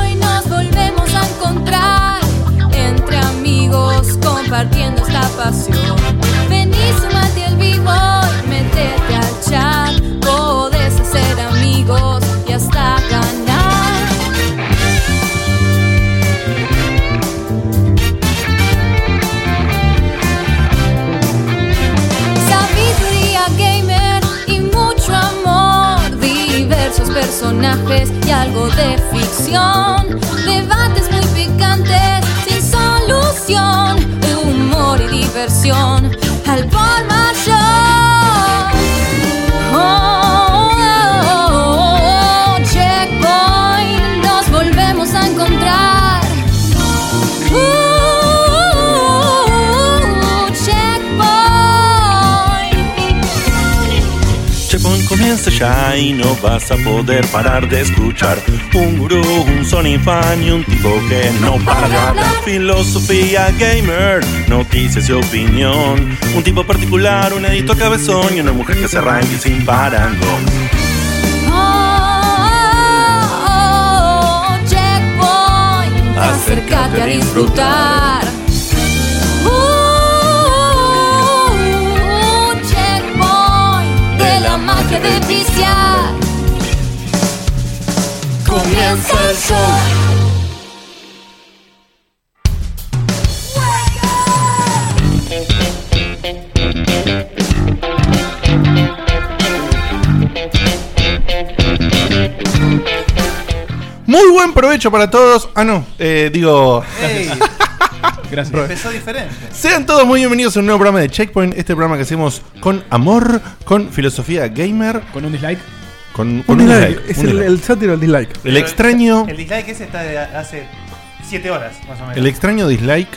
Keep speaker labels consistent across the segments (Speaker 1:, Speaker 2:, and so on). Speaker 1: Hoy nos volvemos a encontrar entre amigos compartiendo esta pasión. Vení, sumate al vivo y metete al chat. Podés hacer amigos y hasta ganar. Sabiduría gamer y mucho amor, diversos personajes y algo de ficción, debates muy picantes sin solución, humor y diversión al por mayor. Oh, oh, oh, oh, checkpoint, nos volvemos a encontrar. Uh, checkpoint.
Speaker 2: Checkpoint comienza ya y no vas a poder parar de escuchar Un gurú, un Sony fan y un tipo que no para de hablar Filosofía gamer, noticias y opinión Un tipo particular, un editor cabezón y una mujer que se arranque sin parangón
Speaker 1: Oh, oh, oh, oh, checkpoint. Acércate a disfrutar. Uh, uh, uh, checkpoint de la magia de viciar. Comienza el show.
Speaker 3: Muy buen provecho para todos. Ah, no, eh, digo.
Speaker 4: Gracias. Empezó diferente.
Speaker 3: Sean todos muy bienvenidos a un nuevo programa de Checkpoint. Este programa que hacemos con amor, con filosofía gamer.
Speaker 5: Con un dislike.
Speaker 3: Con,
Speaker 6: Un
Speaker 3: con un
Speaker 6: dislike,
Speaker 3: dislike,
Speaker 6: es
Speaker 3: un
Speaker 6: el,
Speaker 3: dislike.
Speaker 6: el sátiro al dislike.
Speaker 3: El extraño.
Speaker 4: El dislike ese está de hace 7 horas, más o menos.
Speaker 3: El extraño dislike.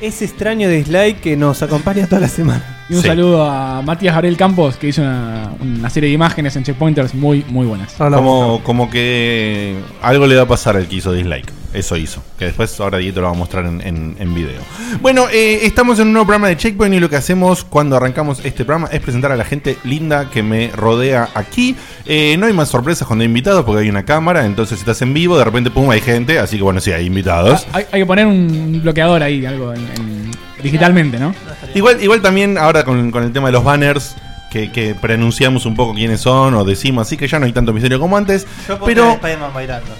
Speaker 7: Ese extraño dislike que nos acompaña toda la semana.
Speaker 5: Y un
Speaker 3: Sí.
Speaker 5: saludo a Matías Gabriel Campos, que hizo una, una serie de imágenes en Checkpointers muy, muy buenas.
Speaker 6: Ahora
Speaker 3: Como, como que algo le va a pasar al que hizo dislike. Eso hizo. Que después ahora Dieto lo va a mostrar en, en- en video. Bueno, eh, estamos en un nuevo programa de Checkpoint y lo que hacemos cuando arrancamos este programa es presentar a la gente linda que me rodea aquí. Eh, no hay más sorpresas cuando hay invitados porque hay una cámara. Entonces si estás en vivo, de repente pum, hay gente. Así que bueno, sí, hay invitados.
Speaker 5: Ah, Hay, hay que poner un bloqueador ahí, algo en- en- digitalmente, ¿no?
Speaker 3: Igual, igual también ahora con, con el tema de los banners. Que, que preanunciamos un poco quiénes son o decimos, así que ya no hay tanto misterio como antes.
Speaker 4: Yo pondré
Speaker 3: pero
Speaker 4: Spider-Man bailando.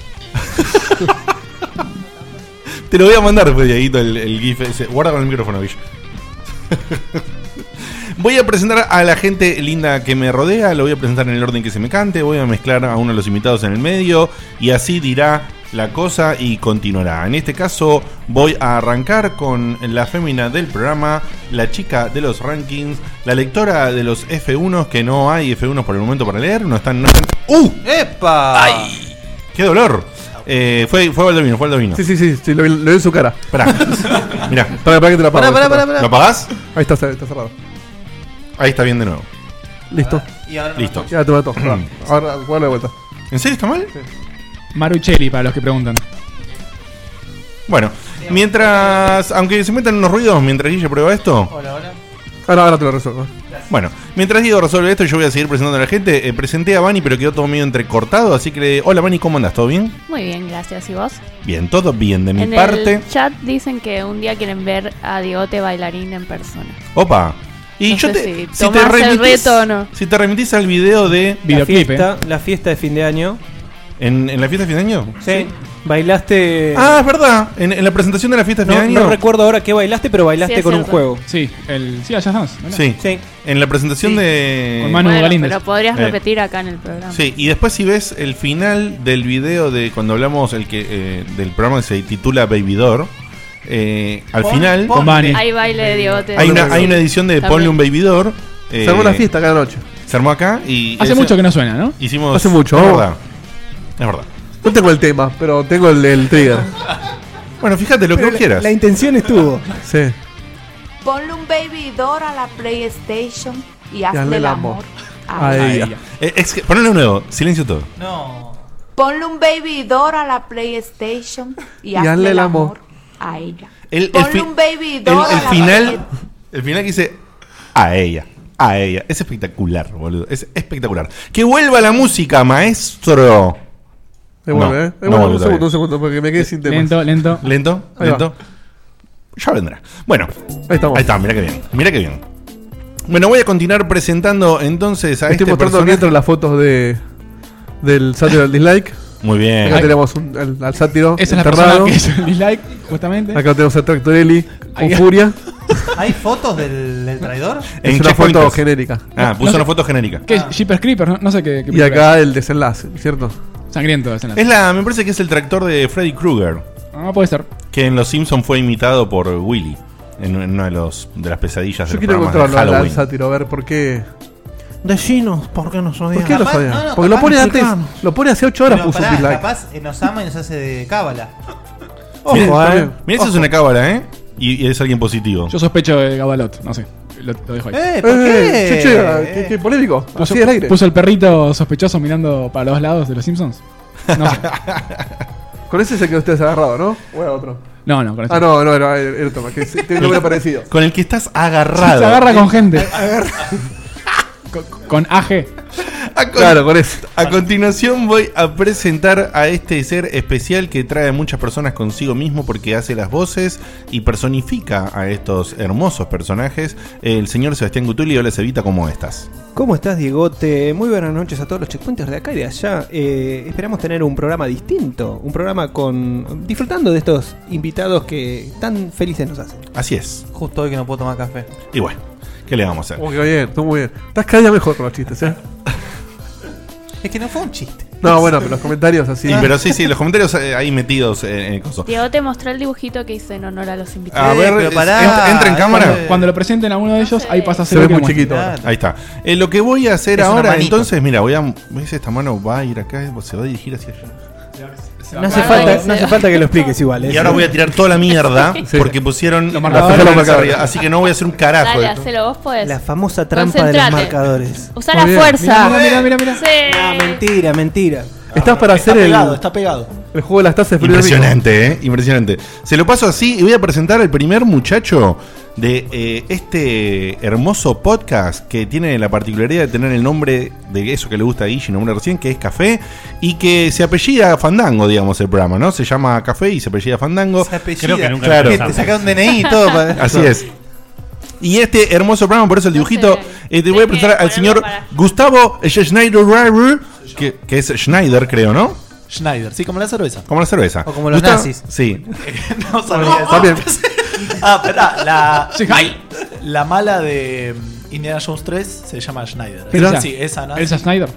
Speaker 3: Te lo voy a mandar después, Dieguito, el, el GIF ese. Guarda con el micrófono, Bill. Voy a presentar a la gente linda que me rodea, lo voy a presentar en el orden que se me cante, voy a mezclar a uno de los invitados en el medio y así dirá la cosa y continuará. En este caso voy a arrancar con la fémina del programa, la chica de los rankings, la lectora de los F1, que no hay F1 por el momento para leer, no están... No están- ¡Uh!
Speaker 4: ¡Epa!
Speaker 3: ¡Qué dolor! Eh, fue, fue Baldovino, fue Baldovino.
Speaker 6: Sí, sí, sí, sí, lo, vi- lo vi en su cara.
Speaker 3: Esperá. Mirá.
Speaker 6: Para, que te la
Speaker 4: Pará, pará,
Speaker 6: apago, te la
Speaker 4: pará,
Speaker 6: apago.
Speaker 4: pará.
Speaker 3: ¿Lo apagás?
Speaker 6: Ahí está, cer- está cerrado.
Speaker 3: Ahí está bien de nuevo.
Speaker 6: Listo.
Speaker 4: Ah, Y ahora no
Speaker 3: Listo.
Speaker 6: Ya te mató. Pará. Ahora, guarda de vuelta.
Speaker 3: ¿En serio está mal?
Speaker 5: Maruchelli, para los que preguntan.
Speaker 3: Bueno, mientras. Aunque se metan unos ruidos mientras Guille prueba esto.
Speaker 4: Hola, hola.
Speaker 6: Ahora, ahora te lo resuelvo.
Speaker 3: Bueno, mientras Guido resuelve esto, yo voy a seguir presentando a la gente. Eh, presenté a Vani, pero quedó todo medio entrecortado. Así que. le- Hola, Vani, ¿cómo andas? ¿Todo bien?
Speaker 8: Muy bien, gracias. ¿Y vos?
Speaker 3: Bien, todo bien de mi
Speaker 8: en
Speaker 3: parte.
Speaker 8: el chat dicen que un día quieren ver a Diote bailarín en persona.
Speaker 3: Opa. Y
Speaker 8: No
Speaker 3: yo
Speaker 8: sé
Speaker 3: te.
Speaker 8: si tomás el reto o no.
Speaker 3: Si te remitís al video de.
Speaker 8: La
Speaker 5: Videoclip, ¿eh?
Speaker 7: fiesta.
Speaker 8: fiesta, la fiesta de fin de año.
Speaker 3: ¿En, en la fiesta de fin de año?
Speaker 8: Sí.
Speaker 7: Bailaste.
Speaker 3: Ah, es verdad. En, en la presentación de la fiesta de
Speaker 7: eh. no,
Speaker 3: fin de
Speaker 7: no
Speaker 3: año.
Speaker 7: recuerdo ahora qué bailaste, pero bailaste
Speaker 8: Sí, es
Speaker 7: con un
Speaker 8: cierto.
Speaker 7: juego.
Speaker 5: Sí, el. Sí, allá estamos. ¿verdad?
Speaker 3: sí.
Speaker 7: Sí.
Speaker 3: En la presentación
Speaker 7: Sí.
Speaker 3: de.
Speaker 5: Con Manu
Speaker 8: Bueno,
Speaker 5: Galíndez.
Speaker 8: pero podrías
Speaker 3: Eh.
Speaker 8: repetir acá en el programa.
Speaker 3: Sí, y después si ves el final del video de cuando hablamos el que eh, del programa que se titula Baby Door, eh, al
Speaker 4: Pon-
Speaker 3: final
Speaker 4: pon-
Speaker 5: Con Vani.
Speaker 8: Hay baile de Diote.
Speaker 3: hay una, hay una edición de
Speaker 8: También.
Speaker 3: Ponle un Baby Door. eh,
Speaker 6: Se armó la fiesta cada noche.
Speaker 3: Se armó acá y...
Speaker 5: Hace
Speaker 3: ese-
Speaker 5: mucho que no suena, ¿no?
Speaker 3: Hicimos...
Speaker 6: Hace mucho, oh.
Speaker 3: Es
Speaker 6: ¿no?
Speaker 3: verdad. Es verdad.
Speaker 6: No tengo el tema, pero tengo el, el trigger.
Speaker 3: Bueno, fíjate lo que
Speaker 7: Pero
Speaker 3: vos
Speaker 7: la-
Speaker 3: quieras.
Speaker 7: La intención estuvo.
Speaker 6: Sí.
Speaker 9: Ponle un baby door a la PlayStation y
Speaker 6: hazle
Speaker 9: hazle
Speaker 6: el
Speaker 9: el
Speaker 6: amor.
Speaker 9: amor. a
Speaker 6: Ahí.
Speaker 9: ella.
Speaker 3: Eh, es que- ponelo de nuevo, silencio todo.
Speaker 4: No.
Speaker 9: Ponle un baby door a la PlayStation y,
Speaker 6: Y
Speaker 9: hazle el amor. a ella.
Speaker 3: El, el
Speaker 9: Ponle
Speaker 3: fi-
Speaker 9: un baby
Speaker 3: el-
Speaker 9: doll
Speaker 3: el
Speaker 9: a la
Speaker 3: final, el final que dice a ella, a ella. Es espectacular, boludo. Es espectacular. Que vuelva la música, maestro.
Speaker 6: Es bueno,
Speaker 3: No,
Speaker 6: ¿eh? Es
Speaker 3: no
Speaker 6: bueno,
Speaker 3: volvió
Speaker 6: un
Speaker 3: todavía.
Speaker 6: segundo, un segundo, porque me quedé sin temas.
Speaker 5: Lento, lento.
Speaker 3: Lento,
Speaker 6: Ahí va.
Speaker 3: lento. Ya vendrá. Bueno,
Speaker 6: Ahí estamos.
Speaker 3: ahí está, mira que bien. Mira que bien. Bueno, voy a continuar presentando entonces a
Speaker 6: Estoy
Speaker 3: este
Speaker 6: mostrando
Speaker 3: personaje.
Speaker 6: mientras las fotos de del sátiro del dislike.
Speaker 3: Muy bien.
Speaker 6: Acá tenemos un- al, al sátiro
Speaker 5: Esa es la persona
Speaker 6: enterrado.
Speaker 5: que hizo el dislike, justamente.
Speaker 6: Acá tenemos a Tractorelli con
Speaker 5: Ahí-
Speaker 6: furia.
Speaker 4: ¿Hay fotos del, del traidor?
Speaker 3: En
Speaker 6: es una
Speaker 3: Checkpointers.
Speaker 6: foto genérica. Ah.
Speaker 3: Ah, puso
Speaker 5: No sé.
Speaker 3: una foto genérica.
Speaker 5: ¿Qué? Jeepers Creepers, no, no sé qué. qué
Speaker 6: Y
Speaker 5: película
Speaker 6: acá el desenlace, ¿cierto?
Speaker 5: es. Sangriento, es en la-
Speaker 3: Es la, me parece que es el tractor de Freddy Krueger,
Speaker 5: Ah, puede ser.
Speaker 3: que en Los Simpsons fue imitado por Willy en en una de, los, de las pesadillas
Speaker 6: Yo
Speaker 3: de los
Speaker 6: quiero
Speaker 3: programas de
Speaker 6: encontrarlo al, al
Speaker 3: Halloween.
Speaker 6: sátiro, a ver por qué.
Speaker 7: Decinos, ¿por qué nos odian?
Speaker 6: ¿Por qué lo
Speaker 4: Capaz-
Speaker 6: sabía?
Speaker 4: no, no,
Speaker 6: Porque lo
Speaker 4: capaz
Speaker 6: pone
Speaker 4: no
Speaker 6: antes,
Speaker 7: explicamos.
Speaker 6: lo pone hace 8 horas,
Speaker 4: Pero
Speaker 6: puso un
Speaker 4: pará,
Speaker 6: dislike.
Speaker 4: capaz eh, nos ama y nos hace de cábala.
Speaker 7: Ojo,
Speaker 6: Está
Speaker 7: eh.
Speaker 6: bien.
Speaker 3: Mira, esa es una cábala, ¿eh? Y, y es alguien positivo.
Speaker 5: Yo sospecho de Gabalot, no sé. Lo, lo dejo ahí.
Speaker 4: Eh, ¿por
Speaker 6: Eh,
Speaker 4: qué?
Speaker 6: che, che, qué, qué polémico.
Speaker 5: Puso,
Speaker 6: Así del aire.
Speaker 5: puso el perrito sospechoso mirando para los lados de los Simpsons. No sé.
Speaker 6: Con ese se quedó usted desagarrado, ¿no? O era otro.
Speaker 5: No, no, con eso.
Speaker 6: Ah, no, no, era el, el otro, que se- tiene un nombre parecido.
Speaker 3: Con el que estás
Speaker 5: Se
Speaker 3: agarrado.
Speaker 5: agarra con gente. con, con AG.
Speaker 3: A, con-
Speaker 6: Claro, con ese.
Speaker 3: a continuación voy a presentar a este ser especial que trae a muchas personas consigo mismo porque hace las voces y personifica a estos hermosos personajes. El señor Sebastián Gutuli, hola Cevita, ¿cómo estás?
Speaker 7: ¿Cómo estás, Diegote? Muy buenas noches a todos los checkpointers de acá y de allá. Eh, esperamos tener un programa distinto, un programa con disfrutando de estos invitados que tan felices nos hacen.
Speaker 3: Así es.
Speaker 4: Justo hoy que no puedo tomar café.
Speaker 3: Y bueno, ¿qué le vamos a hacer?
Speaker 6: Oh, qué bien, estuvo muy bien. Estás cada día mejor con los chistes, ¿eh?
Speaker 4: Es que no fue un chiste.
Speaker 6: No, bueno, pero los comentarios así.
Speaker 3: Sí, pero sí, sí, los comentarios eh, ahí metidos eh, en el coso.
Speaker 8: Diego te mostró el dibujito que hice en honor a los invitados.
Speaker 3: A
Speaker 4: Eh,
Speaker 3: ver,
Speaker 4: pero
Speaker 3: es-
Speaker 4: pará,
Speaker 3: ent- entra en
Speaker 4: eh,
Speaker 3: cámara.
Speaker 4: eh,
Speaker 5: Cuando lo presenten a uno de ellos, ahí pasa a
Speaker 6: se
Speaker 5: ser
Speaker 6: ve
Speaker 5: el que
Speaker 6: muy
Speaker 5: muestra.
Speaker 6: chiquito. ahora.
Speaker 4: Claro.
Speaker 3: Ahí está. Eh, lo que voy a hacer
Speaker 4: Es una
Speaker 3: ahora,
Speaker 4: manito.
Speaker 3: entonces, mira, voy a. ¿Ves esta mano? Va a ir acá, se va a dirigir hacia allá.
Speaker 7: No hace,
Speaker 8: Ah,
Speaker 7: falta,
Speaker 8: sí.
Speaker 7: no hace falta que lo expliques igual. ¿eh?
Speaker 3: Y
Speaker 7: es-
Speaker 3: ahora voy a tirar toda la mierda
Speaker 6: Sí.
Speaker 3: porque pusieron
Speaker 5: Los
Speaker 3: la
Speaker 5: marcadores.
Speaker 3: fecha
Speaker 6: Los
Speaker 3: hacia
Speaker 6: marcadores.
Speaker 3: arriba, Así que no voy a hacer un carajo.
Speaker 8: Dale,
Speaker 3: de esto.
Speaker 8: hacelo, vos podés.
Speaker 7: La famosa trampa de los
Speaker 8: Concentrate.
Speaker 7: marcadores.
Speaker 8: Usa
Speaker 6: Muy
Speaker 8: la
Speaker 6: bien.
Speaker 8: fuerza.
Speaker 5: Mirá, mirá, mirá, mirá.
Speaker 8: Sí.
Speaker 7: Ah, mentira, mentira. Ah,
Speaker 6: Estás para hacer el,
Speaker 7: está pegado.
Speaker 6: el juego de las tazas de Frida
Speaker 3: Impresionante, ¿eh? Impresionante. Se lo paso así y voy a presentar al primer muchacho de eh, este hermoso podcast que tiene la particularidad de tener el nombre de eso que le gusta a Guille, nombre recién, que es Café, y que se apellida Fandango, digamos, el programa, ¿no? Se llama Café y se apellida Fandango.
Speaker 4: Se apellida.
Speaker 10: Creo que nunca
Speaker 3: Claro.
Speaker 10: lo
Speaker 4: Que te
Speaker 10: pensamos.
Speaker 4: sacaron DNI y todo. para-
Speaker 3: Así es. Y este hermoso programa, por eso el
Speaker 8: No
Speaker 3: dibujito,
Speaker 8: sé,
Speaker 3: eh, te
Speaker 8: sé
Speaker 3: voy a
Speaker 8: que
Speaker 3: presentar al
Speaker 8: ponerlo
Speaker 3: señor
Speaker 8: para-
Speaker 3: Gustavo Schneider, que, que es Schneider, creo, ¿no?
Speaker 10: Schneider, sí, como la cerveza.
Speaker 3: Como la cerveza.
Speaker 4: O como los
Speaker 3: Gustavo-
Speaker 4: nazis.
Speaker 3: Sí.
Speaker 10: no sabía eso.
Speaker 6: Está bien.
Speaker 10: Ah, pará, la,
Speaker 5: Sí, ay.
Speaker 10: la mala de mm, Indiana Jones 3 se llama Schneider.
Speaker 5: Pero-
Speaker 10: sí, esa no,
Speaker 5: Elsa Schneider.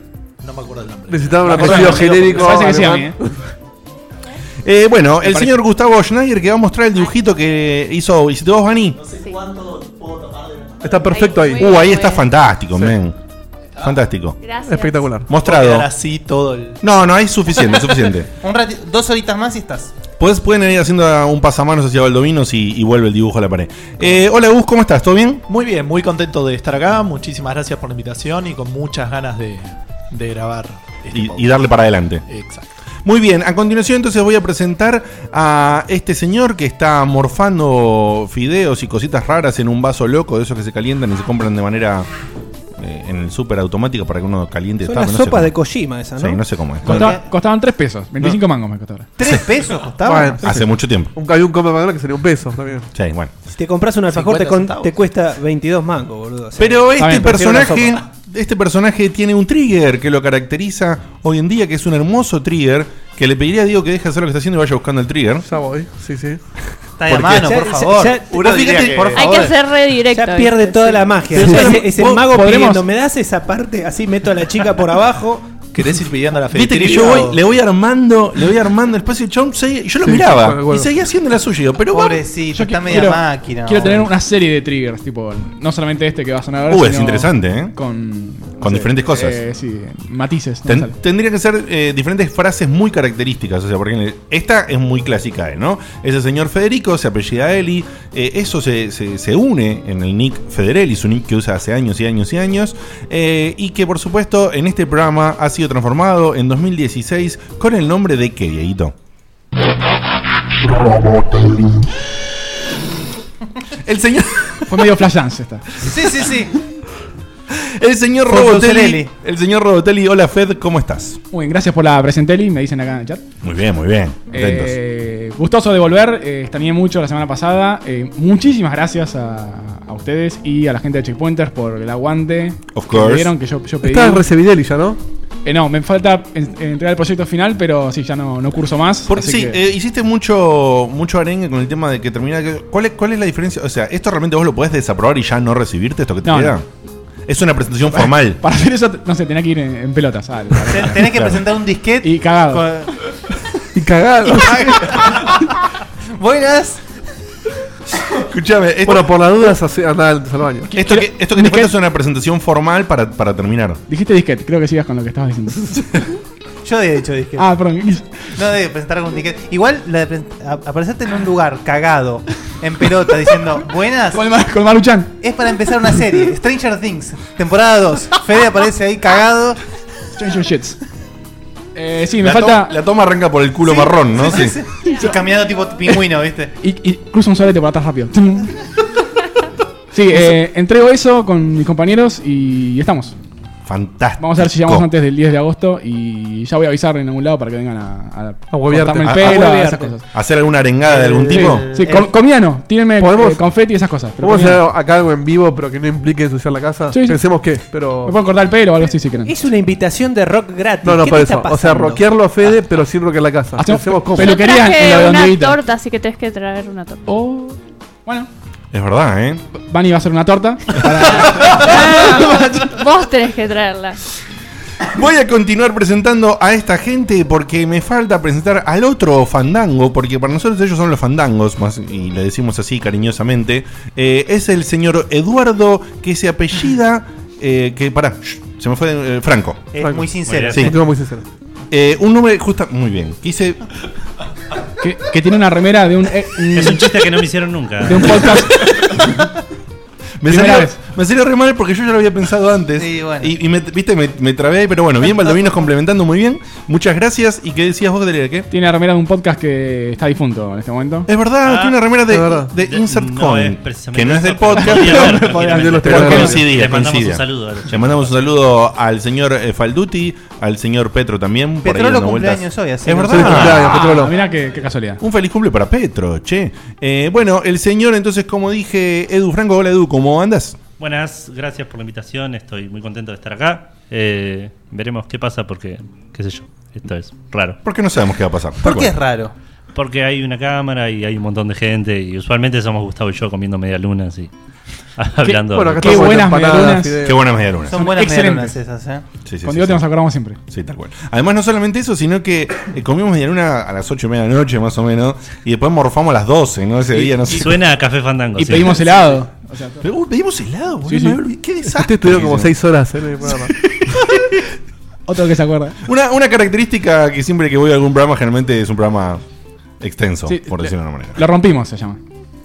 Speaker 10: no me acuerdo el nombre.
Speaker 6: Necesitaba un
Speaker 10: Me acuerdo
Speaker 6: apellido
Speaker 10: el nombre
Speaker 6: genérico.
Speaker 5: Ah, Me parece que sí a mí,
Speaker 6: alemán.
Speaker 5: ¿eh?
Speaker 3: Eh, bueno, el
Speaker 5: parece.
Speaker 3: señor Gustavo Schneider que va a mostrar el dibujito que hizo Visitó vos, Vani.
Speaker 8: Sí.
Speaker 6: Está perfecto ahí.
Speaker 8: Ahí,
Speaker 3: Uh, ahí
Speaker 8: Muy
Speaker 3: está
Speaker 8: bien.
Speaker 3: fantástico, men. Fantástico.
Speaker 10: ¿eh?
Speaker 8: Gracias.
Speaker 6: Espectacular.
Speaker 10: porque
Speaker 3: Mostrado.
Speaker 10: era así todo el.
Speaker 3: No, no, es suficiente, es suficiente.
Speaker 4: Un rati- dos horitas más y estás.
Speaker 3: Podés- pueden ir haciendo un pasamanos hacia Baldovinos y, y vuelve el dibujo a la pared. Eh, hola Gus, ¿cómo estás? ¿Todo bien?
Speaker 10: Muy bien, muy contento de estar acá. Muchísimas gracias por la invitación y con muchas ganas de, de grabar. este
Speaker 3: Y, y
Speaker 10: podcast.
Speaker 3: darle para adelante.
Speaker 10: Exacto.
Speaker 3: Muy bien, a continuación entonces voy a presentar a este señor que está morfando fideos y cositas raras en un vaso loco, de esos que se calientan y se compran de manera eh, en el súper automática para que uno caliente.
Speaker 7: Son
Speaker 3: Está,
Speaker 7: las
Speaker 3: no sé
Speaker 7: sopas
Speaker 3: cómo-
Speaker 7: de Kojima esa, ¿no?
Speaker 3: Sí, no sé cómo es.
Speaker 5: Costaba- costaban 3 pesos. 25 mangos me costaron.
Speaker 4: ¿Tres pesos
Speaker 6: Bueno,
Speaker 4: costaba?
Speaker 3: Hace mucho tiempo.
Speaker 6: un, había un combo McDonald's que sería un peso también.
Speaker 3: Sí, bueno.
Speaker 7: Si te compras un alfajor te,
Speaker 4: 50
Speaker 7: con-
Speaker 4: centavos.
Speaker 7: te cuesta 22 mangos, boludo. O sea,
Speaker 3: Pero este
Speaker 5: bien,
Speaker 7: prefiero la
Speaker 3: personaje, este personaje tiene un trigger que lo caracteriza hoy en día, que es un hermoso trigger, que le pediría a Diego que deje de hacer lo que está haciendo y vaya buscando el trigger.
Speaker 6: Ya voy, sí, sí.
Speaker 4: Está de
Speaker 3: Porque-
Speaker 4: mano,
Speaker 7: Ya-
Speaker 4: por
Speaker 7: ya-
Speaker 4: favor.
Speaker 7: ya-
Speaker 4: Uno
Speaker 3: Vos
Speaker 4: diría
Speaker 3: fíjate-
Speaker 4: que- por
Speaker 3: Hay
Speaker 8: Hay
Speaker 4: favor.
Speaker 8: que ser redirecto.
Speaker 7: ya pierde toda la magia. O sea, ese, ese
Speaker 5: vos
Speaker 7: mago
Speaker 5: podremos-
Speaker 7: pidiendo, me das esa parte, así meto a la chica por abajo.
Speaker 10: ¿Querés ir pidiendo a la
Speaker 3: Viste que
Speaker 10: Federica
Speaker 3: yo
Speaker 10: o-
Speaker 3: voy, le voy armando, le voy armando el espacio y Chon se- yo lo
Speaker 6: Sí,
Speaker 3: miraba
Speaker 6: bueno, bueno.
Speaker 3: y seguía haciendo la suya, pero va-
Speaker 4: Pobrecito,
Speaker 5: Yo
Speaker 4: está
Speaker 5: qui-
Speaker 4: media
Speaker 5: quiero-
Speaker 4: máquina.
Speaker 5: Quiero tener
Speaker 4: hombre.
Speaker 5: una serie de triggers, tipo, no solamente este que va a sonar ahora.
Speaker 3: Uh, es
Speaker 5: sino
Speaker 3: interesante, ¿eh?
Speaker 5: Con, no
Speaker 3: Con diferentes cosas.
Speaker 5: eh, sí, matices. no
Speaker 3: Ten-
Speaker 5: me sale.
Speaker 3: tendría que ser eh, diferentes frases muy características. O sea, porque esta es muy clásica, ¿eh? ¿no? Ese señor Federico se apellida Eli. eh, eso se, se- se une en el nick Federelli, su nick que usa hace años y años y años. eh, y que, por supuesto, en este programa ha sido transformado en 2016 con el nombre de qué, Dieguito? El señor.
Speaker 5: Fue medio flash dance esta.
Speaker 4: Sí, sí, sí.
Speaker 3: El señor
Speaker 5: Fue
Speaker 3: Robotelli.
Speaker 5: Roselelli.
Speaker 3: El señor Robotelli. Hola, Fed, ¿cómo estás?
Speaker 5: Muy bien, gracias por la presenteli, me dicen acá en el chat.
Speaker 3: Muy bien, muy bien. Contentos.
Speaker 5: Eh, gustoso de volver, eh, extrañé mucho la semana pasada. Eh, muchísimas gracias a, a ustedes y a la gente de Checkpointers por el aguante.
Speaker 3: Of
Speaker 5: que
Speaker 3: course.
Speaker 5: Vieron que yo, yo pedí.
Speaker 6: Estás recibidelli ya, ¿no?
Speaker 5: Eh, no, me falta en- entregar el proyecto final, pero sí, ya no, no curso más.
Speaker 3: Por-
Speaker 5: así
Speaker 3: sí,
Speaker 5: que-
Speaker 3: eh, hiciste mucho, mucho arengue con el tema de que termina. que- ¿cuál es, ¿Cuál es la diferencia? O sea, ¿esto realmente vos lo podés desaprobar y ya no recibirte esto que te
Speaker 5: No,
Speaker 3: queda?
Speaker 5: no.
Speaker 3: Es una presentación formal.
Speaker 5: para hacer eso, no sé, tenía que ir en, en pelotas. ah,
Speaker 4: Tenés que presentar un disquete.
Speaker 5: Y cagado.
Speaker 6: Y cagado.
Speaker 4: Buenas.
Speaker 3: Escuchame, esto,
Speaker 6: Bueno, por las dudas, hace- anda al al baño.
Speaker 3: esto que, esto que te falta es una presentación formal para, para terminar.
Speaker 5: Dijiste disquete, creo que sigas con lo que estabas diciendo.
Speaker 4: Yo había dicho disquete.
Speaker 5: ah, perdón.
Speaker 4: No de presentar algún ticket. Igual la de pre- a- aparecerte en un lugar cagado, en pelota, diciendo buenas,
Speaker 5: Con, Mar- con Maruchan.
Speaker 4: es para empezar una serie. Stranger Things, temporada 2. Fede aparece ahí cagado.
Speaker 5: Change your shits. Eh, sí, me
Speaker 3: La,
Speaker 5: falta.
Speaker 3: to- la toma arranca por el culo marrón, ¿no? Sí.
Speaker 4: sí, Caminando tipo pingüino, ¿viste?
Speaker 5: Y, y cruza un solete para atrás rápido. Tum. Sí, eh, entrego eso con mis compañeros y estamos.
Speaker 3: Fantástico.
Speaker 5: Vamos a ver si llegamos antes del 10 de agosto y ya voy a avisar en algún lado para que vengan a, a,
Speaker 6: huevearte.
Speaker 3: A-
Speaker 5: cortarme el
Speaker 3: a
Speaker 5: pelo,
Speaker 6: huevearte.
Speaker 5: esas cosas.
Speaker 3: ¿Hacer alguna arengada de algún
Speaker 5: Sí,
Speaker 3: tipo?
Speaker 5: sí, com- comida no, tírenme
Speaker 6: ¿Podemos?
Speaker 5: eh, confeti y esas cosas. pero
Speaker 6: Vamos a
Speaker 5: comida no.
Speaker 6: hacer acá algo en vivo, pero que no implique ensuciar la casa.
Speaker 5: Sí, sí.
Speaker 6: Pensemos que, pero.
Speaker 5: Me pueden cortar el pelo o algo así si quieren.
Speaker 7: Es una invitación de rock gratis.
Speaker 6: No, no,
Speaker 7: ¿Qué
Speaker 6: por
Speaker 7: te
Speaker 6: eso.
Speaker 7: está
Speaker 6: O sea,
Speaker 7: pasando? Ah.
Speaker 6: rockearlo a Fede, pero sin rockear la casa.
Speaker 5: Hacemos
Speaker 6: Pensemos cómo.
Speaker 5: pelu-
Speaker 8: Yo
Speaker 5: Peluquería en
Speaker 8: traje
Speaker 5: la
Speaker 8: una
Speaker 5: redondita.
Speaker 8: torta, así que tenés que traer una torta.
Speaker 5: O. Bueno,
Speaker 3: Es verdad, ¿eh?
Speaker 5: Vani va a hacer una torta.
Speaker 8: Vos tenés que traerla.
Speaker 3: Voy a continuar presentando a esta gente porque me falta presentar al otro fandango, porque para nosotros ellos son los fandangos, más, y le decimos así cariñosamente. Eh, es el señor Eduardo que se apellida. eh, que, pará, shh, se me fue eh, Franco.
Speaker 4: Es muy sincero.
Speaker 3: Sí.
Speaker 6: Continúa muy sincero.
Speaker 3: Eh, un nombre justa. Muy bien. Quise.
Speaker 5: que, que tiene una remera de un. eh,
Speaker 11: Es un chiste que no me hicieron nunca.
Speaker 5: de un podcast.
Speaker 3: Me
Speaker 5: Primera
Speaker 3: salió,
Speaker 5: vez.
Speaker 3: me salió re mal porque yo ya lo había pensado antes.
Speaker 4: Sí, bueno.
Speaker 3: Y, y me, viste, me, me trabé, pero bueno, bien, Baldovinos complementando muy bien. Muchas gracias. ¿Y qué decías vos, Delia? ¿Qué?
Speaker 5: Tiene la remera de un podcast que está difunto en este momento.
Speaker 3: Es verdad,
Speaker 11: Ah,
Speaker 3: tiene una remera de,
Speaker 6: es verdad.
Speaker 3: de Insert
Speaker 11: No,
Speaker 3: Coin,
Speaker 11: es precisamente
Speaker 3: que no es del
Speaker 11: eso, pero
Speaker 3: podcast,
Speaker 11: podía haber,
Speaker 3: pero,
Speaker 11: tranquilamente.
Speaker 6: Yo los tengo
Speaker 3: pero
Speaker 6: acá.
Speaker 3: coincidía,
Speaker 11: Le mandamos
Speaker 3: coincidía.
Speaker 11: un saludo a los
Speaker 3: Le mandamos un saludo al señor eh, Falduti, al señor Petro también. por ahí
Speaker 4: Petrolo
Speaker 3: dando vueltas.
Speaker 4: cumpleaños hoy, así
Speaker 3: Es
Speaker 4: que-
Speaker 6: Feliz
Speaker 3: verdad.
Speaker 6: cumpleaños, Petrolo.
Speaker 5: Ah, mirá qué, qué casualidad.
Speaker 3: Un feliz cumple para Petro, che. Eh, bueno, el señor, entonces, como dije, Edu Franco, hola Edu, ¿cómo andas?
Speaker 11: Buenas, gracias por la invitación. Estoy muy contento de estar acá. Eh, veremos qué pasa porque, qué sé yo, esto es raro.
Speaker 3: Porque no sabemos qué va a pasar.
Speaker 4: ¿Por qué es
Speaker 3: Bueno.
Speaker 4: raro?
Speaker 11: Porque hay una cámara y hay un montón de gente y usualmente somos Gustavo y yo comiendo media luna así. hablando.
Speaker 6: Bueno, acá
Speaker 5: Qué
Speaker 6: estamos
Speaker 5: buenas
Speaker 6: empanadas,
Speaker 5: medialunas.
Speaker 6: fideos.
Speaker 3: Qué buenas media luna.
Speaker 4: Son buenas
Speaker 5: excelentes.
Speaker 4: medialunas esas, ¿eh?
Speaker 3: Sí, sí,
Speaker 5: Con
Speaker 3: sí,
Speaker 5: Diego
Speaker 3: sí.
Speaker 5: te nos acordamos siempre.
Speaker 3: Sí, tal cual. Además, no solamente eso, sino que eh, comimos medialuna a las 8 y media de la noche, más o menos, y después morfamos a las 12, ¿no? Ese día, no sé.
Speaker 11: Y suena a Café Fandango.
Speaker 5: Y
Speaker 11: sí.
Speaker 5: pedimos helado. O sea,
Speaker 3: Pero, uh, pedimos helado, boludo.
Speaker 5: Sí, Este sí.
Speaker 3: me había olvidado. Qué
Speaker 6: Usted
Speaker 3: desastre.
Speaker 6: estudió Este como 6 horas ¿eh? en el programa.
Speaker 5: otro que se acuerda.
Speaker 3: Una, una característica que siempre que voy a algún programa, generalmente es un programa extenso,
Speaker 5: Sí,
Speaker 3: por
Speaker 5: le-
Speaker 3: decirlo de una manera.
Speaker 5: Lo rompimos, se llama.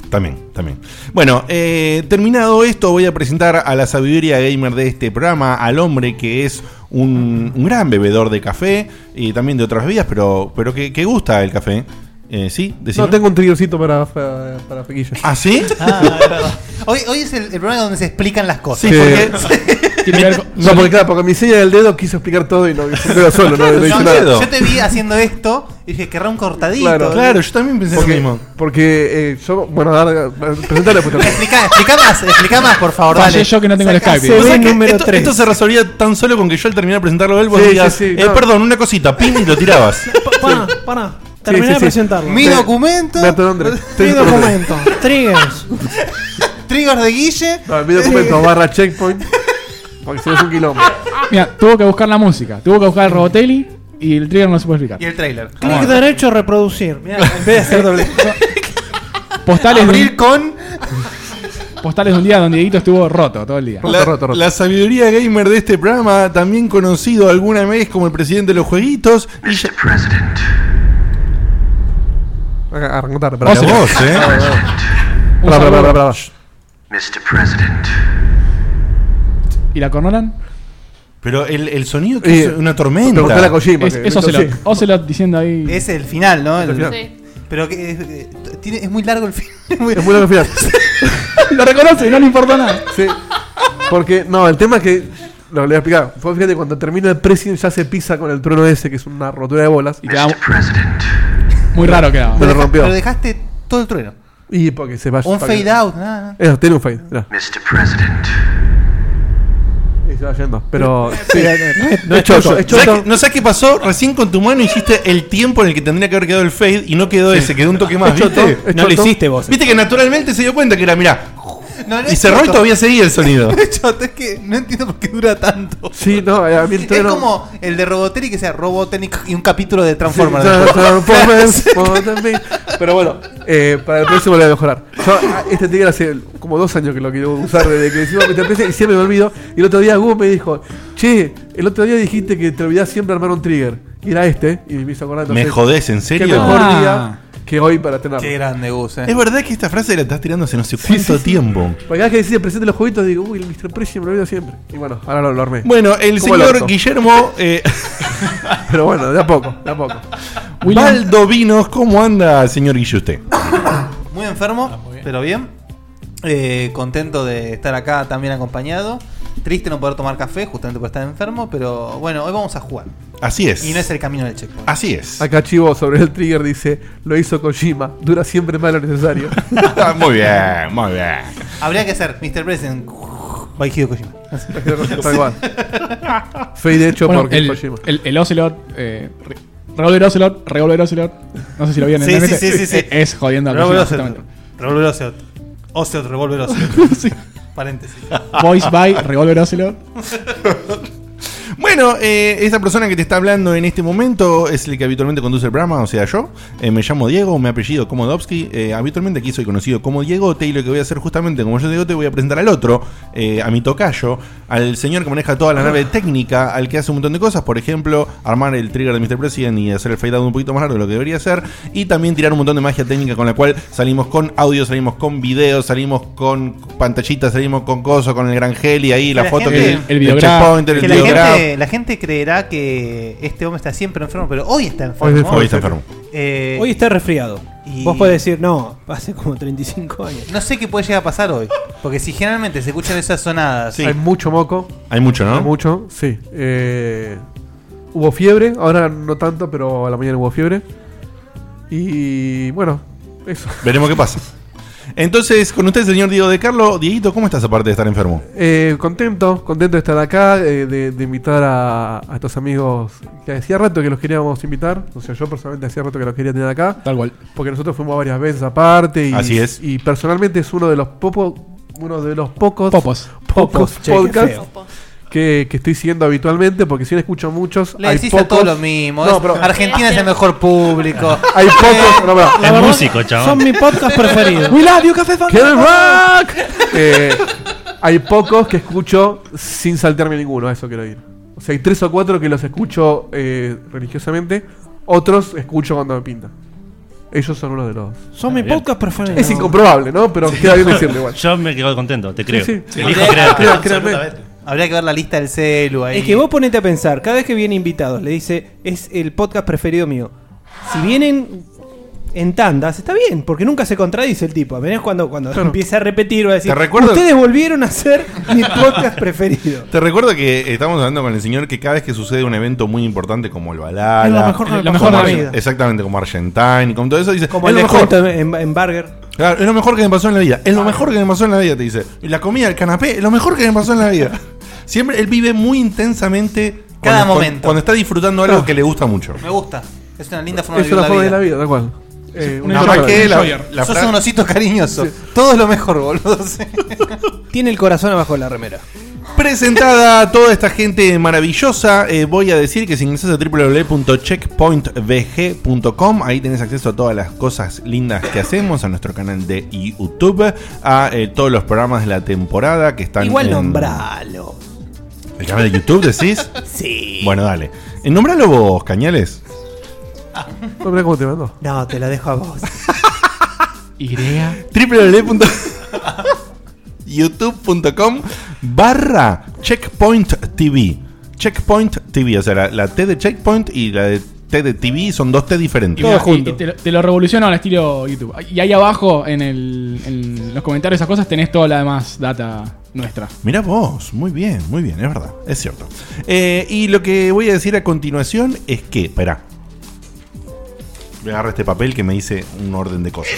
Speaker 3: También, también. Bueno, eh, terminado esto, voy a presentar a la sabiduría gamer de este programa, al hombre que es un, un gran bebedor de café y también de otras bebidas, pero, pero que, que gusta el café. Eh, ¿Sí? Decime.
Speaker 6: No, tengo un triggercito para, para, para Fequillo.
Speaker 3: ¿Ah, sí?
Speaker 4: Ah, es verdad. hoy, hoy es el, el programa donde se explican las cosas.
Speaker 3: Sí,
Speaker 6: Que-
Speaker 3: porque.
Speaker 5: Tiene que ver con-
Speaker 6: No, porque claro, porque mi seña del dedo quiso explicar todo y no yo quedo solo, no, no
Speaker 4: No,
Speaker 6: hice
Speaker 3: dedo.
Speaker 6: nada.
Speaker 4: yo te vi haciendo esto y dije, querrá un cortadito.
Speaker 6: Claro,
Speaker 3: Claro, yo también pensé lo
Speaker 6: Porque,
Speaker 3: mismo.
Speaker 6: porque eh, yo, bueno, dar, presentar después también.
Speaker 4: Explica, explica más, explica más, por favor,
Speaker 5: Fallé
Speaker 4: dale.
Speaker 5: yo que no tengo el
Speaker 4: Sacá-
Speaker 5: Skype.
Speaker 3: O sea que
Speaker 7: número
Speaker 3: esto,
Speaker 7: tres.
Speaker 3: esto se resolvía tan solo con que yo al terminar de presentarlo a él, vos
Speaker 6: Sí,
Speaker 3: digas,
Speaker 6: sí, sí,
Speaker 3: eh,
Speaker 6: no.
Speaker 3: perdón, una cosita, pin y lo tirabas.
Speaker 7: Pará, pará. Terminá
Speaker 6: sí,
Speaker 7: de
Speaker 6: sí.
Speaker 7: presentarlo.
Speaker 4: Mi documento,
Speaker 6: Me atondré.
Speaker 7: Mi documento. Triggers.
Speaker 4: triggers de Guille.
Speaker 6: No, mi documento barra checkpoint. Porque si no es un quilombo.
Speaker 5: Mira, tuvo que buscar la música, tuvo que buscar el Robotelli y el trigger no se puede
Speaker 4: Y
Speaker 5: explicar.
Speaker 4: el trailer.
Speaker 7: Clic derecho, reproducir. Mirá, en vez de hacer doble.
Speaker 5: Postales de,
Speaker 4: Abrir
Speaker 5: un,
Speaker 4: con.
Speaker 5: postales de un día donde Dieguito estuvo roto todo el día.
Speaker 3: La,
Speaker 6: roto, roto.
Speaker 3: la sabiduría gamer de este programa, también conocido alguna vez como el presidente de los jueguitos. Y ya-
Speaker 6: Acá, Arrancó tarde,
Speaker 3: La
Speaker 6: pará.
Speaker 5: Vos,
Speaker 3: voz, ¿eh?
Speaker 5: Un
Speaker 6: Pará, pará,
Speaker 5: saludo.
Speaker 6: pará, pará, pará.
Speaker 5: ¿Y la cornolan?
Speaker 3: Pero el, el sonido que
Speaker 6: Eh,
Speaker 3: es una
Speaker 6: Preguntale a
Speaker 3: tormenta.
Speaker 6: Kojima.
Speaker 5: Es,
Speaker 6: que-
Speaker 5: es
Speaker 6: que-
Speaker 5: Ocelot. Ocelot diciendo ahí.
Speaker 4: Es el final, ¿no? El-
Speaker 6: final.
Speaker 8: Sí.
Speaker 4: Pero Pero que es, eh, tiene- es muy largo el final. Es muy,
Speaker 6: Es muy largo el final.
Speaker 5: lo reconoce, no le importa nada.
Speaker 6: Sí. Porque, no, el tema es que. No, le voy a explicar. Fue, fíjate, cuando termina el President ya se pisa con el trueno ese, que es una rotura de bolas. Y
Speaker 5: queda muy raro quedaba.
Speaker 6: Me lo rompió.
Speaker 4: Pero dejaste todo el trueno.
Speaker 6: Y porque se vaya.
Speaker 4: Un
Speaker 6: para que-
Speaker 4: fade out, nada, nada.
Speaker 6: Eso, tiene un fade. mirá. Y se va yendo. Pero. sí.
Speaker 3: No es
Speaker 6: choto,
Speaker 3: choto.
Speaker 6: es choto.
Speaker 3: ¿Sabes qué- No sabes qué pasó. Recién con tu mano hiciste el tiempo en el que tendría que haber quedado el fade y no quedó
Speaker 6: Sí.
Speaker 3: ese. Quedó un toque más.
Speaker 6: Es choto,
Speaker 3: ¿viste?
Speaker 6: es
Speaker 3: No lo
Speaker 6: choto.
Speaker 3: hiciste vos. Viste que naturalmente se dio cuenta que era, mirá.
Speaker 4: No, no
Speaker 3: Y
Speaker 4: es
Speaker 3: cerró y
Speaker 4: choto.
Speaker 3: todavía seguía el sonido.
Speaker 4: No es choto, es que no entiendo por qué dura tanto.
Speaker 6: Sí, no, a mí el
Speaker 4: es
Speaker 6: trueno-
Speaker 4: como el de Robotnik que sea Robotnik y un capítulo de Transformers.
Speaker 6: Transformers, Transformers. Pero bueno, eh, para el próximo lo voy a mejorar. Yo, ah, este tigre hace como dos años que lo quiero usar desde que hicimos esta empresa y siempre me olvido. Y el otro día Gus me dijo, che, el otro día dijiste que te olvidás siempre armar un trigger. Y era este, y me hizo acordar. entonces,
Speaker 3: ¿Me jodés, en serio?
Speaker 6: Qué mejor
Speaker 3: Ah.
Speaker 6: día que hoy para tener.
Speaker 4: Qué grande Gus,
Speaker 3: Es verdad que esta frase la estás tirando hace no sé cuánto tiempo.
Speaker 6: Porque cada vez que decía presente los jueguitos, digo, uy, el Mr. Precio me lo olvido siempre. Y bueno, ahora lo, lo armé.
Speaker 3: Bueno, el
Speaker 6: Como
Speaker 3: señor
Speaker 6: orto.
Speaker 3: Guillermo. eh,
Speaker 6: Pero bueno, de a poco, de a poco.
Speaker 3: Valdovinos, ¿cómo anda, señor Guille, usted?
Speaker 4: Muy enfermo, pero bien. Eh, contento de estar acá también acompañado. Triste no poder tomar café justamente por estar enfermo, pero bueno, hoy vamos a jugar.
Speaker 3: Así es.
Speaker 4: Y no es el camino del checkpoint.
Speaker 3: Así es.
Speaker 6: Acá Chivo sobre el trigger dice, lo hizo Kojima, dura siempre más de lo necesario.
Speaker 3: muy bien, muy bien.
Speaker 4: Habría que hacer Mr. President. By Hideo Kojima.
Speaker 6: Tal cual. Fade de hecho
Speaker 5: Bueno,
Speaker 6: porque
Speaker 5: el,
Speaker 6: Kojima.
Speaker 5: el, el Ocelot, eh, re- Revolver Ocelot, Revolver Ocelot. No sé si lo vieron
Speaker 4: Sí,
Speaker 5: en
Speaker 4: sí,
Speaker 5: NBC.
Speaker 4: sí, sí, sí.
Speaker 5: Eh, Es jodiendo a
Speaker 4: Revolver
Speaker 5: Kojima,
Speaker 4: Ocelot.
Speaker 5: exactamente.
Speaker 4: Revolver Ocelot. Ocelot, Revolver Ocelot. Paréntesis.
Speaker 5: Voice by Revolver Ocelot.
Speaker 3: Bueno, eh, esa persona que te está hablando en este momento es el que habitualmente conduce el programa, o sea, yo. Eh, me llamo Diego, me apellido Komodowski. Eh, habitualmente aquí soy conocido como Diegote y lo que voy a hacer justamente, como yo digo, te voy a presentar al otro, eh, a mi tocayo, al señor que maneja toda la nave técnica, al que hace un montón de cosas, por ejemplo, armar el trigger de Mr. President y hacer el fade out un poquito más largo de lo que debería ser, y también tirar un montón de magia técnica con la cual salimos con audio, salimos con video, salimos con pantallitas, salimos con cosas, con el gran gel y ahí la, foto que
Speaker 4: gente-
Speaker 3: del checkpoint, el
Speaker 4: que la,
Speaker 3: videograph.
Speaker 4: gente, la gente creerá que este hombre está siempre enfermo, pero hoy está enfermo.
Speaker 3: Hoy está enfermo.
Speaker 4: Eh,
Speaker 7: Hoy está resfriado.
Speaker 4: y-
Speaker 7: Vos podés decir, no, hace como 35 años.
Speaker 4: No sé qué puede llegar a pasar hoy. Porque si generalmente se escuchan esas sonadas.
Speaker 6: Hay mucho moco.
Speaker 3: Hay mucho, ¿no?
Speaker 6: Hay mucho, sí. Eh, hubo fiebre, ahora no tanto, pero a la mañana hubo fiebre. Y bueno, eso.
Speaker 3: Veremos qué pasa. Entonces, con usted, señor Diego de Carlo. Dieguito, ¿cómo estás aparte de estar enfermo?
Speaker 6: Eh, contento, contento de estar acá, eh, de, de invitar a, a estos amigos que hacía rato que los queríamos invitar. O sea, yo personalmente hacía rato que los quería tener acá.
Speaker 5: Tal cual.
Speaker 6: Porque nosotros fuimos varias veces aparte. Y,
Speaker 3: Así es.
Speaker 6: Y personalmente es uno de los pocos, uno de los pocos,
Speaker 5: Popos.
Speaker 6: pocos
Speaker 5: Popos, che, qué
Speaker 6: podcasts
Speaker 5: feo.
Speaker 6: que, que estoy siguiendo habitualmente. Porque si no escucho muchos,
Speaker 4: Le
Speaker 6: hay
Speaker 4: decís
Speaker 6: pocos.
Speaker 4: a todos lo mismo.
Speaker 6: No,
Speaker 4: es-
Speaker 6: pero
Speaker 4: Argentina es el mejor público.
Speaker 6: hay
Speaker 5: Eh,
Speaker 6: pocos. no, pero-
Speaker 4: La verdad, son mi podcast preferido. We love you, Café
Speaker 6: Kill the Rock. Eh, hay pocos que escucho sin saltarme ninguno, a eso quiero ir. O sea, hay tres o cuatro que los escucho eh, religiosamente, otros escucho cuando me pinta. Ellos son uno de los.
Speaker 7: Son mi
Speaker 11: bien.
Speaker 7: podcast preferido.
Speaker 6: Es incomprobable, ¿no? Pero queda bien decirlo igual.
Speaker 11: Yo me quedo contento, te creo.
Speaker 6: sí.
Speaker 11: Elijo
Speaker 4: Habría-
Speaker 11: creerte.
Speaker 4: habría- Habría que ver la lista del celu ahí.
Speaker 7: Es que vos ponete a pensar, cada vez que vienen invitados, le dice, es el podcast preferido mío. Si vienen en tandas, está bien, porque nunca se contradice el tipo. A menos cuando, cuando empieza a repetir, va a decir,
Speaker 3: Te recuerdo-
Speaker 7: ustedes volvieron a ser mi podcast preferido.
Speaker 3: Te recuerdo que estamos hablando con el señor que cada vez que sucede un evento muy importante como el Balala,
Speaker 7: Es lo mejor que me Lo pasó.
Speaker 3: como
Speaker 7: mejor de
Speaker 3: Argen-
Speaker 7: la vida.
Speaker 3: Exactamente, como Argentine, como todo eso, dice.
Speaker 7: Como
Speaker 3: es
Speaker 7: el
Speaker 3: lo mejor.
Speaker 7: descuento en, en Burger.
Speaker 3: Claro, es lo mejor que me pasó en la vida. Es lo mejor que me pasó en la vida, te dice. Y la comida, el canapé, es lo mejor que me pasó en la vida. Siempre él vive muy intensamente
Speaker 4: Cada
Speaker 3: cuando-
Speaker 4: momento.
Speaker 3: Cuando, está disfrutando algo que le gusta mucho.
Speaker 4: Me gusta. Es una linda forma
Speaker 6: Es
Speaker 4: de
Speaker 6: una
Speaker 4: vivir
Speaker 6: forma de
Speaker 4: la
Speaker 6: la
Speaker 4: vida.
Speaker 6: vida, tal cual. Eh,
Speaker 4: Un
Speaker 6: una
Speaker 4: enjoyer,
Speaker 6: forma de-
Speaker 4: un enjoyer. Sos un osito cariñoso. Todo es lo mejor, boludo. sí.
Speaker 7: Tiene el corazón abajo de la remera.
Speaker 3: Presentada a toda esta gente maravillosa, eh, voy a decir que si ingresas a www.checkpointvg.com, ahí tenés acceso a todas las cosas lindas que hacemos, a nuestro canal de YouTube, a eh, todos los programas de la temporada que están
Speaker 7: Igual
Speaker 3: en-
Speaker 7: nombralo.
Speaker 3: ¿El canal de YouTube decís?
Speaker 7: Sí.
Speaker 3: Bueno, dale. Eh, nombralo vos, Cañales.
Speaker 6: No, mirá cómo te mandó.
Speaker 7: No, te lo dejo a vos.
Speaker 5: Y.
Speaker 3: www.youtube.com barra Checkpoint TV. Checkpoint TV, o sea, la, la T de Checkpoint y la de TED TV, son dos TED diferentes.
Speaker 5: Y mira, y- y te, lo- te lo revoluciono al estilo YouTube. Y ahí abajo, en, el- en los comentarios, esas cosas, tenés toda la demás data nuestra.
Speaker 3: Mirá vos, muy bien, muy bien, es verdad, es cierto. Eh, y lo que voy a decir a continuación es que, espera. Me agarra este papel que me dice un orden de cosas.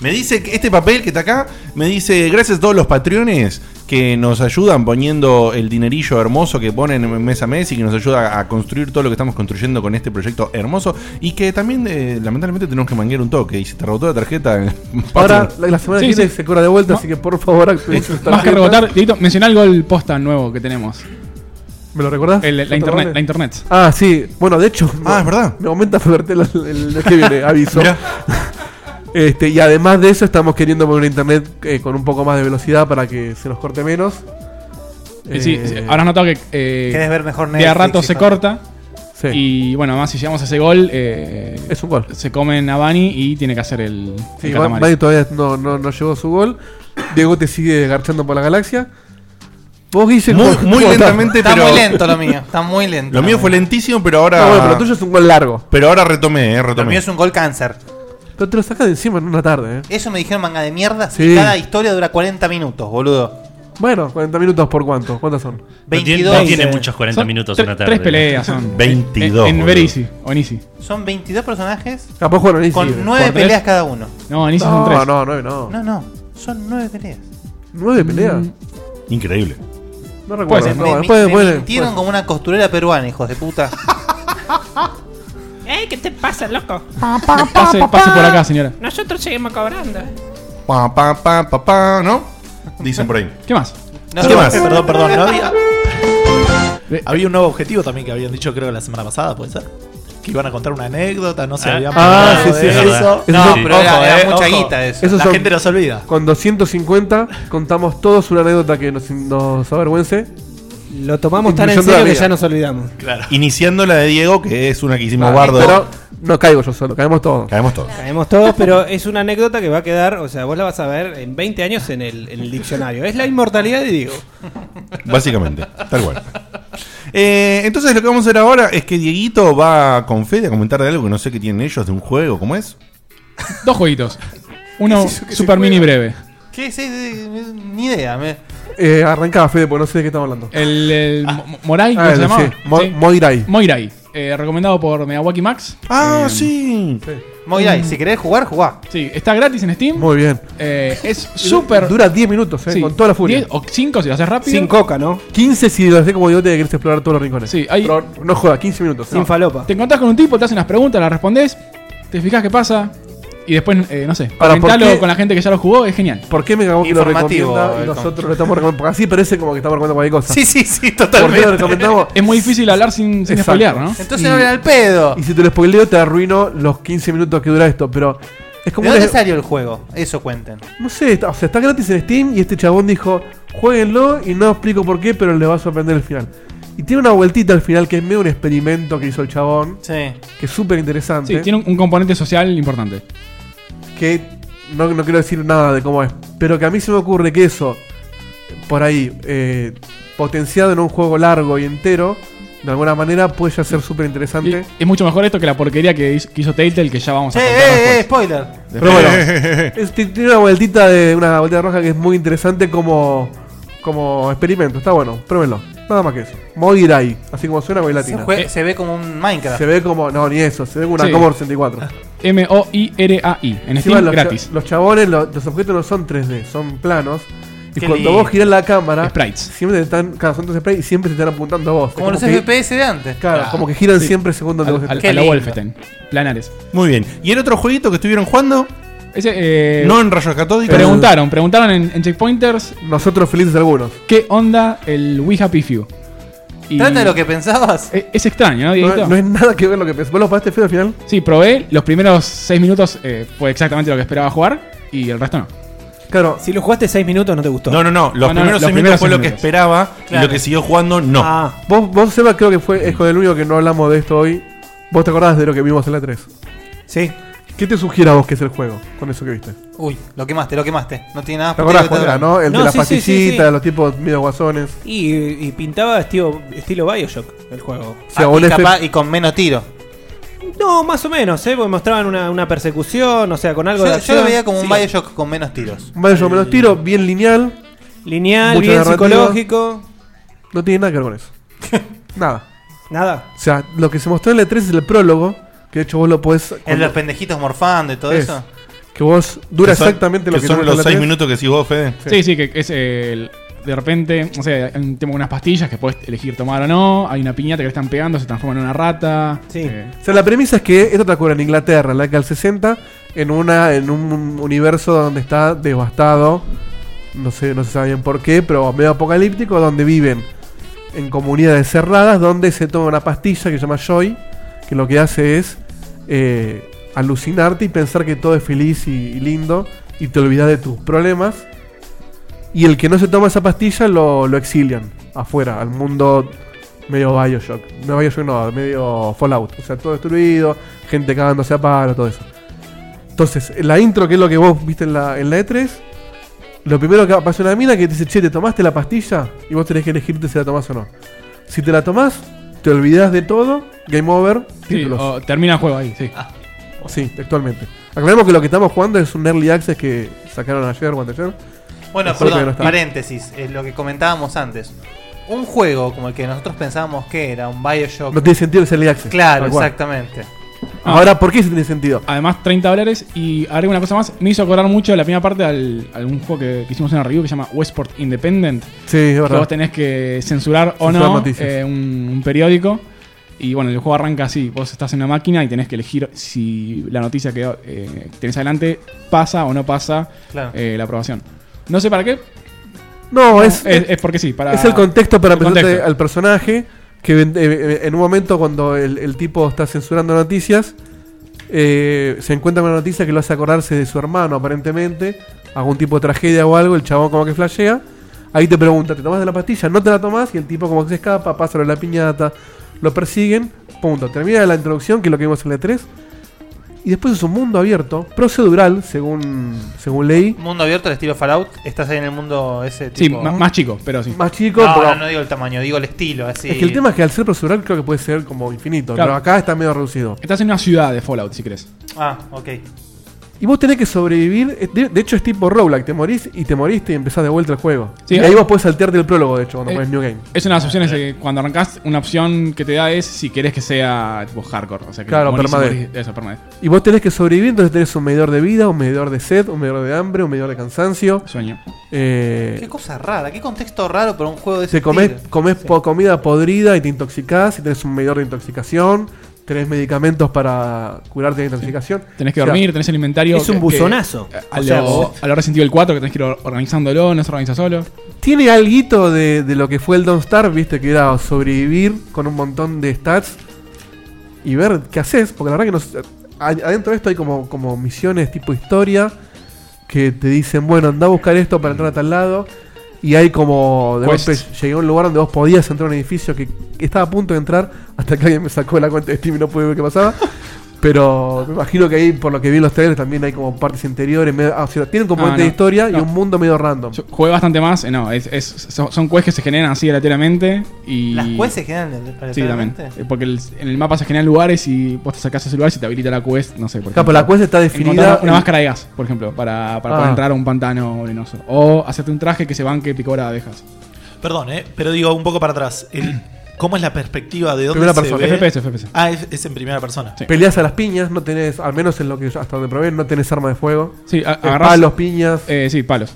Speaker 3: Me dice que este papel que está acá, me dice gracias a todos los patrones que nos ayudan poniendo el dinerillo hermoso que ponen mes a mes y que nos ayuda a construir todo lo que estamos construyendo con este proyecto hermoso y que también eh, lamentablemente tenemos que manguear un toque y se te rebotó la tarjeta.
Speaker 6: Ahora, la, la semana
Speaker 5: Sí,
Speaker 6: que viene
Speaker 5: sí.
Speaker 6: se cobra de vuelta,
Speaker 5: Ma-
Speaker 6: así que por favor actúen sus
Speaker 5: Más que
Speaker 6: tarjetas.
Speaker 5: rebotar, Dieguito, menciona algo el posta nuevo que tenemos.
Speaker 6: ¿Me lo recordás?
Speaker 5: El- la
Speaker 6: ¿Otro
Speaker 5: internet,
Speaker 6: roble?
Speaker 5: la internet.
Speaker 6: Ah, sí. Bueno, de hecho.
Speaker 5: Ah, es verdad.
Speaker 6: Me aumenta Febertel el, el mes que viene, aviso.
Speaker 5: Mirá.
Speaker 6: Este, y además de eso, estamos queriendo poner internet eh, con un poco más de velocidad para que se nos corte menos.
Speaker 5: Eh, sí, sí, ahora has notado que. eh,
Speaker 6: ¿Querés ver mejor
Speaker 5: De a
Speaker 6: Netflix
Speaker 5: rato
Speaker 6: y
Speaker 5: se
Speaker 6: todo?
Speaker 5: corta. Y bueno, además, si llegamos a ese gol. es
Speaker 6: un gol.
Speaker 5: Se comen a Bani y tiene que hacer el.
Speaker 6: Sí,
Speaker 5: el
Speaker 6: Van-
Speaker 5: catamari.
Speaker 6: Van todavía no, no, no llegó su gol. Diego te sigue garchando por la galaxia. Vos, Guille,
Speaker 3: Muy,
Speaker 6: ¿cómo-
Speaker 3: muy
Speaker 6: cómo estás?
Speaker 3: lentamente,
Speaker 4: Está
Speaker 3: pero.
Speaker 4: muy lento lo mío, está muy lento.
Speaker 3: Lo mío fue lentísimo, pero ahora.
Speaker 6: Ah. No, bueno, pero lo tuyo es un gol largo.
Speaker 3: Pero ahora retomé, eh, retomé.
Speaker 4: Lo mío es un gol cáncer.
Speaker 6: Pero te lo sacas de encima en una tarde, eh.
Speaker 4: Eso me dijeron manga de mierda. si
Speaker 6: Sí.
Speaker 4: Cada historia dura 40 minutos, boludo.
Speaker 6: Bueno, 40 minutos por cuánto. ¿Cuántas son?
Speaker 11: no tiene muchos 40
Speaker 5: Son
Speaker 11: minutos
Speaker 5: tre-
Speaker 11: una tarde.
Speaker 5: Tres peleas son.
Speaker 3: 22,
Speaker 5: En, en
Speaker 3: boludo.
Speaker 5: Very Easy, o en Easy.
Speaker 4: Son 22 personajes
Speaker 6: Capaz Ah, pues jugaron Easy.
Speaker 4: con 9
Speaker 5: ¿Por tres?
Speaker 4: peleas cada uno.
Speaker 5: No, en Easy
Speaker 6: No,
Speaker 5: son tres.
Speaker 6: no, no, no.
Speaker 4: No, no, son 9 peleas.
Speaker 6: ¿Nueve
Speaker 7: Mm.
Speaker 6: peleas?
Speaker 3: Increíble.
Speaker 6: No recuerdo.
Speaker 4: Pues,
Speaker 6: no,
Speaker 4: me, me-
Speaker 6: después,
Speaker 4: me
Speaker 6: después-
Speaker 4: mintieron
Speaker 6: después.
Speaker 4: como una costurera peruana, hijos de puta.
Speaker 12: ¿Eh? ¿Qué te pasa, loco?
Speaker 5: Pase, pase por acá, señora.
Speaker 12: Nosotros seguimos cobrando.
Speaker 3: Pa, pa, pa, pa, pa, ¿no? Dicen por ahí.
Speaker 5: ¿Qué más?
Speaker 3: No,
Speaker 10: ¿Qué
Speaker 3: no,
Speaker 10: más?
Speaker 3: no,
Speaker 10: Perdón,
Speaker 3: no,
Speaker 10: perdón.
Speaker 3: no,
Speaker 10: ¿no
Speaker 3: no.
Speaker 10: había, había un nuevo objetivo también que habían dicho, creo, la semana pasada, ¿puede ser? Que iban a contar una anécdota, no se
Speaker 6: Ah,
Speaker 10: habían
Speaker 6: ah,
Speaker 10: acordado
Speaker 6: sí, sí,
Speaker 10: de
Speaker 6: sí.
Speaker 10: eso.
Speaker 6: Eso son- ojo, eh, ojo. Esos
Speaker 10: La
Speaker 6: son-
Speaker 10: gente los olvida.
Speaker 6: Con 250 contamos todos una anécdota que nos, nos avergüence.
Speaker 7: Lo tomamos tan en serio que ya nos olvidamos.
Speaker 3: Iniciando la de Diego, que es una que hicimos
Speaker 6: Ah,
Speaker 3: Bardo.
Speaker 6: pero no caigo yo solo, caemos todos.
Speaker 3: Caemos todos.
Speaker 7: Sabemos todos, pero es una anécdota que va a quedar, o sea, vos la vas a ver en 20 años en el, en el diccionario. Es la inmortalidad de Diego.
Speaker 3: Básicamente, tal cual. Eh, entonces lo que vamos a hacer ahora es que Dieguito va con Fede a comentar de algo que no sé qué tienen ellos, de un juego, ¿cómo es?
Speaker 5: Dos jueguitos. Uno super mini breve.
Speaker 4: ¿Qué es? ese? Ni idea. me-
Speaker 6: Eh, arrancaba Fede, porque no sé de qué estamos hablando.
Speaker 5: El, el Mo- Morai, ¿cómo
Speaker 6: Ah,
Speaker 5: se
Speaker 6: el-
Speaker 5: llamaba?
Speaker 6: sí. Mo- Moirai.
Speaker 5: Moirai. Eh, recomendado por Megawaki Max.
Speaker 3: Ah,
Speaker 5: Eh,
Speaker 3: sí.
Speaker 4: Moirai, si querés jugar, jugá.
Speaker 5: Sí, está gratis en Steam.
Speaker 6: Muy bien.
Speaker 5: Eh, es súper.
Speaker 6: Dura 10 minutos, eh,
Speaker 5: Sí,
Speaker 6: con toda la furia.
Speaker 5: 10 o 5 si lo haces rápido.
Speaker 7: coca, ¿no?
Speaker 6: 15 si lo haces como yo te querés explorar todos los rincones.
Speaker 5: Sí, hay-
Speaker 6: Pero no juega, 15 minutos.
Speaker 5: Sin
Speaker 7: falopa.
Speaker 5: Te encontrás con un tipo, te hacen las preguntas, las respondés, te fijas qué pasa y después, eh, no sé,
Speaker 6: Ahora, ¿por
Speaker 5: comentalo
Speaker 6: qué?
Speaker 5: con la gente que ya lo jugó, es genial.
Speaker 6: ¿Por qué me cagó que lo
Speaker 5: Informativo,
Speaker 6: recomienda y
Speaker 5: eh,
Speaker 6: nosotros
Speaker 5: con-
Speaker 6: lo estamos recomendando? Porque así parece como que estamos recomendando cualquier cosa.
Speaker 5: Sí, sí, sí,
Speaker 6: ¿Por qué
Speaker 5: totalmente.
Speaker 6: lo recomendamos?
Speaker 5: Es muy difícil hablar sin, sin
Speaker 6: Exacto.
Speaker 5: spoilear, ¿no?
Speaker 4: Entonces no era el pedo.
Speaker 6: Y si te lo spoileo, te arruino los 15 minutos que dura esto. Pero es como.
Speaker 4: ¿De
Speaker 6: una-
Speaker 4: dónde salió el juego? Eso cuenten.
Speaker 6: No sé, está- o sea, está gratis en Steam y este chabón dijo, jueguenlo y no explico por qué, pero les va a sorprender el final. Y tiene una vueltita al final que es medio un experimento que hizo el chabón. Que es súper interesante.
Speaker 5: Sí, tiene un, un componente social importante.
Speaker 6: Que no, no quiero decir nada de cómo es. Pero que a mí se me ocurre que eso, por ahí, eh, potenciado en un juego largo y entero, de alguna manera puede ya ser súper
Speaker 5: Y
Speaker 6: interesante.
Speaker 5: es mucho mejor esto que la porquería que hizo, que hizo Telltale, que ya vamos a
Speaker 4: Eh,
Speaker 5: contar
Speaker 4: eh, eh,
Speaker 5: después.
Speaker 4: spoiler.
Speaker 6: Pero bueno, es- ti- tiene una vueltita de una vuelta roja que es muy interesante como, como experimento. Está bueno, pruébenlo. Nada más que eso. Moirai, así como suena, muy
Speaker 4: Se,
Speaker 6: latina.
Speaker 4: jue- se ve como un Minecraft. Ah.
Speaker 6: Se ve como, no, ni eso, se ve como una
Speaker 5: Sí.
Speaker 6: Commodore 64.
Speaker 5: M-O-I-R-A-I. En
Speaker 6: Encima
Speaker 5: Steam,
Speaker 6: los, cha-
Speaker 5: gratis.
Speaker 6: los chabones, lo- los, objetos no son 3D, son planos. Y
Speaker 5: Qué
Speaker 6: cuando
Speaker 5: lindo.
Speaker 6: vos girás la cámara,
Speaker 5: Sprites.
Speaker 6: siempre te están, claro, son dos sprites y siempre te están apuntando a vos. Es
Speaker 4: Como los
Speaker 6: que-
Speaker 4: FPS de antes.
Speaker 6: Claro,
Speaker 4: Ah.
Speaker 6: como que giran
Speaker 5: Sí.
Speaker 6: siempre segundos
Speaker 5: Al-
Speaker 6: de
Speaker 5: al- a la Wolfenstein. Planares.
Speaker 3: Muy bien. ¿Y el otro jueguito que estuvieron jugando?
Speaker 5: Ese, eh,
Speaker 3: no en rayos catódicos.
Speaker 5: Preguntaron, preguntaron en, en Checkpointers.
Speaker 6: Nosotros felices algunos.
Speaker 5: ¿Qué onda el We Happy Few? Y-
Speaker 4: ¿Trata de lo que pensabas?
Speaker 5: Es, es extraño, ¿no, Dieguito?
Speaker 6: No, no es nada que ver lo que pensé. ¿Vos lo pasaste feo al final?
Speaker 5: Sí, probé. Los primeros 6 minutos eh, fue exactamente lo que esperaba jugar y el resto no.
Speaker 6: Claro.
Speaker 7: Si lo jugaste 6 minutos, no te gustó.
Speaker 3: No, no, no. Los
Speaker 5: No, no,
Speaker 3: primeros
Speaker 5: los
Speaker 3: seis minutos
Speaker 5: primeros
Speaker 3: fue
Speaker 5: seis
Speaker 3: lo que
Speaker 5: minutos.
Speaker 3: esperaba y
Speaker 5: Claro.
Speaker 3: lo que siguió jugando, no.
Speaker 6: Vos, vos Seba, creo que fue es con el único que no hablamos de esto hoy. ¿Vos te acordás de lo que vimos en la 3?
Speaker 7: Sí.
Speaker 6: ¿Qué te sugiera a vos que es el juego con eso que viste?
Speaker 4: Uy, lo quemaste, lo quemaste. No tiene nada
Speaker 6: ¿Te acordás
Speaker 4: puteado
Speaker 6: cuál
Speaker 4: que
Speaker 6: era,
Speaker 4: te-
Speaker 6: no? El de
Speaker 4: No,
Speaker 6: las
Speaker 4: sí, sí,
Speaker 6: pastillitas,
Speaker 4: sí, sí.
Speaker 6: los tipos medio guasones.
Speaker 7: Y, y pintaba estilo, estilo Bioshock el juego.
Speaker 4: Ah, y, capaz- y con menos tiro.
Speaker 7: No, más o menos, ¿eh? Porque mostraban una, una persecución, o sea, con algo
Speaker 4: Yo,
Speaker 7: de
Speaker 4: yo
Speaker 7: acción.
Speaker 4: lo veía como un
Speaker 7: Sí.
Speaker 4: Bioshock con menos tiros.
Speaker 6: Un Bioshock menos tiro, bien lineal.
Speaker 7: Lineal,
Speaker 6: mucha
Speaker 7: bien
Speaker 6: narrativa.
Speaker 7: psicológico.
Speaker 6: No tiene nada que ver con eso. nada.
Speaker 7: Nada.
Speaker 6: O sea, lo que se mostró en el E3 es el prólogo, que de hecho vos lo podés...
Speaker 4: En
Speaker 6: cuando-
Speaker 4: los pendejitos morfando y todo
Speaker 6: Es.
Speaker 4: eso.
Speaker 6: Que vos dura
Speaker 3: Que son-
Speaker 6: exactamente lo que,
Speaker 3: que son
Speaker 6: te
Speaker 3: los
Speaker 6: mostró en el
Speaker 3: seis
Speaker 6: E3.
Speaker 3: minutos que decís vos, Fede.
Speaker 5: Sí, sí, que es el. De repente, no sé, hay un tema con unas pastillas que puedes elegir tomar o no. Hay una piñata que le están pegando, se transforma en una rata. eh, Sí.
Speaker 6: O sea, la premisa es que esto te ocurre en Inglaterra, en la década del 60, en, una, en un universo donde está devastado, no sé, no se sabe bien por qué, pero medio apocalíptico, donde viven en comunidades cerradas, donde se toma una pastilla que se llama Joy, que lo que hace es eh, alucinarte y pensar que todo es feliz y, y lindo, y te olvidas de tus problemas. Y el que no se toma esa pastilla lo, lo exilian afuera, al mundo medio Bioshock. No Bioshock, no, medio Fallout. O sea, todo destruido, gente cagándose a palo, todo eso. Entonces, en la intro, que es lo que vos viste en la, en la E3, lo primero que pasa una mina que te dice, che, ¿te tomaste la pastilla? Y vos tenés que elegirte si la tomás o no. Si te la tomás, te olvidás de todo, game over, títulos.
Speaker 5: o termina el juego ahí, sí.
Speaker 4: Ah.
Speaker 6: Sí, actualmente. Aclaremos que lo que estamos jugando es un early access que sacaron ayer o anteayer.
Speaker 4: Bueno,
Speaker 6: El juego todavía no
Speaker 4: perdón,
Speaker 6: está.
Speaker 4: paréntesis, eh, lo que comentábamos antes. Un juego como el que nosotros pensábamos que era un Bioshock.
Speaker 6: No tiene sentido ese early access.
Speaker 4: Claro,
Speaker 6: tal cual.
Speaker 4: exactamente.
Speaker 6: Ahora, ¿por qué se tiene sentido?
Speaker 5: Ah. Además, 30 dólares. Y agrego una cosa más. Me hizo acordar mucho la primera parte al, a un juego que, que hicimos en la review que se llama Westport Independent.
Speaker 6: Sí, es
Speaker 5: Que
Speaker 6: verdad.
Speaker 5: vos tenés que censurar o
Speaker 6: Censurar
Speaker 5: no
Speaker 6: noticias.
Speaker 5: eh, un, un periódico. Y bueno, el juego arranca así. Vos estás en una máquina y tenés que elegir si la noticia que eh, tenés adelante pasa o no pasa
Speaker 4: Claro.
Speaker 5: eh, la aprobación. No sé para qué.
Speaker 6: No, es,
Speaker 5: Ah, es, es porque sí. Para,
Speaker 6: Es el contexto para
Speaker 5: el
Speaker 6: presentarte
Speaker 5: contexto.
Speaker 6: al personaje. Que ven- eh, en un momento, cuando el, el tipo está censurando noticias, eh, se encuentra con una noticia que lo hace acordarse de su hermano, aparentemente. Algún tipo de tragedia o algo. El chabón, como que flashea. Ahí te pregunta: ¿te tomás de la pastilla? No te la tomás. Y el tipo, como que se escapa, pásalo en la piñata. Lo persiguen. Punto. Termina la introducción, que es lo que vimos en la 3. Y después es un mundo abierto, procedural, según, según leí.
Speaker 4: Mundo abierto al estilo Fallout. Estás ahí en el mundo ese
Speaker 6: Sí,
Speaker 4: tipo.
Speaker 6: ma- más chico, pero sí. Más chico,
Speaker 4: No,
Speaker 6: pero-
Speaker 4: no, no digo el tamaño, digo el estilo. Así.
Speaker 6: Es que el tema es que al ser procedural creo que puede ser como infinito,
Speaker 5: Claro.
Speaker 6: pero acá está medio reducido.
Speaker 5: Estás en una ciudad de Fallout, si querés.
Speaker 4: Ah, ok.
Speaker 6: Y vos tenés que sobrevivir, eh, de, de hecho es tipo Roblox, te morís y te moriste y empezás de vuelta el juego.
Speaker 5: Sí.
Speaker 6: y ahí vos podés saltear del prólogo, de hecho, cuando
Speaker 5: Eh,
Speaker 6: pones New Game.
Speaker 5: Es una de las
Speaker 4: Ah,
Speaker 5: opciones
Speaker 4: eh.
Speaker 5: que cuando arrancás, una opción que te da es si querés que sea tipo hardcore. O sea, que
Speaker 6: Claro,
Speaker 5: morís y
Speaker 6: permade.
Speaker 5: morís- Eso, permade.
Speaker 6: Y vos tenés que sobrevivir, entonces tenés un medidor de vida, un medidor de sed, un medidor de hambre, un medidor de cansancio. Eh,
Speaker 5: Sueño.
Speaker 4: Qué cosa rara, qué contexto raro para un juego de ese
Speaker 6: Te comes,
Speaker 4: estilo.
Speaker 6: comes po- comida podrida y te intoxicás, y tenés un medidor de intoxicación, tenés medicamentos para curarte de intoxicación.
Speaker 5: Tenés que
Speaker 6: O sea,
Speaker 5: dormir, tenés el inventario. que- que- a, lo,
Speaker 6: O sea,
Speaker 5: a lo resentido el 4, que tenés que ir or- organizándolo, no se organiza solo.
Speaker 6: Tiene alguito de, de lo que fue el Don't Star, viste, que era sobrevivir con un montón de stats y ver qué haces, porque la verdad que no, s- a- adentro de esto hay como, como misiones tipo historia que te dicen, bueno, anda a buscar esto para entrar a tal lado. Y hay como, de
Speaker 5: Quests.
Speaker 6: golpe llegué a un lugar donde vos podías entrar a un edificio que estaba a punto de entrar, hasta que alguien me sacó la cuenta de Steam y no pude ver qué pasaba. Pero me imagino que ahí, por lo que vi en los trailers, también hay como partes interiores. medio- ah, o sea, tienen un componente
Speaker 5: Ah, no.
Speaker 6: de historia y
Speaker 5: No.
Speaker 6: un mundo medio random.
Speaker 5: Jugué bastante más. eh, No, es, es- son, son quests que se generan así aleatoriamente. Y...
Speaker 4: ¿Las quests se generan aleatoriamente?
Speaker 5: Sí, también. Eh, Porque el- en el mapa se generan lugares y vos te sacás ese lugar y se te habilita la quest. No sé, por
Speaker 6: Claro,
Speaker 5: ejemplo,
Speaker 6: pero la quest está definida
Speaker 5: encontrar Una
Speaker 6: en-
Speaker 5: máscara de gas, por ejemplo, para, para
Speaker 6: Ah.
Speaker 5: poder entrar a un pantano venenoso. O hacerte un traje que se banque picobra de abejas.
Speaker 10: Perdón, ¿eh? pero digo un poco para atrás. El- ¿Cómo es la perspectiva de dónde
Speaker 6: Primera
Speaker 10: se
Speaker 6: persona.
Speaker 10: ve?
Speaker 6: FPS, FPS.
Speaker 10: Ah, es, es en primera persona.
Speaker 6: Peleas a las piñas, no tenés, al menos en lo que yo- hasta donde probé, no tenés arma de fuego.
Speaker 5: Sí, a-
Speaker 6: Eh,
Speaker 5: agarrás-
Speaker 6: Palos, piñas.
Speaker 5: Eh, sí, palos.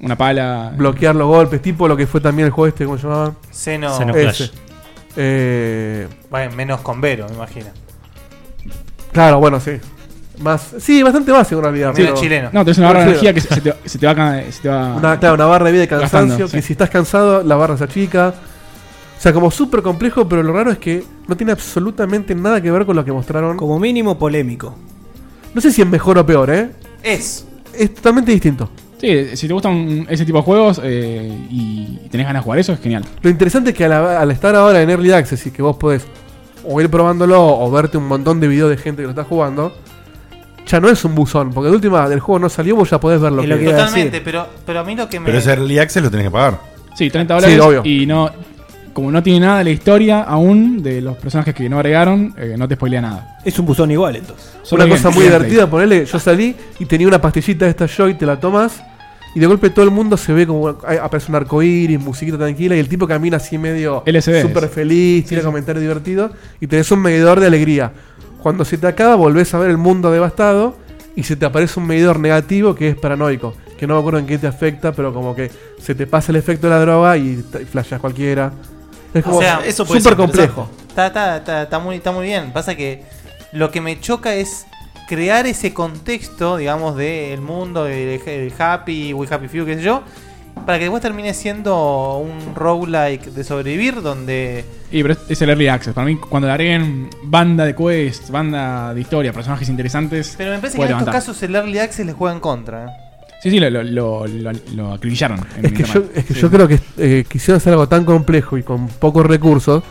Speaker 5: Una pala.
Speaker 6: Bloquear los golpes, tipo lo que fue también el juego este, ¿cómo se llamaba?
Speaker 4: Xeno-
Speaker 11: Xenoflash.
Speaker 6: Ese. Eh,
Speaker 4: Bueno, menos con Vero, me imagino.
Speaker 6: claro, bueno, sí. Más, sí, bastante básico en realidad.
Speaker 4: Sí,
Speaker 6: pero-
Speaker 4: chileno.
Speaker 5: No, tenés una barra de
Speaker 6: Chileno.
Speaker 5: energía que se, se te, va- se te va, ca- se te va-
Speaker 6: Una, claro, una barra de vida de cansancio,
Speaker 5: gastando,
Speaker 6: que
Speaker 5: sí.
Speaker 6: si estás cansado, la barra se achica. O sea, como súper complejo, pero lo raro es que no tiene absolutamente nada que ver con lo que mostraron.
Speaker 7: Como mínimo polémico.
Speaker 6: No sé si es mejor o peor, ¿eh?
Speaker 4: Es.
Speaker 6: Es totalmente distinto.
Speaker 5: Sí, si te gustan un- ese tipo de juegos eh, y tenés ganas de jugar eso, es genial.
Speaker 6: Lo interesante es que al, al estar ahora en Early Access y que vos podés o ir probándolo o verte un montón de videos de gente que lo está jugando, ya no es un buzón. Porque de última del juego no salió, vos ya podés ver lo que, es.
Speaker 4: Totalmente, pero, pero a mí lo que me.
Speaker 3: Pero ese early access lo tenés que pagar.
Speaker 5: Sí, 30 dólares.
Speaker 3: Sí, obvio.
Speaker 5: Y no. Como no tiene nada de la historia aún de los personajes que no agregaron, eh, no te spoilea nada.
Speaker 7: Es un buzón igual, entonces.
Speaker 5: Solo
Speaker 6: una
Speaker 5: bien,
Speaker 6: cosa muy
Speaker 5: bien
Speaker 6: divertida, ponele, yo salí y tenía una pastillita de esta Joy, te la tomas y de golpe todo el mundo se ve como ay, aparece un arcoíris, musiquita tranquila y el tipo camina así medio
Speaker 5: LSD
Speaker 6: súper
Speaker 5: es.
Speaker 6: feliz,
Speaker 5: Sí,
Speaker 6: tira
Speaker 5: sí.
Speaker 6: comentarios divertidos y tenés un medidor de alegría. Cuando se te acaba volvés a ver el mundo devastado y se te aparece un medidor negativo que es paranoico, que no me acuerdo en qué te afecta, pero como que se te pasa el efecto de la droga y, te- y flasheás cualquiera. Es como súper complejo.
Speaker 4: Está, está, está, está muy, está muy bien. Pasa que lo que me choca es crear ese contexto, digamos, del mundo, el, el happy, we happy few, qué sé yo, para que después termine siendo un roguelike de sobrevivir donde...
Speaker 5: Y pero es- es el early access. Para mí, cuando le agreguen banda de quests, banda de historia, personajes interesantes.
Speaker 4: Pero me parece que
Speaker 5: puede
Speaker 4: en estos
Speaker 5: levantar.
Speaker 4: casos el early access le juega en contra. ¿eh?
Speaker 5: Sí, sí, lo, lo, lo, lo- lo acribillaron. en
Speaker 6: Es que, yo,
Speaker 5: Internet.
Speaker 6: es que
Speaker 5: Sí.
Speaker 6: yo creo que eh, quisieron hacer algo tan complejo y con pocos recursos.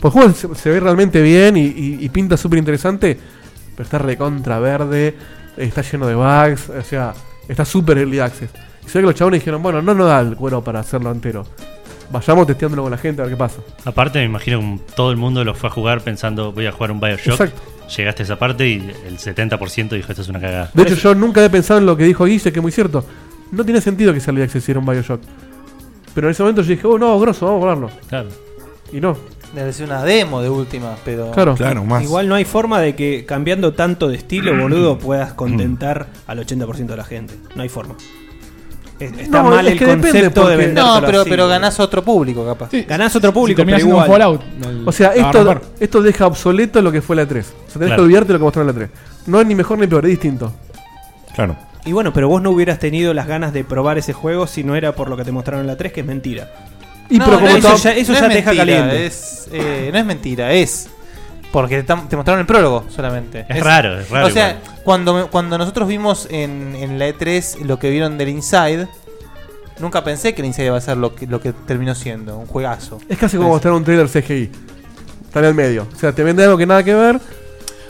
Speaker 6: Pues el juego se, se ve realmente bien y, y- y pinta súper interesante, pero está recontra verde, eh, está lleno de bugs, o sea, está súper early access. Y se ve que los chabones dijeron, bueno, no nos da el cuero para hacerlo entero. Vayamos testeándolo con la gente a ver qué pasa.
Speaker 11: Aparte, me imagino como todo el mundo lo fue a jugar pensando, voy a jugar un Bioshock.
Speaker 6: Exacto.
Speaker 11: Llegaste a esa parte y el 70% dijo, esto es una cagada.
Speaker 6: De hecho, yo nunca había pensado en lo que dijo Guille, que es muy cierto. No tiene sentido que sea early access si era un Bioshock. Pero en ese momento yo dije, oh no, grosso, vamos a volarlo.
Speaker 11: Claro.
Speaker 6: Y no.
Speaker 4: Debe ser una demo de última, pero...
Speaker 7: Igual no hay forma de que cambiando tanto de estilo, boludo, puedas contentar al 80% de la gente. No hay forma. Es- Está
Speaker 4: No,
Speaker 7: mal
Speaker 4: es
Speaker 7: el
Speaker 4: que depende,
Speaker 7: concepto de
Speaker 4: porque-
Speaker 7: vender.
Speaker 4: No, pero, pero ganás otro público, capaz.
Speaker 7: ganás otro público,
Speaker 5: termina
Speaker 7: pero
Speaker 5: siendo un
Speaker 7: igual.
Speaker 5: Fallout.
Speaker 6: O sea,
Speaker 5: La
Speaker 6: esto,
Speaker 5: romper.
Speaker 6: esto deja obsoleto lo que fue la 3. O sea, tenés que
Speaker 7: Claro.
Speaker 6: olvidarte de lo que mostraron en la 3. No es ni mejor ni peor, es distinto.
Speaker 3: Claro.
Speaker 7: Y bueno, pero vos no hubieras tenido las ganas de probar ese juego si no era por lo que te mostraron en la 3, que es mentira.
Speaker 6: Y
Speaker 4: No,
Speaker 6: pero
Speaker 4: no,
Speaker 6: como
Speaker 4: eso
Speaker 6: todo-
Speaker 4: ya, eso
Speaker 6: no
Speaker 4: ya
Speaker 6: es
Speaker 4: te deja
Speaker 6: mentira,
Speaker 4: caliente.
Speaker 6: es,
Speaker 4: eh, no es mentira, es. Porque te, tam- te mostraron el prólogo solamente.
Speaker 11: Es raro, es raro
Speaker 4: O sea, cuando, me- cuando nosotros vimos en, en la E3 lo que vieron del Inside, nunca pensé que el Inside iba a ser lo que, lo que terminó siendo, un juegazo.
Speaker 6: Es casi como mostrar un trailer CGI. Está en el medio. O sea, te vende algo que nada que ver.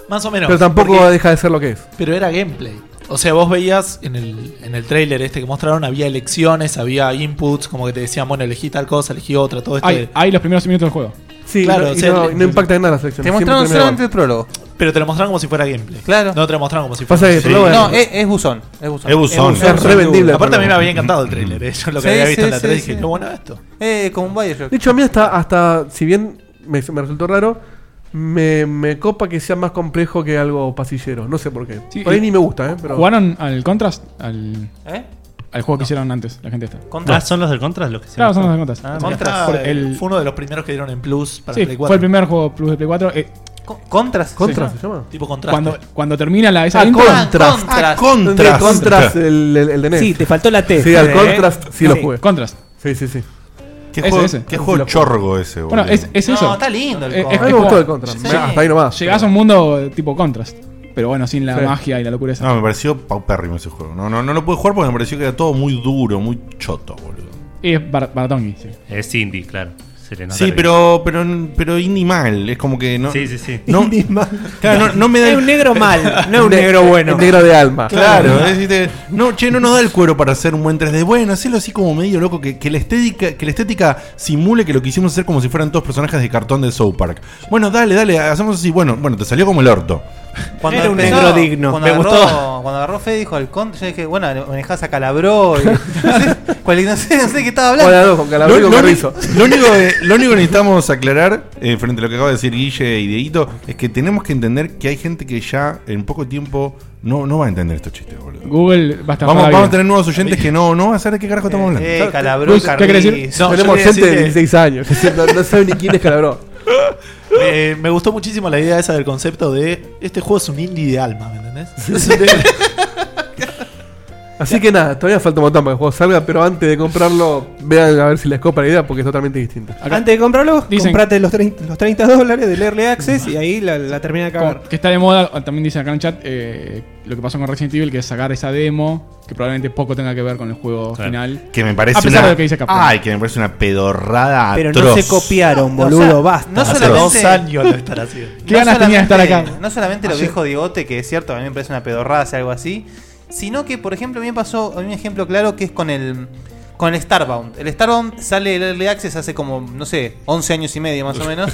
Speaker 10: Más o menos,
Speaker 6: Pero tampoco
Speaker 10: porque-
Speaker 6: deja de ser lo que es.
Speaker 10: Pero era gameplay. O sea, vos veías en el, en el trailer este que mostraron, había elecciones, había inputs, como que te decían, bueno, elegí tal cosa, elegí otra, todo este esto.
Speaker 5: Hay, hay los primeros minutos del juego.
Speaker 6: Sí, y no- y no impacta en nada la selección, Te mostraron siempre solamente termina
Speaker 4: prólogo.
Speaker 10: Pero te lo mostraron como si fuera gameplay.
Speaker 4: Claro.
Speaker 10: No te lo mostraron como si fuera.
Speaker 6: Pasa que el prólogo
Speaker 4: No, es, es buzón. Es buzón.
Speaker 10: Es buzón. Es
Speaker 4: buzón,
Speaker 10: revendible
Speaker 4: seguro.
Speaker 10: el Aparte, a mí me había encantado el tráiler, eh. Yo lo que había visto en la 3 dije, qué bueno esto.
Speaker 4: Eh, como un Bioshock.
Speaker 6: De hecho, a mí hasta, hasta si bien me, me resultó raro, me, me copa que sea más complejo que algo pasillero. No sé por qué. por ahí
Speaker 5: y-
Speaker 6: ni me gusta, ¿eh? Pero...
Speaker 5: ¿Jugaron al Contrast? Al,
Speaker 4: ¿Eh?
Speaker 5: al juego que hicieron antes, la gente está.
Speaker 11: Contrast. Ah, ¿son los del Contrast los que
Speaker 5: Claro,
Speaker 11: hicieron?
Speaker 5: son los del Contrast.
Speaker 11: Ah,
Speaker 5: Sí.
Speaker 10: Contra
Speaker 5: Por
Speaker 10: eh,
Speaker 5: el-
Speaker 10: fue uno de los primeros que dieron en Plus para
Speaker 5: sí,
Speaker 10: Play 4.
Speaker 5: fue el primer juego Plus de Play 4. eh,
Speaker 4: Contrast.
Speaker 6: Contrast
Speaker 5: Sí.
Speaker 6: se llama.
Speaker 10: Tipo contraste.
Speaker 5: Cuando, cuando termina la, esa
Speaker 6: Ah,
Speaker 5: intro-
Speaker 6: Contrast. Ah, Contrast. El Contrast, el- el- el de NES. Sí, te faltó la T. Sí, al Contrast sí lo jugué.
Speaker 5: Contrast.
Speaker 6: Sí, sí, sí.
Speaker 3: ¿Qué juego, ¿qué juego chorgo ese, boludo?
Speaker 5: Bueno, es, es
Speaker 4: No,
Speaker 5: eso.
Speaker 4: está lindo el
Speaker 5: Eh, es-
Speaker 4: Contrast.
Speaker 5: es
Speaker 4: A mí me
Speaker 5: como-
Speaker 4: gustó el Contrast. Sí. Hasta ahí nomás.
Speaker 5: Llegás a un mundo eh, tipo Contrast. Pero bueno, sin la
Speaker 3: Sí.
Speaker 5: magia y la locura esa.
Speaker 3: No, Ah, me pareció paupérrimo ese juego. No, no, no lo pude jugar porque me pareció que era todo muy duro, muy choto, boludo.
Speaker 5: Y es bar- baratongui, sí.
Speaker 11: Es indie, claro. Se le nota
Speaker 3: Sí,
Speaker 11: bien.
Speaker 3: pero, pero, pero indie mal. Es como que no.
Speaker 11: Sí, sí, sí.
Speaker 3: No, Claro, no, no me da
Speaker 7: Es un negro mal, no un negro bueno.
Speaker 3: Un
Speaker 6: negro de alma.
Speaker 3: Claro,
Speaker 6: Claro.
Speaker 3: es decirte, no, che, no nos da el cuero para hacer un buen 3D. Bueno, hacelo así como medio loco, que, que la estética, que la estética simule que lo quisimos hacer como si fueran todos personajes de cartón de South Park. Bueno, dale, dale, hacemos así. Bueno, bueno, te salió como el orto.
Speaker 4: Cuando
Speaker 7: Era un
Speaker 4: empezó,
Speaker 7: negro digno.
Speaker 4: Cuando
Speaker 7: Me
Speaker 4: agarró,
Speaker 7: gustó.
Speaker 4: Cuando agarró Fede dijo el Contrast, yo dije, bueno, manejás a Calabró. Y, no, sé, cual- no sé, no sé de qué estaba hablando.
Speaker 3: Lo- lo, uni- lo único de- lo único que necesitamos aclarar, eh, frente a lo que acaba de decir Guille y Dieguito, es que tenemos que entender que hay gente que ya en poco tiempo no, no va a entender estos chistes, boludo.
Speaker 5: Google va a
Speaker 3: Vamos,
Speaker 5: estar para la
Speaker 3: vamos a
Speaker 5: vida.
Speaker 3: tener nuevos oyentes que no, no va a saber de qué carajo estamos hablando.
Speaker 4: eh, Calabró, Luis, ¿qué Carriz. querés decir?
Speaker 10: No, yo
Speaker 6: Tenemos
Speaker 10: quería
Speaker 6: gente de
Speaker 10: decir que-
Speaker 6: 16 años. No, no sabe ni quién es Calabró.
Speaker 10: Eh, me gustó muchísimo la idea esa del concepto de este juego es un indie de alma, ¿me entendés? Es un de-
Speaker 6: Así que nada, todavía falta un montón para que el juego salga, pero antes de comprarlo, vean a ver si les copa la idea porque es totalmente distinta.
Speaker 7: Antes de comprarlo,
Speaker 6: Dicen-
Speaker 7: comprate los 30, los 30 dólares del Early Access y ahí la, la termina de cagar.
Speaker 5: Como que está de moda, ah, también dice acá en el chat, eh, lo que pasó con Resident Evil, que es sacar esa demo, que probablemente poco tenga que ver con el juego final.
Speaker 3: Que me parece
Speaker 5: A pesar
Speaker 3: una. Ah,
Speaker 5: de lo que dice Capcom.
Speaker 3: Ay, que me parece una pedorrada.
Speaker 7: Pero no
Speaker 3: atroz.
Speaker 7: se copiaron, boludo, basta.
Speaker 4: No
Speaker 3: Hace
Speaker 4: solamente-
Speaker 3: dos años lo estará haciendo.
Speaker 4: No
Speaker 5: Qué ganas tenía de estar
Speaker 4: solamente-
Speaker 5: acá.
Speaker 4: No solamente lo que
Speaker 5: Ayer.
Speaker 4: dijo Diegote, que es cierto, a mí me parece una pedorrada hacer algo así, sino que, por ejemplo, a mí me pasó a mí un ejemplo claro que es con el con el Starbound. El Starbound sale el Early Access hace como, no sé, 11 años y medio más o menos.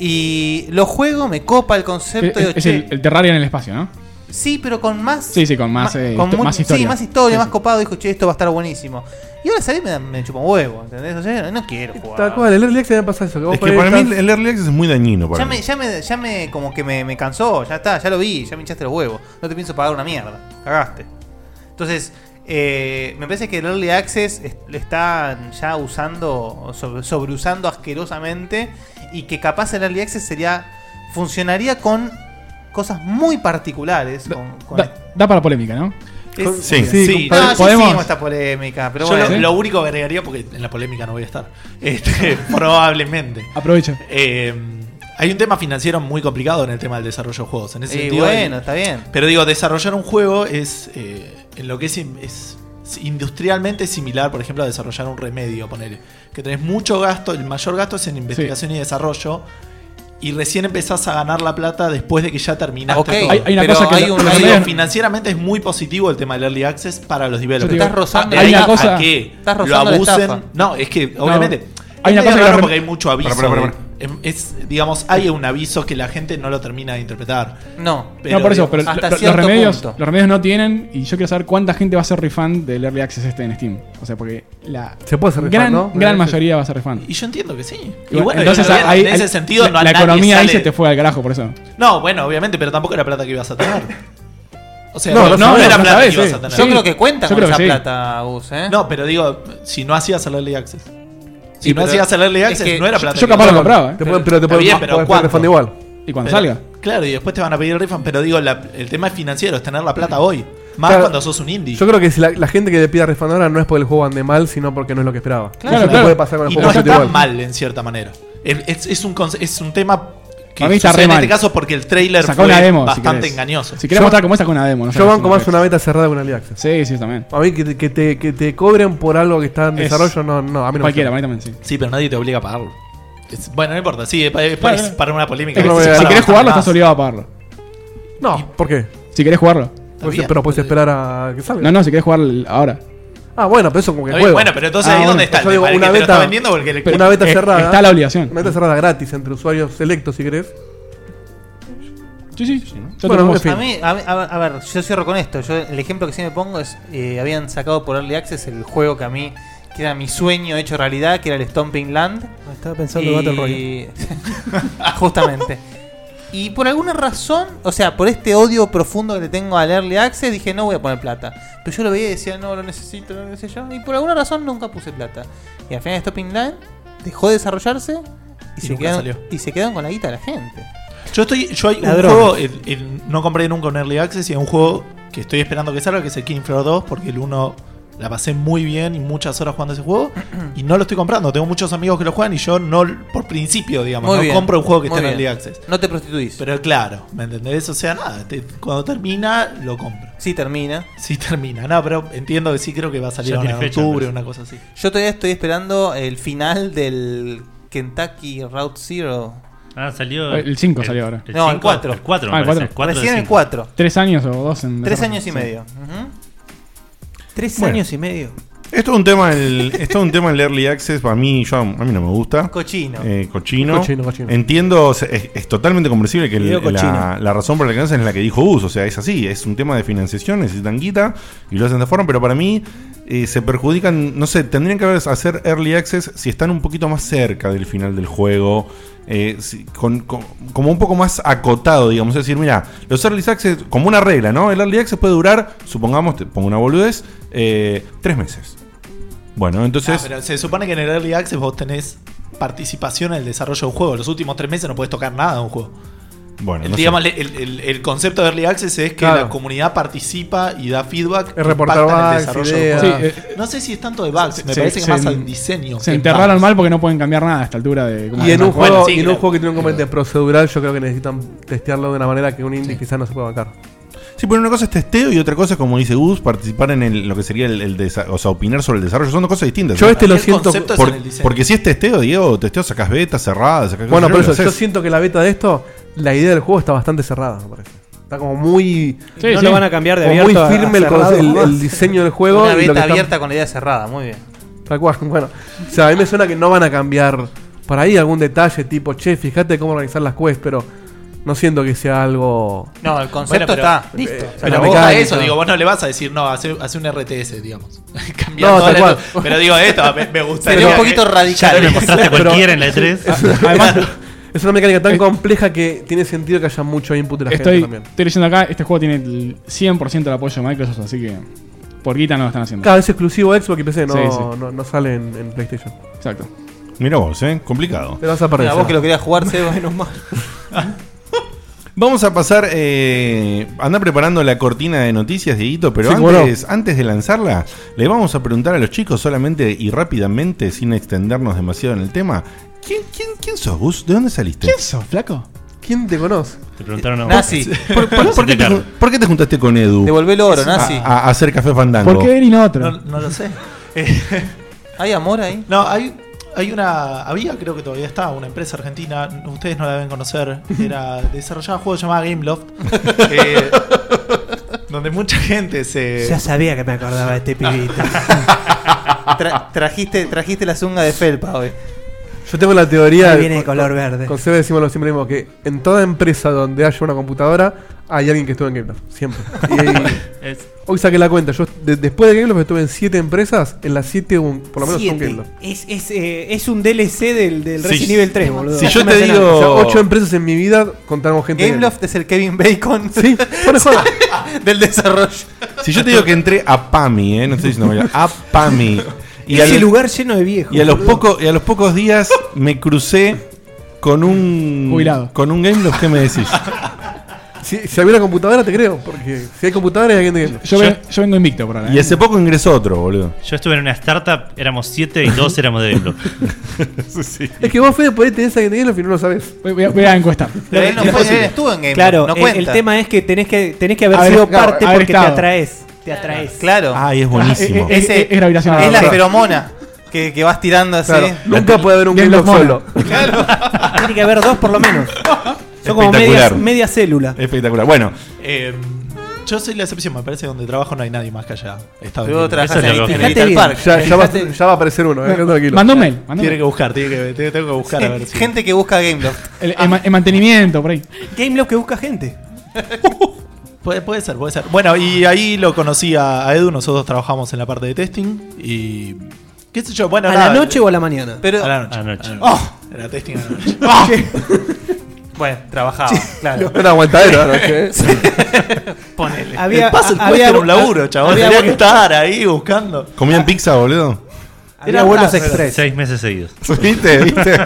Speaker 4: Y lo juego, me copa el
Speaker 5: Es,
Speaker 4: concepto.
Speaker 5: Eh, es
Speaker 4: digo, che,
Speaker 5: el, el Terraria en el espacio, ¿no?
Speaker 4: Sí, pero con más.
Speaker 5: Sí, sí, con más, eh,
Speaker 4: con
Speaker 5: histo-
Speaker 4: mu-
Speaker 5: más historia.
Speaker 4: Sí, más historia,
Speaker 5: Sí,
Speaker 4: más
Speaker 5: sí.
Speaker 4: copado. Dijo, che, esto va a estar buenísimo. Y ahora salí y me, da- me chupa un huevo, ¿entendés? O sea, no quiero jugar.
Speaker 6: Tal cual, el Early Access me pasa eso. vos
Speaker 3: Es que
Speaker 6: podés
Speaker 3: para mí
Speaker 6: estar-
Speaker 3: el Early Access es muy dañino. Para
Speaker 4: Ya
Speaker 3: mí.
Speaker 4: me, ya me, ya me, como que me, me cansó, ya está, ya lo vi, ya me hinchaste los huevos. No te pienso pagar una mierda, cagaste. Entonces, eh, me parece que el Early Access es- le están ya usando, sobre- sobreusando asquerosamente y que capaz el Early Access sería, funcionaría con cosas muy particulares. Con, con-
Speaker 5: Da, da para polémica, ¿no?
Speaker 4: es-
Speaker 5: con-
Speaker 4: no, ya
Speaker 5: podemos.
Speaker 4: hicimos esta polémica, pero
Speaker 10: Yo lo-
Speaker 4: bueno.
Speaker 10: lo, único que agregaría, porque en la polémica no voy a estar, este, probablemente.
Speaker 5: Aprovecha.
Speaker 10: Eh, hay un tema financiero muy complicado en el tema del desarrollo de juegos. En ese
Speaker 4: Y
Speaker 10: sentido,
Speaker 4: bueno,
Speaker 10: el-
Speaker 4: está bien.
Speaker 10: Pero digo, desarrollar un juego es. eh, en lo que es, in- es industrialmente similar, por ejemplo, a desarrollar un remedio, ponele. Que tenés mucho gasto, el mayor gasto es en investigación y desarrollo. Y recién empezás a ganar la plata después de que ya terminaste.
Speaker 4: Ok,
Speaker 10: todo.
Speaker 4: Hay- hay una pero cosa que hay lo- un-
Speaker 10: Pero
Speaker 4: hay
Speaker 10: digo,
Speaker 4: un-
Speaker 10: financieramente es muy positivo el tema del early access para los developers.
Speaker 4: digo, Estás rozando-
Speaker 10: Ah,
Speaker 4: hay
Speaker 10: de
Speaker 4: una
Speaker 10: ahí a
Speaker 4: cosa-
Speaker 10: que
Speaker 4: estás
Speaker 10: lo
Speaker 4: rozando la estafa.
Speaker 10: abusen. No, es que
Speaker 4: No.
Speaker 10: obviamente.
Speaker 4: Hay una
Speaker 10: es
Speaker 4: cosa que
Speaker 10: medio
Speaker 4: lo
Speaker 10: raro
Speaker 4: re-
Speaker 10: porque hay mucho aviso.
Speaker 4: Pará, pará, pará,
Speaker 10: de- em- Es, digamos, hay un aviso que la gente no lo termina de interpretar.
Speaker 4: No.
Speaker 5: no, por eso, pero
Speaker 10: digamos,
Speaker 5: lo- lo- los,
Speaker 10: cierto
Speaker 5: remedios,
Speaker 10: punto.
Speaker 5: los remedios no tienen. Y yo quiero saber cuánta gente va a ser refund del Early Access este en Steam. O sea, porque la
Speaker 6: Se puede hacer refund,
Speaker 5: gran,
Speaker 6: ¿no?
Speaker 5: gran
Speaker 6: Sí.
Speaker 5: mayoría va a ser refund.
Speaker 10: Y yo entiendo que sí.
Speaker 5: Y bueno,
Speaker 10: entonces,
Speaker 5: entonces ahí-
Speaker 10: en ese
Speaker 5: ahí-
Speaker 10: sentido,
Speaker 5: la,
Speaker 10: no a
Speaker 5: la
Speaker 10: nadie
Speaker 5: economía ahí
Speaker 10: sale-
Speaker 5: se te fue al carajo por eso.
Speaker 10: No, bueno, obviamente, pero tampoco era plata que ibas a tener. O sea,
Speaker 5: No,
Speaker 10: no,
Speaker 5: lo
Speaker 10: no,
Speaker 5: sabemos,
Speaker 10: era
Speaker 5: lo
Speaker 10: plata
Speaker 5: sabés,
Speaker 10: que ibas
Speaker 5: sí.
Speaker 10: a tener.
Speaker 5: Yo creo que cuenta
Speaker 10: cuentas
Speaker 5: Yo con creo esa que sí. plata, ¿eh?
Speaker 4: Gus,
Speaker 10: No, pero digo, si no hacías el Early Access. Si
Speaker 5: Sí,
Speaker 10: no
Speaker 5: pero-
Speaker 10: hacías el Early
Speaker 5: es
Speaker 10: Access,
Speaker 5: que
Speaker 10: no era
Speaker 5: yo-
Speaker 10: plata.
Speaker 5: yo
Speaker 10: que
Speaker 5: capaz lo
Speaker 10: ibas a
Speaker 5: compraba,
Speaker 10: tener.
Speaker 5: ¿eh? Te pueden- pero te
Speaker 10: Está
Speaker 5: pueden-
Speaker 10: bien, pero
Speaker 5: pueden
Speaker 10: ¿cuándo?
Speaker 5: refund igual. Y cuando
Speaker 10: Pero-
Speaker 5: salga.
Speaker 10: Claro, y después te van a pedir refund, pero digo, la- el tema es financiero, es tener la plata hoy. Más
Speaker 6: Claro.
Speaker 10: cuando sos un indie.
Speaker 6: Yo creo que si la, la gente que le pida refund ahora no es porque el juego ande mal, sino porque no es lo que esperaba.
Speaker 10: Claro,
Speaker 6: Eso te
Speaker 10: claro.
Speaker 6: puede pasar con el
Speaker 10: y
Speaker 6: juego
Speaker 10: no
Speaker 6: bastante
Speaker 10: está
Speaker 6: igual.
Speaker 10: mal en cierta manera. Es, es- es un, conce- es un tema que
Speaker 5: Para mí está
Speaker 10: sucede
Speaker 5: re
Speaker 10: en
Speaker 5: mal.
Speaker 10: este caso porque el trailer
Speaker 5: Sacó
Speaker 10: fue
Speaker 5: una demo, si
Speaker 10: bastante
Speaker 5: querés.
Speaker 10: engañoso.
Speaker 5: Si querés
Speaker 6: Yo-
Speaker 5: mostrar cómo es, saca una demo. No
Speaker 6: Yo
Speaker 5: sacas
Speaker 6: banco
Speaker 5: una
Speaker 6: más una beta cerrada con Early Access.
Speaker 5: Sí, sí, también.
Speaker 6: A mí que, te- que te, que te cobren por algo que está en
Speaker 5: Es-
Speaker 6: desarrollo, no, no, a mí no
Speaker 5: Cualquiera,
Speaker 6: me
Speaker 5: a mí
Speaker 6: gusta.
Speaker 5: también, sí.
Speaker 10: Sí, pero nadie te obliga a pagarlo. Es- bueno, no importa, sí, es, pa- es pa-
Speaker 5: Claro.
Speaker 10: es para una polémica.
Speaker 5: Es
Speaker 10: que
Speaker 5: como
Speaker 10: se
Speaker 5: que si
Speaker 10: separa
Speaker 5: querés jugarlo,
Speaker 10: bastante
Speaker 5: estás obligado a pagarlo.
Speaker 6: No, Eh, ¿por qué?
Speaker 5: Si querés jugarlo.
Speaker 6: Puede ser, pero puedes esperar a que salga.
Speaker 5: No, no, si querés jugar ahora.
Speaker 6: Ah, bueno, pero eso como que
Speaker 10: Está bien,
Speaker 6: juego. Ah,
Speaker 10: bueno, pero entonces ahí
Speaker 6: bueno.
Speaker 10: dónde está el
Speaker 6: Yo digo,
Speaker 10: tema, el
Speaker 6: una
Speaker 10: que te lo
Speaker 6: beta,
Speaker 10: está vendiendo o el que le-
Speaker 6: una beta
Speaker 10: Eh,
Speaker 6: cerrada.
Speaker 5: está la obligación.
Speaker 6: Una beta cerrada gratis entre usuarios selectos, si querés.
Speaker 5: Sí, sí.
Speaker 6: Yo bueno, en fin.
Speaker 4: a, mí, a, mí- a ver, a ver, yo cierro con esto. Yo, el ejemplo que sí me pongo es: eh, habían sacado por Early Access el juego que a mí, que era mi sueño hecho realidad, que era el Stomping Land.
Speaker 7: Estaba pensando en Battle Royale.
Speaker 4: Justamente. Y por alguna razón, o sea, por este odio profundo que le tengo al Early Access, dije: no voy a poner plata. Pero yo lo veía y decía: no, lo necesito, no sé yo. Y por alguna razón nunca puse plata. Y al final, Stomping Land dejó de desarrollarse y, se,
Speaker 10: nunca
Speaker 4: quedaron,
Speaker 10: salió.
Speaker 4: y se quedaron con la guita de la gente.
Speaker 10: Yo estoy. Yo hay
Speaker 4: Ladrones.
Speaker 10: un juego. el- el- no compré nunca un Early Access y hay un juego que estoy esperando que salga, que es el King Floor 2, porque el 1 la pasé muy bien y muchas horas jugando ese juego. y no lo estoy comprando. Tengo muchos amigos que lo juegan y yo no, por principio, digamos,
Speaker 4: Muy
Speaker 10: no
Speaker 4: bien,
Speaker 10: compro un juego que
Speaker 4: muy
Speaker 10: esté en
Speaker 4: bien.
Speaker 10: Early Access.
Speaker 4: No te prostituís.
Speaker 10: Pero claro, ¿me entendés? O sea, nada, te- cuando termina, lo compro.
Speaker 4: Sí termina.
Speaker 10: Sí termina. No, pero entiendo que sí creo que va a salir
Speaker 11: Ya
Speaker 10: ahora en
Speaker 11: tiene fecha,
Speaker 10: octubre,
Speaker 11: entonces.
Speaker 10: una cosa así.
Speaker 4: Yo todavía estoy esperando el final del Kentucky Route Zero.
Speaker 11: Ah, salió.
Speaker 5: Eh, El 5 salió ahora.
Speaker 4: no, el 4.
Speaker 11: El 4,
Speaker 5: Ah, el cuatro.
Speaker 4: Recién el 4.
Speaker 5: Tres años o dos en
Speaker 4: Tres
Speaker 5: desarrollo,
Speaker 4: años y
Speaker 5: sí.
Speaker 4: medio. Ujú. Tres
Speaker 3: Bueno.
Speaker 4: años y medio.
Speaker 3: Esto es un tema del, esto es un tema del early access, para mí, yo, a mí no me gusta.
Speaker 4: Cochino.
Speaker 3: Eh, cochino.
Speaker 6: Cochino, cochino.
Speaker 3: Entiendo, o sea, es, es totalmente comprensible que el-
Speaker 6: Video cochino.
Speaker 3: la, la razón por la que hacen es la que dijo Gus, o sea, es así, es un tema de financiación, necesitan guita y lo hacen de forma, pero para mí eh, se perjudican, no sé, tendrían que haber- hacer early access si están un poquito más cerca del final del juego. eh, si- con- con- como un poco más acotado, digamos. Es decir, mira, los early access, como una regla, ¿no? El early access puede durar, supongamos, te pongo una boludez, eh, tres meses. Bueno, entonces.
Speaker 10: Ah, pero se supone que en el Early Access vos tenés participación en el desarrollo de un juego. Los últimos tres meses no podés tocar nada de un juego.
Speaker 3: Bueno,
Speaker 10: El,
Speaker 3: no sé.
Speaker 10: digamos, el- el- el concepto de Early Access es que
Speaker 3: Claro.
Speaker 10: la comunidad participa y da feedback.
Speaker 6: Es reportar
Speaker 10: impacta en
Speaker 6: bugs,
Speaker 10: del
Speaker 5: ideas.
Speaker 10: juego.
Speaker 5: Sí,
Speaker 10: no sé si es tanto de bugs, me
Speaker 5: Se-
Speaker 10: parece que
Speaker 5: se-
Speaker 10: más al diseño.
Speaker 5: Se
Speaker 10: que
Speaker 5: enterraron
Speaker 10: bugs.
Speaker 5: mal porque no pueden cambiar nada a esta altura de. como
Speaker 6: Y
Speaker 5: de
Speaker 6: en, un
Speaker 5: marco.
Speaker 6: juego, y en un juego que tiene un componente procedural, yo creo que necesitan testearlo de una manera que un indie quizás no se pueda bancar. Ah.
Speaker 3: Sí, pero una cosa es testeo y otra cosa, como dice Gus, participar en el- lo que sería el, el desa- o sea, opinar sobre el desarrollo. Son dos cosas distintas.
Speaker 6: Yo
Speaker 3: ¿no?
Speaker 6: este lo El siento- concepto es
Speaker 3: Por-
Speaker 6: en el diseño.
Speaker 3: porque si es testeo, Diego, testeo sacas betas cerradas, sacas
Speaker 6: Bueno,
Speaker 3: cosas,
Speaker 6: por
Speaker 3: lo
Speaker 6: eso, yo
Speaker 3: haces.
Speaker 6: siento que la beta de esto, la idea del juego está bastante cerrada, me parece. Está como muy.
Speaker 7: Sí, No sí. lo van a cambiar de
Speaker 6: como
Speaker 7: abierto
Speaker 6: Muy
Speaker 7: a-
Speaker 6: firme
Speaker 7: a
Speaker 6: el con-
Speaker 7: cerrado,
Speaker 6: el,
Speaker 7: jamás.
Speaker 6: el diseño del juego.
Speaker 4: Una
Speaker 6: y lo
Speaker 4: beta
Speaker 6: que está-
Speaker 4: abierta con la idea cerrada, muy bien.
Speaker 6: Tal cual, bueno. O sea, a mí me suena que no van a cambiar por ahí algún detalle tipo, che, fíjate cómo organizar las quests, pero no siento que sea algo.
Speaker 4: No, el concepto
Speaker 10: Bueno, pero-
Speaker 4: está.
Speaker 10: eh,
Speaker 4: Listo.
Speaker 6: O sea, la
Speaker 10: Pero vos a
Speaker 6: mecánica.
Speaker 10: eso, digo, vos no le vas a decir, no, hace, hace un RTS, digamos. Cambiar
Speaker 6: No,
Speaker 10: toda
Speaker 6: tal
Speaker 10: la-
Speaker 6: cual.
Speaker 10: Pero digo, esto me, me gustaría.
Speaker 6: Pero-
Speaker 10: que- Ya lo hiciste. E
Speaker 6: es- es- Además, es una mecánica tan compleja que tiene sentido que haya mucho input de la
Speaker 5: Estoy,
Speaker 6: gente también.
Speaker 5: estoy leyendo acá, este juego tiene el 100% del apoyo de Microsoft, así que por guita no lo están haciendo.
Speaker 6: Cada vez exclusivo Xbox y PC, no,
Speaker 5: Sí, sí.
Speaker 6: No, no sale en, en PlayStation.
Speaker 5: Exacto.
Speaker 3: Mira vos, ¿eh? Complicado.
Speaker 6: Te vas a perder.
Speaker 4: Mira, vos que lo querías jugar, Seba, menos mal.
Speaker 3: Vamos a pasar. Eh, anda preparando la cortina de noticias, Dieguito, pero
Speaker 6: Sí, cómo
Speaker 3: antes, antes de lanzarla, le vamos a preguntar a los chicos solamente y rápidamente, sin extendernos demasiado en el tema. ¿Quién, quién, quién sos, Gus? ¿De dónde saliste? ¿Quién
Speaker 5: sos, flaco?
Speaker 6: ¿Quién te conoce?
Speaker 11: Te preguntaron a vos.
Speaker 4: Nazi.
Speaker 3: ¿Por, por- por qué te, ju- por qué te juntaste con Edu?
Speaker 4: Devolvé el oro,
Speaker 3: A-
Speaker 4: nazi.
Speaker 3: A, a hacer café fandango.
Speaker 5: ¿Por qué él y no otro?
Speaker 10: No, no lo sé.
Speaker 4: ¿Hay amor ahí?
Speaker 10: No, hay, hay una. Había, creo que todavía está, una empresa argentina. Ustedes no la deben conocer. Era desarrollaba un juego llamado Gameloft. eh, donde mucha gente se.
Speaker 4: Ya sabía que me acordaba de este pibito. Tra- trajiste, trajiste la zunga de felpa hoy.
Speaker 6: Yo tengo la teoría.
Speaker 4: Ahí viene de color
Speaker 6: con-
Speaker 4: verde.
Speaker 6: Con Seba decimos lo- siempre lo mismo: que en toda empresa donde haya una computadora, hay alguien que estuvo en GameLoft. Siempre. Y-
Speaker 11: Es-
Speaker 6: hoy saqué la cuenta. Yo de- después de GameLoft estuve en 7 empresas. En las 7, por lo menos, un
Speaker 7: Siete.
Speaker 6: GameLoft.
Speaker 7: Es, es, eh, es un DLC del, del
Speaker 6: Sí.
Speaker 7: Resident Evil 3, boludo.
Speaker 6: Si yo te digo. 8 empresas en mi vida contamos gente.
Speaker 4: Gameloft es el Kevin Bacon.
Speaker 6: Sí, por eso.
Speaker 4: del desarrollo.
Speaker 3: Si yo te digo que entré a PAMI, ¿eh? no estoy diciendo mal, a PAMI.
Speaker 7: Ese
Speaker 3: al-
Speaker 7: lugar lleno de viejos.
Speaker 3: Y a los,
Speaker 7: boludo.
Speaker 3: pocos y a los pocos días me crucé con un.
Speaker 6: Jubilado.
Speaker 3: Con un Game Loft, ¿qué me decís?
Speaker 6: Si, si había una computadora, te creo. Porque si hay computadora, hay alguien de GameLoft.
Speaker 5: Yo, ven- yo vengo invicto por ahora. ¿eh?
Speaker 3: Y hace poco ingresó otro, boludo.
Speaker 11: Yo estuve en una startup, éramos siete y dos éramos de Gameblog.
Speaker 6: Es que vos, Fede, podés tener alguien de GameLoft y no lo sabés.
Speaker 5: Voy a, voy a encuestar.
Speaker 4: Pero él no fue, él estuvo en Game
Speaker 7: Claro,
Speaker 4: no
Speaker 7: el-
Speaker 4: cuenta.
Speaker 7: el, tema es que tenés que, tenés que haber
Speaker 4: Haber-
Speaker 7: sido
Speaker 4: claro,
Speaker 7: parte
Speaker 4: haber
Speaker 7: porque te
Speaker 4: estado. Ah,
Speaker 7: atraes. Te atraes.
Speaker 4: Claro.
Speaker 3: Ay, es buenísimo.
Speaker 5: Es- es- es gravitacional.
Speaker 4: Es la
Speaker 5: Claro.
Speaker 4: feromona que, que vas tirando así.
Speaker 6: Claro, nunca puede haber un Game Loft solo.
Speaker 7: Tiene que haber dos por lo menos. Son como
Speaker 3: Espectacular.
Speaker 7: medias, media célula.
Speaker 3: Espectacular. Bueno,
Speaker 10: Eh, yo soy la excepción, me parece que donde trabajo no hay nadie más que allá. Estaba
Speaker 4: Luego
Speaker 10: en-
Speaker 4: trabajas
Speaker 10: Eso es
Speaker 4: en
Speaker 10: lo
Speaker 4: el-
Speaker 10: que-
Speaker 4: en el Fíjate Little bien. Park.
Speaker 6: Ya, ya va, ya va a aparecer uno, eh, tranquilo.
Speaker 5: Mandó un mail, mandó un
Speaker 10: Tiene
Speaker 5: mail.
Speaker 10: que buscar, tiene que, te- tengo que buscar a ver si.
Speaker 4: Gente que busca Ah, Gameloft.
Speaker 5: El, el ma- el mantenimiento, por ahí.
Speaker 7: Gameloft que busca gente.
Speaker 10: Puede, puede ser, puede ser. Bueno, y ahí lo conocí a, a Edu, nosotros trabajamos en la parte de testing y. ¿Qué sé yo? Bueno,
Speaker 7: ¿A la
Speaker 10: nada,
Speaker 7: noche o a la mañana?
Speaker 10: a la noche. Ah. a la noche.
Speaker 4: Oh.
Speaker 10: Ah, Era testing a la noche.
Speaker 4: Bueno, trabajaba, claro.
Speaker 6: Era aguantadero la noche, eh.
Speaker 4: Sí. Ponele.
Speaker 7: Había-
Speaker 10: El puzzle
Speaker 7: a-
Speaker 10: quest
Speaker 7: había-
Speaker 10: era un laburo,
Speaker 7: a-
Speaker 10: chabón.
Speaker 7: había-
Speaker 10: Tenía que estar ahí buscando.
Speaker 7: Ah.
Speaker 3: comían pizza, boludo.
Speaker 7: Había vuelos
Speaker 10: raro,
Speaker 7: express.
Speaker 11: Seis meses seguidos.
Speaker 3: ¿Viste? ¿Viste?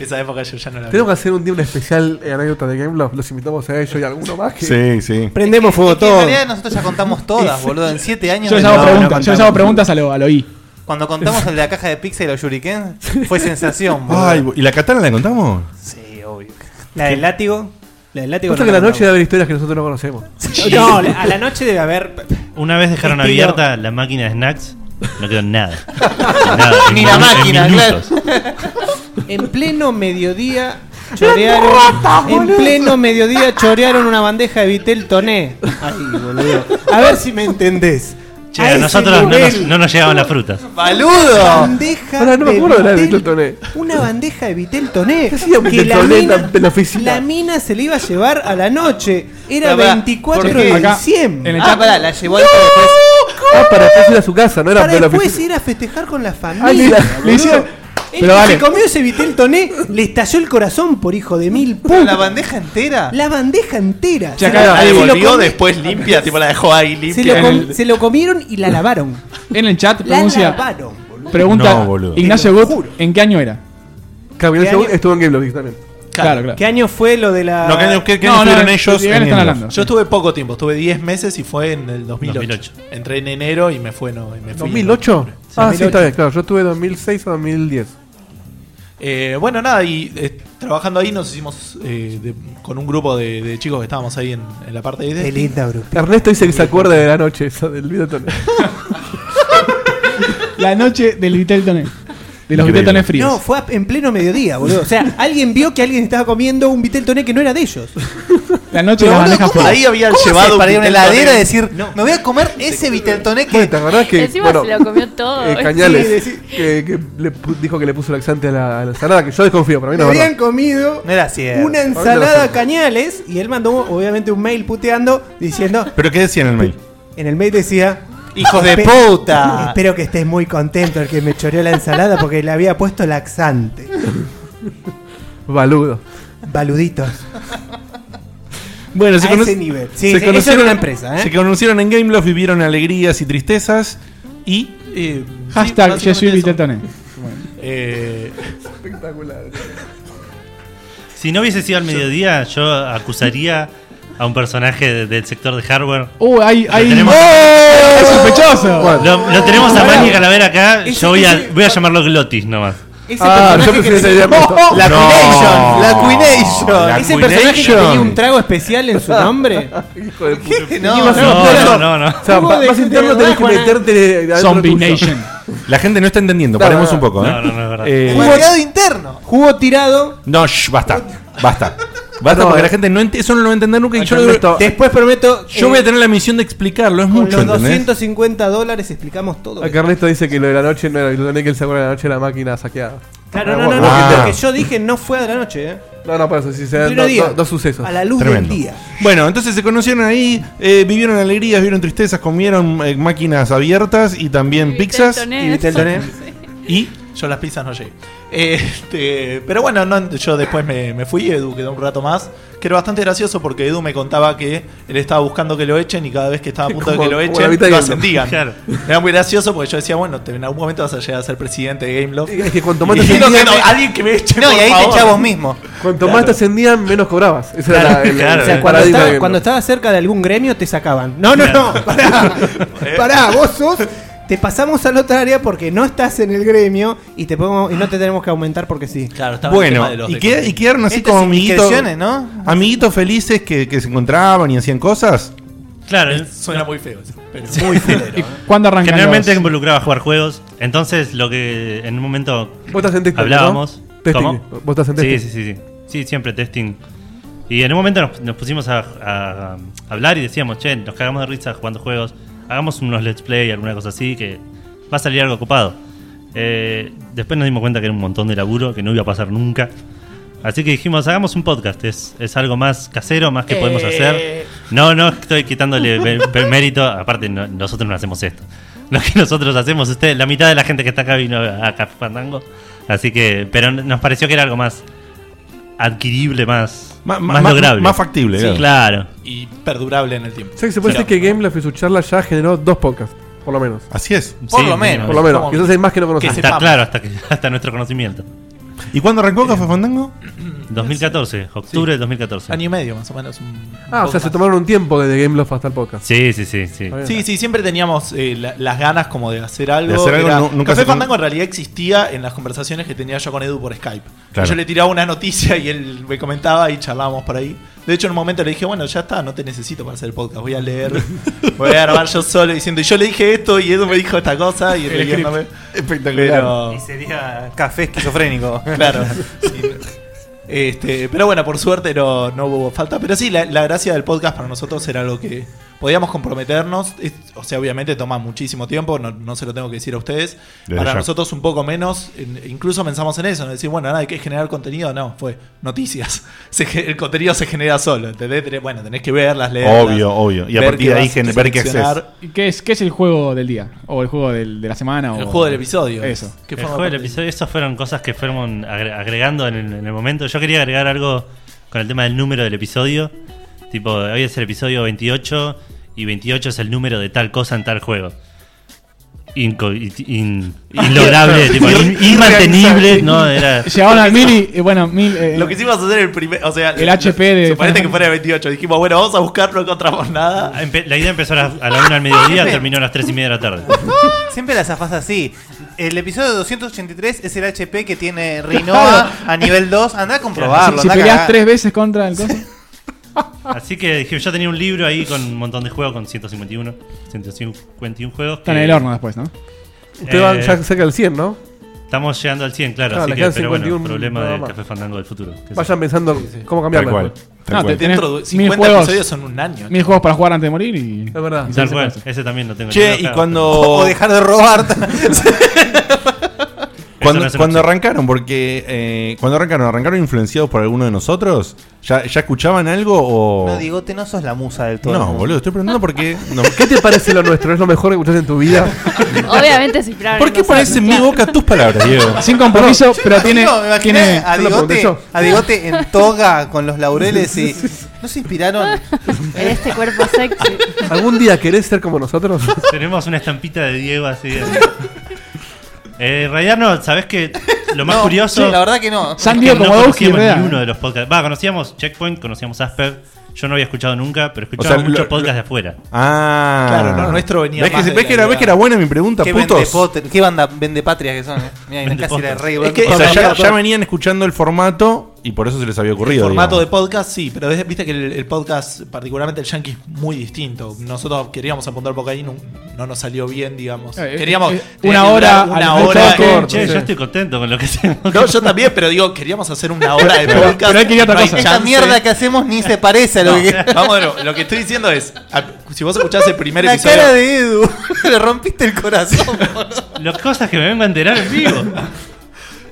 Speaker 10: Esa época yo ya no la vi.
Speaker 6: Tenemos que hacer un día una especial eh, anécdota de GameLoft. Los invitamos a ellos y a alguno más que.
Speaker 3: Sí, sí.
Speaker 7: Prendemos fuego
Speaker 4: Que
Speaker 7: todo.
Speaker 4: En realidad nosotros ya contamos todas, boludo. En 7 años.
Speaker 5: Yo les
Speaker 4: no-
Speaker 5: hago
Speaker 4: no
Speaker 5: preguntas,
Speaker 4: contamos.
Speaker 5: yo les hago preguntas a lo, a lo I.
Speaker 4: Cuando contamos el de la caja de pizza y los shuriken, fue sensación, boludo.
Speaker 3: Ay, ¿Y la katana la contamos?
Speaker 4: Sí, obvio.
Speaker 7: La del látigo. La del látigo.
Speaker 6: Justo
Speaker 7: no
Speaker 6: que la
Speaker 7: la
Speaker 6: noche debe haber historias que nosotros no conocemos.
Speaker 7: contamos. No, la- a la noche debe haber.
Speaker 11: Una vez dejaron
Speaker 7: Estilo-
Speaker 11: abierta la máquina de snacks, no quedó nada. Nada, en
Speaker 4: Ni la
Speaker 11: minu- en
Speaker 4: máquina, claro.
Speaker 11: minutos.
Speaker 7: En pleno mediodía chorearon. en pleno mediodía chorearon una bandeja de vitel toné. Ahí, boludo. A ver si me entendés.
Speaker 11: Che,
Speaker 7: A
Speaker 11: a
Speaker 7: ese
Speaker 11: nosotros no nos,
Speaker 7: nivel.
Speaker 11: no nos llegaban las frutas.
Speaker 4: ¡Baludo!
Speaker 7: Bandeja
Speaker 6: Ahora no me
Speaker 7: de
Speaker 6: acuerdo de la de
Speaker 7: vitel-
Speaker 6: Vitel Toné.
Speaker 7: Una bandeja de vitel toné.
Speaker 6: hacía
Speaker 7: que
Speaker 6: Vitel
Speaker 7: la
Speaker 6: Toné en la-
Speaker 7: mina,
Speaker 6: en la oficina?
Speaker 7: la mina se le iba a llevar a la noche. Era
Speaker 4: Pero pará,
Speaker 7: 24
Speaker 4: ¿por qué?
Speaker 7: de
Speaker 5: Acá,
Speaker 7: diciembre.
Speaker 5: en el
Speaker 4: Ah,
Speaker 5: chat-
Speaker 4: pará, la llevó al después.
Speaker 6: Ah, para después ir a su casa, no era
Speaker 7: para
Speaker 6: de la
Speaker 7: después
Speaker 6: oficina.
Speaker 7: ir a festejar con la
Speaker 6: Ay,
Speaker 7: familia.
Speaker 6: mira,
Speaker 7: boludo.
Speaker 6: le hicieron-
Speaker 7: Él
Speaker 5: Pero
Speaker 7: que
Speaker 5: vale.
Speaker 7: se comió ese vitel toné, le estalló el corazón por hijo de mil putas.
Speaker 4: La bandeja entera.
Speaker 7: La bandeja entera.
Speaker 5: Ya
Speaker 7: Se
Speaker 5: acá
Speaker 7: lo-
Speaker 10: La
Speaker 5: Ahí
Speaker 7: se lo
Speaker 10: devolvió
Speaker 7: comi-
Speaker 10: después limpia, tipo la dejó ahí
Speaker 7: Se
Speaker 10: limpia.
Speaker 7: lo, com-
Speaker 10: El-
Speaker 7: se lo comieron y la lavaron.
Speaker 5: En el chat
Speaker 7: La
Speaker 5: pronuncia,
Speaker 7: lavaron, boludo.
Speaker 5: pregunta
Speaker 3: No, boludo.
Speaker 5: Ignacio Gut, ¿en qué año era?
Speaker 6: Claro, Ignacio
Speaker 7: ¿Qué año?
Speaker 6: estuvo en GameLoft también.
Speaker 10: Claro, claro.
Speaker 7: ¿Qué año fue lo de la.?
Speaker 10: No, ¿qué año- qué- qué
Speaker 7: No,
Speaker 10: año
Speaker 7: no,
Speaker 10: estuvieron
Speaker 7: no,
Speaker 10: ellos
Speaker 7: de- de- de-
Speaker 10: en
Speaker 7: están
Speaker 10: el-
Speaker 7: hablando.
Speaker 10: Yo estuve poco tiempo, estuve 10 meses y fue en el 2008. Entré en enero y me fue no, y me fui en
Speaker 6: ¿2008?
Speaker 10: octubre.
Speaker 6: Ah, sí, está bien, claro. Yo estuve 2006 a 2010.
Speaker 10: Eh, bueno, nada, y eh, trabajando ahí nos hicimos eh, de- con un grupo de, de chicos que estábamos ahí en, en la parte de
Speaker 6: Qué
Speaker 7: linda grupita.
Speaker 6: Ernesto dice que se acuerda de la noche esa del videotón.
Speaker 5: La noche del Viteltoné. De los Viteltoné fríos.
Speaker 7: No, fue a- en pleno mediodía, boludo. O sea, alguien vio que alguien estaba comiendo un vitel toné que no era de ellos.
Speaker 5: La noche
Speaker 7: Pero, boludo,
Speaker 5: de las bandejas
Speaker 7: ¿cómo-
Speaker 5: frías.
Speaker 7: ahí habían ¿Cómo llevado haces un
Speaker 4: para ir a una
Speaker 7: Viteltoné?
Speaker 4: heladera y decir,
Speaker 7: No.
Speaker 4: me voy a comer ese Viteltoné que.
Speaker 6: Bueno, ¿te acordás que,
Speaker 4: Encima
Speaker 6: bueno,
Speaker 4: se lo comió todo.
Speaker 6: eh, Cañales,
Speaker 4: Sí, decí-
Speaker 6: que, que le pu- dijo que le puso laxante a la, a la ensalada, que yo desconfío, para mí
Speaker 7: Le
Speaker 6: no es
Speaker 7: habrían
Speaker 6: verdad.
Speaker 7: comido
Speaker 4: No era cierto.
Speaker 7: una ensalada a cañales y él mandó obviamente un mail puteando diciendo
Speaker 3: ¿Pero qué decía en el mail?
Speaker 7: en el mail decía
Speaker 4: Hijos de
Speaker 7: "Espe-
Speaker 4: puta".
Speaker 7: Espero que estés muy contento el que me choreó la ensalada porque le había puesto laxante.
Speaker 6: Baludo.
Speaker 7: Baluditos.
Speaker 3: Bueno,
Speaker 7: A
Speaker 3: cono-
Speaker 7: ese nivel. Sí,
Speaker 3: se
Speaker 7: sí, eso era una empresa, ¿eh?
Speaker 3: Se conocieron en Game Love, vivieron alegrías y tristezas y. eh,
Speaker 5: Hashtag Yo soy Viteltoné.
Speaker 6: Espectacular.
Speaker 11: Eh, Si no hubiese sido al mediodía, yo acusaría a un personaje de- del sector de hardware.
Speaker 5: Uh, hay.
Speaker 11: Lo
Speaker 5: hay
Speaker 11: tenemos-
Speaker 5: ¡Oh! ¡Es sospechoso!
Speaker 11: Lo, lo tenemos a Manny Calavera acá.
Speaker 5: Ese-
Speaker 11: Yo voy a,
Speaker 5: ese-
Speaker 11: voy a llamarlo Glotis nomás.
Speaker 7: Ese personaje que le- La Quination, la Quination. Ese personaje que tenía un trago especial en su nombre.
Speaker 6: Hijo de puta.
Speaker 7: No,
Speaker 6: Tenía más
Speaker 7: no, no,
Speaker 6: interno.
Speaker 7: no, no.
Speaker 6: O sea,
Speaker 7: Jugo
Speaker 6: más
Speaker 7: de-
Speaker 6: más
Speaker 7: de
Speaker 6: interno
Speaker 7: verdad,
Speaker 6: tenés que
Speaker 7: Juana.
Speaker 6: meterte adentro
Speaker 3: Zombie
Speaker 6: tuyo.
Speaker 3: Nation. La gente no está entendiendo,
Speaker 6: No,
Speaker 3: paremos
Speaker 6: no,
Speaker 3: un poco.
Speaker 6: no,
Speaker 3: ¿eh?
Speaker 6: no, no, es verdad.
Speaker 3: Eh,
Speaker 7: Jugo interno. Jugo tirado.
Speaker 3: No, shh, basta. Basta. Basta
Speaker 7: No,
Speaker 3: porque
Speaker 7: eh.
Speaker 3: la gente no ent- eso no lo va a entender nunca. Y yo,
Speaker 7: Ernesto, después prometo.
Speaker 3: Yo
Speaker 7: eh,
Speaker 3: voy a tener la misión de explicarlo. Es
Speaker 7: Con
Speaker 3: mucho,
Speaker 7: los
Speaker 3: ¿entendés?
Speaker 7: 250 dólares explicamos todo.
Speaker 6: Acá Ernesto dice que lo de la noche no era el que él se acuerda de la noche de la máquina saqueada. Ah,
Speaker 7: Claro,
Speaker 3: Ah,
Speaker 7: no, no, no, lo que yo dije no fue a la noche, ¿eh?
Speaker 6: No, no, por eso, sí, se dan
Speaker 7: Pleno
Speaker 6: dos-
Speaker 7: día,
Speaker 6: dos- dos sucesos.
Speaker 7: A la luz
Speaker 3: Tremendo.
Speaker 7: del día.
Speaker 3: Bueno, entonces se conocieron ahí, eh, vivieron alegrías, vieron tristezas, comieron eh, máquinas abiertas y también pizzas.
Speaker 10: Viteltoné. Y Viteltoné.
Speaker 3: Y
Speaker 10: yo las pizzas no llegué. Este, pero bueno, no, yo después me, me fui, Edu quedó un rato más. Que era bastante gracioso porque Edu me contaba que él estaba buscando que lo echen y cada vez que estaba a punto de
Speaker 6: Como-
Speaker 10: que lo
Speaker 6: como la
Speaker 10: echen,
Speaker 6: mitad de
Speaker 10: lo
Speaker 6: Game Loft.
Speaker 10: ascendían.
Speaker 6: Claro.
Speaker 10: Era muy gracioso porque yo decía, bueno, te- en algún momento vas a llegar a ser presidente de Game Loft.
Speaker 6: Es que cuanto más
Speaker 10: Y
Speaker 6: te
Speaker 10: no, que
Speaker 6: ascendían-
Speaker 10: no, alguien que me eche.
Speaker 4: No, y
Speaker 10: por
Speaker 4: ahí te
Speaker 10: favor.
Speaker 4: echás vos mismo.
Speaker 6: Cuanto
Speaker 10: Claro.
Speaker 6: más te ascendían, menos cobrabas. Ese era la- el,
Speaker 7: O sea,
Speaker 6: el
Speaker 7: cuando,
Speaker 6: paradigma.
Speaker 7: estaba,
Speaker 6: de-
Speaker 7: cuando estabas cerca de algún gremio te sacaban. No, no, no, pará.
Speaker 4: Eh.
Speaker 7: Pará, vos sos. Te pasamos a la otra área porque no estás en el gremio y te podemos, y no te tenemos que aumentar porque sí.
Speaker 10: Claro,
Speaker 3: Bueno, y, qued- y quedaron así como amiguitos.
Speaker 7: ¿no?
Speaker 3: Amiguitos felices que, que se encontraban y hacían cosas.
Speaker 11: Claro,
Speaker 10: suena muy feo. eso, pero-
Speaker 11: Muy
Speaker 10: fulero, ¿eh?
Speaker 5: cuándo arrancan
Speaker 11: Generalmente
Speaker 5: los-
Speaker 11: involucraba jugar juegos. Entonces, lo que en un momento
Speaker 6: Vos estás en testing,
Speaker 11: hablábamos.
Speaker 6: ¿no? Testing. Vos estás en testing.
Speaker 11: Sí, sí, sí, sí. Sí, siempre testing. Y en un momento nos, nos pusimos a, a- a hablar y decíamos, che, nos cagamos de risa jugando juegos. Hagamos unos let's play, alguna cosa así, que va a salir algo ocupado. Eh, después nos dimos cuenta que era un montón de laburo, que no iba a pasar nunca. Así que dijimos, hagamos un podcast, es, es algo más casero, más que podemos
Speaker 10: Eh.
Speaker 11: hacer. No, no estoy quitándole mé- mé- mérito, aparte no- nosotros no hacemos esto. Lo que nosotros hacemos, usted, la mitad de la gente que está acá vino a Café Fandango. Así que, pero n- nos pareció que era algo más adquirible, más,
Speaker 3: Má-
Speaker 11: más
Speaker 3: má-
Speaker 11: lograble.
Speaker 3: más factible,
Speaker 11: Sí,
Speaker 3: claro.
Speaker 11: claro.
Speaker 10: Y perdurable en el tiempo.
Speaker 6: O sea, que se puede
Speaker 10: Pero-
Speaker 6: decir que Game Life y su charla ya generó dos podcasts, por lo menos.
Speaker 3: Así es.
Speaker 10: Por lo menos.
Speaker 6: Por lo menos.
Speaker 10: Como-
Speaker 6: Quizás hay más que no conocemos.
Speaker 11: Hasta, claro, hasta, que- hasta nuestro conocimiento.
Speaker 3: ¿Y cuándo arrancó Café Fandango?
Speaker 11: 2014, octubre de 2014.
Speaker 10: Año y medio, más o menos. un
Speaker 6: Ah, o
Speaker 10: poco
Speaker 6: sea, se tomaron un tiempo desde Game Love hasta el podcast.
Speaker 11: Sí, sí, sí, sí.
Speaker 10: Sí, sí, siempre teníamos eh, la- las ganas como de hacer algo.
Speaker 11: De hacer algo,
Speaker 10: Era-
Speaker 11: nu- nunca
Speaker 10: Café
Speaker 11: se-
Speaker 10: Fandango en realidad existía en las conversaciones que tenía yo con Edu por Skype.
Speaker 11: Claro.
Speaker 10: Yo le tiraba una noticia y él me comentaba y charlábamos por ahí. De hecho, en un momento le dije, bueno, ya está, no te necesito para hacer el podcast, voy a leer, voy a grabar yo solo diciendo, y yo le dije esto y Edu me dijo esta cosa y
Speaker 4: El
Speaker 10: riéndome. Pero-
Speaker 4: Y sería café esquizofrénico.
Speaker 10: Claro. Sí. Este, pero bueno, por suerte no, no hubo falta. Pero sí, la, la gracia del podcast para nosotros era algo que podíamos comprometernos. Es- o sea, obviamente toma muchísimo tiempo, no, no se lo tengo que decir a ustedes.
Speaker 3: Desde
Speaker 10: para
Speaker 3: ya.
Speaker 10: nosotros un poco menos. En- incluso pensamos en eso, en decir, bueno, nada, hay que generar contenido. No, fue noticias. Se ge- el contenido se genera solo. ¿entendés? Tenés- Bueno, tenés que verlas, leerlas.
Speaker 3: Obvio, obvio. Y a partir de ahí gener- ver qué haces.
Speaker 5: ¿Qué es, ¿Qué es el juego del día? ¿O el juego del- de la semana? o-
Speaker 11: El juego del episodio.
Speaker 5: Eso.
Speaker 3: Eh,
Speaker 11: el juego del episodio. Esas fueron cosas que fueron agre- agregando en el, en el momento. Yo quería agregar algo con el tema del número del episodio. Tipo, hoy es el episodio 28 y 28 es el número de tal cosa en tal juego. inco- in- inlograble, tipo, in- inmantenible. No, era.
Speaker 5: Llegaban al mil y, eh, bueno, mil. eh,
Speaker 10: Lo que hicimos hacer el primer. O sea,
Speaker 5: El HP de
Speaker 10: Parece
Speaker 5: Final
Speaker 10: que fuera de 28. Dijimos, bueno, vamos a buscarlo, no encontramos nada.
Speaker 11: Empe- La idea empezó a las- a la 1 del mediodía, terminó a las 3 y media de la tarde.
Speaker 4: Siempre las afas así. El episodio 283 es el HP que tiene Rinoa a nivel 2. Anda a comprobarlo.
Speaker 5: eh, si si
Speaker 4: anda a
Speaker 5: peleás
Speaker 4: cagar.
Speaker 5: tres veces contra el coso.
Speaker 11: Así que dije, yo tenía un libro ahí con un montón de juegos, con 151, 151 juegos.
Speaker 5: Está en
Speaker 11: que- Eh,
Speaker 5: el horno después, ¿no?
Speaker 6: Ustedes van ya cerca del 100, ¿no?
Speaker 11: Estamos llegando al 100, claro.
Speaker 6: Claro,
Speaker 11: así
Speaker 6: le
Speaker 11: que,
Speaker 6: quedan
Speaker 11: pero bueno,
Speaker 6: 51
Speaker 11: problema del
Speaker 6: nada más.
Speaker 11: Café Fandango del futuro. qué sé
Speaker 6: Vayan
Speaker 11: yo.
Speaker 6: pensando cómo cambiarlo.
Speaker 11: Tal cual.
Speaker 10: Dentro de 50 episodios son un año.
Speaker 5: Mil juegos para jugar antes de morir y. Es
Speaker 11: verdad. Tal cual, ese también lo tengo.
Speaker 3: Che, y cuando- O dejar de robar. Cuando, cuando arrancaron, porque eh, cuando arrancaron, ¿arrancaron influenciados por alguno de nosotros? ¿Ya, ya escuchaban algo o.?
Speaker 4: No, Digote, no sos la musa del todo.
Speaker 3: No, boludo, estoy preguntando por qué.
Speaker 6: ¿Qué te parece lo nuestro? ¿Es lo mejor que escuchaste en tu vida?
Speaker 8: Obviamente sí, claro.
Speaker 3: ¿Por qué pones en mi boca tus palabras, Diego?
Speaker 5: Sin compromiso, pero
Speaker 4: Yo
Speaker 5: tiene.
Speaker 4: me imaginé
Speaker 5: tiene
Speaker 4: a, Digote, a Digote en toga con los laureles y. ¿No se inspiraron?
Speaker 8: En este cuerpo sexy.
Speaker 6: ¿Algún día querés ser como nosotros?
Speaker 11: Tenemos una estampita de Diego así. de- Eh, Rayar, no, ¿sabés que Lo más
Speaker 4: No,
Speaker 11: curioso.
Speaker 4: sí, la verdad que no. San
Speaker 11: es
Speaker 4: Diego
Speaker 11: que no
Speaker 4: como Doki,
Speaker 11: conocíamos
Speaker 4: Rayar.
Speaker 11: ni uno de los podcasts. Va, conocíamos Checkpoint, conocíamos Asper. Yo no había escuchado nunca, pero escuchaba
Speaker 3: O sea,
Speaker 11: muchos
Speaker 3: lo-
Speaker 11: podcasts de afuera.
Speaker 3: Ah.
Speaker 11: Claro, lo nuestro venía
Speaker 3: ¿Ves que,
Speaker 11: más
Speaker 3: se-
Speaker 11: de
Speaker 3: ves
Speaker 11: la
Speaker 3: que era, ves
Speaker 11: idea.
Speaker 3: que era buena mi pregunta,
Speaker 4: ¿Qué vende,
Speaker 3: putos?
Speaker 4: potter- ¿Qué banda vende patria que son? eh? Mirá, casi la rey.
Speaker 10: Es que-
Speaker 3: o sea, ya,
Speaker 10: Porque-
Speaker 3: ya venían escuchando el formato y por eso se les había ocurrido.
Speaker 10: El
Speaker 3: digamos.
Speaker 10: formato de podcast, sí, pero es- viste que el, el podcast, particularmente el Yankee, es muy distinto. Nosotros queríamos apuntar por ahí, no, no nos salió bien, digamos.
Speaker 11: Eh, eh,
Speaker 10: Queríamos.
Speaker 11: eh,
Speaker 10: teníamos
Speaker 11: una
Speaker 10: que
Speaker 11: hora
Speaker 10: durar Una
Speaker 11: al
Speaker 10: hora.
Speaker 11: toque,
Speaker 10: corto,
Speaker 11: che,
Speaker 10: sí.
Speaker 11: yo estoy contento con lo que hacemos.
Speaker 10: No, yo también, pero digo, queríamos hacer una hora de
Speaker 11: Pero-
Speaker 10: podcast.
Speaker 11: pero hay que ir a otra
Speaker 10: no hay
Speaker 11: cosa.
Speaker 4: Esta
Speaker 10: chance.
Speaker 4: mierda que hacemos ni se parece a lo
Speaker 10: No,
Speaker 4: que.
Speaker 10: Vamos de nuevo, lo que estoy diciendo es, al- si vos escuchás el primer
Speaker 4: La
Speaker 10: episodio.
Speaker 4: cara de Edu. Le rompiste el corazón.
Speaker 11: Las cosas que me vengo a enterar en vivo.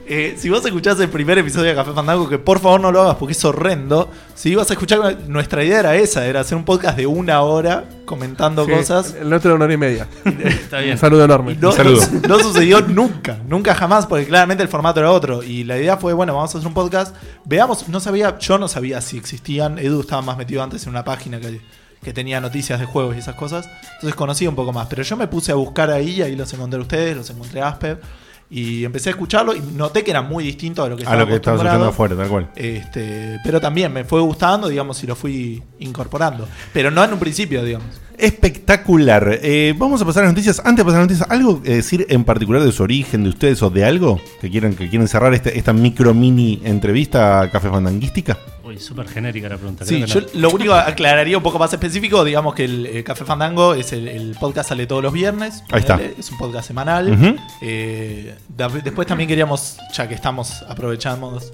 Speaker 10: Eh, si vos escuchás el primer episodio de Café Fandango, que por favor no lo hagas porque es horrendo. Si ibas a escuchar, nuestra idea era esa, era hacer un podcast de una hora comentando
Speaker 6: Sí,
Speaker 10: cosas.
Speaker 6: El otro era una hora y media.
Speaker 10: Está
Speaker 6: Un saludo enorme.
Speaker 10: Y No, no- no sucedió nunca, nunca jamás, porque claramente el formato era otro. Y la idea fue, bueno, vamos a hacer un podcast. Veamos, no sabía, yo no sabía si existían. Edu estaba más metido antes en una página que, que tenía noticias de juegos y esas cosas. Entonces conocía un poco más. Pero yo me puse a buscar ahí, ahí los encontré a ustedes, los encontré a Asper. Y empecé a escucharlo y noté que era muy distinto a lo que
Speaker 3: A
Speaker 10: estaba
Speaker 3: lo que estabas escuchando
Speaker 10: acostumbrado.
Speaker 3: afuera, tal cual.
Speaker 10: Este, pero también me fue gustando, digamos, y lo fui incorporando. Pero no en un principio, digamos.
Speaker 3: Espectacular. Eh, vamos a pasar a las noticias. Antes de pasar a las noticias, ¿algo que decir en particular de su origen, de ustedes o de algo que quieran, que quieran cerrar este- esta micro mini entrevista café fandanguística?
Speaker 11: Uy, súper genérica la pregunta.
Speaker 10: Sí,
Speaker 11: creo que
Speaker 10: yo
Speaker 11: no.
Speaker 10: lo único aclararía un poco más específico, digamos que el eh, Café Fandango es el, el podcast sale todos los viernes.
Speaker 3: Ahí está.
Speaker 10: Es un podcast semanal.
Speaker 3: Ujú.
Speaker 10: Eh, da- después también queríamos, ya que estamos, aprovechamos,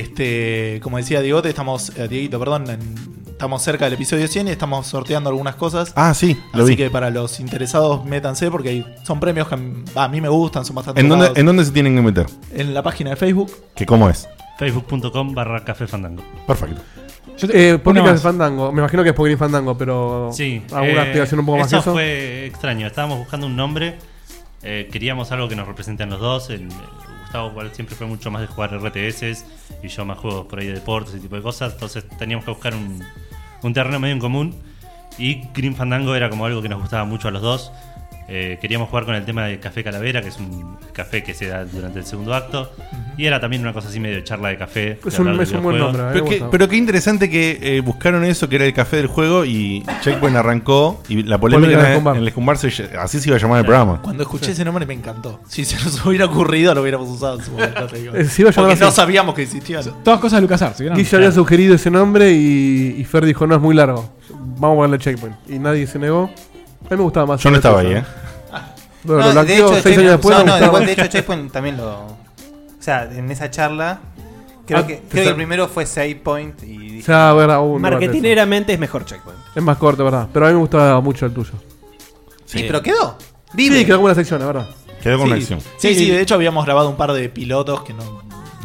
Speaker 10: este, como decía Diegote, estamos, eh, Dieguito, perdón, en- estamos cerca del episodio 100 y estamos sorteando algunas cosas.
Speaker 3: Ah, sí, lo
Speaker 10: Así
Speaker 3: vi.
Speaker 10: que para los interesados, métanse porque hay- son premios que a mí- a mí me gustan, son bastante
Speaker 3: ¿En dónde,
Speaker 10: jugados.
Speaker 3: ¿En dónde se tienen que meter?
Speaker 10: en la página de Facebook.
Speaker 3: ¿Que cómo es?
Speaker 11: Facebook.com barra Café Fandango.
Speaker 3: Perfecto.
Speaker 6: Eh, ¿Por qué
Speaker 11: Uno
Speaker 6: Café
Speaker 11: más.
Speaker 6: Fandango? Me imagino que es Pokémon Fandango, pero.
Speaker 11: Sí.
Speaker 6: ¿Alguna
Speaker 11: eh,
Speaker 6: explicación un poco más que eso?
Speaker 11: fue extraño. Estábamos buscando un nombre. eh, queríamos algo que nos representen los dos. El- Gustavo igual siempre fue mucho más de jugar RTS y yo más juegos por ahí de deportes y tipo de cosas. Entonces teníamos que buscar un, un terreno medio en común. Y Green Fandango era como algo que nos gustaba mucho a los dos. Eh, queríamos jugar con el tema de Café Calavera, que es un café que se da durante el segundo acto. Y era también una cosa así medio de charla de café. de hablar de videojuegos.
Speaker 3: Pero, que- pero qué interesante que eh, buscaron eso, que era el café del juego, y Checkpoint arrancó. Y la polémica
Speaker 10: Polémica
Speaker 3: era
Speaker 10: en el
Speaker 3: en
Speaker 10: Escumbar.
Speaker 3: el escumbar, se- así se iba a llamar el programa.
Speaker 10: Cuando escuché ese nombre me encantó. Si se nos hubiera ocurrido, lo hubiéramos usado en su momento. te digo.
Speaker 6: Eh, sí, iba a llamar
Speaker 10: Porque
Speaker 6: así.
Speaker 10: no sabíamos que existían.
Speaker 5: Todas cosas de LucasArts, ¿vieron?
Speaker 6: Guille había sugerido ese nombre y, y Fer dijo: No, es muy largo. Vamos a ponerle checkpoint. Y nadie se negó. A mí me gustaba más.
Speaker 3: Yo no estaba ahí, ¿eh?
Speaker 6: No,
Speaker 4: No,
Speaker 6: lo activo seis
Speaker 4: Checkpoint-
Speaker 6: años después.
Speaker 4: no,
Speaker 6: me
Speaker 4: no,
Speaker 6: gustaba
Speaker 4: igual,
Speaker 6: más.
Speaker 4: de hecho, Checkpoint también lo. O sea, en esa charla. Creo,
Speaker 6: Ah,
Speaker 4: que,
Speaker 6: te
Speaker 4: creo que
Speaker 6: sal-
Speaker 4: el primero fue Save Point y dije,
Speaker 6: Ya, verdad, hubo un debate
Speaker 7: Marketineramente es mejor Checkpoint.
Speaker 6: eso. Es más corto, ¿verdad? Pero a mí me gustaba mucho el tuyo.
Speaker 4: Sí, pero quedó.
Speaker 6: Sí, quedó como una sección, la verdad.
Speaker 3: Quedó
Speaker 10: sí.
Speaker 3: con una acción.
Speaker 10: Sí, sí, de hecho habíamos grabado un par de pilotos que no, no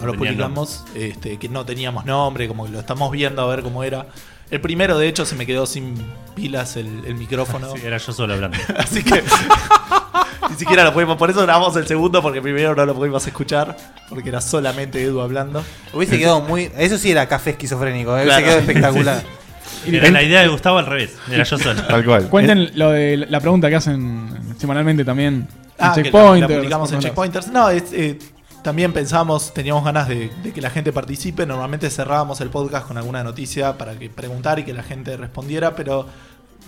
Speaker 10: los
Speaker 11: Tenían
Speaker 10: publicamos, este, que no teníamos nombre, como que lo estamos viendo a ver cómo era. El primero, de hecho, se me quedó sin pilas el, el micrófono.
Speaker 11: Sí, era yo solo hablando.
Speaker 10: Así que ni siquiera lo pudimos. Por eso grabamos el segundo, porque primero no lo pudimos escuchar, porque era solamente Edu hablando.
Speaker 4: Hubiese quedado muy. Eso sí era café esquizofrénico. eh, Hubiese
Speaker 10: Claro.
Speaker 4: quedado espectacular.
Speaker 11: Era la idea de Gustavo al revés. Era yo solo.
Speaker 5: Cuenten lo de la pregunta que hacen semanalmente también. eh,
Speaker 10: Ah, que la-
Speaker 5: checkpointers,
Speaker 10: la publicamos en
Speaker 5: cosas.
Speaker 10: Checkpointers. No, es, eh, también pensábamos, teníamos ganas de, de que la gente participe. Normalmente cerrábamos el podcast con alguna noticia para que preguntar y que la gente respondiera, pero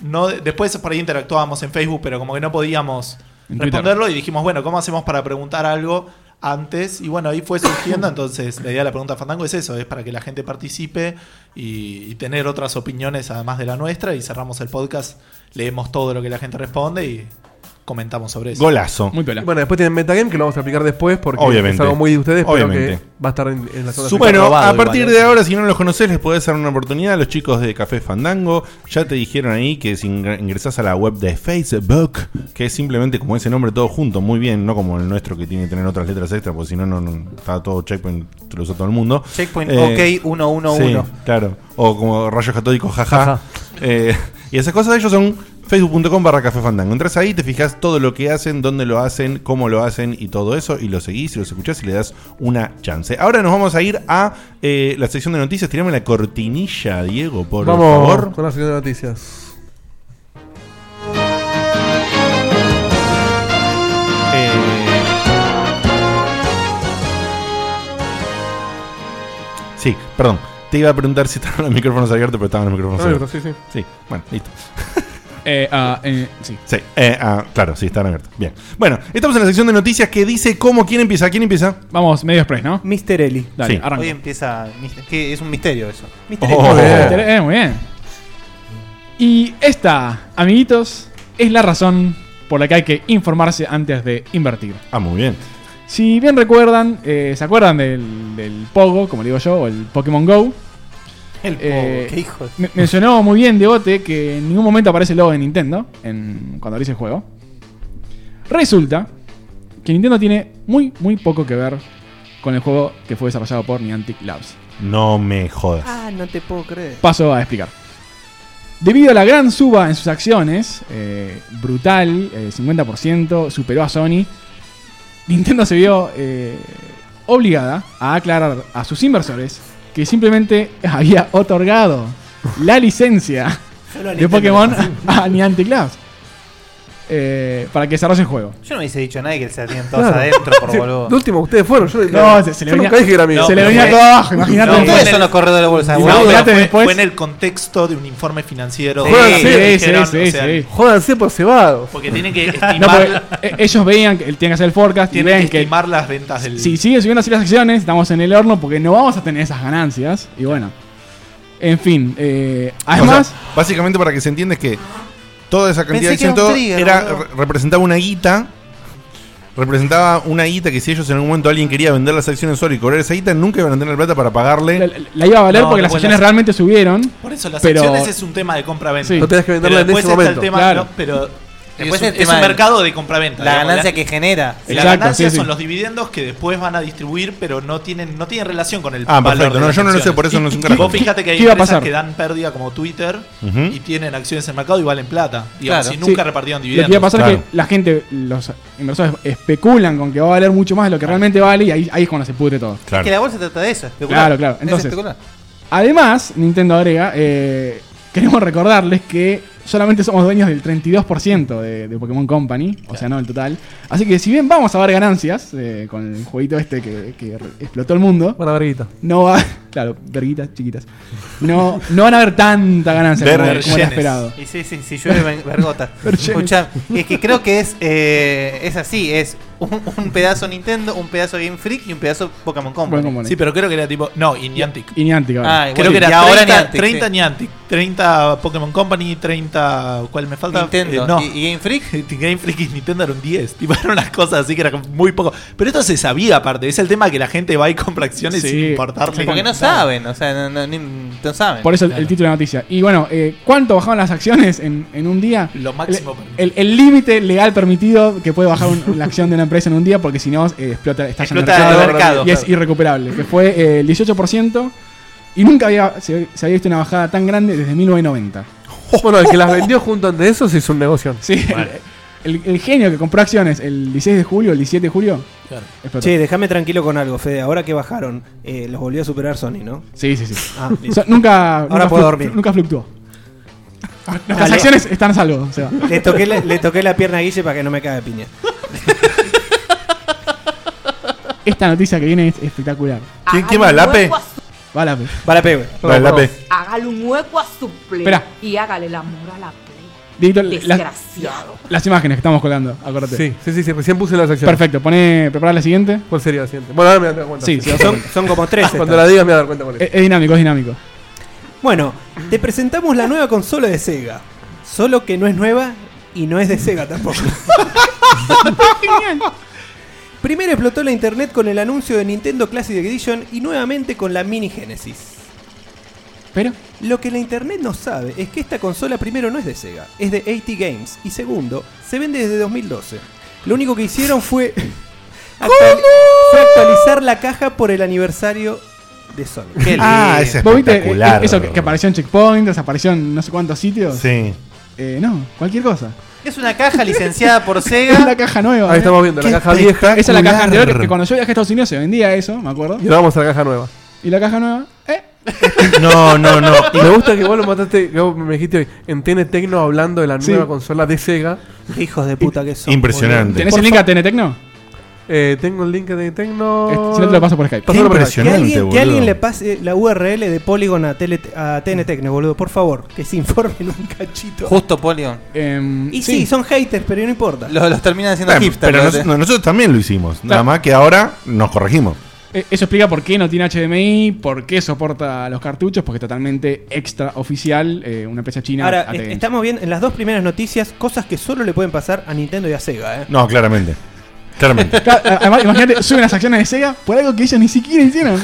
Speaker 10: no después por ahí interactuábamos en Facebook, pero como que no podíamos
Speaker 5: En Twitter.
Speaker 10: responderlo y dijimos, bueno, ¿cómo hacemos para preguntar algo antes? Y bueno, ahí fue surgiendo, entonces la idea de la pregunta Fandango es eso, es para que la gente participe y, y tener otras opiniones además de la nuestra y cerramos el podcast, leemos todo lo que la gente responde y comentamos sobre eso.
Speaker 6: Bueno, después tienen Metagame que lo vamos a aplicar después porque
Speaker 3: Obviamente.
Speaker 6: es algo muy de ustedes,
Speaker 3: Obviamente.
Speaker 6: pero que va a estar en, en la zona
Speaker 3: bueno, a partir
Speaker 4: ¿eh?
Speaker 3: de ahora, si no los conocés, les podés dar una oportunidad a los chicos de Café Fandango. Ya te dijeron ahí que si ingre- ingresás a la web de Facebook, que es simplemente como ese nombre todo junto, muy bien, no como el nuestro que tiene que tener otras letras extra, porque si no, no, no, está todo checkpoint, te lo usa todo el mundo.
Speaker 4: Checkpoint,
Speaker 3: Eh,
Speaker 4: OK, 111.
Speaker 3: sí, claro. O como rayos catódicos, jaja.
Speaker 4: Ajá.
Speaker 3: Eh, y esas cosas de ellos son facebook.com barra café fandango. Entrás ahí, te fijas todo lo que hacen, dónde lo hacen, cómo lo hacen y todo eso. Y lo seguís y los escuchás y le das una chance. Ahora nos vamos a ir a eh, la sección de noticias. Tirame la cortinilla, Diego, por
Speaker 6: Vamos
Speaker 3: favor.
Speaker 6: con la sección de noticias.
Speaker 3: Eh, Sí, perdón. Te iba a preguntar si estaban los micrófonos abiertos, pero estaban los micrófonos
Speaker 6: Estaban
Speaker 3: abiertos.
Speaker 6: abiertos,
Speaker 3: sí. bueno, listo.
Speaker 5: Eh, ah, eh, sí.
Speaker 3: Sí, eh, ah, claro, sí, están abiertos. Bien. Bueno, estamos en la sección de noticias que dice cómo, quién empieza, quién empieza.
Speaker 5: Vamos, medio express, ¿no?
Speaker 7: Mister Eli.
Speaker 5: Dale, arranca.
Speaker 4: Hoy empieza. Que es un misterio eso. Mister
Speaker 3: Oh.
Speaker 5: Muy
Speaker 4: Eli.
Speaker 5: bien. Eh, muy bien. Y esta, amiguitos, es la razón por la que hay que informarse antes de invertir.
Speaker 3: Ah, muy bien.
Speaker 5: Si bien recuerdan, eh, ¿se acuerdan del, del Pogo, como le digo yo, o el Pokémon Go?
Speaker 4: El Pogo,
Speaker 5: Eh,
Speaker 4: qué hijo de-
Speaker 5: me- mencionó muy bien Diegote que en ningún momento aparece el logo de Nintendo en, cuando abrís el juego. Resulta que Nintendo tiene muy, muy poco que ver con el juego que fue desarrollado por Niantic Labs.
Speaker 3: No me jodas.
Speaker 7: Ah, no te puedo creer.
Speaker 5: Paso a explicar. Debido a la gran suba en sus acciones, eh, brutal, eh, 50%, superó a Sony, Nintendo se vio eh, obligada a aclarar a sus inversores que simplemente había otorgado la licencia
Speaker 4: Solo a
Speaker 5: de
Speaker 4: Nintendo
Speaker 5: Pokémon
Speaker 4: le pasa.
Speaker 5: a Niantic Labs eh, para que desarrolle el juego.
Speaker 4: Yo no hubiese dicho a nadie que se la tienen todos
Speaker 5: Claro.
Speaker 4: adentro por boludo.
Speaker 5: De último, ustedes fueron, yo-
Speaker 6: No, se- se le yo venía- nunca dije que era mío.
Speaker 5: se le venía
Speaker 4: porque-
Speaker 5: todo abajo, imagínate.
Speaker 4: No, ustedes
Speaker 5: Ustedes-
Speaker 4: son los corredores de bolsa.
Speaker 10: No,
Speaker 4: boludo.
Speaker 10: pero
Speaker 4: Mirate
Speaker 10: fue,
Speaker 4: después.
Speaker 10: fue en el contexto de un informe financiero.
Speaker 5: Sí,
Speaker 10: donde
Speaker 5: sí,
Speaker 10: dijeron,
Speaker 5: sí,
Speaker 10: o
Speaker 5: sí,
Speaker 10: sea,
Speaker 5: sí.
Speaker 6: Jódanse por cebados.
Speaker 10: Porque tienen que
Speaker 5: No, porque,
Speaker 10: estimar,
Speaker 5: eh, ellos veían que tienen que hacer el forecast y
Speaker 10: tienen que
Speaker 5: ven que
Speaker 10: estimar las ventas del.
Speaker 5: si siguen subiendo así las acciones, estamos en el horno porque no vamos a tener esas ganancias. Y bueno. En fin, eh,
Speaker 3: O
Speaker 5: además.
Speaker 3: sea, básicamente para que se entienda es que toda esa cantidad de
Speaker 5: Pensé que
Speaker 3: acción
Speaker 5: era un
Speaker 3: todo
Speaker 5: trigger,
Speaker 3: era,
Speaker 5: boludo.
Speaker 3: re- representaba una guita. Representaba una guita que si ellos en algún momento alguien quería vender las acciones solo y cobrar esa guita, nunca iban a tener plata para pagarle. La,
Speaker 5: iba a valer porque pues las acciones realmente subieron.
Speaker 10: Por eso las
Speaker 5: pero-
Speaker 10: acciones es un tema de compra-venta.
Speaker 5: Sí. No tenés que venderla
Speaker 10: Pero
Speaker 5: en
Speaker 10: después
Speaker 5: ese
Speaker 10: está
Speaker 5: momento.
Speaker 10: El tema,
Speaker 5: Claro.
Speaker 10: no, pero
Speaker 4: Después
Speaker 10: es, un-
Speaker 4: el tema
Speaker 10: es un
Speaker 4: del-
Speaker 10: mercado de compra-venta.
Speaker 4: la
Speaker 10: digamos,
Speaker 4: ganancia que genera.
Speaker 10: La
Speaker 4: Exacto,
Speaker 10: ganancia
Speaker 4: sí, sí.
Speaker 10: son los dividendos que después van a distribuir, pero no tienen, no tienen relación con el
Speaker 3: Ah,
Speaker 10: valor
Speaker 3: perfecto.
Speaker 10: de
Speaker 3: No,
Speaker 10: las
Speaker 3: yo no lo sé,
Speaker 10: acciones.
Speaker 3: por eso no es un
Speaker 10: Y-
Speaker 3: carajo.
Speaker 10: Vos fíjate que hay
Speaker 3: ¿Qué iba a
Speaker 10: empresas
Speaker 3: pasar?
Speaker 10: que dan pérdida como Twitter
Speaker 3: Ujú.
Speaker 10: y tienen acciones en el mercado y valen plata. Digamos,
Speaker 5: Claro.
Speaker 10: y nunca
Speaker 5: Sí.
Speaker 10: repartieron
Speaker 5: Lo
Speaker 10: dividendos.
Speaker 5: que iba a pasar es que la gente, los inversores especulan con que va a valer mucho más de lo que realmente vale y ahí, ahí es cuando se pudre todo.
Speaker 4: Es que la bolsa trata de eso. especular.
Speaker 5: Claro, claro.
Speaker 4: Es
Speaker 5: Entonces,
Speaker 4: especular.
Speaker 5: además, Nintendo agrega, eh, queremos recordarles que solamente somos dueños del 32% de, de Pokémon Company, o sea, no del total. Así que si bien vamos a ver ganancias eh, con el jueguito este que, que re- explotó el mundo.
Speaker 6: Buena verguita.
Speaker 5: No va, claro, verguitas chiquitas. No, no van a haber tanta ganancia como, como era
Speaker 4: Vergenes.
Speaker 5: esperado.
Speaker 4: Y sí, sí, sí, llueve ven- vergota.
Speaker 5: Vergenes.
Speaker 4: Escucha, es que creo que es eh, es así, es un, un pedazo Nintendo, un pedazo Game Freak y un pedazo Pokémon Company.
Speaker 10: Sí, pero creo que era tipo. No, y Niantic.
Speaker 5: Y Niantic ahora.
Speaker 4: Ah,
Speaker 10: Creo
Speaker 4: y
Speaker 10: que era
Speaker 4: ahora
Speaker 10: 30,
Speaker 4: Niantic,
Speaker 10: 30
Speaker 4: sí.
Speaker 10: Niantic, 30 Pokémon Company, 30. Ah, ¿Cuál me falta? Eh,
Speaker 4: Nintendo.
Speaker 10: no.
Speaker 4: ¿Y- Game Freak?
Speaker 10: Game Freak y Nintendo eran 10. Tipo, eran unas cosas así que era muy poco. Pero esto se sabía aparte. Es el tema que la gente va y compra acciones
Speaker 5: Sí.
Speaker 10: sin importarle.
Speaker 4: Porque no saben, o sea, no, no- ni- no saben.
Speaker 5: Por eso el- el título de la noticia. Y bueno, eh, ¿cuánto bajaron las acciones en, en un día? Lo máximo. El el límite legal permitido que puede bajar un- la acción de una empresa en un día, porque si no, eh, explota, está
Speaker 4: Explota el mercado,
Speaker 5: y es
Speaker 4: claro.
Speaker 5: irrecuperable. Que fue eh, el 18%. Y nunca había, se, se había visto una bajada tan grande desde 1990.
Speaker 6: Bueno, el que las vendió junto ante eso se hizo un negocio.
Speaker 5: Sí. El, el genio que compró acciones el 16 de julio, el 17 de julio. explotó.
Speaker 7: Che, déjame tranquilo con algo, Fede. Ahora que bajaron, eh, los volvió a superar Sony, ¿no?
Speaker 5: Sí, sí, sí.
Speaker 7: Ah,
Speaker 5: O
Speaker 7: listo.
Speaker 5: sea, nunca,
Speaker 7: Ahora
Speaker 5: nunca
Speaker 7: puedo
Speaker 5: fluc-
Speaker 7: dormir.
Speaker 5: Nunca fluctuó. Las
Speaker 7: Dale.
Speaker 5: acciones están a salvo. o sea.
Speaker 7: Le toqué, la, le toqué la pierna a Guille para que no me caiga piña.
Speaker 5: Esta noticia que viene es espectacular.
Speaker 3: ¿Quién- quién va, Lape?
Speaker 9: hueco a su-
Speaker 5: Va Lape.
Speaker 7: Va Lape, güey.
Speaker 3: Va, Lape.
Speaker 9: Hágale un hueco a su play
Speaker 5: Esperá.
Speaker 9: y hágale el amor a la play.
Speaker 5: Dieguito, la-
Speaker 9: Desgraciado.
Speaker 5: las imágenes que estamos colgando, acuérdate.
Speaker 6: Sí, sí, sí, sí, recién puse las acciones.
Speaker 5: Perfecto, pone, prepara la siguiente.
Speaker 6: ¿Cuál sería la siguiente? Bueno, ahora me voy a dar cuenta.
Speaker 5: Sí, sí,
Speaker 6: Son- son como tres Cuando estas. la digas me voy a dar cuenta cuál es.
Speaker 5: Es, es dinámico, es dinámico.
Speaker 7: Bueno, te presentamos la nueva consola de Sega. Solo que no es nueva y no es de Sega tampoco. Primero explotó la internet con el anuncio de Nintendo Classic Edition y nuevamente con la Mini Genesis.
Speaker 5: Pero
Speaker 7: lo que la internet no sabe es que esta consola primero no es de Sega, es de AT Games y segundo, se vende desde 2012. Lo único que hicieron fue actual- fue actualizar la caja por el aniversario de Sonic.
Speaker 5: Ah, ¿Vos viste, eh, eh, eso que, que apareció en Checkpoint, desapareció en no sé cuántos sitios?
Speaker 3: Sí.
Speaker 5: Eh, no, cualquier cosa.
Speaker 4: Es una caja licenciada por Sega.
Speaker 5: Es la caja nueva.
Speaker 6: Ahí
Speaker 5: ¿eh?
Speaker 6: estamos viendo, la Qué caja vieja.
Speaker 5: Esa es la caja
Speaker 6: espectacular.
Speaker 5: anterior que, que cuando yo viajé a Estados Unidos se vendía eso, me acuerdo.
Speaker 6: Y ahora vamos a la caja nueva.
Speaker 5: ¿Y la caja nueva?
Speaker 3: No, no, no.
Speaker 6: Me gusta que vos lo mataste, que vos me dijiste hoy, en TN Tecno hablando de la
Speaker 5: Sí.
Speaker 6: nueva consola de Sega.
Speaker 7: Hijos de puta que son.
Speaker 3: Impresionante.
Speaker 5: ¿Tenés el link a TN Tecno?
Speaker 6: Eh, tengo el link de Tecno.
Speaker 5: Eh, si no te lo paso por Skype.
Speaker 6: Pásalo por
Speaker 7: Que
Speaker 6: Skype.
Speaker 7: alguien- que alguien, le pase la URL de Polygon a, tele, a TN Tecno, boludo, por favor, que se informen un cachito.
Speaker 4: Justo Polion.
Speaker 5: Em,
Speaker 7: Y sí, son haters, pero no importa.
Speaker 4: Los, los terminan haciendo
Speaker 3: Bueno,
Speaker 4: hipster.
Speaker 3: pero
Speaker 4: ¿no?
Speaker 3: nos- no, nosotros también lo hicimos. Nada
Speaker 5: Claro.
Speaker 3: más que ahora nos corregimos.
Speaker 5: Eh, Eso explica por qué no tiene HDMI, por qué soporta los cartuchos, porque es totalmente extra oficial eh, una empresa china.
Speaker 7: Ahora,
Speaker 5: AT.
Speaker 7: eh, estamos bien en las dos primeras noticias, cosas que solo le pueden pasar a Nintendo y a Sega, ¿eh?
Speaker 3: No, claramente. Claramente.
Speaker 5: Claro, Además, imagínate, suben las acciones de Sega por algo que ellos ni siquiera hicieron.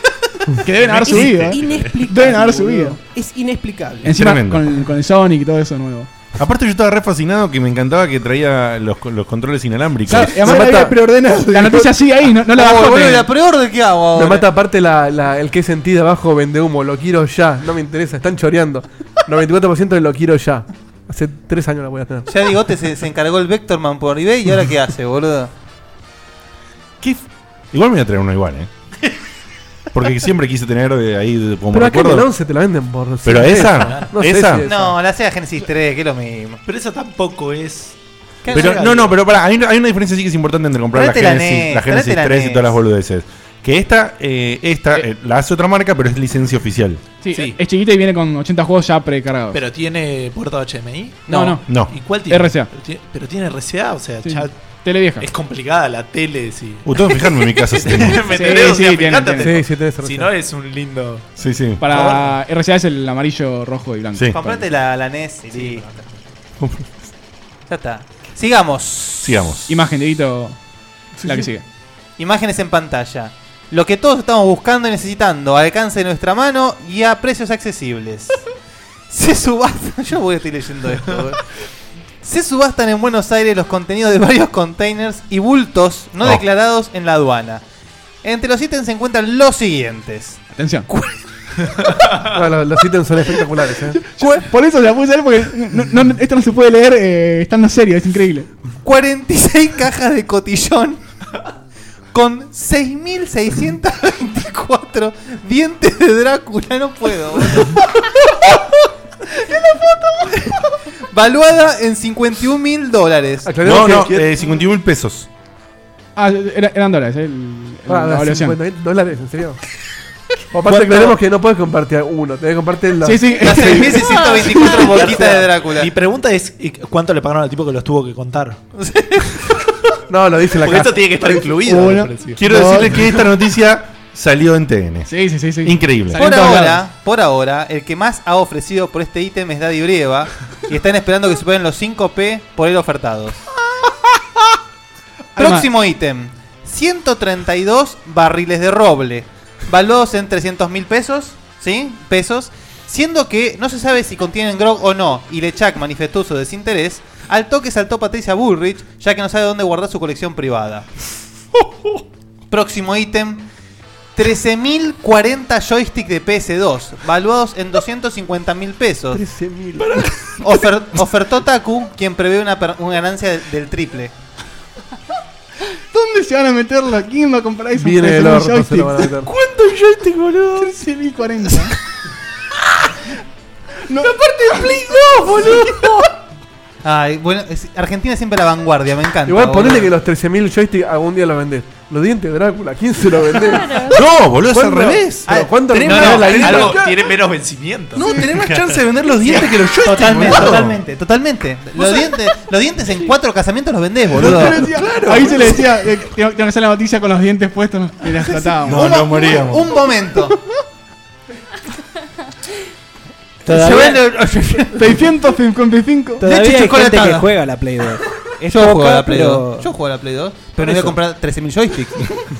Speaker 5: que deben haber
Speaker 7: Es
Speaker 5: subido. eh.
Speaker 7: inexplicable,
Speaker 5: Deben haber
Speaker 7: boludo.
Speaker 5: subido.
Speaker 7: Es inexplicable.
Speaker 5: Encima
Speaker 3: Tremendo.
Speaker 5: con, con el Sonic y todo eso nuevo.
Speaker 3: Aparte yo estaba re fascinado que me encantaba que traía los, los controles inalámbricos.
Speaker 5: Claro, Ah, y además la había preordenado. La noticia sigue ahí, no, no
Speaker 4: Oh,
Speaker 5: la bajó.
Speaker 6: boludo,
Speaker 5: Tecno.
Speaker 6: la
Speaker 4: preorden que hago
Speaker 6: Me mata aparte la, la- el que sentí de abajo vende humo, lo quiero ya, no me interesa, están choreando. 94% de lo quiero ya. Hace tres años la voy a tener.
Speaker 4: Ya Digote se, se encargó el Vectorman por eBay y ahora qué hace, boludo.
Speaker 3: Igual me voy a traer uno igual, eh. Porque siempre quise tener eh, ahí de- como
Speaker 6: Pero acá en
Speaker 3: recuerdo.
Speaker 6: el 11 te la venden por.
Speaker 3: Pero
Speaker 6: cien
Speaker 3: esa,
Speaker 6: pesos. No sé
Speaker 3: esa.
Speaker 6: si es-
Speaker 4: No, la Sega Genesis 3, que es lo mismo.
Speaker 10: Pero esa tampoco es.
Speaker 3: Pero, no, no, pero pará, hay, una- hay una diferencia sí que es importante entre comprar la
Speaker 10: Tráete la
Speaker 3: Genesis,
Speaker 10: NES,
Speaker 3: la Genesis
Speaker 10: tráete la E
Speaker 3: 3 y
Speaker 10: NES.
Speaker 3: todas las boludeces. Que esta, eh, esta eh, la hace otra marca, pero es licencia oficial.
Speaker 5: Sí, Es chiquita y viene con 80 juegos ya precargados.
Speaker 10: Pero tiene puerta HMI.
Speaker 5: No, no.
Speaker 3: No.
Speaker 10: ¿Y cuál tiene?
Speaker 5: RCA.
Speaker 10: Pero tiene, pero tiene RCA, o sea,
Speaker 5: Sí.
Speaker 10: ya-
Speaker 5: Tele vieja.
Speaker 10: Es complicada la tele, sí.
Speaker 3: Uh, tengo que fijarme en mi casa si
Speaker 10: ¿Me
Speaker 3: tengo.
Speaker 10: entendés?
Speaker 5: Sí,
Speaker 10: O sea,
Speaker 5: sí, tiene,
Speaker 10: fijate,
Speaker 5: tiene.
Speaker 10: te-
Speaker 5: Sí, sí, tenés
Speaker 10: Si
Speaker 5: RCA.
Speaker 10: no es un lindo.
Speaker 3: Sí, sí.
Speaker 5: Para RCA es el amarillo, rojo y blanco.
Speaker 3: Sí.
Speaker 4: Comprate la, la NES y listo. Ya está. Sigamos.
Speaker 3: Sigamos.
Speaker 5: Imagen, Dieguito.
Speaker 4: Sí,
Speaker 5: la que
Speaker 4: sí.
Speaker 5: sigue.
Speaker 4: Imágenes en pantalla. Lo que todos estamos buscando y necesitando, al alcance de nuestra mano y a precios accesibles. Se subastan. Yo voy a estar leyendo esto. boludo. Se subastan en Buenos Aires los contenidos de varios containers y bultos no
Speaker 5: Oh.
Speaker 4: declarados en la aduana. Entre los ítems se encuentran los siguientes:
Speaker 5: Atención.
Speaker 6: No, los, los ítems son espectaculares, eh.
Speaker 5: Yo- por eso la puse a leer porque no- no- esto no se puede leer eh, estando serio, es increíble.
Speaker 4: 46 cajas de cotillón con 6.624 dientes de Drácula. No puedo. boludo. Valuada en 51 mil dólares.
Speaker 3: No, no, eh, 51 mil pesos.
Speaker 5: Ah, era- eran dólares, eh, el-
Speaker 6: Ah,
Speaker 5: la evaluación.
Speaker 6: 50 mil dólares, en serio. O aparte
Speaker 5: Bueno,
Speaker 6: aclaremos que no puedes compartir uno, tenés que compartir los.
Speaker 5: Sí, sí. Las
Speaker 10: 6.624
Speaker 6: boquitas de
Speaker 4: Drácula.
Speaker 10: Mi pregunta es: ¿y ¿cuánto le pagaron al tipo que los tuvo que contar?
Speaker 6: No, lo dice la
Speaker 10: Porque
Speaker 6: caja.
Speaker 10: esto tiene que estar incluido.
Speaker 6: Uno.
Speaker 10: me pareció.
Speaker 3: Quiero
Speaker 6: No.
Speaker 3: decirles que esta noticia salió en TN.
Speaker 5: Sí, sí, sí. sí.
Speaker 3: Increíble.
Speaker 4: Por ahora, por ahora, el que más ha ofrecido por este ítem es Daddy Breva y están esperando que superen los 5P por él ofertados. Próximo ítem: 132 barriles de roble, valuados en 300 mil pesos, ¿sí? Pesos, siendo que no se sabe si contienen grog o no, y Lechak manifestó su desinterés. Al toque saltó Patricia Bullrich, ya que no sabe dónde guardar su colección privada. Próximo ítem: 13.040 joystick de PS2, valuados en 250.000 pesos.
Speaker 6: 13.000.
Speaker 4: Ofer- ofertó Taku, quien prevé una, per- una ganancia del, del triple.
Speaker 5: ¿Dónde se van a meterlo? ¿Quién va a comprar eso?
Speaker 4: Viene del orto,
Speaker 6: se lo van a meter.
Speaker 5: ¿Cuántos joysticks, boludo? 13.040. no.
Speaker 12: Play 2, boludo.
Speaker 4: Ay, bueno, es- Argentina siempre a la vanguardia, me encanta.
Speaker 6: Igual ponele
Speaker 4: boludo.
Speaker 6: que los 13.000 joysticks algún día los vendés. Los dientes de Drácula, ¿quién se los vendés?
Speaker 3: No, boludo, es al revés.
Speaker 6: Pero
Speaker 5: Ah,
Speaker 6: ¿Cuánto
Speaker 3: Tenés
Speaker 6: recarga
Speaker 3: más-
Speaker 6: la
Speaker 3: tenés
Speaker 6: guita?
Speaker 3: más- Claro.
Speaker 10: Tiene menos vencimiento.
Speaker 3: No, tenés más chance de vender los dientes que los joysticks,
Speaker 4: Totalmente,
Speaker 3: boludo.
Speaker 4: totalmente, totalmente. Los dientes, los dientes en cuatro casamientos los vendés, boludo.
Speaker 5: Ahí se le decía, eh, tengo, tengo que hacer la noticia con los dientes puestos y las tratábamos.
Speaker 4: Un- Un momento.
Speaker 5: Todavía-
Speaker 4: Se vende-
Speaker 5: 655.
Speaker 4: Todavía hay gente
Speaker 5: chocolatada.
Speaker 4: que
Speaker 7: juega la Play 2. Es
Speaker 4: Yo
Speaker 7: poca,
Speaker 4: juego a la Play
Speaker 7: pero-
Speaker 4: 2. Yo juego a la Play 2. Pero
Speaker 7: Por
Speaker 4: no voy a
Speaker 7: eso.
Speaker 4: comprar 13.000 joysticks.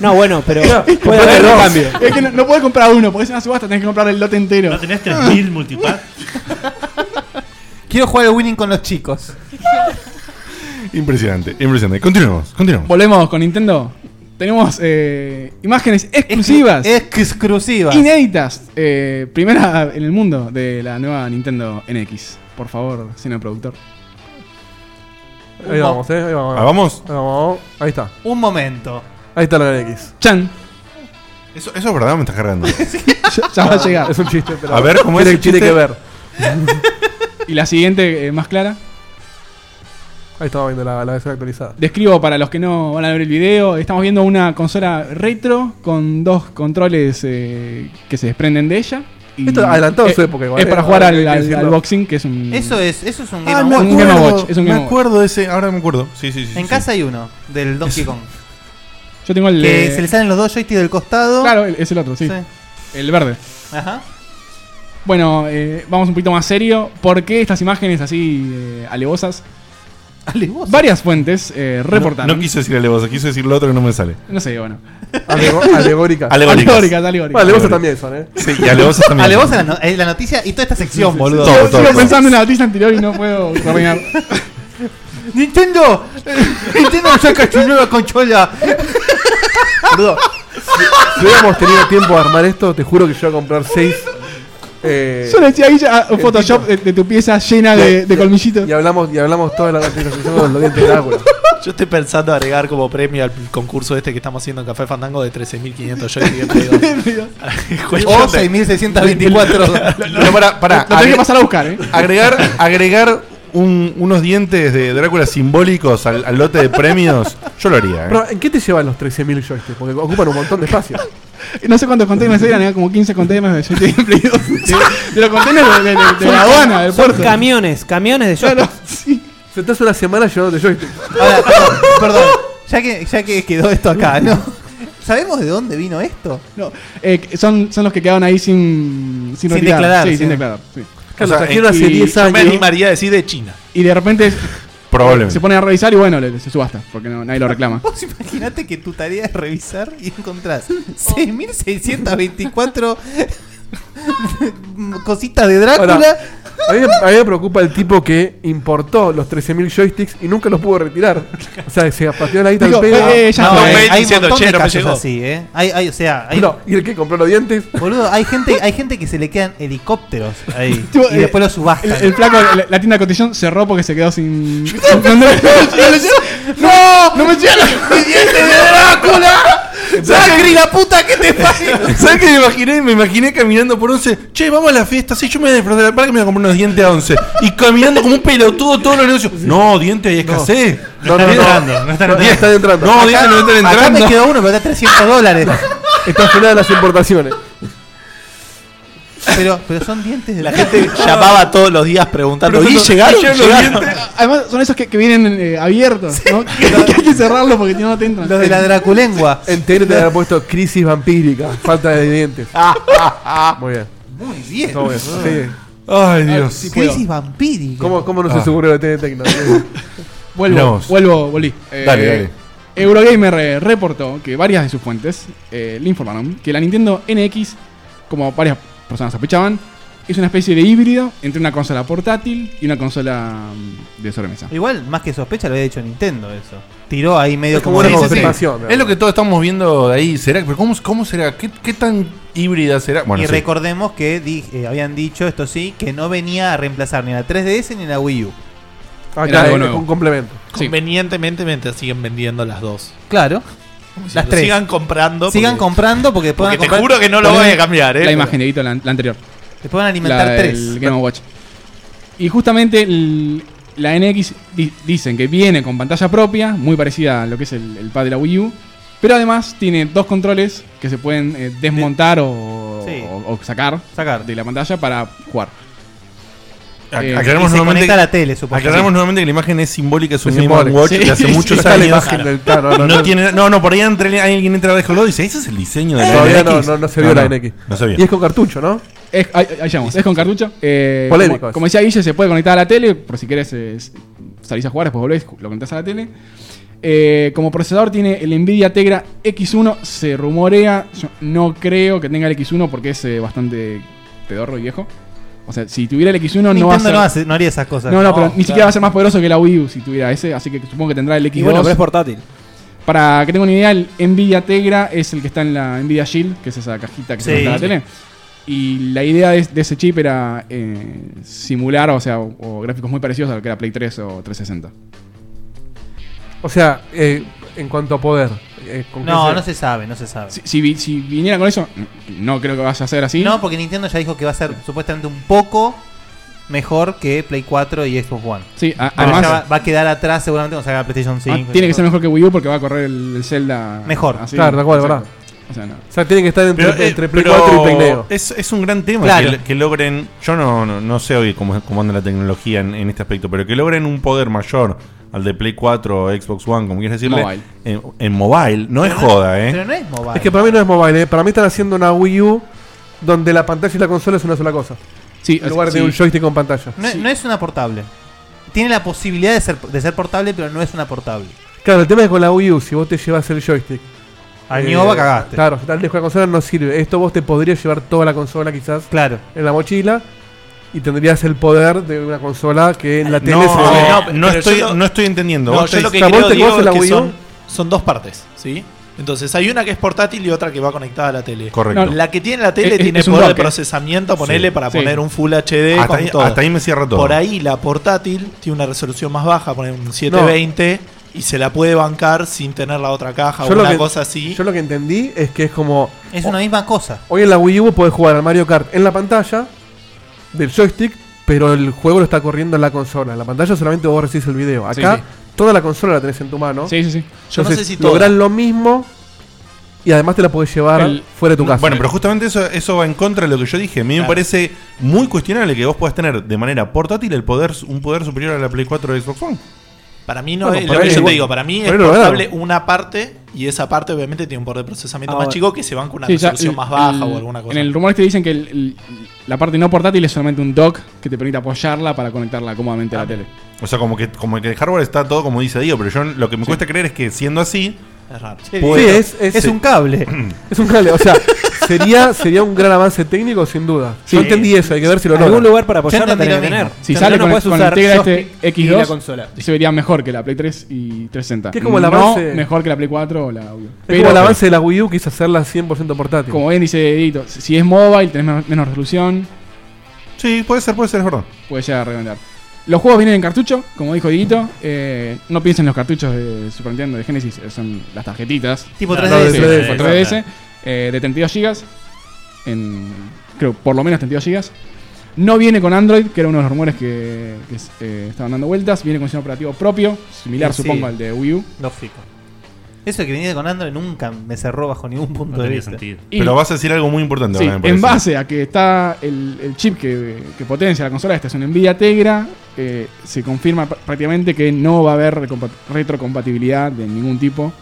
Speaker 7: No, bueno, pero puede
Speaker 5: Comprate
Speaker 7: haber
Speaker 5: dos.
Speaker 7: un cambio.
Speaker 5: Es que no, no puedes comprar uno, porque es una subasta, tenés que comprar el lote entero. ¿No
Speaker 11: tenés 3.000 multipack?
Speaker 4: Quiero jugar el winning con los chicos.
Speaker 3: Impresionante, impresionante. Continuemos, continuemos.
Speaker 5: Volvemos con Nintendo. Tenemos eh, imágenes exclusivas.
Speaker 4: Exclusivas.
Speaker 5: Inéditas. eh, primera en el mundo de la nueva Nintendo NX. Por favor, señor productor.
Speaker 6: Ahí vamos, eh. Ahí vamos.
Speaker 5: ¿Ah, vamos?
Speaker 6: Ahí vamos. Ahí está.
Speaker 4: Un momento.
Speaker 6: Ahí está la NX.
Speaker 5: Chan.
Speaker 3: Eso, eso es verdad, me estás cargando.
Speaker 5: Ya, ya va a llegar.
Speaker 6: Ah, Es un chiste, pero.
Speaker 3: A ver, ¿cómo es el
Speaker 6: Tiene
Speaker 3: chiste?
Speaker 6: que ver.
Speaker 5: Y la siguiente, eh, más clara.
Speaker 6: Ahí estamos viendo la, la versión actualizada.
Speaker 5: Describo para los que no van a ver el video. Estamos viendo una consola retro con dos controles eh, que se desprenden de ella. Y
Speaker 6: Esto adelantado su
Speaker 5: eh,
Speaker 6: época igual,
Speaker 5: Es
Speaker 6: eh,
Speaker 5: para jugar
Speaker 6: hay
Speaker 5: al,
Speaker 6: que
Speaker 5: al-
Speaker 6: decirlo.
Speaker 5: al boxing, que es un.
Speaker 4: Eso es, eso es un
Speaker 3: Ah,
Speaker 4: Game
Speaker 3: me
Speaker 4: Watch.
Speaker 5: Un Game
Speaker 3: acuerdo,
Speaker 5: Watch, es un Game
Speaker 3: Me
Speaker 5: Watch.
Speaker 3: acuerdo de ese, ahora me acuerdo. Sí, sí, sí.
Speaker 4: En
Speaker 3: sí.
Speaker 4: casa hay uno, del Donkey Kong.
Speaker 5: Yo tengo el.
Speaker 4: Que
Speaker 5: eh,
Speaker 4: se le salen los dos joysticks del costado.
Speaker 5: Claro, el- es el otro, sí. El verde.
Speaker 4: Ajá.
Speaker 5: Bueno, eh, vamos un poquito más serio. ¿Por qué estas imágenes así eh, alevosas? Varias fuentes eh,
Speaker 3: No-
Speaker 5: reportaron.
Speaker 3: No, quiso decir alevosa, quiso decir lo otro que no me sale.
Speaker 5: No sé, bueno.
Speaker 6: Alegóricas.
Speaker 3: Alegóricas.
Speaker 5: Alegóricas, alegóricas.
Speaker 6: Bueno, alevosas también son, eh.
Speaker 3: Sí, y alevosas también.
Speaker 4: Alevosa es la, no- es la noticia y toda esta sección, boludo.
Speaker 3: Todo,
Speaker 5: Sigo pensando en la noticia anterior y no puedo coordinar.
Speaker 4: ¡Nintendo! ¡Nintendo saca su nueva conchola!
Speaker 6: Boludo, si, si hubiéramos tenido tiempo de armar esto, te juro que yo iba a comprar 6. Eh,
Speaker 5: Yo le decía ahí ya, un Photoshop de, de tu pieza llena de, de colmillitos.
Speaker 6: y hablamos, y hablamos toda la actualización con los dientes de Drácula.
Speaker 10: Yo estoy pensando agregar como premio al concurso este que estamos haciendo en Café Fandango de 13.500 joysticks en Play 2.
Speaker 4: O 6624.
Speaker 3: Pero para, para.
Speaker 5: Lo tenés que pasar a buscar, ¿eh?
Speaker 3: Agregar, agregar un- unos dientes de Drácula simbólicos al, al lote de premios, yo lo haría. ¿eh?
Speaker 6: Pero, ¿en qué te llevan los 13.000 joysticks? Porque ocupan un montón de espacio.
Speaker 5: No sé cuántos containers eran, eran como 15 containers de Yo tenía Play 2. De- De los containers de, de- de- de la aduana, del
Speaker 7: Son
Speaker 5: puerto.
Speaker 7: camiones, camiones de
Speaker 5: Claro,
Speaker 7: joysticks.
Speaker 5: sí.
Speaker 6: Se estás una semana llevándote joysticks.
Speaker 4: Ahora, perdón, perdón. Ya que, ya que quedó esto acá, ¿no? ¿Sabemos de dónde vino esto?
Speaker 5: No, eh, que son, son los que quedaron ahí sin,
Speaker 4: Sin
Speaker 5: sin, retirar.
Speaker 4: declarar,
Speaker 5: Sí,
Speaker 4: sí.
Speaker 5: sin declarar. sí.
Speaker 6: Claro,
Speaker 3: O sea,
Speaker 6: trajeron hace
Speaker 5: y-
Speaker 6: 10
Speaker 10: Yo me
Speaker 6: años.
Speaker 10: animaría a decir de China.
Speaker 5: Y de repente se
Speaker 3: Probablemente.
Speaker 5: pone a revisar y bueno, le- se subasta, porque no- nadie lo reclama.
Speaker 4: Vos imaginate que tu tarea es revisar y encontrás 6624 cositas de Drácula.
Speaker 6: Ahora, a, mí, me- a mí me preocupa el tipo que importó los 13.000 joysticks y nunca los pudo retirar. O sea, se pateó la guita al
Speaker 5: Digo,
Speaker 6: pedo.
Speaker 5: eh, ya
Speaker 4: No,
Speaker 5: está.
Speaker 4: hay,
Speaker 10: Mail
Speaker 4: hay un
Speaker 10: diciendo,
Speaker 4: montón
Speaker 10: "Che,
Speaker 4: de
Speaker 10: no me
Speaker 4: casos
Speaker 10: llegó".
Speaker 4: así, ¿eh? Hay, hay, o sea, hay,
Speaker 6: No, y el que compró los dientes.
Speaker 4: boludo, hay gente, hay gente que se le quedan helicópteros ahí
Speaker 5: Tipo,
Speaker 4: y
Speaker 5: eh,
Speaker 4: después los subastan.
Speaker 5: El, el flaco, la, la tienda de cotización cerró porque se quedó sin. no, no, no, no me llegan.
Speaker 4: ¡Sacri, la puta que te parió!
Speaker 3: ¿Sabes qué me imaginé? Me imaginé caminando por 11. Che, vamos a la fiesta. Sí, yo me voy a disfrazar. Para que me voy a comprar unos dientes a 11. Y caminando como un pelotudo todos los negocios. No, dientes hay escasez.
Speaker 6: No, no, no,
Speaker 11: entrando, no están
Speaker 6: Ya están entrando.
Speaker 3: No, dientes no están
Speaker 4: Acá me
Speaker 3: entrando.
Speaker 4: quedó uno, pero está 300 dólares.
Speaker 6: Está fuera de las importaciones.
Speaker 4: Pero, pero son dientes de
Speaker 10: La
Speaker 4: Drácula.
Speaker 10: gente llamaba todos los días preguntando, ¿y llegaron? ¿Llegaron?".
Speaker 5: Además, son esos que, que vienen eh, abiertos, ¿no? que, que hay que cerrarlos porque si no, no te entran.
Speaker 4: Los de la Draculengua.
Speaker 6: En TN te habían puesto crisis vampírica, falta de dientes. Muy bien.
Speaker 4: Ah. Muy bien. Ah.
Speaker 6: Todo bien. Sí.
Speaker 3: Ay, Dios.
Speaker 5: Sí, puedo.
Speaker 4: Crisis vampírica.
Speaker 6: ¿Cómo, ¿Cómo no
Speaker 3: Ah.
Speaker 6: se aseguró de TNT? No?
Speaker 5: Vuelvo,
Speaker 3: Mirá vos.
Speaker 5: vuelvo, volví. Eh,
Speaker 3: Dale, dale.
Speaker 5: Eurogamer eh, reportó que varias de sus fuentes eh, le informaron que la Nintendo NX, como varias personas sospechaban, es una especie de híbrido entre una consola portátil y una consola mm, de sobremesa.
Speaker 4: Igual, más que sospecha, lo había hecho Nintendo eso. Tiró ahí medio
Speaker 6: Es
Speaker 4: como...
Speaker 6: como una
Speaker 4: Sí, sí, sí.
Speaker 6: confirmación.
Speaker 3: Es lo que todos estamos viendo de ahí. ¿Será? ¿Pero cómo, cómo será? ¿Qué, ¿Qué tan híbrida será? Bueno,
Speaker 4: y
Speaker 3: sí.
Speaker 4: recordemos que di- eh, habían dicho, esto sí, que no venía a reemplazar ni la 3DS ni la Wii U.
Speaker 5: Era
Speaker 6: Acá
Speaker 5: algo
Speaker 6: es
Speaker 5: nuevo.
Speaker 6: un complemento.
Speaker 5: Sí.
Speaker 10: Convenientemente mientras siguen vendiendo las dos.
Speaker 4: Claro.
Speaker 10: Como
Speaker 4: Las
Speaker 10: diciendo,
Speaker 4: tres.
Speaker 10: Sigan comprando.
Speaker 4: Sigan
Speaker 10: porque-
Speaker 4: comprando porque después
Speaker 10: Porque
Speaker 4: van a
Speaker 10: te
Speaker 4: comprar-
Speaker 10: juro que no lo
Speaker 5: Poneme
Speaker 10: voy a cambiar, eh.
Speaker 5: La imagen de Vito, la, la anterior.
Speaker 4: Después van a
Speaker 5: La
Speaker 4: alimentar
Speaker 5: del
Speaker 4: tres.
Speaker 5: Game Watch. Y justamente el- la NX di- dicen que viene con pantalla propia, muy parecida a lo que es el, el pad de la Wii U, pero además tiene dos controles que se pueden eh, desmontar o,
Speaker 4: Sí.
Speaker 5: o- o sacar, de la pantalla para jugar.
Speaker 3: Ac-
Speaker 5: Eh,
Speaker 3: aclaremos nuevamente, aclaramos nuevamente que la imagen es simbólica, es un
Speaker 5: Es
Speaker 3: Game
Speaker 5: simbólica.
Speaker 3: Watch
Speaker 5: Sí.
Speaker 3: de hace
Speaker 5: Sí,
Speaker 3: muchos
Speaker 5: está la
Speaker 3: años.
Speaker 5: imagen del- claro,
Speaker 3: no,
Speaker 5: no, no.
Speaker 3: tiene, no, no, por ahí entra, alguien entra a Hello y dice, ese es el diseño de la
Speaker 6: Todavía
Speaker 3: NX.
Speaker 6: no, no, no se vio la NX.
Speaker 3: No se vio.
Speaker 6: Y es con cartucho, ¿no?
Speaker 5: Es, ahí, ahí llegamos, es con cartucho. Eh,
Speaker 6: Polémico
Speaker 5: Como,
Speaker 6: eso.
Speaker 5: como decía Guille, se puede conectar a la tele, por si querés eh, s- salís a jugar, después volvés, lo conectás a la tele. Eh, como procesador tiene el Nvidia Tegra X1, se rumorea, yo no creo que tenga el X1 porque es eh, bastante pedorro y viejo. O sea, si tuviera el X1 no va a
Speaker 4: Nintendo
Speaker 5: ser...
Speaker 4: no hace- no haría esas cosas.
Speaker 5: No, no, pero
Speaker 4: No,
Speaker 5: ni siquiera
Speaker 4: claro.
Speaker 5: va a ser más poderoso que la Wii U si tuviera ese, así que supongo que tendrá el X2.
Speaker 7: Y bueno, pero es portátil.
Speaker 5: Para que tenga una idea, el Nvidia Tegra es el que está en la Nvidia Shield, que es esa cajita que se
Speaker 4: Sí.
Speaker 5: conecta a la tele. Y la idea de, de ese chip era eh, simular, o sea, o, o gráficos muy parecidos a lo que era Play 3 o 360.
Speaker 6: O sea, eh, en cuanto a poder. eh, ¿con qué
Speaker 4: No, no se sabe, no se sabe.
Speaker 5: Si, si vi- si viniera con eso, no creo que vaya a ser así.
Speaker 4: No, porque Nintendo ya dijo que va a ser supuestamente un poco mejor que Play 4 y Xbox One.
Speaker 5: Sí, a-
Speaker 4: Pero
Speaker 5: además-
Speaker 4: ya va, va a quedar atrás seguramente cuando salga PlayStation 5.
Speaker 5: Ah, tiene que ser mejor que Wii U porque va a correr el, el Zelda.
Speaker 4: Mejor.
Speaker 6: Claro, de acuerdo,
Speaker 5: exacto.
Speaker 6: verdad.
Speaker 5: O sea, no.
Speaker 6: O sea, tienen que estar entre,
Speaker 3: Pero, eh,
Speaker 6: entre Play
Speaker 3: pero
Speaker 6: 4 y Play Neo.
Speaker 3: Es, es un gran tema
Speaker 6: Claro.
Speaker 3: que, que logren. Yo no, no, no sé hoy cómo, cómo anda la tecnología en, en este aspecto, pero que logren un poder mayor al de Play 4 o Xbox One, como quieras decirle.
Speaker 6: Mobile.
Speaker 3: En, en mobile. No es joda, ¿eh?
Speaker 6: Es que para mí no es mobile, eh. para mí están haciendo una Wii U donde la pantalla y la consola es una sola cosa.
Speaker 5: Sí,
Speaker 6: en lugar de un joystick con pantalla.
Speaker 4: No, no es una portable. Tiene la posibilidad de ser, de ser portable, pero no es una portable.
Speaker 6: Claro, el tema es con la Wii U, si vos te llevas el joystick. eh,
Speaker 4: Al Nioba cagaste.
Speaker 6: Claro, tal vez con la consola no sirve. Esto vos te podrías llevar toda la consola quizás
Speaker 4: claro.
Speaker 6: en la mochila y tendrías el poder de una consola que en la tele
Speaker 3: No,
Speaker 6: se ve.
Speaker 3: no, no estoy, no estoy entendiendo.
Speaker 6: No,
Speaker 3: Vos
Speaker 6: yo
Speaker 3: te-
Speaker 6: lo
Speaker 10: que
Speaker 6: O sea, vos
Speaker 10: creo,
Speaker 6: te
Speaker 10: Diego,
Speaker 6: coges
Speaker 10: es
Speaker 6: la
Speaker 10: que
Speaker 6: Wii U.
Speaker 10: son, son dos partes, ¿sí? Entonces, hay una que es portátil y otra que va conectada a la tele.
Speaker 3: Correcto. No,
Speaker 10: La que tiene la tele
Speaker 3: es-
Speaker 10: tiene
Speaker 3: es un
Speaker 10: poder de
Speaker 3: dock, ¿eh?
Speaker 10: procesamiento, ponele
Speaker 3: Sí,
Speaker 10: para
Speaker 3: sí.
Speaker 10: poner un Full HD.
Speaker 3: Hasta
Speaker 10: con
Speaker 3: ahí-
Speaker 10: todo.
Speaker 3: hasta ahí me cierra todo.
Speaker 10: Por ahí la portátil tiene una resolución más baja, poner un 720 y se la puede bancar sin tener la otra caja o
Speaker 6: Yo lo
Speaker 10: una
Speaker 6: que-
Speaker 10: cosa así.
Speaker 6: Yo lo que entendí es que es como.
Speaker 4: Es una misma cosa.
Speaker 6: Hoy en la Wii U podés jugar al Mario Kart en la pantalla del joystick, pero el juego lo está corriendo en la consola. En la pantalla solamente vos recibís el video.
Speaker 5: Sí,
Speaker 6: Acá
Speaker 5: sí.
Speaker 6: toda la consola la tenés en tu mano.
Speaker 5: Sí, sí, sí.
Speaker 6: Yo no sé si lográs lo mismo y además te la podés llevar fuera de tu
Speaker 3: No,
Speaker 6: casa.
Speaker 3: Bueno, pero justamente eso, eso va en contra de lo que yo dije. A mí me
Speaker 6: Claro.
Speaker 3: parece muy cuestionable que vos puedas tener de manera portátil el poder, un poder superior a la Play 4 de Xbox One.
Speaker 10: Para mí no
Speaker 3: Bueno,
Speaker 10: es
Speaker 3: por
Speaker 10: lo que
Speaker 3: ahí
Speaker 10: yo te
Speaker 3: igual.
Speaker 10: digo, para mí
Speaker 3: Por
Speaker 10: es
Speaker 3: ahí lo
Speaker 10: portable
Speaker 3: ganaron.
Speaker 10: una parte y esa parte obviamente tiene un poder de procesamiento
Speaker 5: Ah,
Speaker 10: más
Speaker 5: bueno.
Speaker 10: chico que se banca una
Speaker 5: Sí, ya
Speaker 10: resolución
Speaker 5: el-
Speaker 10: más baja
Speaker 5: el-
Speaker 10: o alguna cosa.
Speaker 5: En el rumor te dicen que el- el- la parte no portátil es solamente un dock que te permite apoyarla para conectarla cómodamente
Speaker 10: Ah,
Speaker 5: a la tele.
Speaker 3: O sea, como que, como que el hardware está todo como dice Diego, pero yo lo que me cuesta creer es que siendo así.
Speaker 10: Es raro.
Speaker 3: puedo-
Speaker 6: Sí, es,
Speaker 4: un cable.
Speaker 6: es un cable. O sea, sería, sería un gran avance técnico, sin duda.
Speaker 5: Sí.
Speaker 6: Yo entendí eso, hay que ver si lo
Speaker 5: Algún
Speaker 6: logran.
Speaker 5: lugar para apoyarla Yo entendí tenés que lo mismo. tener. Si sale con- con el Tegra este X2, se vería mejor que la Play 3 y 360.
Speaker 6: Que es como el
Speaker 5: No
Speaker 6: avance-
Speaker 5: mejor que la Play 4 o la Wii U.
Speaker 6: Es como el avance de la Wii U, quiso hacerla 100% portátil.
Speaker 5: Como bien dice Edito, si es mobile tenés men- menos resolución.
Speaker 3: Sí, puede ser, puede ser, es verdad.
Speaker 5: Puede llegar a reventar. Los juegos vienen en cartucho, como dijo Edito. no piensen en los cartuchos de Super Nintendo, de Genesis, eh, son las tarjetitas.
Speaker 4: Tipo
Speaker 5: Claro,
Speaker 4: 3DS.
Speaker 5: sí,
Speaker 4: Sí,
Speaker 5: tipo
Speaker 4: claro.
Speaker 5: 3DS, eh, de 32 GB. En, creo, por lo menos 32 GB. No viene con Android, que era uno de los rumores que, que, eh, estaban dando vueltas. Viene con un sistema operativo propio, similar
Speaker 4: Sí, sí.
Speaker 5: supongo al de Wii U.
Speaker 4: Lógico. Eso de que venía con Android nunca me cerró bajo ningún punto de
Speaker 5: tenía
Speaker 4: vista.
Speaker 5: sentido. Y-
Speaker 3: Pero vas a decir algo muy importante
Speaker 5: Sí,
Speaker 3: ahora, me parece.
Speaker 5: en base a que está el, el chip que, que potencia la consola, esta es una Nvidia Tegra, eh, se confirma pr- prácticamente que no va a haber recompa- retrocompatibilidad de ningún tipo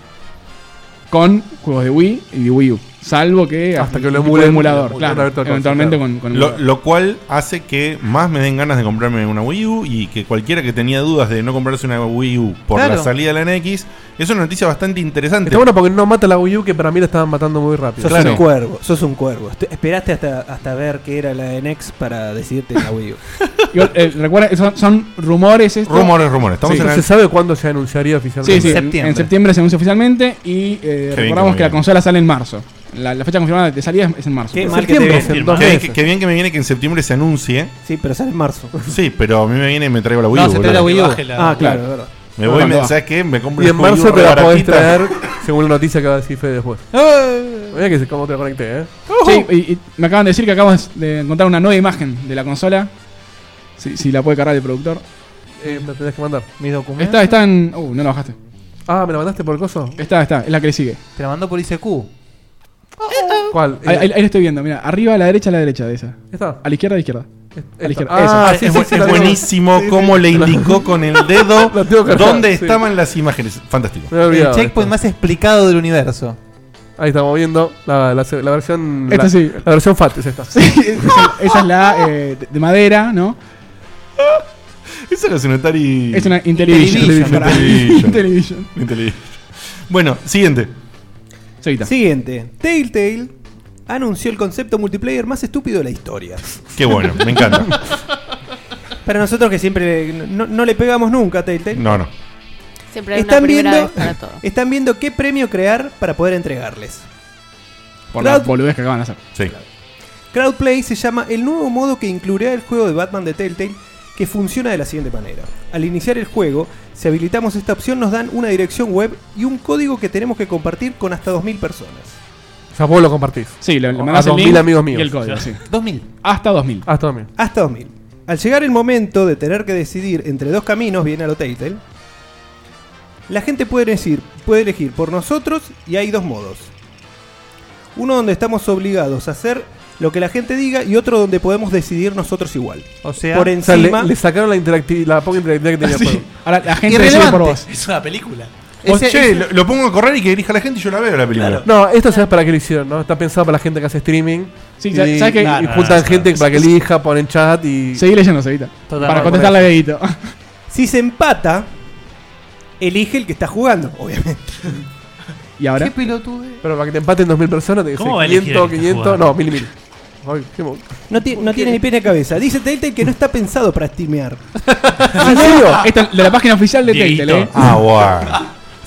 Speaker 5: con juegos de Wii y de Wii U, salvo que
Speaker 6: Hasta que
Speaker 5: algún
Speaker 6: lo
Speaker 5: tipo de
Speaker 6: emulen,
Speaker 5: emulador,
Speaker 6: lo
Speaker 5: claro,
Speaker 6: emulen a ver
Speaker 5: eventualmente
Speaker 6: todo el
Speaker 5: con, con
Speaker 3: lo,
Speaker 5: emulador.
Speaker 3: lo cual hace que más me den ganas de comprarme una Wii U y que cualquiera que tenía dudas de no comprarse una Wii U por
Speaker 6: Claro.
Speaker 3: la salida de la NX, es una noticia bastante interesante.
Speaker 6: Está bueno porque no mata la Wii U, que para mí la estaban matando muy rápido.
Speaker 3: Sos Claro. un
Speaker 7: cuervo, sos un cuervo. este. Te- Esperaste hasta, hasta ver que era la NX para decidirte en la Wii U.
Speaker 5: Igual, eh, recuerda, son, son rumores estos.
Speaker 6: Sí.
Speaker 5: Sí.
Speaker 6: ¿Se sabe cuándo se anunciaría
Speaker 5: Sí,
Speaker 6: oficialmente?
Speaker 5: sí, en septiembre. en septiembre se anuncia oficialmente y eh,
Speaker 6: Qué bien,
Speaker 5: recordamos
Speaker 6: qué
Speaker 5: que la
Speaker 6: bien.
Speaker 5: consola sale en marzo. La, la fecha confirmada de salida es- es en marzo.
Speaker 7: Qué
Speaker 5: En
Speaker 7: mal
Speaker 3: Qué
Speaker 5: septiembre.
Speaker 3: bien, que- que bien que me viene que en septiembre se anuncie.
Speaker 7: Sí, pero sale en marzo.
Speaker 3: Sí, pero a mí me viene y me traigo la Wii
Speaker 7: No,
Speaker 3: U.
Speaker 7: se trae la
Speaker 3: boludo.
Speaker 7: Wii U. Baje la- Ah, claro, es verdad.
Speaker 3: Me voy, y me,
Speaker 6: Cuando-
Speaker 3: ¿sabes qué? Me compro
Speaker 6: Y
Speaker 3: una
Speaker 6: en
Speaker 3: Wii U
Speaker 6: marzo te la podés
Speaker 3: rebaratita.
Speaker 6: traer, según la noticia que va a decir Fede después. Mira que sé cómo te la conecté, ¿eh?
Speaker 5: Sí, y, y me acaban de decir que acabas de encontrar una nueva imagen de la consola. Si, si la puede cargar el productor.
Speaker 6: eh, me tenés que mandar.
Speaker 4: Mis documentos.
Speaker 5: Está, está en. Uh, no lo bajaste.
Speaker 6: Ah, ¿me la mandaste por el coso?
Speaker 5: Está, está, es la que le sigue.
Speaker 6: Eh,
Speaker 4: Te la mandó por ICQ.
Speaker 6: ¿Cuál?
Speaker 5: Ahí, ahí- ahí lo estoy viendo, mira. Arriba, a la derecha, a la derecha de esa.
Speaker 6: Está.
Speaker 5: A la izquierda, a la izquierda. A la izquierda.
Speaker 3: Ah,
Speaker 5: Esa.
Speaker 3: es, bu- es buenísimo cómo le indicó con el dedo
Speaker 5: La tengo que armar,
Speaker 3: dónde
Speaker 5: sí.
Speaker 3: estaban las imágenes. Fantástico.
Speaker 4: El checkpoint más explicado del universo.
Speaker 6: Ahí estamos viendo la, la- la versión.
Speaker 5: Esta
Speaker 6: la,
Speaker 5: Este sí.
Speaker 6: la versión FAT es esta.
Speaker 5: Esa- Esa es la eh, de- de madera, ¿no?
Speaker 3: Esa es una Atari.
Speaker 5: Es una Intellivision. Intellivision, pará.
Speaker 3: Intellivision.
Speaker 5: Intellivision.
Speaker 3: Intellivision. Bueno, siguiente.
Speaker 7: Siguiente. Telltale anunció el concepto multiplayer más estúpido de la historia.
Speaker 3: Qué bueno, me encanta.
Speaker 7: Para nosotros que siempre no, no le pegamos nunca a Telltale.
Speaker 3: No, no.
Speaker 8: Siempre hay una
Speaker 7: Están
Speaker 8: primera
Speaker 7: viendo,
Speaker 8: vez para todo.
Speaker 7: están viendo qué premio crear para poder entregarles.
Speaker 5: Por la
Speaker 7: Crowd-
Speaker 5: boludez que acaban de hacer.
Speaker 3: Sí.
Speaker 7: Crowdplay se llama el nuevo modo que incluirá el juego de Batman de Telltale que funciona de la siguiente manera. Al iniciar el juego, si habilitamos esta opción nos dan una dirección web y un código que tenemos que compartir con hasta 2.000 personas.
Speaker 6: O sea, vos lo compartís.
Speaker 5: Sí, le, le
Speaker 6: A
Speaker 5: mandás el
Speaker 6: 2000
Speaker 5: link
Speaker 6: amigos míos.
Speaker 5: y el código, sí.
Speaker 4: 2000.
Speaker 5: Hasta 2000.
Speaker 6: Hasta 2000.
Speaker 7: Hasta 2000. Al llegar el momento de tener que decidir entre dos caminos, viene a lo Telltale, la gente puede elegir, puede elegir por nosotros y hay dos modos. Uno donde estamos obligados a hacer lo que la gente diga y otro donde podemos decidir nosotros igual.
Speaker 4: O sea,
Speaker 7: por
Speaker 6: O sea,
Speaker 7: encima...
Speaker 6: le, le sacaron la, interacti- la poca interactividad que tenía. el
Speaker 7: Sí.
Speaker 6: juego.
Speaker 5: Ahora la gente
Speaker 6: Irrelevante.
Speaker 5: decide por vos.
Speaker 10: Es una película.
Speaker 3: Vos,
Speaker 6: Ese-
Speaker 3: che,
Speaker 6: ese-
Speaker 3: lo, lo pongo a correr y que dirija la gente y yo la veo la película.
Speaker 6: No, esto sabes para qué lo hicieron, ¿no? Está pensado para la gente que hace streaming.
Speaker 5: Sí,
Speaker 6: y,
Speaker 5: ¿sabes qué?
Speaker 6: y
Speaker 5: No, no,
Speaker 6: juntan
Speaker 5: no,
Speaker 6: gente para que elija, ponen chat y.
Speaker 5: Seguí leyendo, Cevita.
Speaker 6: Total,
Speaker 5: Para
Speaker 6: no,
Speaker 5: contestarle a Dieguito.
Speaker 7: Si se empata, elige el que está jugando, obviamente.
Speaker 5: ¿Y ahora?
Speaker 6: Pero para que te empaten 2.000 personas, te
Speaker 5: ¿Cómo va a
Speaker 6: que
Speaker 5: elegir el
Speaker 6: 500,
Speaker 5: que está
Speaker 6: 500,
Speaker 5: jugando?
Speaker 6: no, 1.000 y 1.000. Ay, qué mo-
Speaker 7: No, ti- no tiene ni pie ni cabeza. Dice Telltale que no está pensado para streamear.
Speaker 5: ¿En serio?
Speaker 4: Ah.
Speaker 5: Esta es la página oficial de
Speaker 6: Dieguito.
Speaker 5: Telltale, ¿eh?
Speaker 3: Ah, guau.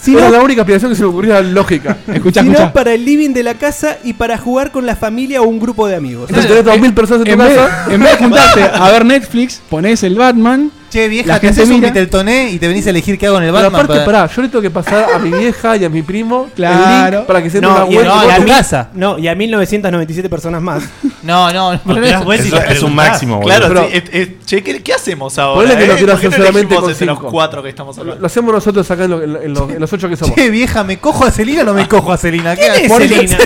Speaker 7: Si
Speaker 6: Era
Speaker 7: no-
Speaker 6: la única aplicación que se me ocurría lógica.
Speaker 5: Escucha,
Speaker 7: sino para el living de la casa y para jugar con la familia o un grupo de amigos.
Speaker 6: Entonces tenés 2.000 personas en
Speaker 5: En
Speaker 6: tu
Speaker 5: vez,
Speaker 6: casa.
Speaker 5: en vez de juntarte a ver Netflix, ponés el Batman.
Speaker 4: Che, vieja,
Speaker 5: la
Speaker 4: te
Speaker 5: gente
Speaker 4: haces un
Speaker 5: mira.
Speaker 4: Beatletoné y te venís a elegir qué hago en el
Speaker 6: Pero
Speaker 4: Batman.
Speaker 6: aparte,
Speaker 4: para-
Speaker 6: pará, yo le tengo que pasar a mi vieja y a mi primo el
Speaker 5: Claro.
Speaker 6: link para que se entre una
Speaker 7: No, y,
Speaker 6: web.
Speaker 7: no,
Speaker 6: y
Speaker 7: y a
Speaker 6: vos-
Speaker 7: mil- no, y a 1997 personas más.
Speaker 4: No, no, no.
Speaker 10: Te das vuelta y
Speaker 3: Eso
Speaker 10: te
Speaker 3: es un
Speaker 10: preguntás.
Speaker 3: máximo, boludo.
Speaker 10: Claro,
Speaker 3: Pero-
Speaker 10: sí, es- es- che, ¿qué, qué hacemos ahora?
Speaker 6: Ponele que
Speaker 10: eh?
Speaker 6: lo quiero
Speaker 10: ¿Por qué
Speaker 6: hacer
Speaker 10: no
Speaker 6: solamente
Speaker 10: elegimos
Speaker 6: con
Speaker 10: entre los
Speaker 6: cinco?
Speaker 10: cuatro que estamos hablando.
Speaker 6: Lo hacemos nosotros acá en, lo- en lo- en lo- en los 8 que somos.
Speaker 4: Che, vieja, ¿me cojo a Celina o no me cojo a Celina? ¿Qué
Speaker 7: ¿Quién es
Speaker 4: haces?
Speaker 7: Celina?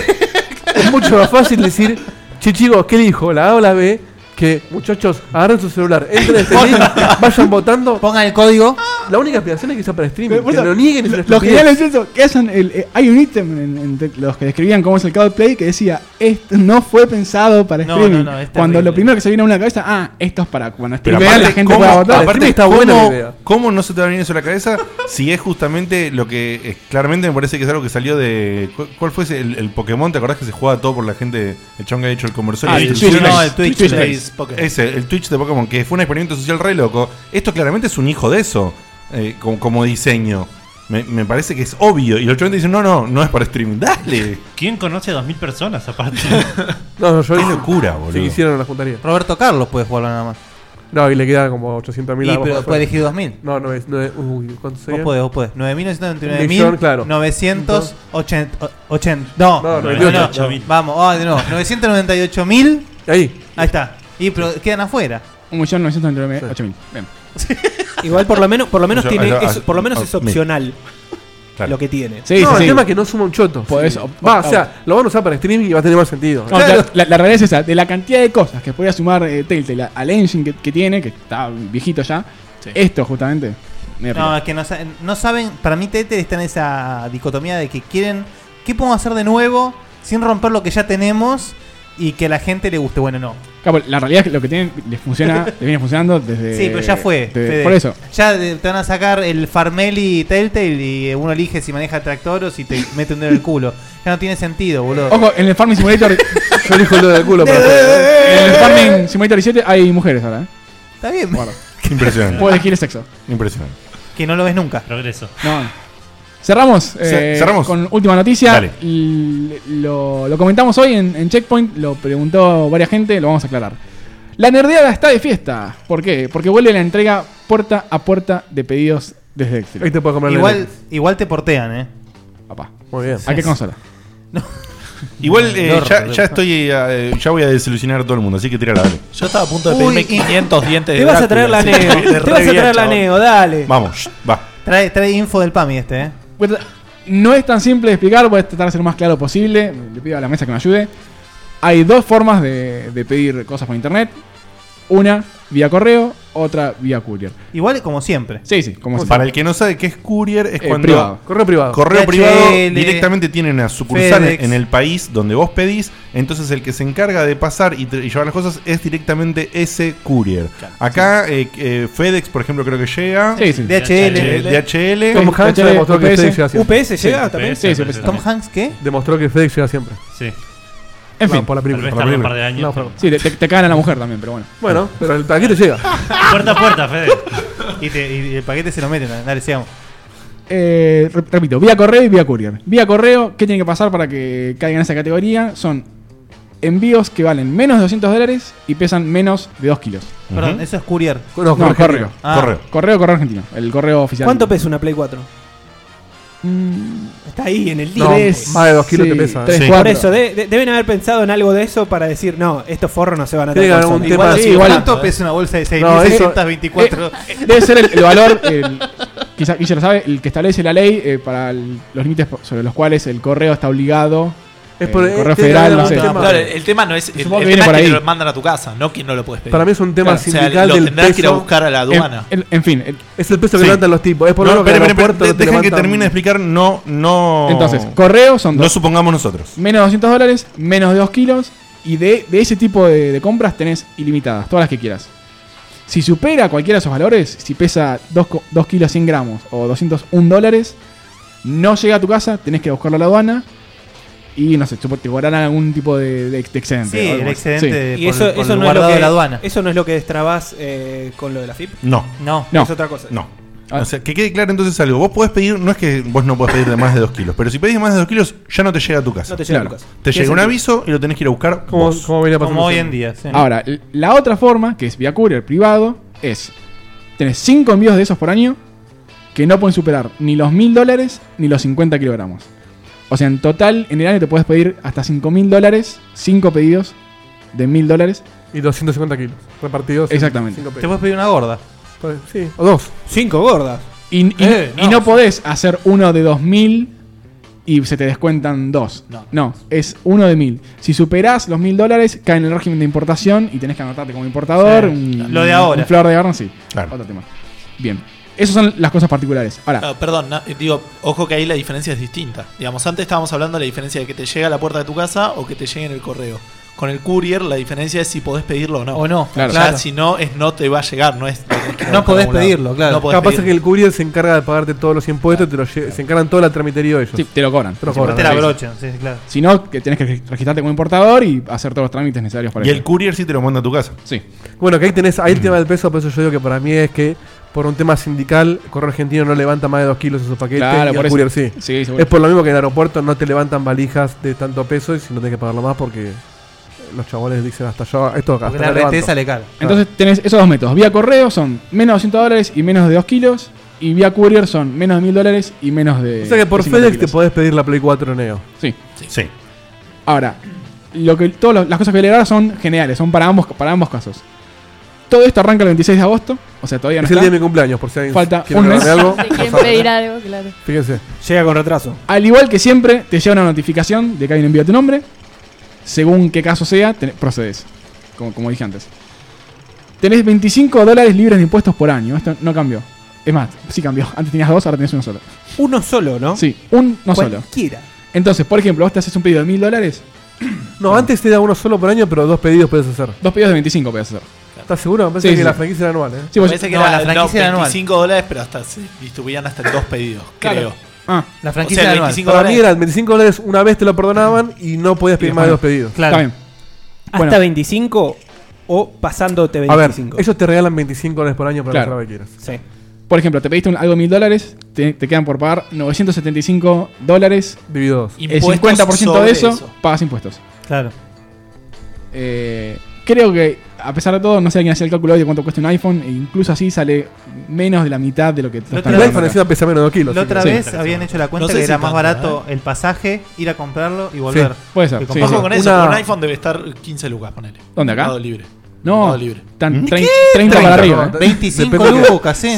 Speaker 6: es mucho más fácil decir, che chicos, ¿qué dijo? ¿La A o la B? Que muchachos, agarren su celular, entren a este link, vayan votando.
Speaker 4: Pongan el código.
Speaker 6: La única aplicación es que sea para streaming,
Speaker 5: Pero,
Speaker 6: que
Speaker 5: por
Speaker 6: lo
Speaker 5: eso,
Speaker 6: nieguen y
Speaker 5: lo-
Speaker 6: se
Speaker 5: Lo genial es eso, que hacen el, eh, hay un ítem en, en te- los que describían cómo es el Cloudplay que decía, esto no fue pensado para
Speaker 4: No,
Speaker 5: streaming.
Speaker 4: no, no, es
Speaker 5: cuando
Speaker 4: terrible.
Speaker 5: lo primero que se viene a una cabeza, ah, esto es para cuando
Speaker 3: Pero
Speaker 5: streamear la gente pueda votar.
Speaker 3: aparte,
Speaker 6: está
Speaker 3: ¿cómo-
Speaker 6: buena la idea.
Speaker 3: ¿Cómo no se te va a venir eso a la cabeza si es justamente lo que eh, claramente me parece que es algo que salió de. cu- ¿Cuál fue ese? El, el Pokémon? ¿Te acordás que se jugaba todo por la gente? El chon que ha hecho el comercial.
Speaker 5: Ah,
Speaker 3: Las
Speaker 5: el
Speaker 3: instrucciones.
Speaker 5: Twitch, no, el Twitch, Twitch, Twitch.
Speaker 10: Pokémon.
Speaker 3: Ese, el Twitch de Pokémon, que fue un experimento social re loco. Esto claramente es un hijo de eso, eh, como, como diseño. Me, me parece que es obvio. Y los chones dicen, no, no, no es para streaming. Dale.
Speaker 11: ¿Quién conoce a 2.000 personas aparte?
Speaker 6: No, no, yo
Speaker 3: Qué locura, boludo.
Speaker 6: Si quisieran la juntaría.
Speaker 4: Roberto Carlos puede jugarlo nada más.
Speaker 6: No, y le quedan como 800 mil
Speaker 4: Y, pero puede elegir 2.000.
Speaker 6: No, no es. No es uy, ¿cuánto
Speaker 4: Vos
Speaker 6: sería?
Speaker 4: podés, vos podés. 9.999.980.
Speaker 6: Millón, claro.
Speaker 4: No,
Speaker 6: No,
Speaker 4: no, no,
Speaker 11: 98.000.
Speaker 4: no. Vamos, ah, de nuevo. 998.000.
Speaker 6: Ahí.
Speaker 4: Ahí está. Y pero quedan afuera.
Speaker 5: 1.999.000. Bien.
Speaker 7: Igual por lo menos, por lo menos
Speaker 3: Yo-
Speaker 7: tiene,
Speaker 3: yo-
Speaker 7: es, por lo menos
Speaker 3: ah,
Speaker 7: es
Speaker 3: me-
Speaker 7: opcional
Speaker 3: Claro.
Speaker 7: lo que tiene.
Speaker 5: Sí,
Speaker 6: no,
Speaker 5: sí,
Speaker 6: el
Speaker 5: sí.
Speaker 6: tema es que no suma un choto.
Speaker 5: Podés
Speaker 6: Sí.
Speaker 5: op-
Speaker 6: Va, o
Speaker 5: opt-out.
Speaker 6: sea, lo van a usar para streaming y va a tener más sentido.
Speaker 5: No, la, la- la realidad es esa, de la cantidad de cosas que podía sumar eh, Telltale al engine que, que tiene, que está viejito ya, esto justamente. me
Speaker 4: No,
Speaker 5: río.
Speaker 4: es que no, sa- no saben. Para mí, Tete está en esa dicotomía de que quieren. ¿Qué podemos hacer de nuevo sin romper lo que ya tenemos y que a la gente le guste? Bueno, no.
Speaker 5: Capo, la realidad es que lo que tienen les funciona, les viene funcionando desde.
Speaker 4: Sí, pero ya fue.
Speaker 5: desde-
Speaker 4: Fede.
Speaker 5: por eso.
Speaker 4: Ya de- te van a sacar el Farmeli Telltale y eh, uno elige si maneja tractor o si te mete un dedo en el culo. Ya no tiene sentido, boludo.
Speaker 5: Ojo, en el Farming Simulator, en
Speaker 6: Yo elijo el dedo del culo para poder.
Speaker 5: el Farming Simulator 7 hay mujeres ahora, ¿eh?
Speaker 4: Está bien,
Speaker 5: Guarda.
Speaker 3: Impresionante.
Speaker 5: Puedes elegir el sexo.
Speaker 3: Impresionante.
Speaker 4: que no lo ves nunca.
Speaker 11: Progreso.
Speaker 5: No. Cerramos,
Speaker 3: Ce-
Speaker 5: eh,
Speaker 3: cerramos.
Speaker 5: con última noticia.
Speaker 3: Dale.
Speaker 5: L- Lo, lo comentamos hoy en, en Checkpoint, lo preguntó varias gente, lo vamos a aclarar. La nerdeada está de fiesta. ¿Por qué? Porque vuelve la entrega puerta a puerta de pedidos desde Extra.
Speaker 6: Ahí te puedo comprar el
Speaker 4: Igual,
Speaker 6: dedo.
Speaker 4: igual te portean, eh.
Speaker 5: Papá.
Speaker 6: Muy bien.
Speaker 5: ¿A qué consola?
Speaker 3: Igual eh,
Speaker 10: Dorre,
Speaker 3: ya,
Speaker 10: boludo.
Speaker 3: ya estoy eh, ya voy a desilusionar a todo el mundo, así que tírala, dale.
Speaker 10: Yo estaba a punto de pedirme 500
Speaker 3: Eh,
Speaker 10: dientes de
Speaker 4: te vas a traer la
Speaker 10: Drácula, así que
Speaker 4: Neo,
Speaker 10: de
Speaker 4: te
Speaker 10: re
Speaker 4: vas a
Speaker 10: bien,
Speaker 4: traer la
Speaker 10: chabón.
Speaker 4: Neo, dale.
Speaker 3: Vamos, shh, va.
Speaker 4: Trae, trae info del PAMI este, eh.
Speaker 5: Bueno, No es tan simple de explicar, voy a tratar de ser lo más claro posible. Le pido a la mesa que me ayude. Hay dos formas de, de pedir cosas por internet. Una vía correo, otra vía courier.
Speaker 4: Igual como siempre.
Speaker 5: Sí, sí, como
Speaker 3: Para el que no sabe qué es courier, es
Speaker 5: Eh,
Speaker 3: cuando.
Speaker 5: privado.
Speaker 6: Correo privado.
Speaker 3: Correo privado
Speaker 5: DHL,
Speaker 3: directamente tiene una sucursal
Speaker 5: FedEx.
Speaker 3: en el país donde vos pedís. Entonces el que se encarga de pasar y, tra- y llevar las cosas es directamente ese courier. Acá eh, eh, FedEx, por ejemplo, creo que llega. Eh,
Speaker 5: Sí, sí.
Speaker 3: DHL. DHL.
Speaker 6: Tom Hanks ya demostró que FedEx llega siempre.
Speaker 5: Sí, sí, UPS.
Speaker 4: Tom Hanks, ¿qué?
Speaker 6: Demostró que FedEx llega siempre.
Speaker 11: Sí.
Speaker 5: En
Speaker 6: No,
Speaker 5: fin.
Speaker 6: por la película.
Speaker 11: Tal vez
Speaker 6: por la
Speaker 11: tarde un
Speaker 6: película.
Speaker 11: par de años.
Speaker 6: No, por la-
Speaker 5: Sí, te, te- te cagan a la mujer también, pero bueno.
Speaker 6: Bueno, pero el paquete llega.
Speaker 11: Puerta a puerta, Fede.
Speaker 4: Y, te- y el paquete se lo meten, dale, sigamos.
Speaker 5: Eh, re- repito, vía correo y vía courier. Vía correo, ¿qué tiene que pasar para que caigan en esa categoría? Son envíos que valen menos de 200 dólares y pesan menos de 2 kilos.
Speaker 4: Perdón, eso es courier.
Speaker 5: No, correo. Correo.
Speaker 4: Ah.
Speaker 5: correo. correo, argentino. El correo oficial.
Speaker 7: ¿Cuánto pesa una Play 4? Está ahí en el libro.
Speaker 6: más de dos kilos te pesa. Sí.
Speaker 7: Por
Speaker 6: cuatro.
Speaker 7: eso, de- de- deben haber pensado en algo de eso para decir, no, estos forros no se van a
Speaker 6: Tiene que haber
Speaker 7: con
Speaker 6: algún
Speaker 7: Sony.
Speaker 6: tema así, ¿eh?
Speaker 4: ¿Cuánto pesa una bolsa de
Speaker 7: No, eso-
Speaker 4: 6.624?
Speaker 5: Eh, Debe ser el, el valor, el, quizá Guille lo sabe, el que establece la ley eh, para el- los límites po- sobre los cuales el correo está obligado.
Speaker 6: Es
Speaker 5: eh,
Speaker 6: por-
Speaker 5: el correo
Speaker 6: tiene que
Speaker 5: federal,
Speaker 6: haber
Speaker 5: no
Speaker 6: algún
Speaker 5: sé.
Speaker 6: este tema.
Speaker 10: Claro, el tema no es. El,
Speaker 5: Supongo que
Speaker 10: el
Speaker 5: viene
Speaker 10: tema
Speaker 5: por
Speaker 10: es que
Speaker 5: ahí.
Speaker 10: te lo mandan a tu casa, no que no lo puedes pedir.
Speaker 6: Para mí es un tema
Speaker 10: Claro,
Speaker 6: sindical
Speaker 10: O sea, lo
Speaker 6: del
Speaker 10: tendrás que ir a
Speaker 6: peso.
Speaker 10: buscar a la aduana.
Speaker 5: En, en fin. el-
Speaker 6: Es el peso que
Speaker 5: Sí.
Speaker 6: levantan los tipos. Es por
Speaker 3: No,
Speaker 6: lo que
Speaker 3: espere,
Speaker 6: el
Speaker 3: espere, espere,
Speaker 6: aeropuerto
Speaker 3: de-
Speaker 6: no te
Speaker 3: dejen que
Speaker 6: levantan-
Speaker 3: termine de explicar, no, no.
Speaker 5: Entonces, correo son
Speaker 3: No
Speaker 5: dos.
Speaker 3: supongamos nosotros.
Speaker 5: menos 200 dólares, menos de 2 kilos. Y de, de ese tipo de, de compras tenés ilimitadas, todas las que quieras. Si supera cualquiera de esos valores, si pesa 2, co- 2 kilos 100 gramos o 201 dólares, no llega a tu casa, tenés que buscarlo a la aduana. Y no sé, supo- te cobrarán algún tipo de, de- de excedente.
Speaker 4: Sí,
Speaker 5: o algo
Speaker 4: el
Speaker 5: así.
Speaker 4: excedente
Speaker 5: Sí.
Speaker 4: de-
Speaker 7: Y
Speaker 4: por-
Speaker 7: eso,
Speaker 4: por
Speaker 7: eso
Speaker 4: el
Speaker 7: no es lo
Speaker 4: guardado
Speaker 7: que,
Speaker 4: de la aduana.
Speaker 7: Eso no es lo que destrabás eh, con lo de la FIP.
Speaker 3: No.
Speaker 4: No,
Speaker 3: No.
Speaker 7: es otra cosa.
Speaker 3: No.
Speaker 6: Ah.
Speaker 3: O sea, que quede claro entonces algo. Vos podés pedir, no es que vos no podés pedir de más de 2 kilos, pero si pedís más de 2 kilos, ya no te llega a tu casa.
Speaker 7: No te llega a tu casa.
Speaker 3: Te
Speaker 7: Tiene
Speaker 3: llega un
Speaker 7: sentido.
Speaker 3: aviso y lo tenés que ir a buscar.
Speaker 6: Como-
Speaker 3: vos.
Speaker 6: como venía pasando
Speaker 4: Como hoy en día, sí.
Speaker 5: Ahora, l- la otra forma, que es vía courier privado, es: tenés 5 envíos de esos por año que no pueden superar ni los 1000 dólares ni los 50 kilogramos. O sea, en total, en el año te puedes pedir hasta 5000 dólares, 5 pedidos de 1000 dólares.
Speaker 6: Y 250 kilos repartidos. en
Speaker 5: Exactamente.
Speaker 6: cinco
Speaker 4: Te
Speaker 6: pesos.
Speaker 4: puedes pedir una gorda.
Speaker 6: Pues, Sí, o dos.
Speaker 7: Cinco gordas.
Speaker 5: Y, y-
Speaker 6: Eh,
Speaker 5: y no podés hacer uno de 2000 y se te descuentan dos. No, es uno de 1000. Si superás los 1000 dólares, cae en el régimen de importación y tenés que anotarte como importador.
Speaker 4: Sí,
Speaker 5: un-
Speaker 4: lo de ahora.
Speaker 5: Un flor de garno, sí.
Speaker 3: Claro.
Speaker 5: Otro tema. Bien. Esas son las cosas particulares. Ahora,
Speaker 10: No, perdón, no, eh, digo, ojo que ahí la diferencia es distinta. Digamos, antes estábamos hablando de la diferencia de que te llega a la puerta de tu casa o que te llegue en el correo. Con el courier la diferencia es si podés pedirlo o no.
Speaker 4: O no,
Speaker 5: Claro.
Speaker 10: Ya,
Speaker 4: claro.
Speaker 10: si no, es no te va a llegar, no es...
Speaker 4: No podés pedirlo, claro.
Speaker 10: No podés
Speaker 6: Capaz es que
Speaker 10: pedirlo.
Speaker 6: el courier se encarga de pagarte todos los impuestos, te lo lle- se encargan toda la tramitería ellos.
Speaker 5: sí, te lo cobran.
Speaker 6: Te lo
Speaker 4: Aparte
Speaker 6: cobran,
Speaker 4: la
Speaker 6: sí.
Speaker 4: brocha, sí, claro.
Speaker 5: Si no, que tenés que reg- registrarte como importador y hacer todos los trámites necesarios para
Speaker 3: Y
Speaker 5: eso.
Speaker 3: el courier sí te lo manda a tu casa.
Speaker 5: Sí.
Speaker 6: Bueno, que ahí tenés, ahí el tema del peso, por eso yo digo que para mí es que por un tema sindical, Correo Argentino no levanta más de 2 kilos en sus paquetes
Speaker 5: Claro,
Speaker 6: y
Speaker 5: por
Speaker 6: el
Speaker 5: eso.
Speaker 6: courier sí.
Speaker 5: Sí, seguro.
Speaker 6: Es por lo mismo que en el aeropuerto no te levantan valijas de tanto peso y si no tenés que pagarlo más porque los chavales dicen hasta yo, esto
Speaker 4: Porque
Speaker 6: hasta
Speaker 4: la
Speaker 6: acá levanto.
Speaker 4: red sale cara.
Speaker 5: Entonces tenés esos dos métodos. Vía correo son menos de 200 dólares y menos de 2 kilos. Y vía courier son menos de 1000 dólares y menos de.
Speaker 6: O sea que por
Speaker 5: de 50
Speaker 6: FedEx te
Speaker 5: kilos.
Speaker 6: podés pedir la Play 4 Neo.
Speaker 5: Sí.
Speaker 3: Sí.
Speaker 5: Ahora, lo que, todas las- las cosas que voy a leer ahora son generales, son para ambos, para ambos casos. Todo esto arranca el 26 de agosto, o sea, todavía no
Speaker 6: es el día de mi
Speaker 5: está.
Speaker 6: cumpleaños, por si alguien
Speaker 5: Falta
Speaker 6: quiere
Speaker 5: un mes.
Speaker 6: regalarme algo.
Speaker 8: Si quieren
Speaker 6: ya saben.
Speaker 8: pedir algo, claro.
Speaker 6: Fíjense.
Speaker 7: Llega con retraso.
Speaker 5: Al igual que siempre, te llega una notificación de que hay un envío a tu nombre. Según qué caso sea, ten- procedes. Como, como dije antes. Tenés 25 dólares libres de impuestos por año. Esto no cambió. Es más, sí cambió. Antes tenías dos, ahora tenés uno solo.
Speaker 7: Uno solo, ¿no?
Speaker 5: Sí, un no solo.
Speaker 7: Cualquiera.
Speaker 5: Entonces, por ejemplo, vos te haces un pedido de 1000 dólares,
Speaker 6: No, antes te da uno solo por año, pero dos pedidos puedes hacer.
Speaker 5: dos pedidos de 25 podés hacer.
Speaker 6: ¿Estás seguro? Me parece
Speaker 5: Sí,
Speaker 6: que
Speaker 5: sí.
Speaker 6: la franquicia era anual, ¿eh?
Speaker 5: Sí, vos-
Speaker 10: Parece que
Speaker 4: pues, No,
Speaker 10: era
Speaker 4: la franquicia
Speaker 10: no,
Speaker 4: era anual.
Speaker 10: 25 dólares, pero hasta se distribuían hasta en dos pedidos, creo.
Speaker 5: ah,
Speaker 4: La
Speaker 10: O
Speaker 4: franquicia
Speaker 10: sea, el
Speaker 4: anual.
Speaker 10: 25
Speaker 6: Para mí
Speaker 10: dólares...
Speaker 6: eran 25 dólares, una vez te lo perdonaban y no podías pedir
Speaker 5: Y
Speaker 6: más
Speaker 5: bueno.
Speaker 6: de dos pedidos.
Speaker 5: está
Speaker 4: Claro.
Speaker 5: bien.
Speaker 7: Hasta
Speaker 5: Bueno.
Speaker 7: 25 o pasándote
Speaker 6: A ver,
Speaker 7: 25.
Speaker 6: ellos te regalan 25 dólares por año para
Speaker 5: Claro.
Speaker 6: hacer lo que quieras.
Speaker 7: Sí.
Speaker 5: Por ejemplo, te pediste un- algo de 1000 dólares, te, te quedan por pagar 975 dólares.
Speaker 6: Dividido dos.
Speaker 5: El
Speaker 10: impuestos
Speaker 5: 50%
Speaker 10: sobre
Speaker 5: de eso, pagas impuestos.
Speaker 4: Claro.
Speaker 5: Eh, Creo que, a pesar de todo, no sé quién hacía el cálculo hoy de cuánto cuesta un iPhone, e incluso así sale menos de la mitad de lo que
Speaker 6: La otra vez- El iPhone encima pesa menos de dos kilos,
Speaker 4: La
Speaker 6: así que-
Speaker 4: otra
Speaker 6: Sí.
Speaker 4: vez habían hecho la cuenta
Speaker 6: No sé
Speaker 4: que
Speaker 6: si
Speaker 4: era más
Speaker 6: tanto,
Speaker 4: barato
Speaker 11: ¿eh?
Speaker 4: el pasaje, ir a comprarlo y volver.
Speaker 5: Sí, puede ser,
Speaker 4: Que
Speaker 5: sí,
Speaker 4: comprarlo
Speaker 5: sí.
Speaker 4: con
Speaker 10: Con
Speaker 4: eso.
Speaker 10: eso,
Speaker 5: Una-
Speaker 10: con un iPhone debe estar 15 lucas, ponele.
Speaker 5: ¿Dónde acá?
Speaker 10: ¿eh? Mercado libre.
Speaker 5: No,
Speaker 10: Mercado libre.
Speaker 5: tan trein- 30 para arriba. ¿eh?
Speaker 4: ¿eh?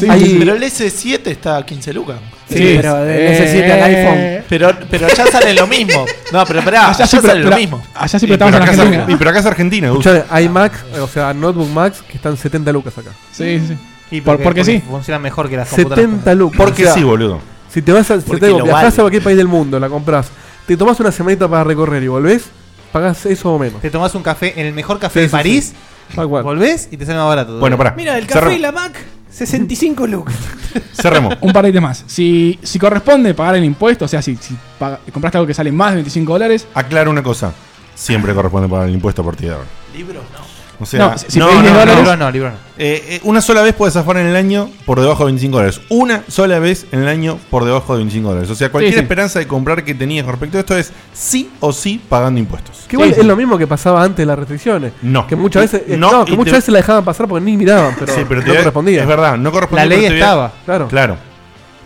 Speaker 10: Ahí- ¿eh? Pero el S7 está a 15 lucas.
Speaker 5: Sí, Sí, pero eh, necesita el iPhone.
Speaker 10: Pero, pero ya sale lo mismo. No, pero pará,
Speaker 5: Allá
Speaker 10: allá,
Speaker 5: sí, pero-
Speaker 10: sale lo
Speaker 5: pero-
Speaker 10: mismo.
Speaker 5: allá sí,
Speaker 10: Y-
Speaker 5: estamos en
Speaker 6: Eh, acá es
Speaker 5: Argentina.
Speaker 6: Argentina.
Speaker 5: Y pero acá es Argentina, Gus.
Speaker 6: Escuchá, hay Macs, o sea, Notebook Macs que están 70 lucas acá.
Speaker 5: Sí, sí.
Speaker 4: Y
Speaker 5: Por- porque sí.
Speaker 4: Funciona mejor que las computadoras.
Speaker 6: 70 lucas.
Speaker 4: Porque
Speaker 6: O sea,
Speaker 4: sí, boludo.
Speaker 6: Si te vas a, si
Speaker 4: Porque
Speaker 6: te digo,
Speaker 4: lo
Speaker 6: viajás
Speaker 4: vale.
Speaker 6: a cualquier país del mundo, la compras, te tomás una semanita para recorrer y volvés, pagás eso o menos.
Speaker 4: Te tomás un café en el mejor café
Speaker 6: Sí,
Speaker 4: de
Speaker 6: sí,
Speaker 4: París, volvés y te sale más barato.
Speaker 3: Bueno, pará.
Speaker 4: Mira,
Speaker 7: el café y la Mac, 65 lucas.
Speaker 3: Cerremos.
Speaker 5: Un par de temas más. Si, si corresponde pagar el impuesto, o sea, si, si paga- compraste algo que sale más de 25 dólares,
Speaker 3: Aclaro una cosa. Siempre corresponde pagar el impuesto a partir de ahora.
Speaker 10: Libros
Speaker 3: no. O sea,
Speaker 5: No, si- si pedís 10 dólares- Libros no, libros no.
Speaker 3: Eh, eh, una sola vez puedes zafar en el año por debajo de 25 dólares. Una sola vez en el año por debajo de 25 dólares. O sea, cualquier
Speaker 6: Sí, sí.
Speaker 3: esperanza de comprar que tenías con respecto a esto es sí o sí pagando impuestos.
Speaker 6: Que igual es lo mismo que pasaba antes de las restricciones.
Speaker 3: No.
Speaker 6: Que muchas veces, eh,
Speaker 3: No,
Speaker 6: no, que
Speaker 3: y
Speaker 6: muchas
Speaker 3: te-
Speaker 6: veces la dejaban pasar porque ni miraban, pero,
Speaker 3: Sí, pero te
Speaker 6: no
Speaker 3: voy a-
Speaker 6: correspondía.
Speaker 3: es verdad, no correspondía, La ley pero te voy a- estaba.
Speaker 6: Claro.
Speaker 3: Claro.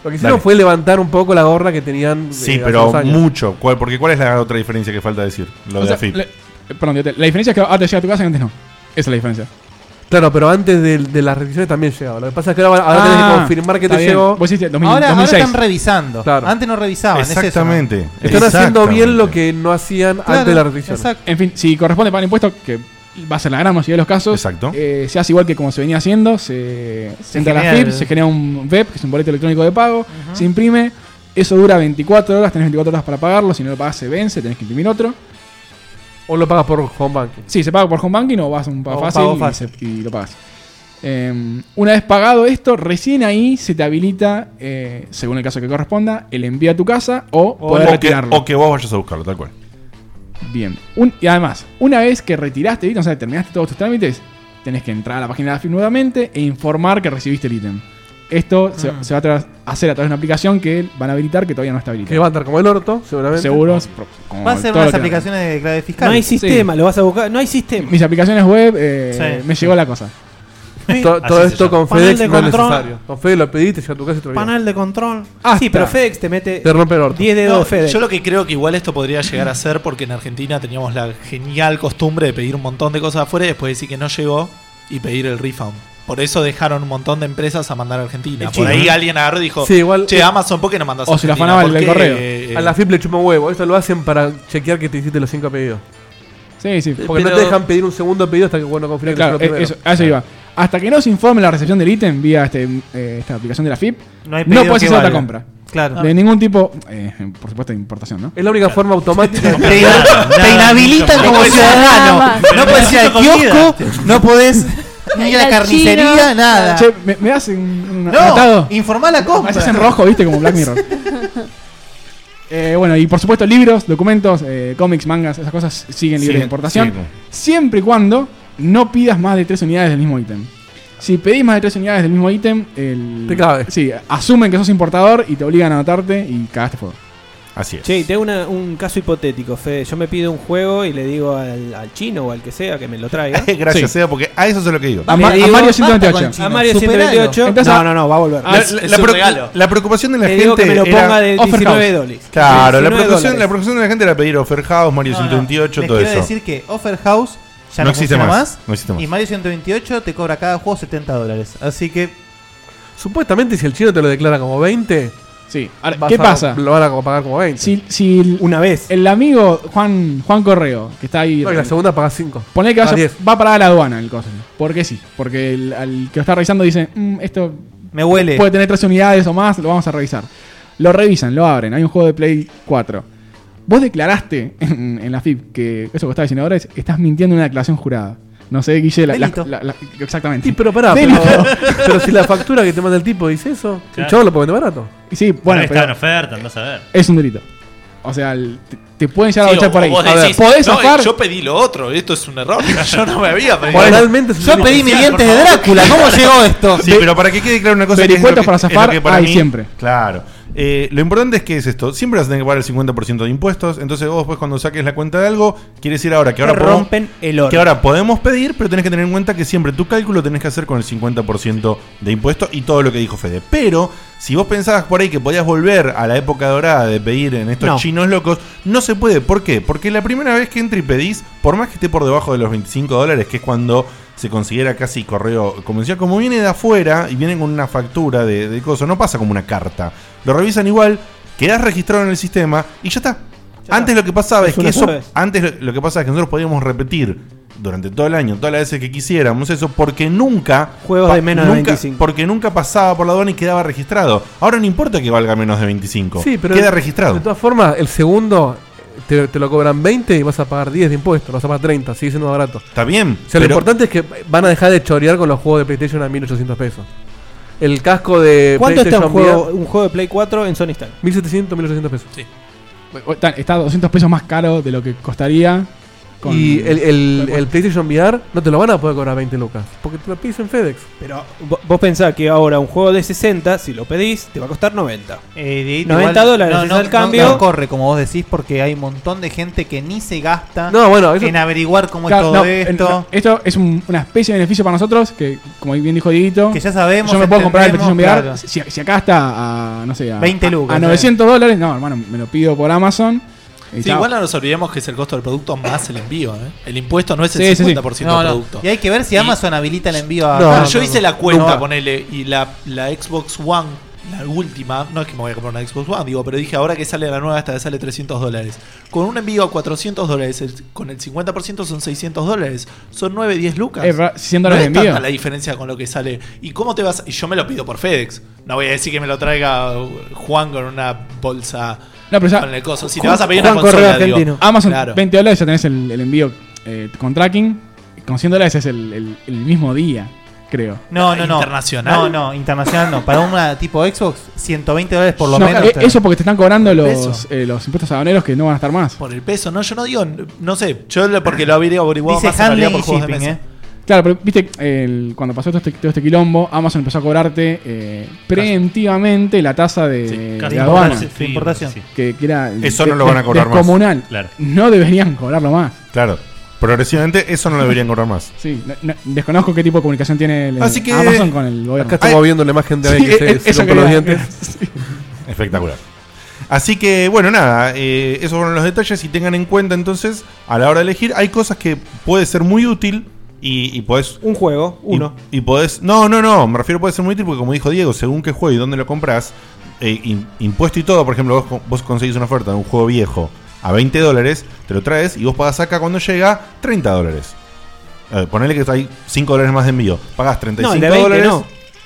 Speaker 6: Lo que hicieron
Speaker 3: Dale.
Speaker 6: fue levantar un poco la gorra que tenían. eh,
Speaker 3: Sí,
Speaker 6: hace
Speaker 3: pero
Speaker 6: unos años.
Speaker 3: mucho. ¿Cuál- porque ¿cuál es la otra diferencia que falta decir? Lo
Speaker 5: O
Speaker 3: de
Speaker 5: sea,
Speaker 3: AFIP.
Speaker 5: le- eh, perdón, Diote, la diferencia es que ahora te llega a tu casa y antes no. Esa es la diferencia.
Speaker 6: Claro, pero antes de, de las restricciones también llegaba. Lo que pasa es que ahora, ahora tenés
Speaker 5: Ah,
Speaker 6: que confirmar que
Speaker 5: está
Speaker 6: te
Speaker 5: bien.
Speaker 6: llegó.
Speaker 5: Vos hiciste 2000,
Speaker 4: Ahora, ahora
Speaker 5: 2006.
Speaker 4: están revisando. Antes no revisaban. es eso, ¿no?
Speaker 6: Están haciendo bien lo que no hacían antes de las restricciones.
Speaker 5: En fin, si corresponde pagar impuestos, que va a ser la gran mayoría de los casos, eh, se hace igual que como se venía haciendo, se, se entra a la
Speaker 6: genera
Speaker 5: FIP,
Speaker 6: el-
Speaker 5: se genera un VEP, que es un boleto electrónico de pago, se imprime, eso dura 24 horas, tenés 24 horas para pagarlo, si no lo pagas se vence, tenés que imprimir otro.
Speaker 6: O lo pagas por home banking.
Speaker 5: Sí, se paga por home banking o vas a un pago
Speaker 6: O un
Speaker 5: fácil,
Speaker 6: pago
Speaker 5: y
Speaker 6: fácil.
Speaker 5: se- Y, lo pagas. Eh, una vez pagado esto, recién ahí se te habilita, eh, según el caso que corresponda, el envío a tu casa o,
Speaker 3: O,
Speaker 5: poder
Speaker 3: que,
Speaker 5: retirarlo.
Speaker 3: o que vos vayas a buscarlo, tal cual.
Speaker 5: Bien. Un- y además, una vez que retiraste el ítem, o sea, terminaste todos tus trámites, tenés que entrar a la página de AFIP nuevamente e informar que recibiste el ítem. Esto se, se va a tra- hacer a través de una aplicación que van a habilitar que todavía no está habilitada.
Speaker 6: Que va a estar como el orto, seguramente.
Speaker 5: Seguro. es pro- como
Speaker 4: Va a ser
Speaker 5: todo
Speaker 4: unas
Speaker 5: lo que-
Speaker 4: aplicaciones de clave fiscal.
Speaker 5: No hay sistema,
Speaker 7: lo vas a buscar. No hay sistema.
Speaker 5: Mis aplicaciones web, eh,
Speaker 6: Sí.
Speaker 5: me llegó la cosa.
Speaker 6: To- todo esto con
Speaker 7: Panel
Speaker 6: FedEx
Speaker 7: de
Speaker 6: no es
Speaker 7: control.
Speaker 6: necesario. Con FedEx lo pediste, ya tu casa y te lo
Speaker 7: Panel de control.
Speaker 6: Ah,
Speaker 7: sí,
Speaker 6: está.
Speaker 7: pero FedEx te mete
Speaker 6: Te rompe el orto.
Speaker 7: 10 dedos
Speaker 10: No,
Speaker 7: de FedEx.
Speaker 10: Yo lo que creo que igual esto podría llegar a ser porque en Argentina teníamos la genial costumbre de pedir un montón de cosas afuera y después decir que no llegó y pedir el refund. Por eso dejaron un montón de empresas a mandar a Argentina.
Speaker 6: Es
Speaker 10: Por
Speaker 6: chido,
Speaker 10: ahí
Speaker 6: ¿eh?
Speaker 10: alguien agarró y dijo,
Speaker 6: Sí, igual-
Speaker 5: eh,
Speaker 10: che, Amazon, ¿por qué no mandas a Argentina? ¿Por qué, eh, eh,
Speaker 6: A la FIP le chupa un huevo. Esto lo hacen para chequear que te hiciste los cinco pedidos.
Speaker 5: Sí, sí.
Speaker 6: Porque no te dejan pedir un segundo pedido hasta que bueno confirmen que
Speaker 5: Claro,
Speaker 6: es el
Speaker 5: eh,
Speaker 6: primero.
Speaker 5: eso, a eso iba. Hasta que no se informe la recepción del ítem vía este, eh, esta aplicación de la FIP,
Speaker 6: No
Speaker 5: no,
Speaker 6: hay pedido
Speaker 5: puedes
Speaker 6: que
Speaker 5: hacer otra
Speaker 6: valga.
Speaker 5: compra.
Speaker 6: Claro.
Speaker 5: De ningún tipo, eh, por supuesto, de importación, ¿no?
Speaker 6: Es la única forma automática.
Speaker 5: Te- te Nada, inhabilitan nada, como nada. ciudadano. No podés ir al kiosco,
Speaker 4: no podés
Speaker 5: Ni
Speaker 4: ir a la carnicería, nada.
Speaker 5: Che, me, me das un, un
Speaker 4: No,
Speaker 5: anotado?
Speaker 4: informá la compra.
Speaker 5: Me haces en rojo, viste, como Black Mirror. Eh, bueno, y por supuesto libros, documentos, eh, cómics, mangas, esas cosas siguen libres
Speaker 3: Siguen,
Speaker 5: de importación.
Speaker 3: siguen.
Speaker 5: Siempre y cuando no pidas más de tres unidades del mismo ítem. Si pedís más de tres unidades del mismo ítem, el...
Speaker 6: Te cabe.
Speaker 5: Sí, asumen que sos importador y te obligan a anotarte y cagaste fuego.
Speaker 3: Así es.
Speaker 7: Che, y tengo una- un caso hipotético, Fede. Yo me pido un juego y le digo al, al chino o al que sea que me lo traiga.
Speaker 3: Gracias, Seba, porque a eso es lo que digo.
Speaker 7: A Ma- a
Speaker 3: Le digo-
Speaker 7: Mario 128. Basta con China,
Speaker 3: A Mario
Speaker 7: superalo.
Speaker 3: 128.
Speaker 7: Entonces- No, no, no, va a volver.
Speaker 3: La,
Speaker 7: Es-
Speaker 3: la-
Speaker 7: es
Speaker 3: la
Speaker 7: un
Speaker 3: pro-
Speaker 7: regalo.
Speaker 3: la preocupación de la
Speaker 7: Le
Speaker 3: gente.
Speaker 7: digo que me lo
Speaker 3: era-
Speaker 7: ponga de
Speaker 3: Offer
Speaker 7: 19
Speaker 3: House.
Speaker 7: dólares.
Speaker 3: Claro, la
Speaker 7: 19
Speaker 3: preocupación,
Speaker 7: dólares.
Speaker 3: la preocupación de la gente era pedir Offer House, Mario 128,
Speaker 4: Les
Speaker 3: todo
Speaker 4: quiero
Speaker 3: eso.
Speaker 4: decir que Offer House ya no,
Speaker 3: No existe
Speaker 4: funciona
Speaker 3: más,
Speaker 4: más,
Speaker 3: no existe más.
Speaker 4: Y Mario 128 te cobra cada juego 70 dólares. Así que.
Speaker 6: Supuestamente si el chino te lo declara como 20.
Speaker 5: Sí.
Speaker 6: vas
Speaker 5: ¿Qué
Speaker 6: a-
Speaker 5: pasa?
Speaker 6: Lo van a como pagar como 20.
Speaker 5: Si, si Una vez. El amigo Juan, Juan Correo, que está ahí.
Speaker 6: No, y la segunda pagas 5.
Speaker 5: Poné que vaya-
Speaker 6: Pagas 10.
Speaker 5: va a parar la aduana el coso. Porque sí. Porque el, al que lo está revisando dice, "Mm, esto
Speaker 4: me huele.
Speaker 5: puede tener tres unidades o más, lo vamos a revisar. Lo revisan, lo abren. Hay un juego de Play 4. Vos declaraste en, en la FIP que eso costaba 19 dólares, estás mintiendo en una declaración jurada. No sé, Guille, la- la-
Speaker 6: Delito.
Speaker 5: la- la- exactamente.
Speaker 6: Sí, pero pará, pero,
Speaker 5: Delito.
Speaker 6: pero si la factura que te manda el tipo dice eso, el
Speaker 5: Claro.
Speaker 6: chavo lo pone barato.
Speaker 5: Sí, bueno,
Speaker 11: está en
Speaker 5: pero
Speaker 11: oferta, andás a ver.
Speaker 5: es un delito. O sea, el- te, te pueden llegar
Speaker 10: sí,
Speaker 5: a echar
Speaker 10: o-
Speaker 5: por
Speaker 10: o
Speaker 5: ahí.
Speaker 10: vos
Speaker 5: A ver,
Speaker 10: decís,
Speaker 5: podés
Speaker 10: "No, eh,
Speaker 5: zafar,
Speaker 10: Yo pedí lo otro, esto es un error. Yo no me había pedido.
Speaker 6: Moralmente es un
Speaker 4: Yo pedí mis dientes de Drácula. ¿Cómo llegó esto?
Speaker 3: Sí, pero para que quede claro una cosa
Speaker 5: Vericuetos
Speaker 3: que es lo que-
Speaker 5: para
Speaker 3: es lo
Speaker 5: zafar
Speaker 3: que para
Speaker 5: hay
Speaker 3: mí-
Speaker 5: siempre.
Speaker 3: Claro. Eh, lo importante es que es esto. Siempre vas a tener que pagar el 50% de impuestos. Entonces vos después cuando saques la cuenta de algo, quieres decir ahora que ahora
Speaker 7: Te
Speaker 3: podemos-
Speaker 7: rompen el oro.
Speaker 3: Que ahora podemos pedir, pero tenés que tener en cuenta que siempre tu cálculo tenés que hacer con el 50% de impuestos y todo lo que dijo Fede. Pero si vos pensabas por ahí que podías volver a la época dorada de pedir en estos
Speaker 13: No.
Speaker 3: chinos locos, no se puede. ¿Por qué? Porque la primera vez que entra y pedís, por más que esté por debajo de los 25 dólares, que es cuando se considera casi correo comercial, como viene de afuera y viene con una factura de, de cosas, no pasa como una carta. Lo revisan igual, quedás registrado en el sistema y ya está. Antes lo que pasaba
Speaker 13: Es
Speaker 3: es que
Speaker 13: una
Speaker 3: eso,
Speaker 13: sola vez.
Speaker 3: antes lo, lo que pasa es que nosotros podíamos repetir durante todo el año, todas las veces que quisiéramos eso, porque nunca
Speaker 7: Juegos
Speaker 3: pa-
Speaker 7: de menos de
Speaker 3: nunca-
Speaker 7: 25.
Speaker 3: porque nunca pasaba por la aduana y quedaba registrado. Ahora no importa que valga menos de 25,
Speaker 6: Sí, pero
Speaker 3: queda
Speaker 6: de-
Speaker 3: registrado.
Speaker 6: De todas formas, el segundo te, te lo cobran 20 y vas a pagar 10 de impuestos, vas a pagar 30, sigue siendo más barato.
Speaker 3: Está bien.
Speaker 6: O sea, lo
Speaker 3: pero-
Speaker 6: importante es que van a dejar de chorear con los juegos de PlayStation a 1800 pesos. El casco de
Speaker 7: ¿Cuánto está un
Speaker 6: Eh, PlayStation
Speaker 7: juego,
Speaker 6: VR,
Speaker 7: un juego de Play 4 en Sony Style?
Speaker 6: 1700, 1800 pesos.
Speaker 5: O- Está, está 200 pesos más caro de lo que costaría. con-
Speaker 6: Y el, el, el PlayStation VR no te lo van a poder cobrar 20 lucas. Porque te lo pides en FedEx.
Speaker 7: Pero Vo- Vos pensás que ahora un juego de 60, si lo pedís, te va a costar 90.
Speaker 4: Eh, Dieguito,
Speaker 7: 90
Speaker 4: igual-
Speaker 7: dólares
Speaker 4: no,
Speaker 7: es
Speaker 4: no,
Speaker 7: al
Speaker 4: no,
Speaker 7: cambio.
Speaker 4: No, corre, como vos decís, porque hay un montón de gente que ni se gasta
Speaker 6: No, bueno, eso-
Speaker 4: en averiguar cómo
Speaker 5: Claro,
Speaker 4: es todo
Speaker 5: no, en-
Speaker 4: esto.
Speaker 5: no, esto es un- una especie de beneficio para nosotros que, como bien dijo Dieguito,
Speaker 4: Que ya sabemos,
Speaker 5: yo me puedo comprar el
Speaker 4: entendemos,
Speaker 5: PlayStation VR.
Speaker 4: claro.
Speaker 5: Si, si acá está a, no sé, a,
Speaker 4: 20 lucas,
Speaker 5: a
Speaker 4: eh.
Speaker 5: 900 dólares, no, hermano, me lo pido por Amazon. Y
Speaker 10: Sí,
Speaker 5: chao.
Speaker 10: igual no nos olvidemos que es el costo del producto más el envío. ¿eh? El impuesto no es el
Speaker 5: Sí, sí, sí.
Speaker 10: 50%
Speaker 4: No,
Speaker 10: del
Speaker 4: no.
Speaker 10: producto.
Speaker 4: Y hay que ver si Amazon habilita el envío a.
Speaker 10: No, yo hice la cuenta, ponele, y la, la Xbox One, la última, no es que me voy a comprar una Xbox One, digo, pero dije, ahora que sale la nueva, esta que sale 300 dólares. Con un envío a 400 dólares, el- con el 50% son 600 dólares, son 9, 10 lucas.
Speaker 5: Es verdad, 100
Speaker 10: no
Speaker 5: dólares
Speaker 10: es
Speaker 5: de envío.
Speaker 10: tanta la diferencia con lo que sale. ¿Y cómo te vas? Y yo me lo pido por FedEx. No voy a decir que me lo traiga Juan con una bolsa
Speaker 5: No, pero ya-
Speaker 10: con el coso. Si te
Speaker 5: Juan-
Speaker 10: vas a pedir
Speaker 5: Juan
Speaker 10: una
Speaker 5: Correa
Speaker 10: consola,
Speaker 5: Argentino.
Speaker 10: digo,
Speaker 5: Amazon,
Speaker 10: claro.
Speaker 5: 20 dólares ya tenés el, el envío eh, con tracking. Con 100 dólares es el, el- el mismo día, creo.
Speaker 4: No, no, no.
Speaker 10: Internacional.
Speaker 4: No, no, internacional no. Para una tipo Xbox, 120 dólares por lo
Speaker 5: No,
Speaker 4: menos.
Speaker 5: eh,
Speaker 4: te-
Speaker 5: eso porque te están cobrando los,
Speaker 10: peso.
Speaker 5: eh, los impuestos aduaneros que no van a estar más.
Speaker 10: Por el peso, no, yo no digo, no sé, yo lo- porque lo habría averiguado
Speaker 4: Dice
Speaker 10: más en realidad
Speaker 4: handling
Speaker 10: por
Speaker 4: y
Speaker 10: juegos de
Speaker 4: shipping,
Speaker 10: mesa.
Speaker 4: ¿eh?
Speaker 5: Claro, pero viste, el- cuando pasó todo este, todo este quilombo, Amazon empezó a cobrarte eh, preemptivamente la tasa de, de
Speaker 11: casi.
Speaker 5: aduana.
Speaker 11: Importación, sí, importación. sí.
Speaker 5: Que, que era
Speaker 3: Eso no lo van a cobrar más.
Speaker 5: descomunal.
Speaker 3: Claro.
Speaker 5: No deberían cobrarlo más.
Speaker 3: Claro, progresivamente eso no lo deberían cobrar más.
Speaker 5: Sí, no- no- desconozco qué tipo de comunicación tiene el-
Speaker 3: Así que-
Speaker 5: Amazon con el gobierno. Ah,
Speaker 6: Acá estamos viendo la imagen de alguien
Speaker 5: Sí,
Speaker 6: que
Speaker 5: eh,
Speaker 6: se, se
Speaker 5: eso
Speaker 6: rompe los
Speaker 5: quería-
Speaker 6: dientes.
Speaker 3: Espectacular. Así que, bueno, nada, eh, esos fueron los detalles y tengan en cuenta entonces, a la hora de elegir, hay cosas que puede ser muy útil y, y podés...
Speaker 7: Un juego,
Speaker 3: y-
Speaker 7: uno.
Speaker 3: Y, podés... No, no, no, me refiero puede ser muy útil porque como dijo Diego, según qué juego y dónde lo compras, eh, in- impuesto y todo, por ejemplo, vos, co- vos conseguís una oferta de un juego viejo a 20 dólares, te lo traes y vos pagás acá cuando llega 30 dólares. A ver, Eh, ponele que hay 5 dólares más de envío, pagás 35
Speaker 7: el de 20
Speaker 3: dólares.
Speaker 7: no.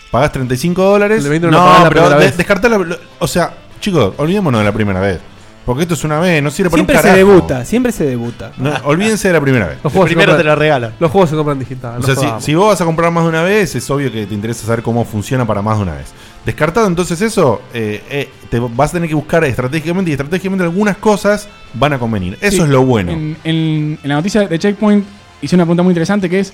Speaker 3: Pagás 35 dólares.
Speaker 6: El de 20 no lo pagás la
Speaker 3: pero
Speaker 6: primera
Speaker 3: de-
Speaker 6: vez.
Speaker 3: descartá la- lo- o sea, chicos, olvidémonos de la primera vez. Porque esto es una vez, no sirve para
Speaker 7: Siempre
Speaker 3: un
Speaker 7: se
Speaker 3: carajo.
Speaker 7: debuta, siempre se debuta.
Speaker 3: No, olvídense de la primera vez.
Speaker 6: Los juegos se
Speaker 10: Primero te lo
Speaker 6: compran-
Speaker 10: regalan.
Speaker 6: Los juegos se compran digital.
Speaker 3: O
Speaker 6: no
Speaker 3: sea,
Speaker 6: jodamos.
Speaker 3: si, si vos vas a comprar más de una vez, es obvio que te interesa saber cómo funciona para más de una vez. Descartado entonces eso, eh, eh, te vas a tener que buscar estratégicamente y estratégicamente algunas cosas van a convenir. Eso
Speaker 5: Sí,
Speaker 3: es lo bueno.
Speaker 5: En, en- en la noticia de Checkpoint hice una pregunta muy interesante que es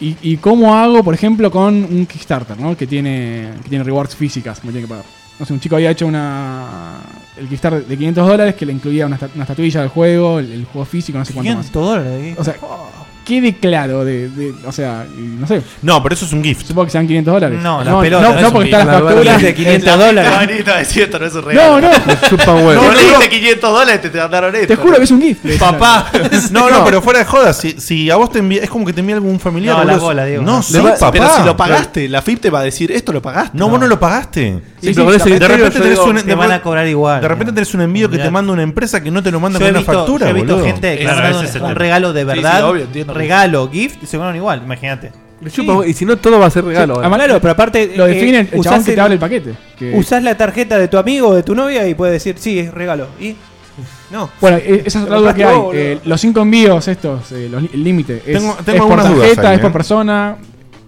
Speaker 5: ¿y, y cómo hago, por ejemplo, con un Kickstarter, ¿no? Que tiene, que tiene rewards físicas que me tiene que pagar. No sé, un chico había hecho una el Kickstarter de 500 dólares que le incluía una, esta- una estatuilla del juego, el, el juego físico, no sé cuánto más.
Speaker 4: 500 dólares. eh.
Speaker 5: O sea, quede claro de, de- o sea, y no sé.
Speaker 3: No, pero eso es un gift.
Speaker 5: Supongo que sean 500 dólares.
Speaker 4: No, la
Speaker 5: no,
Speaker 4: pelota,
Speaker 5: no,
Speaker 4: no
Speaker 5: no,
Speaker 4: es un
Speaker 5: porque
Speaker 4: gift.
Speaker 5: están las
Speaker 4: La verdad
Speaker 5: facturas
Speaker 4: que es de 500 dólares.
Speaker 10: Cabanita de cierto, no es un
Speaker 5: No,
Speaker 10: regalo.
Speaker 5: no.
Speaker 10: No,
Speaker 3: No,
Speaker 10: le
Speaker 3: no,
Speaker 10: diste 500 dólares, te te mandaron esto.
Speaker 5: Te juro que es un gift.
Speaker 10: Papá.
Speaker 3: No, no, pero fuera de joda, si, si a vos te envía, es como que te envía algún familiar.
Speaker 10: No, la
Speaker 3: boludo.
Speaker 10: bola, Diego.
Speaker 3: No,
Speaker 10: No.
Speaker 3: sí,
Speaker 10: Le va-
Speaker 3: papá.
Speaker 10: pero si lo pagaste, la FIP te va a decir, esto lo pagaste.
Speaker 3: No, vos no lo pagaste.
Speaker 10: Sí, pero con ese
Speaker 3: de
Speaker 10: criterio
Speaker 3: repente
Speaker 10: yo
Speaker 3: tenés
Speaker 10: digo,
Speaker 3: un,
Speaker 10: te
Speaker 3: de-
Speaker 10: van a cobrar igual,
Speaker 3: De repente tenés un envío que te manda una empresa que no te lo manda
Speaker 4: Yo
Speaker 3: con
Speaker 4: he
Speaker 3: una
Speaker 4: visto,
Speaker 3: factura,
Speaker 4: yo he visto
Speaker 3: boludo.
Speaker 4: gente que
Speaker 11: Claro,
Speaker 4: se
Speaker 11: ese
Speaker 4: mandan
Speaker 11: es el
Speaker 4: un
Speaker 11: tema.
Speaker 4: regalo de
Speaker 11: Sí, sí,
Speaker 4: verdad,
Speaker 11: obvio, entiendo.
Speaker 4: regalo, gift, y se mandan igual, imagínate.
Speaker 6: Le chupa, Y si no, todo va a ser regalo. ahora.
Speaker 7: Amalaro, pero aparte. eh,
Speaker 5: Lo define el
Speaker 7: usás
Speaker 5: chabón que te abre el paquete, que-
Speaker 7: Usás la tarjeta de tu amigo o de tu novia y puedes decir, sí, es regalo. Y. No.
Speaker 5: Bueno, eh, esa es
Speaker 7: Lo
Speaker 5: otra duda
Speaker 7: compraste
Speaker 5: que hay.
Speaker 7: vos, boludo.
Speaker 5: Eh, los cinco envíos estos, eh, los li- el límite. Es,
Speaker 7: Tengo- tengo
Speaker 5: es por
Speaker 7: algunas dudas
Speaker 5: tarjeta,
Speaker 7: ahí,
Speaker 5: es por
Speaker 7: eh.
Speaker 5: persona.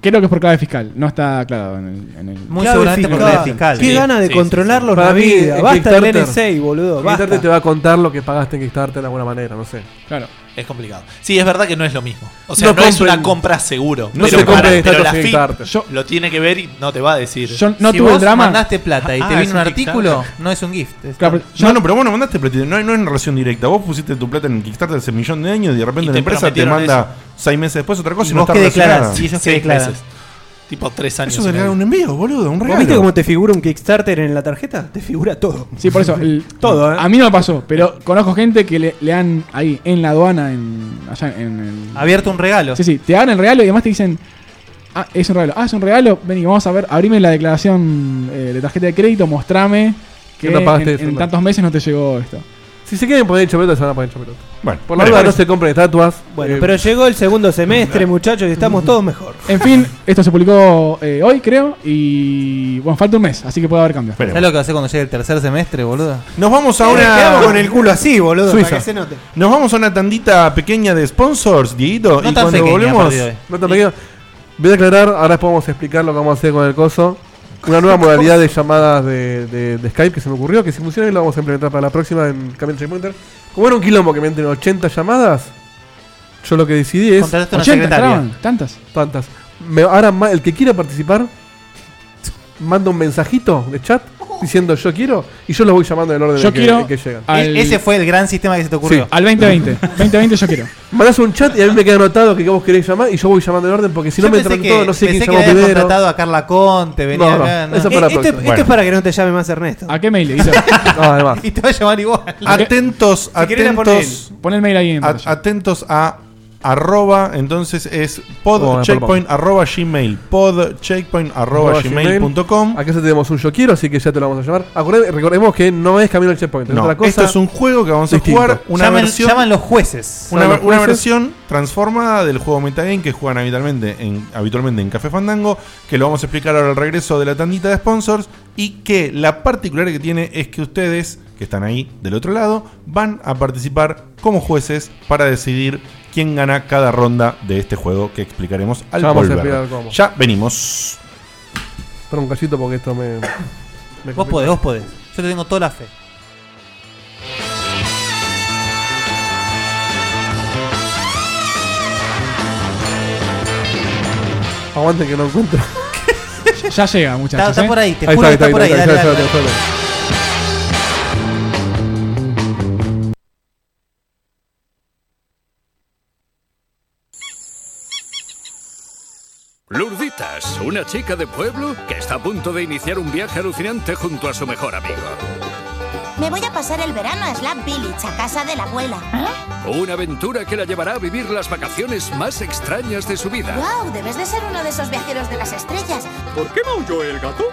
Speaker 5: Creo que es por clave fiscal. No está aclarado en el... en el-
Speaker 4: Muy seguramente por la fiscal.
Speaker 7: Qué gana de controlar los
Speaker 6: Para mí,
Speaker 7: navideños.
Speaker 6: en
Speaker 7: Basta del
Speaker 6: Kickstarter-
Speaker 7: NSA, boludo.
Speaker 6: Kickstarter
Speaker 7: Basta.
Speaker 6: te va a contar lo que pagaste en Kickstarter de alguna manera, no sé.
Speaker 5: Claro.
Speaker 10: Es complicado. Sí, es verdad que no es lo mismo. O sea,
Speaker 6: No
Speaker 10: no, es
Speaker 6: compren-
Speaker 10: una compra seguro.
Speaker 6: No
Speaker 10: pero
Speaker 6: se compre
Speaker 10: para-
Speaker 6: esta
Speaker 10: pero la
Speaker 6: cosa sin
Speaker 10: FIP
Speaker 6: carta.
Speaker 10: lo tiene que ver y no te va a decir.
Speaker 5: Yo
Speaker 4: si vos mandaste plata
Speaker 10: Ah,
Speaker 4: y te vino un artículo, no es un gift. es-
Speaker 10: Este,
Speaker 3: no, no, pero vos no mandaste platita, no, hay- no es en relación directa. Vos pusiste tu plata en el Kickstarter hace un millón de años y de repente
Speaker 10: Y
Speaker 3: la
Speaker 10: te
Speaker 3: empresa te
Speaker 10: prometieron
Speaker 3: manda
Speaker 10: eso.
Speaker 3: seis meses después otra cosa y,
Speaker 10: Y
Speaker 3: no
Speaker 10: vos
Speaker 3: está
Speaker 10: qué declarás,
Speaker 3: relacionada.
Speaker 10: y ellos qué
Speaker 3: Seis
Speaker 10: declaran.
Speaker 3: meses.
Speaker 10: Tipo tres años.
Speaker 3: Eso sería un envío, boludo, un
Speaker 7: ¿Vos
Speaker 3: regalo.
Speaker 7: viste cómo te figura un Kickstarter en la tarjeta? Te figura todo.
Speaker 5: Sí, por eso. el-
Speaker 7: Todo, ¿eh?
Speaker 5: A mí no me pasó, pero conozco gente que le, le han ahí en la aduana, en, allá en el-
Speaker 4: Abierto un regalo.
Speaker 5: Sí, sí, te dan el regalo y además te dicen. Ah, es un regalo. Ah, es un regalo. Vení, vamos a ver. Abrime la declaración eh, de tarjeta de crédito. Mostrame que
Speaker 6: Que no pagaste
Speaker 5: en-
Speaker 6: eso,
Speaker 5: en,
Speaker 6: claro.
Speaker 5: tantos meses no te llegó esto.
Speaker 6: Si se quieren poner chopetas, se van a poner chopetas.
Speaker 3: Bueno,
Speaker 6: por la duda no se compren estatuas.
Speaker 7: Bueno,
Speaker 6: eh,
Speaker 7: pero llegó el segundo semestre, muchachos, y estamos todos mejor.
Speaker 5: En fin, esto se publicó eh, hoy, creo. Y bueno, falta un mes, así que puede haber cambios.
Speaker 4: ¿Sabes lo que va a hacer cuando llegue el tercer semestre, boludo? Eh,
Speaker 3: Nos vamos a una.
Speaker 4: quedamos con el
Speaker 7: culo así, boludo,
Speaker 4: para que se note.
Speaker 3: Nos vamos a una tandita pequeña de sponsors, Dieguito. y cuando volvemos.
Speaker 6: No tan pequeña. Voy a aclarar, ahora podemos explicar lo que vamos a hacer con el coso. Una nueva modalidad de llamadas de, de- de Skype que se me ocurrió, que si funciona y lo vamos a implementar para la próxima en Camino Trade Monitor. Como era un quilombo que me entren 80 llamadas, yo lo que decidí es.
Speaker 4: Contrataste
Speaker 5: una 80 secretaria. entraban, tantas.
Speaker 6: Tantas. Me- ahora ma- el que quiera participar, manda un mensajito de chat diciendo yo quiero y yo los voy llamando en el orden en el que- en el que, llegan.
Speaker 4: E- Ese fue el gran sistema que se te ocurrió.
Speaker 6: Sí. Al 2020.
Speaker 5: 2020 yo quiero.
Speaker 6: Mandás un chat y a mí me queda anotado que vos querés llamar y yo voy llamando en orden porque si no
Speaker 4: Yo
Speaker 6: me
Speaker 4: pensé
Speaker 6: entran
Speaker 4: que-
Speaker 6: todos, no sé quién
Speaker 4: pensé que
Speaker 6: llamó
Speaker 4: habías
Speaker 6: primero.
Speaker 4: contratado a Carla Conte, venía
Speaker 6: No, no,
Speaker 4: acá,
Speaker 6: eso para la
Speaker 7: Eh, este-
Speaker 6: próxima.
Speaker 7: esto es para que no te llame más Ernesto.
Speaker 5: ¿A qué mail le dice?
Speaker 4: Y te va a llamar igual.
Speaker 3: Atentos, atentos.
Speaker 5: Pon el mail ahí en
Speaker 3: a- Atentos a arroba, entonces es
Speaker 6: Bueno,
Speaker 3: podcheckpoint arroba gmail. Podcheckpoint arroba gmail punto
Speaker 6: Acá ya tenemos un yo quiero, así que ya te lo vamos a llamar. Acordé- recordemos que no es camino al checkpoint. es
Speaker 3: No,
Speaker 6: otra cosa
Speaker 3: esto es un juego que vamos a
Speaker 6: distinto.
Speaker 3: jugar. Una
Speaker 6: Llaman-
Speaker 3: versión,
Speaker 6: llaman los jueces.
Speaker 3: Una,
Speaker 6: Llaman los
Speaker 3: una
Speaker 6: jueces.
Speaker 3: versión transformada del juego metagame que juegan habitualmente en, habitualmente en Café Fandango, que lo vamos a explicar ahora al regreso de la tandita de sponsors, y que la particularidad que tiene es que ustedes, que están ahí del otro lado, van a participar como jueces para decidir quién gana cada ronda de este juego que explicaremos al
Speaker 6: Ya vamos a
Speaker 3: volver.
Speaker 6: explicar cómo.
Speaker 3: Ya venimos.
Speaker 6: Espera un cachito porque esto me. me
Speaker 4: Vos podés, vos podés. Yo te tengo toda la fe.
Speaker 6: Aguante que no encuentro.
Speaker 5: Ya llega, muchachos.
Speaker 4: Está- está
Speaker 5: ¿eh?
Speaker 4: por ahí, te juro que está por ahí, dale, dale, dale.
Speaker 13: Lurditas, una chica de pueblo que está a punto de iniciar un viaje alucinante junto a su mejor amigo.
Speaker 14: Me voy a pasar el verano a Slap Village, a casa de la abuela.
Speaker 13: Una aventura que la llevará a vivir las vacaciones más extrañas de su vida.
Speaker 14: ¡Wow! Debes de ser uno de esos viajeros de las estrellas.
Speaker 13: ¿Por qué maulló el gato?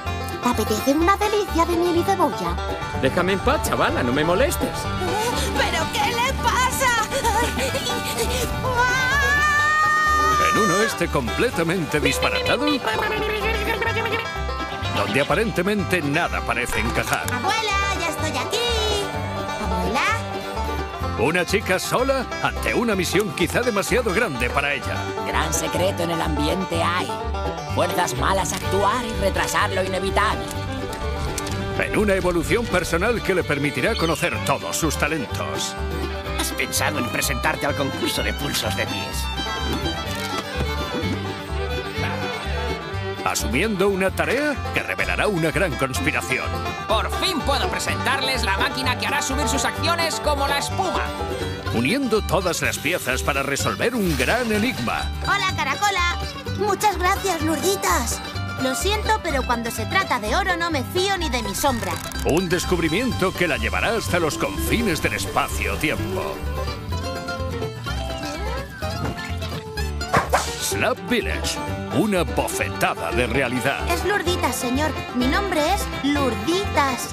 Speaker 14: ¿Te apetece una delicia de miel y cebolla?
Speaker 15: Déjame en paz, chavala, no me molestes.
Speaker 14: ¿Pero qué le pasa?
Speaker 13: En un oeste completamente disparatado, donde aparentemente nada parece encajar.
Speaker 14: ¡Abuela, ya estoy aquí! ¿Abuela?
Speaker 13: Una chica sola ante una misión quizá demasiado grande para ella.
Speaker 16: Gran secreto en el ambiente hay. Fuerzas malas a actuar y retrasar lo inevitable.
Speaker 13: En una evolución personal que le permitirá conocer todos sus talentos.
Speaker 15: ¿Has pensado en presentarte al concurso de pulsos de pies?
Speaker 13: Asumiendo una tarea que revelará una gran conspiración.
Speaker 12: Por fin puedo presentarles la máquina que hará subir sus acciones como la espuma.
Speaker 13: Uniendo todas las piezas para resolver un gran enigma.
Speaker 14: ¡Hola, Caracola! Muchas gracias, Lurditas. Lo siento, pero cuando se trata de oro no me fío ni de mi sombra.
Speaker 13: Un descubrimiento que la llevará hasta los confines del espacio-tiempo. Slap Village, una bofetada de realidad.
Speaker 14: Es Lurditas, señor. Mi nombre es Lurditas.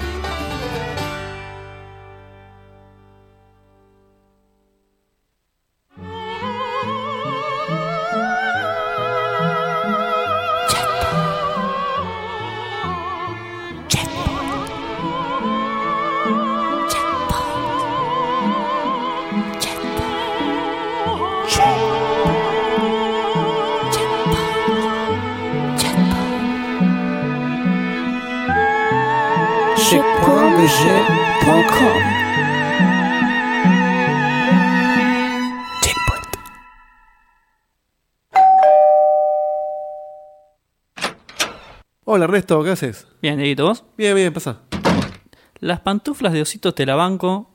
Speaker 6: Hola Ernesto, ¿qué haces?
Speaker 17: Bien, Dieguito, ¿vos?
Speaker 6: Bien, bien, pasa.
Speaker 17: Las pantuflas de ositos te la banco.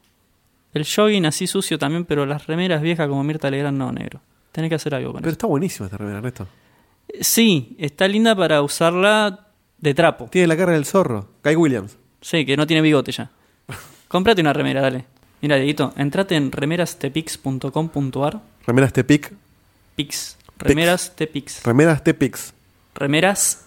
Speaker 17: El jogging así sucio también, pero las remeras viejas como Mirta Legrand no, negro. Tenés que hacer algo con
Speaker 6: Pero está buenísima esta remera, Ernesto.
Speaker 17: eso. Sí, está linda para usarla de trapo.
Speaker 6: Tiene la cara del zorro. Kai Williams.
Speaker 17: Sí, que no tiene bigote ya. Cómprate una remera, dale. Mira, Dieguito, entrate en remerastepix.com.ar.
Speaker 6: Remeras Tepic.
Speaker 17: Pix. Remeras Tepix.
Speaker 6: Remeras Tepix.
Speaker 17: Remeras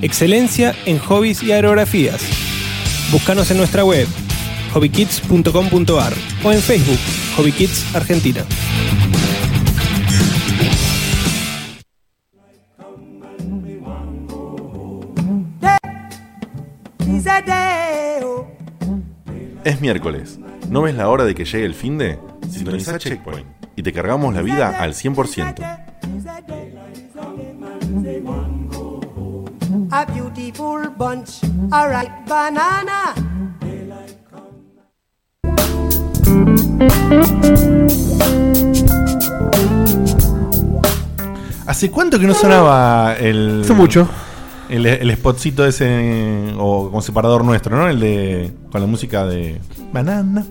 Speaker 7: Excelencia en hobbies y aerografías. Búscanos en nuestra web hobbykids.com.ar o en Facebook Hobby Kids Argentina.
Speaker 3: Es miércoles. ¿No ves la hora de que llegue el fin de? Sintoniza Checkpoint y te cargamos la vida al 100%.
Speaker 18: A beautiful bunch, a ripe banana.
Speaker 3: ¿Hace cuánto que no sonaba el.
Speaker 6: Hace mucho.
Speaker 3: El, el spotcito ese, o como separador nuestro, ¿no? El de. con la música de. Banana.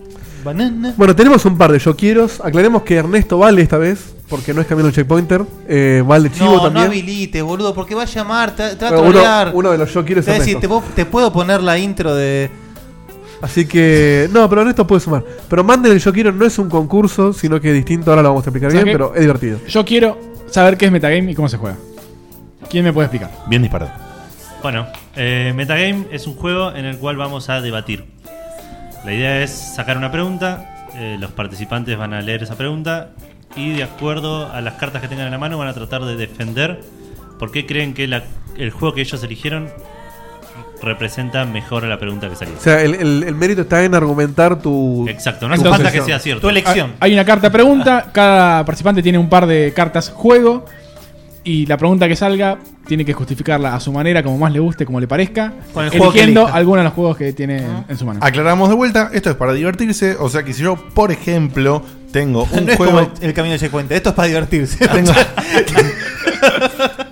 Speaker 4: Banana.
Speaker 6: Bueno, tenemos un par de yo quiero. Aclaremos que Ernesto vale esta vez, porque no es cambiando el checkpointer. Eh, vale Chivo
Speaker 4: no, no
Speaker 6: también.
Speaker 4: habilite, boludo, porque va a llamar, te, te va a
Speaker 6: Pero uno-
Speaker 4: trolear.
Speaker 6: uno de los yo quiero es
Speaker 4: Te va a decir,
Speaker 6: Ernesto.
Speaker 4: te, puedo- te puedo poner la intro de.
Speaker 6: Así que. No, pero Ernesto puede sumar. Pero manden el yo quiero, no es un concurso, sino que es distinto. Ahora lo vamos a explicar bien,
Speaker 5: ¿Sabes qué?
Speaker 6: pero es divertido.
Speaker 5: Yo quiero saber qué es metagame y cómo se juega. ¿Quién me puede explicar?
Speaker 3: Bien disparado.
Speaker 11: Bueno, eh, Metagame es un juego en el cual vamos a debatir. La idea es sacar una pregunta, eh, los participantes van a leer esa pregunta y de acuerdo a las cartas que tengan en la mano van a tratar de defender por qué creen que la- el juego que ellos eligieron representa mejor a la pregunta que salió.
Speaker 6: O sea, el, el- el mérito está en argumentar tu.
Speaker 11: Exacto, no hace falta que sea cierto.
Speaker 5: Ah, Hay hay una carta pregunta, cada participante tiene un par de cartas juego y la pregunta que salga tiene que justificarla a su manera, como más le guste, como le parezca,
Speaker 3: Con el juego que
Speaker 5: eligiendo
Speaker 3: elija. Ah,
Speaker 5: alguno de los juegos que tiene en- en su mano.
Speaker 3: Aclaramos de vuelta, esto es para divertirse, o sea que si yo, por ejemplo, tengo un
Speaker 4: No es
Speaker 3: juego...
Speaker 4: como el, el camino de Checkpoint, esto es para divertirse.
Speaker 3: Tengo-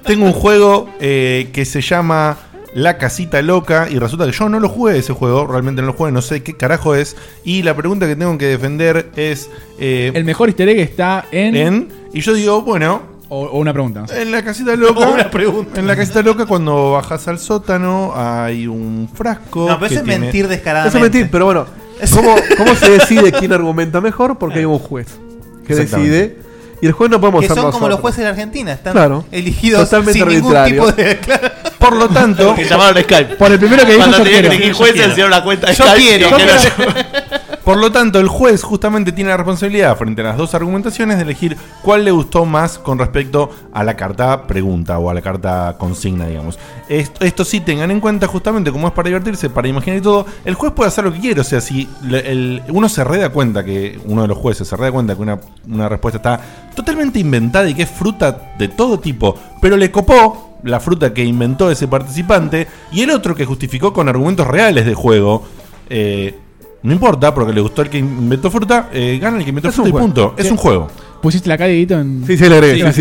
Speaker 3: tengo un juego eh, que se llama La Casita Loca y resulta que yo no lo jugué ese juego, realmente no lo jugué, no sé qué carajo es. Y la pregunta que tengo que defender es... eh,
Speaker 5: El mejor easter egg está en...
Speaker 3: y yo digo, bueno...
Speaker 5: O, o una pregunta. no sé.
Speaker 3: En la casita loca, en la casita loca cuando bajas al sótano hay un frasco.
Speaker 4: No, pero
Speaker 3: que
Speaker 4: eso es
Speaker 3: tiene-
Speaker 4: mentir descaradamente.
Speaker 6: Eso es mentir, pero bueno. ¿cómo, cómo se decide quién argumenta mejor? Porque hay un juez que
Speaker 3: Exactamente.
Speaker 6: decide. Y el juez no podemos
Speaker 4: que son
Speaker 6: hacer
Speaker 4: como
Speaker 6: nosotros.
Speaker 4: los jueces de la Argentina, están
Speaker 6: Claro.
Speaker 4: elegidos
Speaker 6: Totalmente
Speaker 4: sin
Speaker 6: arbitrario.
Speaker 4: ningún tipo de. claro.
Speaker 3: Por lo tanto,
Speaker 4: Que
Speaker 3: llamaron Skype. Por el primero que dijo,
Speaker 4: Cuando
Speaker 3: yo
Speaker 4: tenían
Speaker 3: quiero.
Speaker 4: que elegir jueces, Yo quiero. hicieron la cuenta de Yo Skype y quiero. dijeron, Yo
Speaker 3: Por lo tanto, el juez justamente tiene la responsabilidad frente a las dos argumentaciones de elegir cuál le gustó más con respecto a la carta pregunta o a la carta consigna, digamos. Esto, esto sí, tengan en cuenta justamente como es para divertirse, para imaginar y todo. El juez puede hacer lo que quiera, o sea, si le- el- uno se reda cuenta que uno de los jueces se reda cuenta que una, una respuesta está totalmente inventada y que es fruta de todo tipo, pero le copó la fruta que inventó ese participante, y el otro que justificó con argumentos reales de juego. eh, no importa, porque le gustó el que inventó fruta, eh, gana el que inventó
Speaker 5: Es
Speaker 3: fruta
Speaker 5: un
Speaker 3: y
Speaker 5: juego.
Speaker 3: punto. Es
Speaker 5: Sí.
Speaker 3: un juego.
Speaker 5: Pusiste la calle, Guito, en.
Speaker 10: Sí,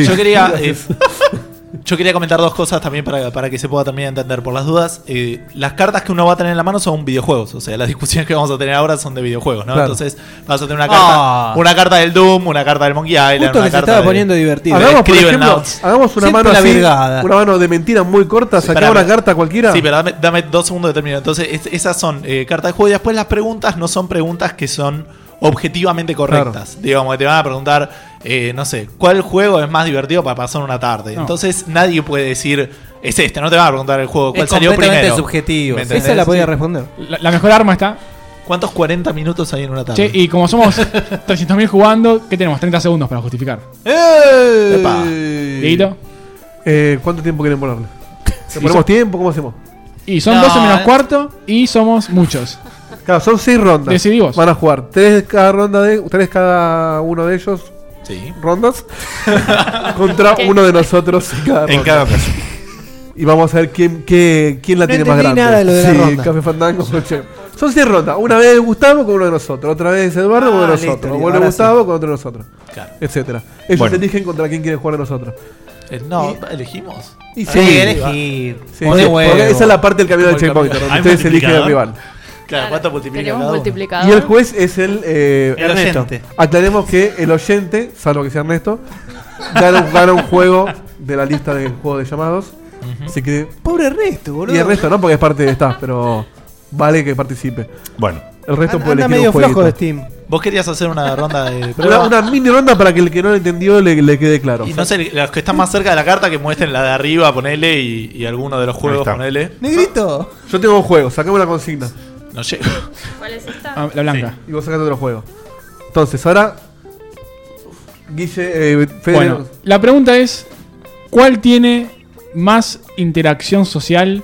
Speaker 10: Yo quería. eh, yo quería comentar dos cosas también para, para que se pueda también entender por las dudas. Eh, las cartas que uno va a tener en la mano son videojuegos. O sea, las discusiones que vamos a tener ahora son de videojuegos, ¿no?
Speaker 4: Claro.
Speaker 10: Entonces, vas a tener una carta,
Speaker 4: Ah.
Speaker 10: una carta del Doom, una carta del Monkey Island,
Speaker 6: Justo
Speaker 10: una
Speaker 6: que se
Speaker 10: carta
Speaker 6: estaba
Speaker 10: de-
Speaker 6: poniendo
Speaker 10: de
Speaker 6: divertido. Hagamos, por ejemplo,
Speaker 10: Scribblenauts.
Speaker 6: hagamos una mano así, una mano de mentira muy corta, sacar
Speaker 10: Pará,
Speaker 6: una carta cualquiera.
Speaker 10: Sí, pero dame, dame dos segundos de terminar. Entonces, es- esas son eh, cartas de juego. Y después las preguntas no son preguntas que son objetivamente correctas. Digamos, que te van a preguntar, eh, no sé, ¿cuál juego es más divertido para pasar una tarde?
Speaker 4: No.
Speaker 10: Entonces, nadie puede decir, es este. No te van a preguntar el juego, cuál
Speaker 4: Es
Speaker 10: salió
Speaker 4: completamente
Speaker 10: primero.
Speaker 4: subjetivo.
Speaker 10: ¿Me
Speaker 4: Esa
Speaker 10: entendés?
Speaker 4: la podía
Speaker 10: Sí.
Speaker 4: responder.
Speaker 5: La, la mejor arma está.
Speaker 10: ¿Cuántos 40 minutos hay en una tarde?
Speaker 5: Che, y como somos 300.000 jugando, ¿qué tenemos? 30 segundos para justificar.
Speaker 10: Epa.
Speaker 5: Dieguito.
Speaker 6: Eh, ¿Cuánto tiempo quieren ponerle?
Speaker 5: Sí,
Speaker 6: ¿Le ponemos
Speaker 5: son-
Speaker 6: tiempo? ¿Cómo hacemos?
Speaker 5: Y son
Speaker 6: No,
Speaker 5: 12 menos
Speaker 6: eh.
Speaker 5: cuarto y somos muchos.
Speaker 6: Claro, son seis rondas.
Speaker 5: Decidí vos.
Speaker 6: Van a jugar tres cada ronda de, tres cada uno de ellos.
Speaker 10: Sí.
Speaker 6: Rondas. contra uno de nosotros en cada
Speaker 3: En
Speaker 6: ronda.
Speaker 3: cada caso.
Speaker 6: Y vamos a ver quién, qué- quién la
Speaker 3: No
Speaker 6: tiene más
Speaker 3: entendí
Speaker 6: grande.
Speaker 3: nada de lo de la
Speaker 6: Sí,
Speaker 3: ronda.
Speaker 6: Café Fandango. che. Son seis rondas. Una vez Gustavo con uno de nosotros. Otra vez Eduardo con uno
Speaker 4: Ah,
Speaker 6: de
Speaker 4: listo,
Speaker 6: nosotros.
Speaker 4: listo,
Speaker 6: Vuelve
Speaker 4: ahora
Speaker 6: Gustavo con otro de nosotros.
Speaker 10: Claro.
Speaker 6: Etcétera. Ellos
Speaker 10: Bueno.
Speaker 6: eligen contra quién quieren jugar a nosotros.
Speaker 10: Eh, no, elegimos.
Speaker 6: Y
Speaker 10: Ah,
Speaker 6: sí,
Speaker 10: hay que
Speaker 6: Sí, porque- porque esa es la parte del camino del
Speaker 10: Como el
Speaker 6: checkpoint,
Speaker 10: camino.
Speaker 6: donde
Speaker 10: ¿Hay
Speaker 6: ustedes eligen al
Speaker 10: multiplicador?
Speaker 6: rival.
Speaker 10: Claro, ¿cuánto multiplica
Speaker 19: Tenemos
Speaker 10: cada uno?
Speaker 19: multiplicador.
Speaker 6: Y el juez es el. eh,
Speaker 10: El
Speaker 6: Ernesto.
Speaker 10: oyente.
Speaker 6: Aclaremos que el oyente, salvo que sea Ernesto, gana, un- gana un juego de la lista de juego de llamados. Así que.
Speaker 7: Pobre Ernesto, boludo.
Speaker 6: Y Ernesto no, porque es parte de esta, pero vale que participe.
Speaker 3: Bueno.
Speaker 6: El resto
Speaker 7: An-
Speaker 6: puede
Speaker 7: anda
Speaker 6: elegir
Speaker 7: medio
Speaker 6: un jueguito.
Speaker 7: flojo de Steam.
Speaker 10: Vos querías hacer una ronda de
Speaker 6: Una,
Speaker 10: prueba.
Speaker 6: una mini ronda para que el que no lo entendió le, le quede claro.
Speaker 10: Y no sé, los que están más cerca de la carta que muestren la de arriba, ponele, y, y alguno de los juegos,
Speaker 6: está.
Speaker 10: ponele.
Speaker 6: ¡Negrito! Yo tengo un juego, sacame la consigna.
Speaker 10: No llego.
Speaker 8: ¿Cuál es esta?
Speaker 5: Ah, la blanca.
Speaker 6: Y vos sacate otro juego. Entonces, ahora. Guille, eh, Fede,
Speaker 5: Bueno, la pregunta es: ¿cuál tiene más interacción social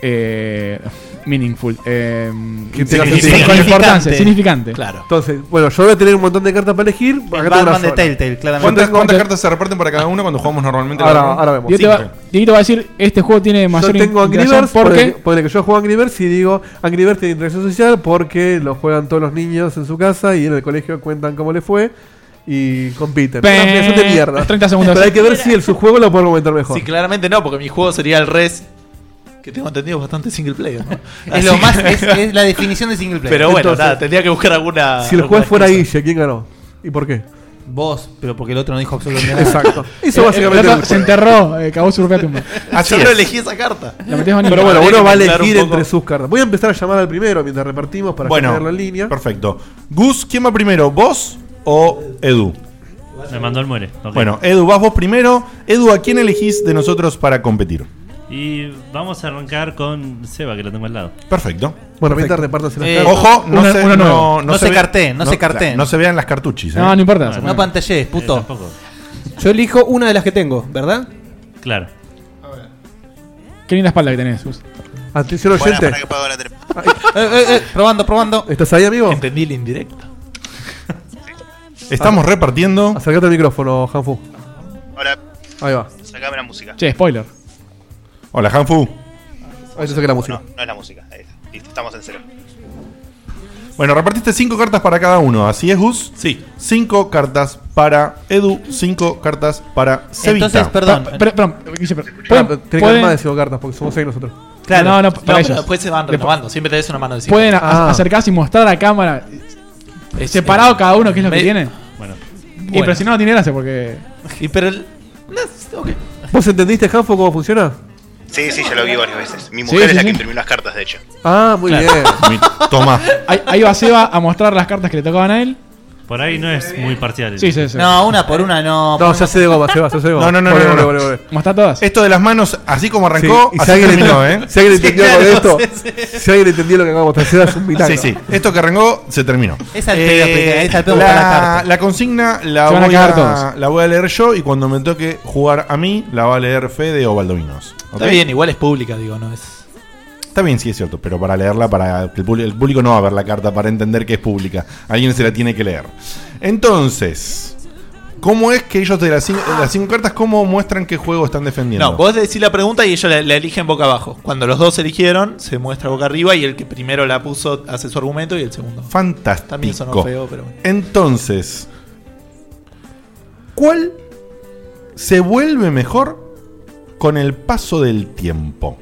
Speaker 5: eh, meaningful? eh,
Speaker 6: Que
Speaker 5: inter-
Speaker 6: tenga
Speaker 5: con
Speaker 6: sentido.
Speaker 5: importancia, significante.
Speaker 6: Entonces, bueno, yo voy a tener un montón de cartas para elegir. Acá tengo una sola.
Speaker 3: ¿Cuántas, cuántas cartas se reparten para cada uno cuando jugamos normalmente?
Speaker 6: Ahora-
Speaker 3: la ronda?
Speaker 6: ahora vemos.
Speaker 5: Dieguito va, Dieguito va a decir: Este juego tiene
Speaker 6: Yo
Speaker 5: mayor
Speaker 6: tengo Angry
Speaker 5: interacción
Speaker 6: Birds
Speaker 5: porque.
Speaker 6: porque, porque yo juego Angry Birds y digo Angry Birds tiene interacción social porque lo juegan todos los niños en su casa y en el colegio cuentan cómo le fue y compiten.
Speaker 5: Pe-
Speaker 6: Una ampliación de mierda.
Speaker 5: 30 segundos.
Speaker 6: Pero hay que ver si el su juego lo podemos comentar mejor.
Speaker 10: Sí, claramente no, porque mi juego sería el Res, que tengo entendido es bastante single player. ¿no?
Speaker 4: Es,
Speaker 10: Así
Speaker 4: lo más,
Speaker 10: que-
Speaker 4: es, es la definición de single player.
Speaker 10: Pero bueno, nada, tendría que buscar alguna.
Speaker 6: si el
Speaker 10: alguna
Speaker 6: juez fuera
Speaker 10: excusa.
Speaker 6: Guille, ¿quién ganó? ¿Y por qué?
Speaker 4: Vos, pero porque el otro no dijo absolutamente nada.
Speaker 6: Exacto.
Speaker 5: Eh, el otro se enterró, eh, cagó su propia tumba.
Speaker 10: Yo no elegí esa carta.
Speaker 5: La metés bonita.
Speaker 6: Pero bueno,
Speaker 5: Habría que
Speaker 6: uno va a
Speaker 5: pensar
Speaker 6: elegir
Speaker 5: un poco.
Speaker 6: entre sus cartas. Voy a empezar a llamar al primero mientras repartimos para
Speaker 3: Bueno,
Speaker 6: tenerlo en línea.
Speaker 3: Perfecto. Gus, ¿quién va primero? ¿Vos o Edu?
Speaker 11: Me mandó el muere. ok.
Speaker 3: Bueno, eh. Edu, vas vos primero. Edu, ¿a quién elegís de nosotros para competir?
Speaker 11: Y vamos a arrancar con Seba, que lo tengo al lado.
Speaker 3: Perfecto. Eh,
Speaker 6: Bueno, mientras repartas las cartas.
Speaker 3: Ojo, no se, no,
Speaker 4: No se
Speaker 3: ve-
Speaker 4: carteen, no se carteen.
Speaker 3: No se vean las cartuchis. ¿eh?
Speaker 4: No
Speaker 11: Eh,
Speaker 4: pantallees, puto.
Speaker 7: Yo elijo una de las que tengo, ¿verdad?
Speaker 11: Claro.
Speaker 5: Qué linda espalda que tenés, Gus.
Speaker 6: Atención
Speaker 7: oyente. Buena, para que pueda volar
Speaker 4: Eh,
Speaker 7: probando, probando.
Speaker 6: ¿Estás ahí, amigo?
Speaker 10: Entendí el indirecto.
Speaker 3: Estamos repartiendo.
Speaker 6: Acercate Ah. al micrófono, Hanfu.
Speaker 20: Hola.
Speaker 6: Ahí va.
Speaker 20: Sacame la música.
Speaker 5: Che, spoiler.
Speaker 3: Hola, Hanfu.
Speaker 6: Ahí yo saqué la música.
Speaker 20: No es la música. Ahí está. Listo, estamos en cero.
Speaker 3: Bueno, repartiste cinco cartas para cada uno. ¿Así es, Gus?
Speaker 10: Sí.
Speaker 3: Cinco cartas para Edu, cinco cartas para Sevita.
Speaker 5: Pa- per- perdón, Guille, per-
Speaker 6: Ah,
Speaker 5: ¿pueden-
Speaker 6: pero Tiene que
Speaker 5: pueden-
Speaker 6: haber más de cinco cartas porque somos seis nosotros.
Speaker 5: Claro. No, no, para
Speaker 10: pero
Speaker 5: ellos.
Speaker 10: después se van
Speaker 5: Después-
Speaker 10: renovando. Siempre tenés una mano de cinco.
Speaker 5: Pueden a-
Speaker 3: Ah.
Speaker 5: acercarse y mostrar a cámara
Speaker 10: ah. Es-
Speaker 5: separado
Speaker 10: eh,
Speaker 5: cada uno qué es lo
Speaker 10: me-
Speaker 5: que tiene.
Speaker 10: Bueno.
Speaker 5: Y pero si no, no tiene gracia porque.
Speaker 10: Y pero el-
Speaker 6: ¿Vos entendiste, Hanfo, cómo funciona?
Speaker 20: Sí, sí, ya lo vi varias veces. Mi
Speaker 5: Sí,
Speaker 20: mujer
Speaker 5: sí,
Speaker 20: es la
Speaker 5: sí.
Speaker 20: que imprimió las cartas, de hecho.
Speaker 6: Ah, muy
Speaker 3: bien. Toma.
Speaker 5: Ahí, ahí va Seba a mostrar las cartas que le tocaban a él.
Speaker 11: Por ahí no es muy parcial. el-
Speaker 5: Sí, sí, sí.
Speaker 4: No, una por una no.
Speaker 6: No, ya se de goma, Seba, ya se de goma.
Speaker 3: No, no, no,
Speaker 6: Volvé,
Speaker 3: no, no.
Speaker 6: volvé, volvé, volvé.
Speaker 5: ¿Cómo está todas?
Speaker 3: Esto de las manos, así como arrancó,
Speaker 6: Sí, y si
Speaker 3: así
Speaker 6: alguien,
Speaker 3: terminó,
Speaker 6: entendió-
Speaker 3: ¿eh?
Speaker 6: si alguien entendió
Speaker 3: Sí,
Speaker 6: algo de
Speaker 3: claro,
Speaker 6: esto, si alguien entendió lo que acabamos de hacer, es un milagro.
Speaker 3: Sí, sí. Esto que arrancó se terminó.
Speaker 4: Es
Speaker 6: Eh,
Speaker 4: al pedo, Peter, es al pedo
Speaker 3: la,
Speaker 4: buscar la carta.
Speaker 3: la consigna la
Speaker 4: Se van a
Speaker 3: voy
Speaker 4: cagar
Speaker 3: a,
Speaker 4: todos.
Speaker 3: la voy a leer yo y cuando me toque jugar a mí, la va a leer Fede o Baldovinos. ¿ok?
Speaker 10: Está bien, igual es pública, digo, no es.
Speaker 3: Está bien, sí es cierto, pero para leerla, para que el, público, el público no va a ver la carta para entender que es pública. Alguien se la tiene que leer. Entonces, ¿Cómo es que ellos de las cinco, las cinco cartas, cómo muestran qué juego están defendiendo?
Speaker 10: No, vos decís la pregunta y ellos la, la eligen boca abajo. Cuando los dos eligieron, se muestra boca arriba y el que primero la puso hace su argumento y el segundo.
Speaker 3: Fantástico.
Speaker 10: También sonó feo, pero bueno.
Speaker 3: Entonces, ¿cuál se vuelve mejor con el paso del tiempo?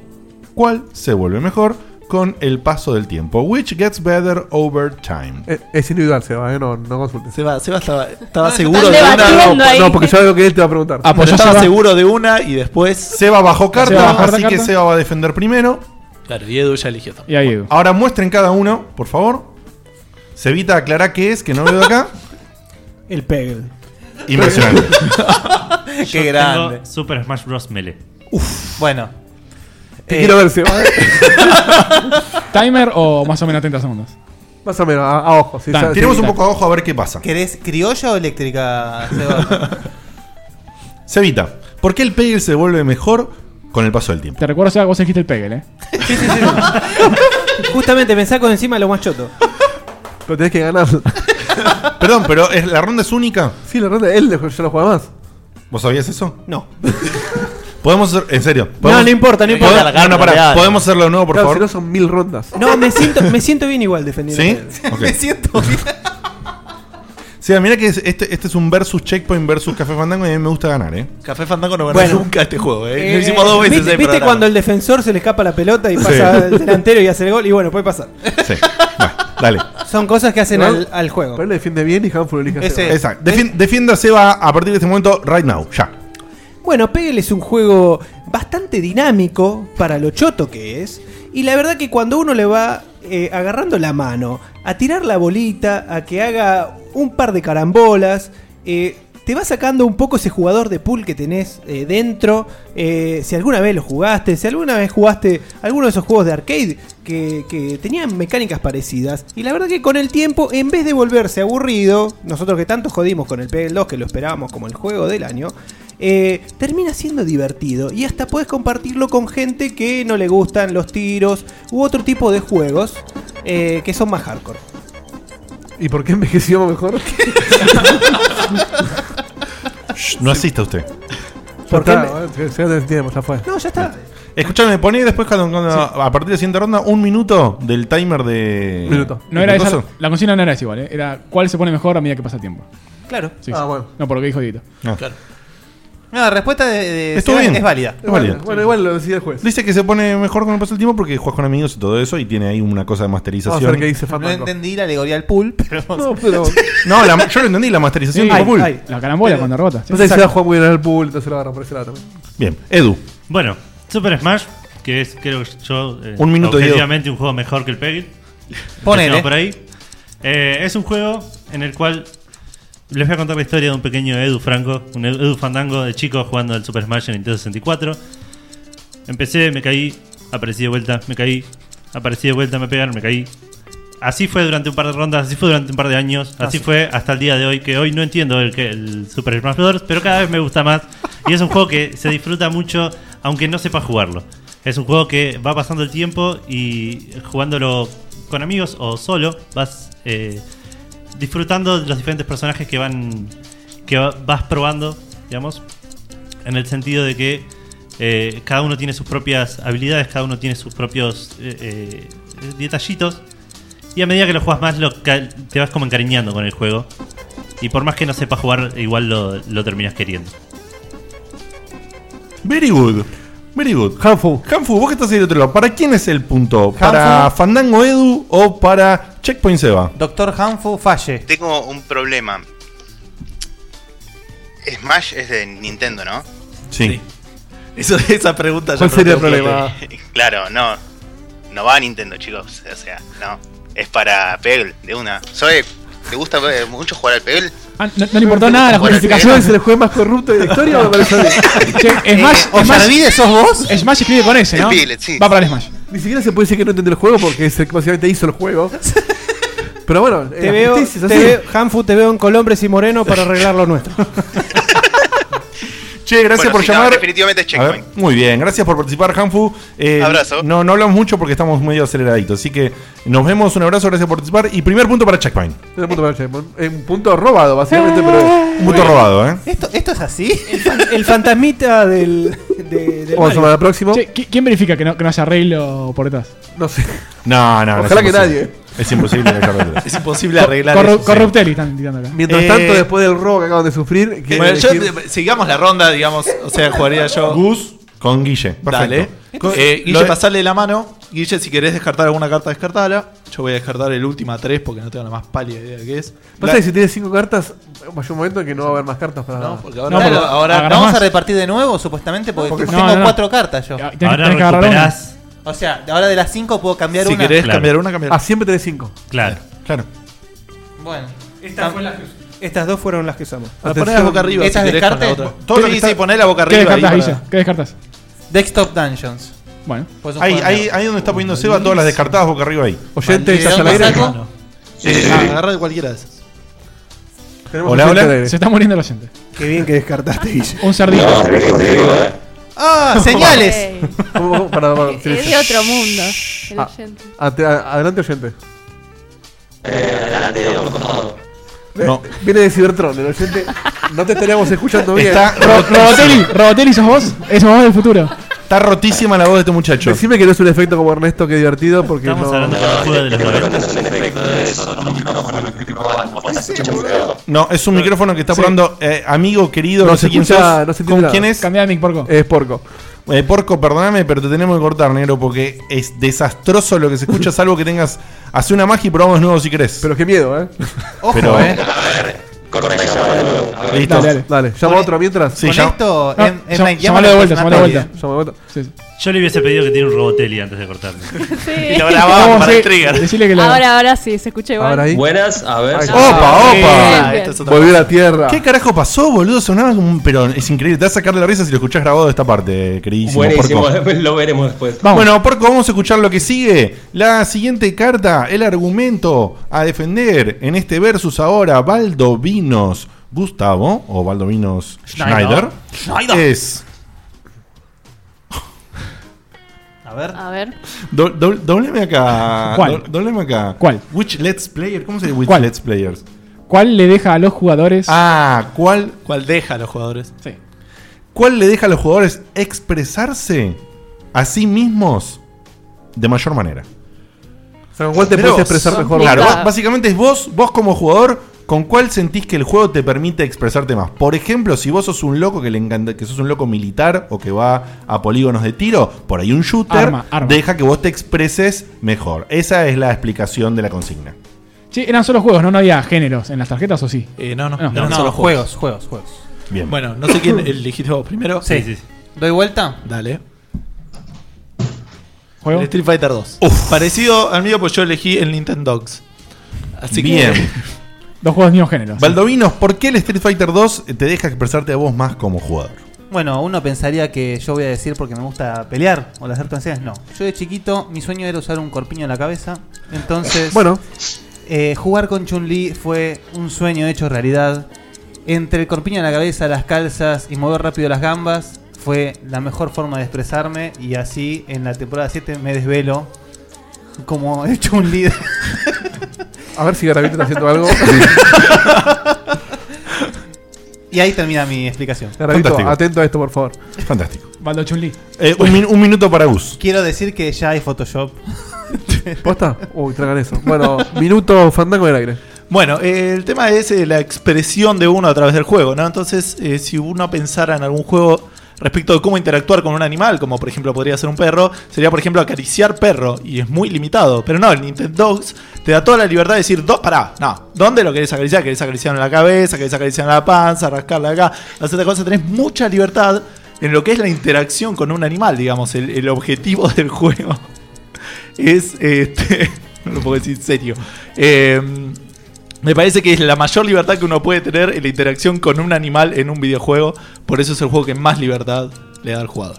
Speaker 3: ¿Cuál se vuelve mejor con el paso del tiempo? Which gets better over time.
Speaker 6: Eh, Es individual, Seba, eh, no, no consultes.
Speaker 10: Seba, Seba estaba, estaba
Speaker 6: No,
Speaker 10: seguro
Speaker 6: están
Speaker 10: de una.
Speaker 6: debatiendo No, ahí. no, porque yo lo que él te va a preguntar.
Speaker 10: Pero
Speaker 6: Apoyó
Speaker 10: estaba
Speaker 6: Seba.
Speaker 10: seguro de una y después.
Speaker 3: Seba bajó carta,
Speaker 10: Seba bajó
Speaker 3: así
Speaker 10: carta.
Speaker 3: que Seba va a defender primero.
Speaker 10: Claro, y Edu ya eligió también.
Speaker 3: Ahora muestren cada uno, por favor. Cevita, aclará qué es, que no veo acá.
Speaker 7: El Pegel.
Speaker 3: Impresionante.
Speaker 11: Yo
Speaker 10: Qué
Speaker 11: tengo
Speaker 10: grande.
Speaker 11: Super Smash Bros. Melee.
Speaker 10: Bueno.
Speaker 6: Te
Speaker 11: Eh.
Speaker 6: quiero ver, Seba.
Speaker 5: ¿Timer o más o menos 30 segundos?
Speaker 6: Más o menos, a, a ojo. sí, ya- sí, está.
Speaker 3: ojo a ver qué pasa.
Speaker 4: ¿Querés criolla o eléctrica, Seba?
Speaker 3: Cevita, ¿por qué el Pegel se vuelve mejor con el paso del tiempo?
Speaker 5: Te recuerdo, Seba, que vos dijiste el Pegel, ¿eh?
Speaker 7: Justamente pensá con encima lo más choto.
Speaker 6: Pero tenés que ganar.
Speaker 3: Perdón, pero ¿es- ¿la ronda es única?
Speaker 6: Sí, la ronda, él yo lo juega más.
Speaker 3: ¿Vos sabías eso?
Speaker 7: No.
Speaker 3: Podemos hacer, en serio.
Speaker 7: No, no importa, no importa.
Speaker 3: ¿Podemos, no, no, pará, ¿Podemos hacerlo de nuevo, por
Speaker 6: Claro,
Speaker 3: favor?
Speaker 6: Si no son mil rondas.
Speaker 7: No, me siento, me siento bien igual defendiendo.
Speaker 3: ¿Sí? Ok. Me
Speaker 7: siento bien.
Speaker 3: Sí, mira que es- este, este es un versus checkpoint versus Café Fandango y a mí me gusta ganar, ¿eh?
Speaker 10: Café Fandango no ganó nunca este juego, ¿eh? Lo
Speaker 7: Eh,
Speaker 10: hicimos dos veces.
Speaker 7: ¿Viste,
Speaker 10: el
Speaker 7: viste
Speaker 10: programa.
Speaker 7: cuando el defensor se le escapa la pelota y pasa
Speaker 3: Sí.
Speaker 7: al delantero y hace el gol? Y bueno, puede pasar.
Speaker 3: Dale.
Speaker 7: Son cosas que hacen
Speaker 6: Igual,
Speaker 7: al, al juego.
Speaker 6: Pero él lo defiende bien y Hanford elige a Seba.
Speaker 3: Exacto. Defien- defienda a Seba a partir de este momento, right now, ya.
Speaker 7: Bueno, Pegel es un juego bastante dinámico para lo choto que es. Y la verdad que cuando uno le va eh, agarrando la mano a tirar la bolita, a que haga un par de carambolas, eh, te va sacando un poco ese jugador de pool que tenés eh, dentro. Eh, si alguna vez lo jugaste, si alguna vez jugaste alguno de esos juegos de arcade que, que tenían mecánicas parecidas. Y la verdad que con el tiempo, en vez de volverse aburrido, nosotros que tanto jodimos con el Pegel 2 que lo esperábamos como el juego del año, eh, termina siendo divertido y hasta puedes compartirlo con gente que no le gustan los tiros u otro tipo de juegos eh, que son más hardcore.
Speaker 6: ¿Y por qué envejeció mejor?
Speaker 3: Shh, no asista usted. ¿Por
Speaker 6: ¿Por qué?
Speaker 3: qué
Speaker 6: Ya te entiendo, ya fue.
Speaker 7: No, ya está.
Speaker 3: Escuchame, poné después cuando- cuando- a partir de la siguiente ronda un minuto del timer de.
Speaker 6: Minuto.
Speaker 5: No era
Speaker 3: de
Speaker 5: esa,
Speaker 3: coso.
Speaker 5: la consigna no era esa igual, ¿eh? Era cuál se pone mejor a medida que pasa el tiempo.
Speaker 7: Claro.
Speaker 5: Sí,
Speaker 6: Ah,
Speaker 5: sí.
Speaker 6: bueno.
Speaker 5: No, por lo que dijo Dito.
Speaker 4: No, la respuesta de, de
Speaker 3: Estuvo
Speaker 4: Seba
Speaker 3: bien.
Speaker 4: es válida.
Speaker 3: Es válida.
Speaker 6: Bueno, igual lo decía el juez.
Speaker 3: Dice que se pone mejor con el paso del tiempo porque juegas con amigos y todo eso y tiene ahí una cosa de masterización.
Speaker 4: No entendí la alegoría al pool, pero.
Speaker 6: No, pero.
Speaker 3: No, la- yo lo entendí, la masterización
Speaker 5: Sí,
Speaker 3: tipo
Speaker 5: ay,
Speaker 3: pool.
Speaker 5: ay, la carambola cuando rebota. sí.
Speaker 6: No sé si se va a jugar muy bien al pool, entonces lo agarran por ese lado también.
Speaker 3: Bien, Edu.
Speaker 11: Bueno, Super Smash, que es, creo que yo. eh,
Speaker 3: Un minuto, Diego.
Speaker 11: Objetivamente un juego mejor que el Peggy.
Speaker 4: Ponele.
Speaker 11: Empecemos por ahí. Eh, es un juego en el cual. Les voy a contar la historia de un pequeño Edu Franco, un Edu Edu Fandango de chico jugando al Super Smash en Nintendo 64. Empecé, me caí, aparecí de vuelta, me caí, aparecí de vuelta, me pegaron, me caí. Así fue durante un par de rondas, así fue durante un par de años, así
Speaker 10: sí.
Speaker 11: fue hasta el día de hoy, que hoy no entiendo el, que- el Super Smash Bros., pero cada vez me gusta más. Y es un juego que se disfruta mucho, aunque no sepa jugarlo. Es un juego que va pasando el tiempo y jugándolo con amigos o solo, vas eh, disfrutando de los diferentes personajes que van que va- vas probando, digamos, en el sentido de que eh, cada uno tiene sus propias habilidades, cada uno tiene sus propios eh, eh, detallitos. Y a medida que lo juegas más, lo ca- te vas como encariñando con el juego. Y por más que no sepas jugar, igual lo, lo terminas queriendo.
Speaker 3: Very good. Very good.
Speaker 6: Hanfu.
Speaker 3: Hanfu, vos que estás ahí del otro lado. ¿Para quién es el punto? ¿Para
Speaker 4: Hanfu.
Speaker 3: Fandango Edu o para Checkpoint Seba?
Speaker 4: Doctor Hanfu falle.
Speaker 20: Tengo un problema. Smash es de Nintendo, ¿no?
Speaker 3: Sí.
Speaker 10: Eso, esa pregunta
Speaker 6: ¿Cuál
Speaker 10: yo
Speaker 6: sería
Speaker 10: no
Speaker 6: el
Speaker 10: tengo
Speaker 6: problema?
Speaker 20: Claro, no. No va a Nintendo, chicos. O sea, no. Es para Pegel, de una. Soy. ¿Te gusta eh, mucho jugar al Pegel?
Speaker 5: Ah, no, no le importó nada la
Speaker 20: Bueno,
Speaker 5: justificación.
Speaker 6: ¿Es el juez más corrupto de la historia o me parece a mí?
Speaker 5: Che, Smash,
Speaker 6: Eh,
Speaker 5: Smash-
Speaker 6: Ojarvide, ¿sos vos?
Speaker 5: Smash escribe con ese, ¿no?
Speaker 6: El Billet, sí.
Speaker 5: Va para el Smash.
Speaker 6: Ni siquiera se puede decir que no entendió el juego porque es el que básicamente hizo el juego. Pero bueno, eh,
Speaker 7: Te
Speaker 6: la
Speaker 7: veo,
Speaker 6: justicia es
Speaker 7: te
Speaker 6: así.
Speaker 7: veo- Hanfu, te veo en Colombres y Moreno para arreglar lo nuestro.
Speaker 3: Che, gracias
Speaker 20: Bueno,
Speaker 3: por
Speaker 20: sí, no,
Speaker 3: llamar.
Speaker 20: definitivamente es
Speaker 3: A ver,
Speaker 20: Checkpoint.
Speaker 3: muy bien, gracias por participar, Hanfu. Eh,
Speaker 20: Abrazo.
Speaker 3: No, no hablamos mucho porque estamos medio aceleraditos. Así que nos vemos, un abrazo, gracias por participar. Y primer punto para Checkpoint.
Speaker 6: Un punto, para Chemo. Eh, un punto robado, básicamente, pero.
Speaker 3: Un punto robado, ¿eh?
Speaker 4: ¿Esto, esto es así?
Speaker 7: El, fan- el fantasmita del. de- del Mario.
Speaker 6: próximo.
Speaker 5: ¿Quién verifica que no, que no haya arreglo por detrás?
Speaker 6: No sé.
Speaker 3: No, no, no,
Speaker 6: Ojalá
Speaker 3: es
Speaker 6: que
Speaker 3: imposible.
Speaker 6: nadie.
Speaker 3: Es imposible dejarlo atrás.
Speaker 10: Es imposible arreglar
Speaker 5: Corru-
Speaker 10: eso, sí.
Speaker 5: Corrupteli están tirando acá.
Speaker 6: Mientras
Speaker 10: Eh,
Speaker 6: tanto, después del robo que acaban de sufrir. que-
Speaker 10: Bueno, yo- sigamos la ronda, digamos. O sea, jugaría yo.
Speaker 3: Gus con Guille. Perfecto.
Speaker 10: Dale.
Speaker 3: Co-
Speaker 10: Eh,
Speaker 3: lo
Speaker 10: Guille,
Speaker 3: de-
Speaker 10: pasarle la mano. Guille, si querés descartar alguna carta, descartala. Yo voy a descartar el última 3 porque no tengo la más pálida idea de qué es.
Speaker 6: Pasa que si tienes cinco cartas, va a llegar un momento en que no va a haber más cartas para.
Speaker 10: No, porque ahora- No, pero ahora-
Speaker 4: ¿La vamos a repartir de nuevo, supuestamente? Porque,
Speaker 6: Porque-
Speaker 4: tú-
Speaker 6: No,
Speaker 4: tengo
Speaker 6: no, no.
Speaker 4: cuatro cartas yo.
Speaker 6: Ahora tenés que agarrar recuperás.
Speaker 4: O sea, ahora de las cinco puedo cambiar una.
Speaker 6: Ah, siempre tenés cinco.
Speaker 11: Claro.
Speaker 3: Claro.
Speaker 4: Bueno.
Speaker 7: Estas fue la que- Estas dos fueron las que usamos.
Speaker 10: Ah, poné la boca arriba,
Speaker 4: Estas
Speaker 10: si querés,
Speaker 4: descartes.
Speaker 10: con la otra. Todo lo que dice, poné la boca
Speaker 5: ¿Qué
Speaker 10: arriba
Speaker 5: descartas,
Speaker 10: ahí
Speaker 5: Guille?
Speaker 10: para-
Speaker 5: ¿Qué descartas?
Speaker 4: Desktop Dungeons.
Speaker 5: Bueno.
Speaker 4: Pues un
Speaker 3: Ahí,
Speaker 4: juego
Speaker 3: ahí,
Speaker 4: nuevo.
Speaker 3: ahí donde está poniendo Seba todas las descartadas boca arriba ahí.
Speaker 4: Oyente, ¿estás al aire? saco?
Speaker 10: Ah, agarra de cualquiera de esas.
Speaker 3: Hola, hola.
Speaker 5: Se está muriendo la gente.
Speaker 7: Qué bien que descartaste, Guille.
Speaker 5: Un cerdito.
Speaker 4: ¡Ah! ¡Señales!
Speaker 6: ¿Cómo- cómo? Pará, pará,
Speaker 19: Es
Speaker 6: silencio.
Speaker 19: de otro mundo. El
Speaker 6: Ah,
Speaker 19: oyente.
Speaker 6: ate- a- adelante, oyente. Ve-
Speaker 3: No.
Speaker 6: Viene de Cybertron, el oyente. No te estaríamos escuchando bien.
Speaker 3: Está
Speaker 5: Ro- Robotelli, Robotelli, ¿sos vos? Es vos del futuro.
Speaker 3: Está rotísima la voz de este muchacho.
Speaker 6: Decime que no es un efecto como Ernesto, que divertido, porque no.
Speaker 3: No, es un micrófono que está
Speaker 6: Sí.
Speaker 3: probando eh, amigo querido, no,
Speaker 6: No
Speaker 3: sé
Speaker 6: se
Speaker 3: quién
Speaker 6: escucha,
Speaker 3: sos,
Speaker 6: no se entiende
Speaker 3: ¿Con
Speaker 6: nada.
Speaker 3: quién es?
Speaker 5: Cambia de mic, porco.
Speaker 6: Es porco.
Speaker 3: Eh, porco, perdóname, pero te tenemos que cortar, negro, porque es desastroso lo que se escucha, salvo que tengas. Hace una magia y probamos nuevo si querés. Pero
Speaker 6: qué miedo, ¿eh?
Speaker 4: Ojo,
Speaker 3: pero, eh.
Speaker 4: eh.
Speaker 3: Listo.
Speaker 6: Dale, dale. Dale,
Speaker 4: Con-
Speaker 6: llama
Speaker 4: e-
Speaker 6: otro mientras.
Speaker 3: Sí,
Speaker 4: con
Speaker 3: llama-
Speaker 4: esto,
Speaker 5: No,
Speaker 4: M- M.
Speaker 5: llama-
Speaker 4: Night
Speaker 5: llamalo
Speaker 4: Shyamalan
Speaker 5: de vuelta,
Speaker 4: es una
Speaker 5: llamalo de
Speaker 4: peli.
Speaker 5: vuelta.
Speaker 6: Llama de vuelta.
Speaker 11: Yo le hubiese pedido que tiene un robotelli antes de cortarme.
Speaker 19: Sí.
Speaker 11: lo grabamos
Speaker 5: Vamos,
Speaker 11: para
Speaker 5: sí.
Speaker 11: el trigger.
Speaker 5: Decile que la.
Speaker 19: Ahora, ahora sí, se escucha igual.
Speaker 3: Buenas, a ver.
Speaker 19: si-
Speaker 3: ¡Opa, Ah,
Speaker 19: Bien,
Speaker 21: Ah,
Speaker 3: opa!
Speaker 19: bien. Esto es
Speaker 6: otra Volvió cosa. la tierra.
Speaker 3: ¿Qué carajo pasó, boludo? Sonaba como un. Pero es increíble. Te vas a sacar de la risa si lo escuchás grabado de esta parte, queridísimo.
Speaker 21: Buenísimo,
Speaker 3: Porco.
Speaker 21: lo veremos después.
Speaker 3: Bueno, Porco, vamos a escuchar lo que sigue. La siguiente carta, el argumento a defender en este versus ahora, Valdovinos Gustavo o Valdovinos Schneider,
Speaker 11: Schneider. Schneider.
Speaker 3: es
Speaker 4: A ver.
Speaker 19: A ver.
Speaker 3: do- do- dobleme acá.
Speaker 5: ¿Cuál?
Speaker 3: do- dobleme acá.
Speaker 5: ¿Cuál?
Speaker 3: Which Let's Player? ¿Cómo se dice Which
Speaker 5: ¿Cuál?
Speaker 3: Let's Players?
Speaker 5: ¿Cuál le deja a los jugadores?
Speaker 3: Ah, ¿cuál?
Speaker 10: ¿Cuál deja a los jugadores?
Speaker 5: Sí.
Speaker 3: ¿Cuál le deja a los jugadores expresarse a sí mismos de mayor manera?
Speaker 6: O sea, ¿con cuál te
Speaker 3: Mirá
Speaker 6: puedes
Speaker 3: vos.
Speaker 6: expresar mejor?
Speaker 3: Claro, bá- básicamente es vos, vos como jugador, con cuál sentís que el juego te permite expresarte más. Por ejemplo, si vos sos un loco que le encanta, que sos un loco militar o que va a polígonos de tiro, por ahí un shooter
Speaker 5: Arma, arma.
Speaker 3: deja que vos te expreses mejor. Esa es la explicación de la consigna.
Speaker 5: Sí, eran solo juegos, ¿no? No había géneros en las tarjetas o sí.
Speaker 10: Eh, no, no,
Speaker 5: No.
Speaker 10: no,
Speaker 5: No,
Speaker 10: solo
Speaker 4: juegos, juegos, juegos.
Speaker 3: Bien.
Speaker 10: Bueno, no sé quién elegiste vos primero.
Speaker 4: Sí. ¿Doy vuelta?
Speaker 10: Dale.
Speaker 5: ¿Juego?
Speaker 10: El Street Fighter 2. Parecido al mío, pues yo elegí el Nintendo Dogs. Así
Speaker 3: Bien.
Speaker 5: Dos juegos del mismo género.
Speaker 3: Baldovinos, ¿por qué el Street Fighter 2 te deja expresarte a vos más como jugador?
Speaker 4: Bueno, uno pensaría que yo voy a decir porque me gusta pelear o las artes marciales. No. Yo de chiquito, mi sueño era usar un corpiño en la cabeza. Entonces,
Speaker 6: Bueno.
Speaker 4: eh, jugar con Chun-Li fue un sueño hecho realidad. Entre el corpiño en la cabeza, las calzas y mover rápido las gambas, fue la mejor forma de expresarme. Y así en la temporada 7 me desvelo como he hecho un líder.
Speaker 6: A ver si Garavito está haciendo algo.
Speaker 4: y ahí termina mi explicación.
Speaker 6: Garavito,
Speaker 3: Fantástico.
Speaker 6: atento a esto, por favor.
Speaker 3: Fantástico.
Speaker 5: Baldo Chun-Li.
Speaker 3: Eh, un, min- un minuto para Gus.
Speaker 4: Quiero decir que ya hay Photoshop.
Speaker 6: ¿Posta? Uy, tragan eso. Bueno, minuto fandango del aire.
Speaker 10: Bueno, eh, el tema es eh, la expresión de uno a través del juego, ¿no? Entonces, eh, si uno pensara en algún juego respecto de cómo interactuar con un animal, como por ejemplo podría ser un perro, sería por ejemplo acariciar perro, y es muy limitado. Pero no, el Nintendo Dogs te da toda la libertad de decir, dos, pará, no, ¿dónde lo querés acariciar? ¿Querés acariciar en la cabeza? ¿Querés acariciar en la panza? ¿Rascarla acá? Hacer cosas, tenés mucha libertad en lo que es la interacción con un animal, digamos, el- el objetivo del juego es. Este, no lo puedo decir serio. Eh, me parece que es la mayor libertad que uno puede tener en la interacción con un animal en un videojuego. Por eso es el juego que más libertad le da al jugador.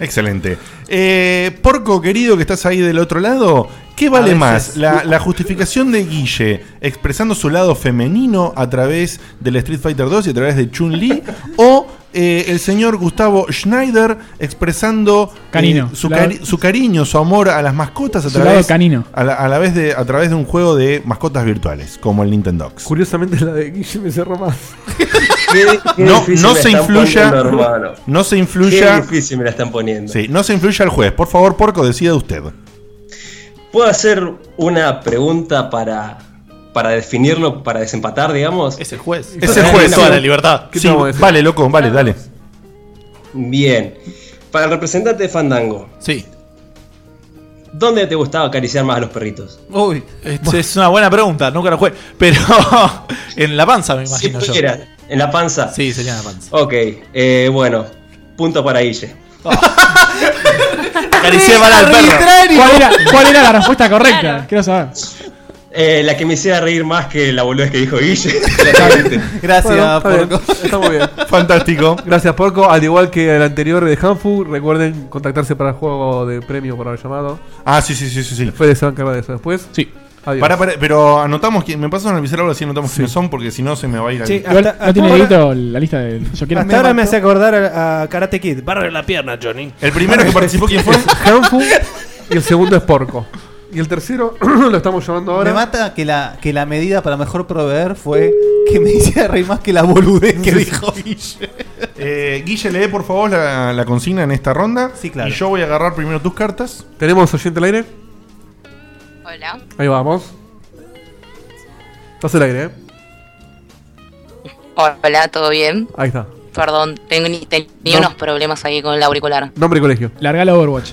Speaker 3: Excelente. Eh, porco querido que estás ahí del otro lado, ¿qué
Speaker 10: A
Speaker 3: vale
Speaker 10: veces.
Speaker 3: más? La, la justificación de Guille expresando su lado femenino a través del Street Fighter 2 y a través de Chun-Li o eh, el señor Gustavo Schneider expresando eh,
Speaker 5: Canino.
Speaker 3: su, cari- su cariño, su amor a las mascotas a
Speaker 5: Su lado
Speaker 3: través,
Speaker 5: canino.
Speaker 3: A, la- a la vez de, a través de un juego de mascotas virtuales, como el Nintendo.
Speaker 6: Curiosamente la de Guille me cerró más.
Speaker 3: No, no se influya.
Speaker 21: hermano.
Speaker 3: No se
Speaker 21: Qué
Speaker 3: influya.
Speaker 21: difícil me la están poniendo.
Speaker 3: Sí, no se influya al juez. Por favor, Porco, decida usted.
Speaker 21: ¿Puedo hacer una pregunta para, para definirlo, para desempatar, digamos? Es
Speaker 10: el juez.
Speaker 3: Es el juez. sí. Sí, vale, loco, vale, dale.
Speaker 21: Bien. Para el representante de Fandango.
Speaker 10: Sí.
Speaker 21: ¿Dónde te gustaba acariciar más a los perritos?
Speaker 10: Uy, es, es una buena pregunta, nunca lo jugué. Pero en la panza, me imagino yo.
Speaker 21: Siquiera, ¿En la panza?
Speaker 10: Sí, sería en la panza.
Speaker 21: Ok, eh, bueno. Punto para Guille.
Speaker 10: Oh. Acaricié mal al perro.
Speaker 5: ¿Cuál era, cuál era la respuesta correcta? Quiero saber.
Speaker 21: Eh, la que me hiciera reír más que la boludez que dijo Guille. claramente.
Speaker 6: Bueno, está bien, Está muy bien.
Speaker 3: Fantástico.
Speaker 6: Gracias, Porco. Al igual que el anterior de Hanfu, recuerden contactarse para el juego de premio por haber llamado.
Speaker 3: Ah, sí, sí, sí, sí. sí.
Speaker 6: Fede se va a encargar de eso después.
Speaker 5: Sí.
Speaker 6: Adiós.
Speaker 3: Pará, pará, pero anotamos que me pasan a avisar ahora si anotamos quiénes son, porque si no se me va a ir al-
Speaker 5: Igual, no tiene Dieguito la lista de. Yo quiero
Speaker 7: Hasta ahora me hace acordar a, a Karate Kid. Barre la pierna, Johnny.
Speaker 3: El primero que participó, ¿quién fue?
Speaker 6: Hanfu y el segundo es Porco. Y el tercero lo estamos llamando ahora.
Speaker 4: Me mata que la, que la medida para mejor proveer fue que me hiciera reír más que la boludez que dijo Guille.
Speaker 3: Eh, Guille, lee por favor la, la consigna en esta ronda. Sí, claro. Y yo voy a agarrar primero tus cartas.
Speaker 6: ¿Tenemos oyente al aire?
Speaker 22: Hola.
Speaker 6: Ahí vamos. Estás al aire, ¿eh?
Speaker 22: Hola, ¿todo bien?
Speaker 6: Ahí está.
Speaker 22: Perdón, ten- tenía unos problemas ahí con el auricular.
Speaker 6: Nombre y colegio.
Speaker 5: Larga la Overwatch.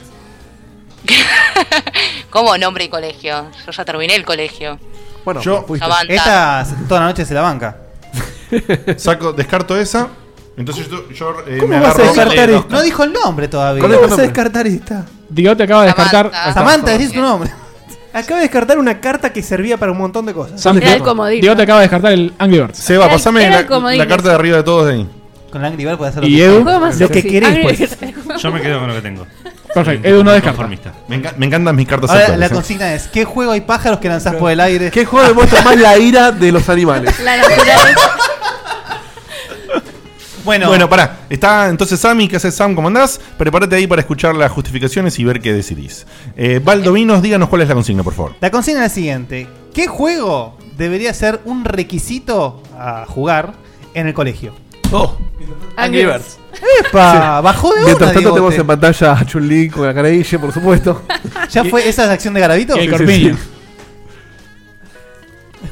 Speaker 22: ¿Cómo nombre y colegio? Yo ya terminé el colegio.
Speaker 6: Bueno, pues,
Speaker 22: yo Samantha.
Speaker 4: Esta toda la noche se la banca.
Speaker 3: Saco, descarto esa. Entonces yo, yo, eh,
Speaker 4: ¿Cómo
Speaker 3: me
Speaker 4: vas a
Speaker 3: agarro.
Speaker 4: descartar esto? No dijo el nombre todavía.
Speaker 3: ¿Cuál es
Speaker 4: ¿Cómo
Speaker 3: el
Speaker 4: vas a
Speaker 3: nombre?
Speaker 4: descartar esta?
Speaker 5: Digo, te acaba de descartar.
Speaker 4: Samantha, decís tu nombre.
Speaker 7: Acaba de descartar una carta que servía para un montón de cosas.
Speaker 5: Samantha. Diego te acaba de descartar el Angry Birds.
Speaker 3: Seba, pasame
Speaker 7: era
Speaker 3: la,
Speaker 7: el comodín.
Speaker 3: la carta de arriba de todos de ahí.
Speaker 4: Con la Angry Bird puedes hacer
Speaker 3: Y
Speaker 4: que
Speaker 3: Edu,
Speaker 4: quieras.
Speaker 3: Lo
Speaker 4: Lo que
Speaker 3: sí.
Speaker 4: querés,
Speaker 3: Angry
Speaker 4: pues.
Speaker 11: Yo me quedo con lo que tengo.
Speaker 5: Perfecto, Edu no descarta.
Speaker 3: Me, enca- me encantan mis cartas
Speaker 4: Ahora
Speaker 3: actuales,
Speaker 4: la
Speaker 3: eh.
Speaker 4: consigna es: ¿qué juego hay pájaros que lanzás por el aire?
Speaker 6: ¿Qué juego demuestra más la ira de los animales?
Speaker 22: La naturaleza.
Speaker 4: Bueno.
Speaker 3: bueno, pará. Está entonces Sammy, ¿qué haces Sam? ¿Cómo andás? Prepárate ahí para escuchar las justificaciones y ver qué decidís. Eh, Valdovinos, díganos cuál es la consigna, por favor.
Speaker 4: La consigna es la siguiente: ¿Qué juego debería ser un requisito a jugar en el colegio?
Speaker 10: Oh,
Speaker 6: Angry Birds.
Speaker 4: ¡Epa! Bajó de
Speaker 6: Mientras
Speaker 4: una,
Speaker 6: tanto, tenemos
Speaker 4: Diegote.
Speaker 6: en pantalla a Chun-Li con la cara de Guille, por supuesto.
Speaker 4: ¿Ya fue esa es acción de Garabito?
Speaker 6: Sí, sí, sí.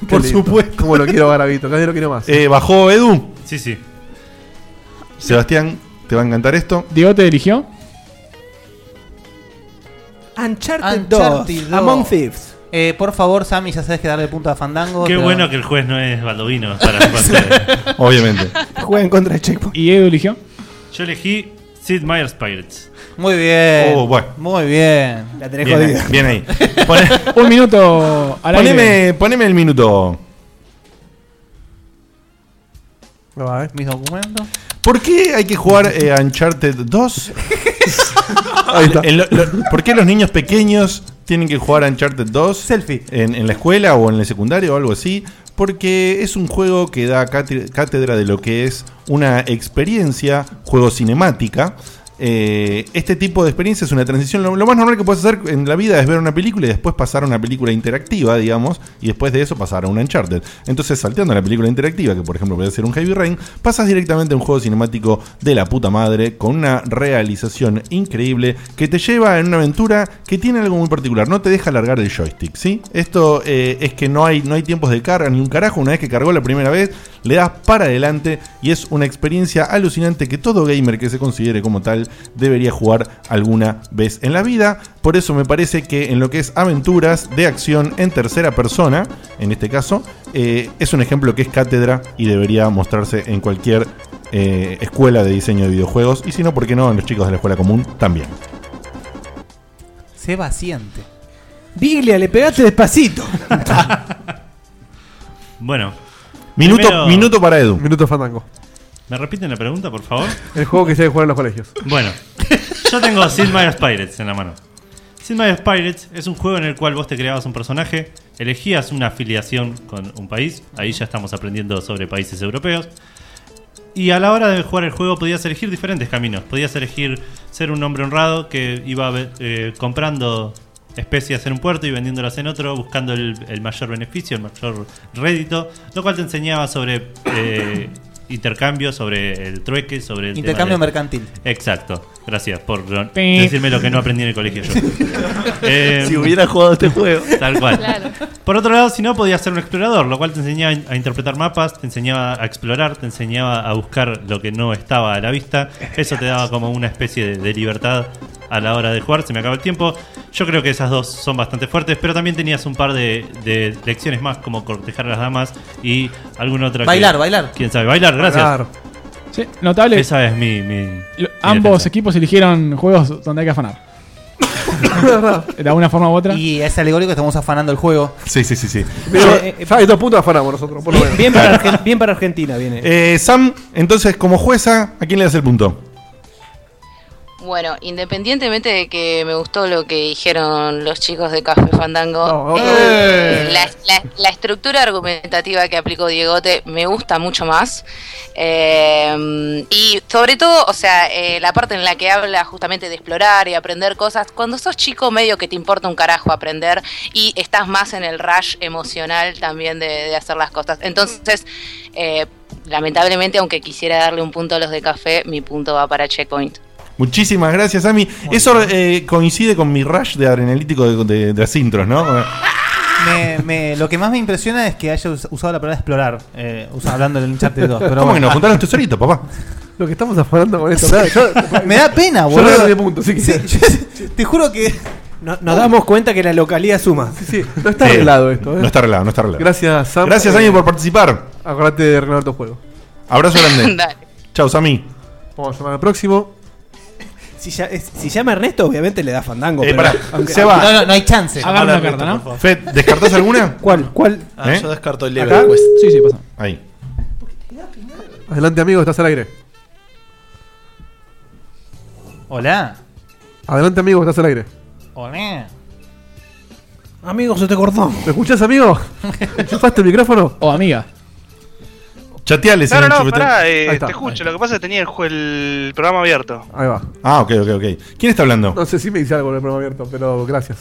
Speaker 4: Por
Speaker 6: Qué lindo.
Speaker 4: supuesto.
Speaker 6: Como lo quiero Garavito, cada vez lo quiero más.
Speaker 3: Eh, ¿Bajó Edu?
Speaker 11: Sí, sí.
Speaker 3: Sebastián, ¿te va a encantar esto?
Speaker 5: Diego te dirigió.
Speaker 7: Uncharted,
Speaker 4: Uncharted
Speaker 7: 2,
Speaker 4: 2.
Speaker 7: Among Thieves.
Speaker 4: Eh, por favor, Sammy, ya sabes que darle punto a Fandango.
Speaker 11: Qué
Speaker 4: pero-
Speaker 11: bueno que el juez no es Baldovino para para-
Speaker 3: Obviamente.
Speaker 7: Juegan contra el Checkpoint.
Speaker 5: ¿Y Edu eligió?
Speaker 11: Yo elegí Sid Meier's Pirates.
Speaker 4: Muy bien.
Speaker 11: Oh, bueno.
Speaker 4: Muy bien. La tenés
Speaker 11: Bien
Speaker 4: jodida.
Speaker 11: ahí, bien ahí.
Speaker 5: Un minuto al aire.
Speaker 3: Poneme, poneme el minuto.
Speaker 4: Mis documentos.
Speaker 3: ¿Por qué hay que jugar eh, a Uncharted 2? En lo- lo- ¿Por qué los niños pequeños tienen que jugar a Uncharted 2? En, en la escuela o en el secundario o algo así. Porque es un juego que da cate- cátedra de lo que es una experiencia, juego cinemática. Eh, este tipo de experiencia es una transición. Lo, lo más normal que puedes hacer en la vida es ver una película y después pasar a una película interactiva, digamos, y después de eso pasar a un Uncharted. Entonces, salteando a la película interactiva, que por ejemplo puede ser un Heavy Rain, pasas directamente a un juego cinemático de la puta madre con una realización increíble que te lleva en una aventura que tiene algo muy particular. No te deja largar el joystick, ¿sí? Esto eh, es que no hay, no hay tiempos de carga ni un carajo. Una vez que cargó la primera vez, le das para adelante y es una experiencia alucinante que todo gamer que se considere como tal debería jugar alguna vez en la vida. Por eso me parece que en lo que es aventuras de acción en tercera persona, en este caso, eh, es un ejemplo que es cátedra y debería mostrarse en cualquier eh, escuela de diseño de videojuegos. Y si no, ¿por qué no? En los chicos de la escuela común también.
Speaker 4: Seba siente.
Speaker 7: Biglia, le pegaste despacito.
Speaker 11: Bueno.
Speaker 3: Minuto,
Speaker 11: Primero-
Speaker 3: minuto para Edu.
Speaker 6: Minuto Fandango.
Speaker 11: ¿Me repiten la pregunta, por favor?
Speaker 6: El juego que se debe jugar en los colegios.
Speaker 11: Bueno, yo tengo Sid Meier's Pirates en la mano. Sid Meier's Pirates es un juego en el cual vos te creabas un personaje, elegías una afiliación con un país, ahí ya estamos aprendiendo sobre países europeos, Y a la hora de jugar el juego podías elegir diferentes caminos. Podías elegir ser un hombre honrado que iba eh, comprando especies en un puerto y vendiéndolas en otro, buscando el, el mayor beneficio, el mayor rédito, lo cual te enseñaba sobre eh, intercambio, sobre el trueque, sobre el tema
Speaker 4: Intercambio
Speaker 11: de-
Speaker 4: mercantil.
Speaker 11: Exacto, gracias por no-
Speaker 4: Pi.
Speaker 11: decirme lo que no aprendí en el colegio yo.
Speaker 10: Si hubiera jugado este juego.
Speaker 11: Eh, Tal cual.
Speaker 10: Claro.
Speaker 11: Por otro lado, si no, podías ser un explorador, lo cual te enseñaba a interpretar mapas, te enseñaba a explorar, te enseñaba a buscar lo que no estaba a la vista. Eso te daba como una especie de, de libertad a la hora de jugar. Se me acaba el tiempo. Yo creo que esas dos son bastante fuertes, pero también tenías un par de, de lecciones más, como cortejar a las damas y alguna otra. que-
Speaker 4: Bailar, bailar.
Speaker 11: ¿Quién sabe? Bailar, gracias.
Speaker 5: Bailar. Sí, notable.
Speaker 11: Esa es mi. mi-
Speaker 5: Lo- ambos equipos eligieron juegos donde hay que afanar. de alguna forma u otra.
Speaker 4: Y es alegórico, estamos afanando el juego.
Speaker 3: Sí, sí, sí, sí.
Speaker 6: Pero, ya estos puntos afanamos nosotros, por lo menos.
Speaker 7: Bien para, Argen- bien para Argentina viene.
Speaker 3: Eh, Sam, entonces, como jueza, ¿a quién le das el punto?
Speaker 22: Bueno, independientemente de que me gustó lo que dijeron los chicos de Café Fandango, eh, la, la- la estructura argumentativa que aplicó Diegote me gusta mucho más. Eh, y sobre todo, o sea, eh, la parte en la que habla justamente de explorar y aprender cosas, cuando sos chico medio que te importa un carajo aprender y estás más en el rush emocional también de, de hacer las cosas. Entonces, eh, lamentablemente, aunque quisiera darle un punto a los de café, mi punto va para Checkpoint.
Speaker 3: Muchísimas gracias, Sammy. Eso eh, coincide con mi rush de adrenalítico de, de, de Asintros, ¿no?
Speaker 4: Me- me- lo que más me impresiona es que haya us- usado la palabra explorar, eh, usa- hablando del Uncharted 2. Pero
Speaker 3: ¿Cómo que
Speaker 4: bueno.
Speaker 3: nos juntaron tesoritos, papá?
Speaker 6: Lo que estamos afanando con esto. claro, yo-
Speaker 4: Me da pena,
Speaker 6: Yo le
Speaker 4: boludo.
Speaker 6: doy diez puntos, sí que-
Speaker 4: Te juro que.
Speaker 7: No- nos damos cuenta que la localidad suma.
Speaker 6: Sí, sí, no está arreglado esto. ¿eh?
Speaker 3: No está arreglado, no está arreglado.
Speaker 6: Gracias, Sam.
Speaker 3: Gracias, Sammy,
Speaker 6: Eh,
Speaker 3: por participar.
Speaker 6: Acordate de arreglar tu juego.
Speaker 3: Abrazo grande. Chao, Sammy.
Speaker 6: Vamos a llamar al próximo.
Speaker 7: Si, ya- es- si llama Ernesto, obviamente le da fandango.
Speaker 3: Eh,
Speaker 7: pero-
Speaker 3: pará,
Speaker 7: aunque-
Speaker 3: Seba.
Speaker 7: aunque-
Speaker 3: No, no, no hay chance. Agarra una Habla, carta, ¿no? por favor. Fed, ¿descartás alguna?
Speaker 7: ¿Cuál? ¿Cuál?
Speaker 10: Ah, yo descarto el
Speaker 7: ¿Acá?
Speaker 10: Lever Quest.
Speaker 5: Sí, sí, pasa.
Speaker 3: Ahí.
Speaker 6: Adelante, amigo, estás al aire.
Speaker 4: Hola.
Speaker 6: Adelante, amigo, estás al aire.
Speaker 4: Hola.
Speaker 6: Amigo, se te cortó. ¿Me escuchás, amigo? ¿Enchufaste el micrófono?
Speaker 5: O amiga.
Speaker 3: Chateales.
Speaker 1: No, no, no, pará, eh,
Speaker 6: Ahí
Speaker 1: te
Speaker 6: está.
Speaker 1: escucho. Lo que pasa es que tenía el, jue- el programa abierto.
Speaker 6: Ahí va.
Speaker 3: Ah, ok, ok, ok. ¿Quién está hablando?
Speaker 6: No sé si me dice algo en el programa abierto, pero gracias.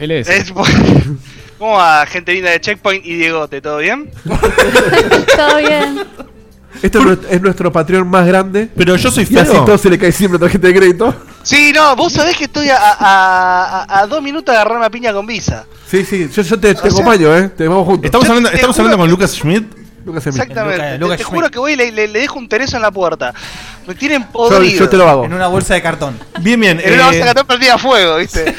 Speaker 5: Él
Speaker 1: Es- ¿Cómo va, gente linda de Checkpoint y Diegote? ¿Todo bien?
Speaker 8: Todo bien.
Speaker 6: Este es nuestro- es nuestro Patreon más grande.
Speaker 3: Pero yo soy
Speaker 6: Y así
Speaker 3: feo.
Speaker 6: todo se le cae siempre a tarjeta de crédito.
Speaker 1: Sí, no, vos sabés que estoy a, a- a- a dos minutos de agarrar una piña con visa.
Speaker 6: Sí, sí, yo, yo te, te
Speaker 1: O sea,
Speaker 6: acompaño, ¿eh? Te vamos juntos.
Speaker 3: Estamos hablando,
Speaker 1: te
Speaker 3: estamos
Speaker 1: juro-
Speaker 3: hablando con Lucas Schmidt.
Speaker 6: Lucas Emil.
Speaker 1: Exactamente.
Speaker 4: Lucas-
Speaker 1: Te-
Speaker 4: Lucas
Speaker 1: te,
Speaker 4: Schmidt.
Speaker 1: juro que voy y le, le- le dejo un tereso en la puerta. Me tienen
Speaker 3: Yo-
Speaker 1: podrido.
Speaker 3: yo te lo hago.
Speaker 4: En una bolsa de cartón.
Speaker 3: Bien, bien.
Speaker 1: En una
Speaker 3: eh,
Speaker 1: bolsa de cartón perdida a fuego, ¿viste?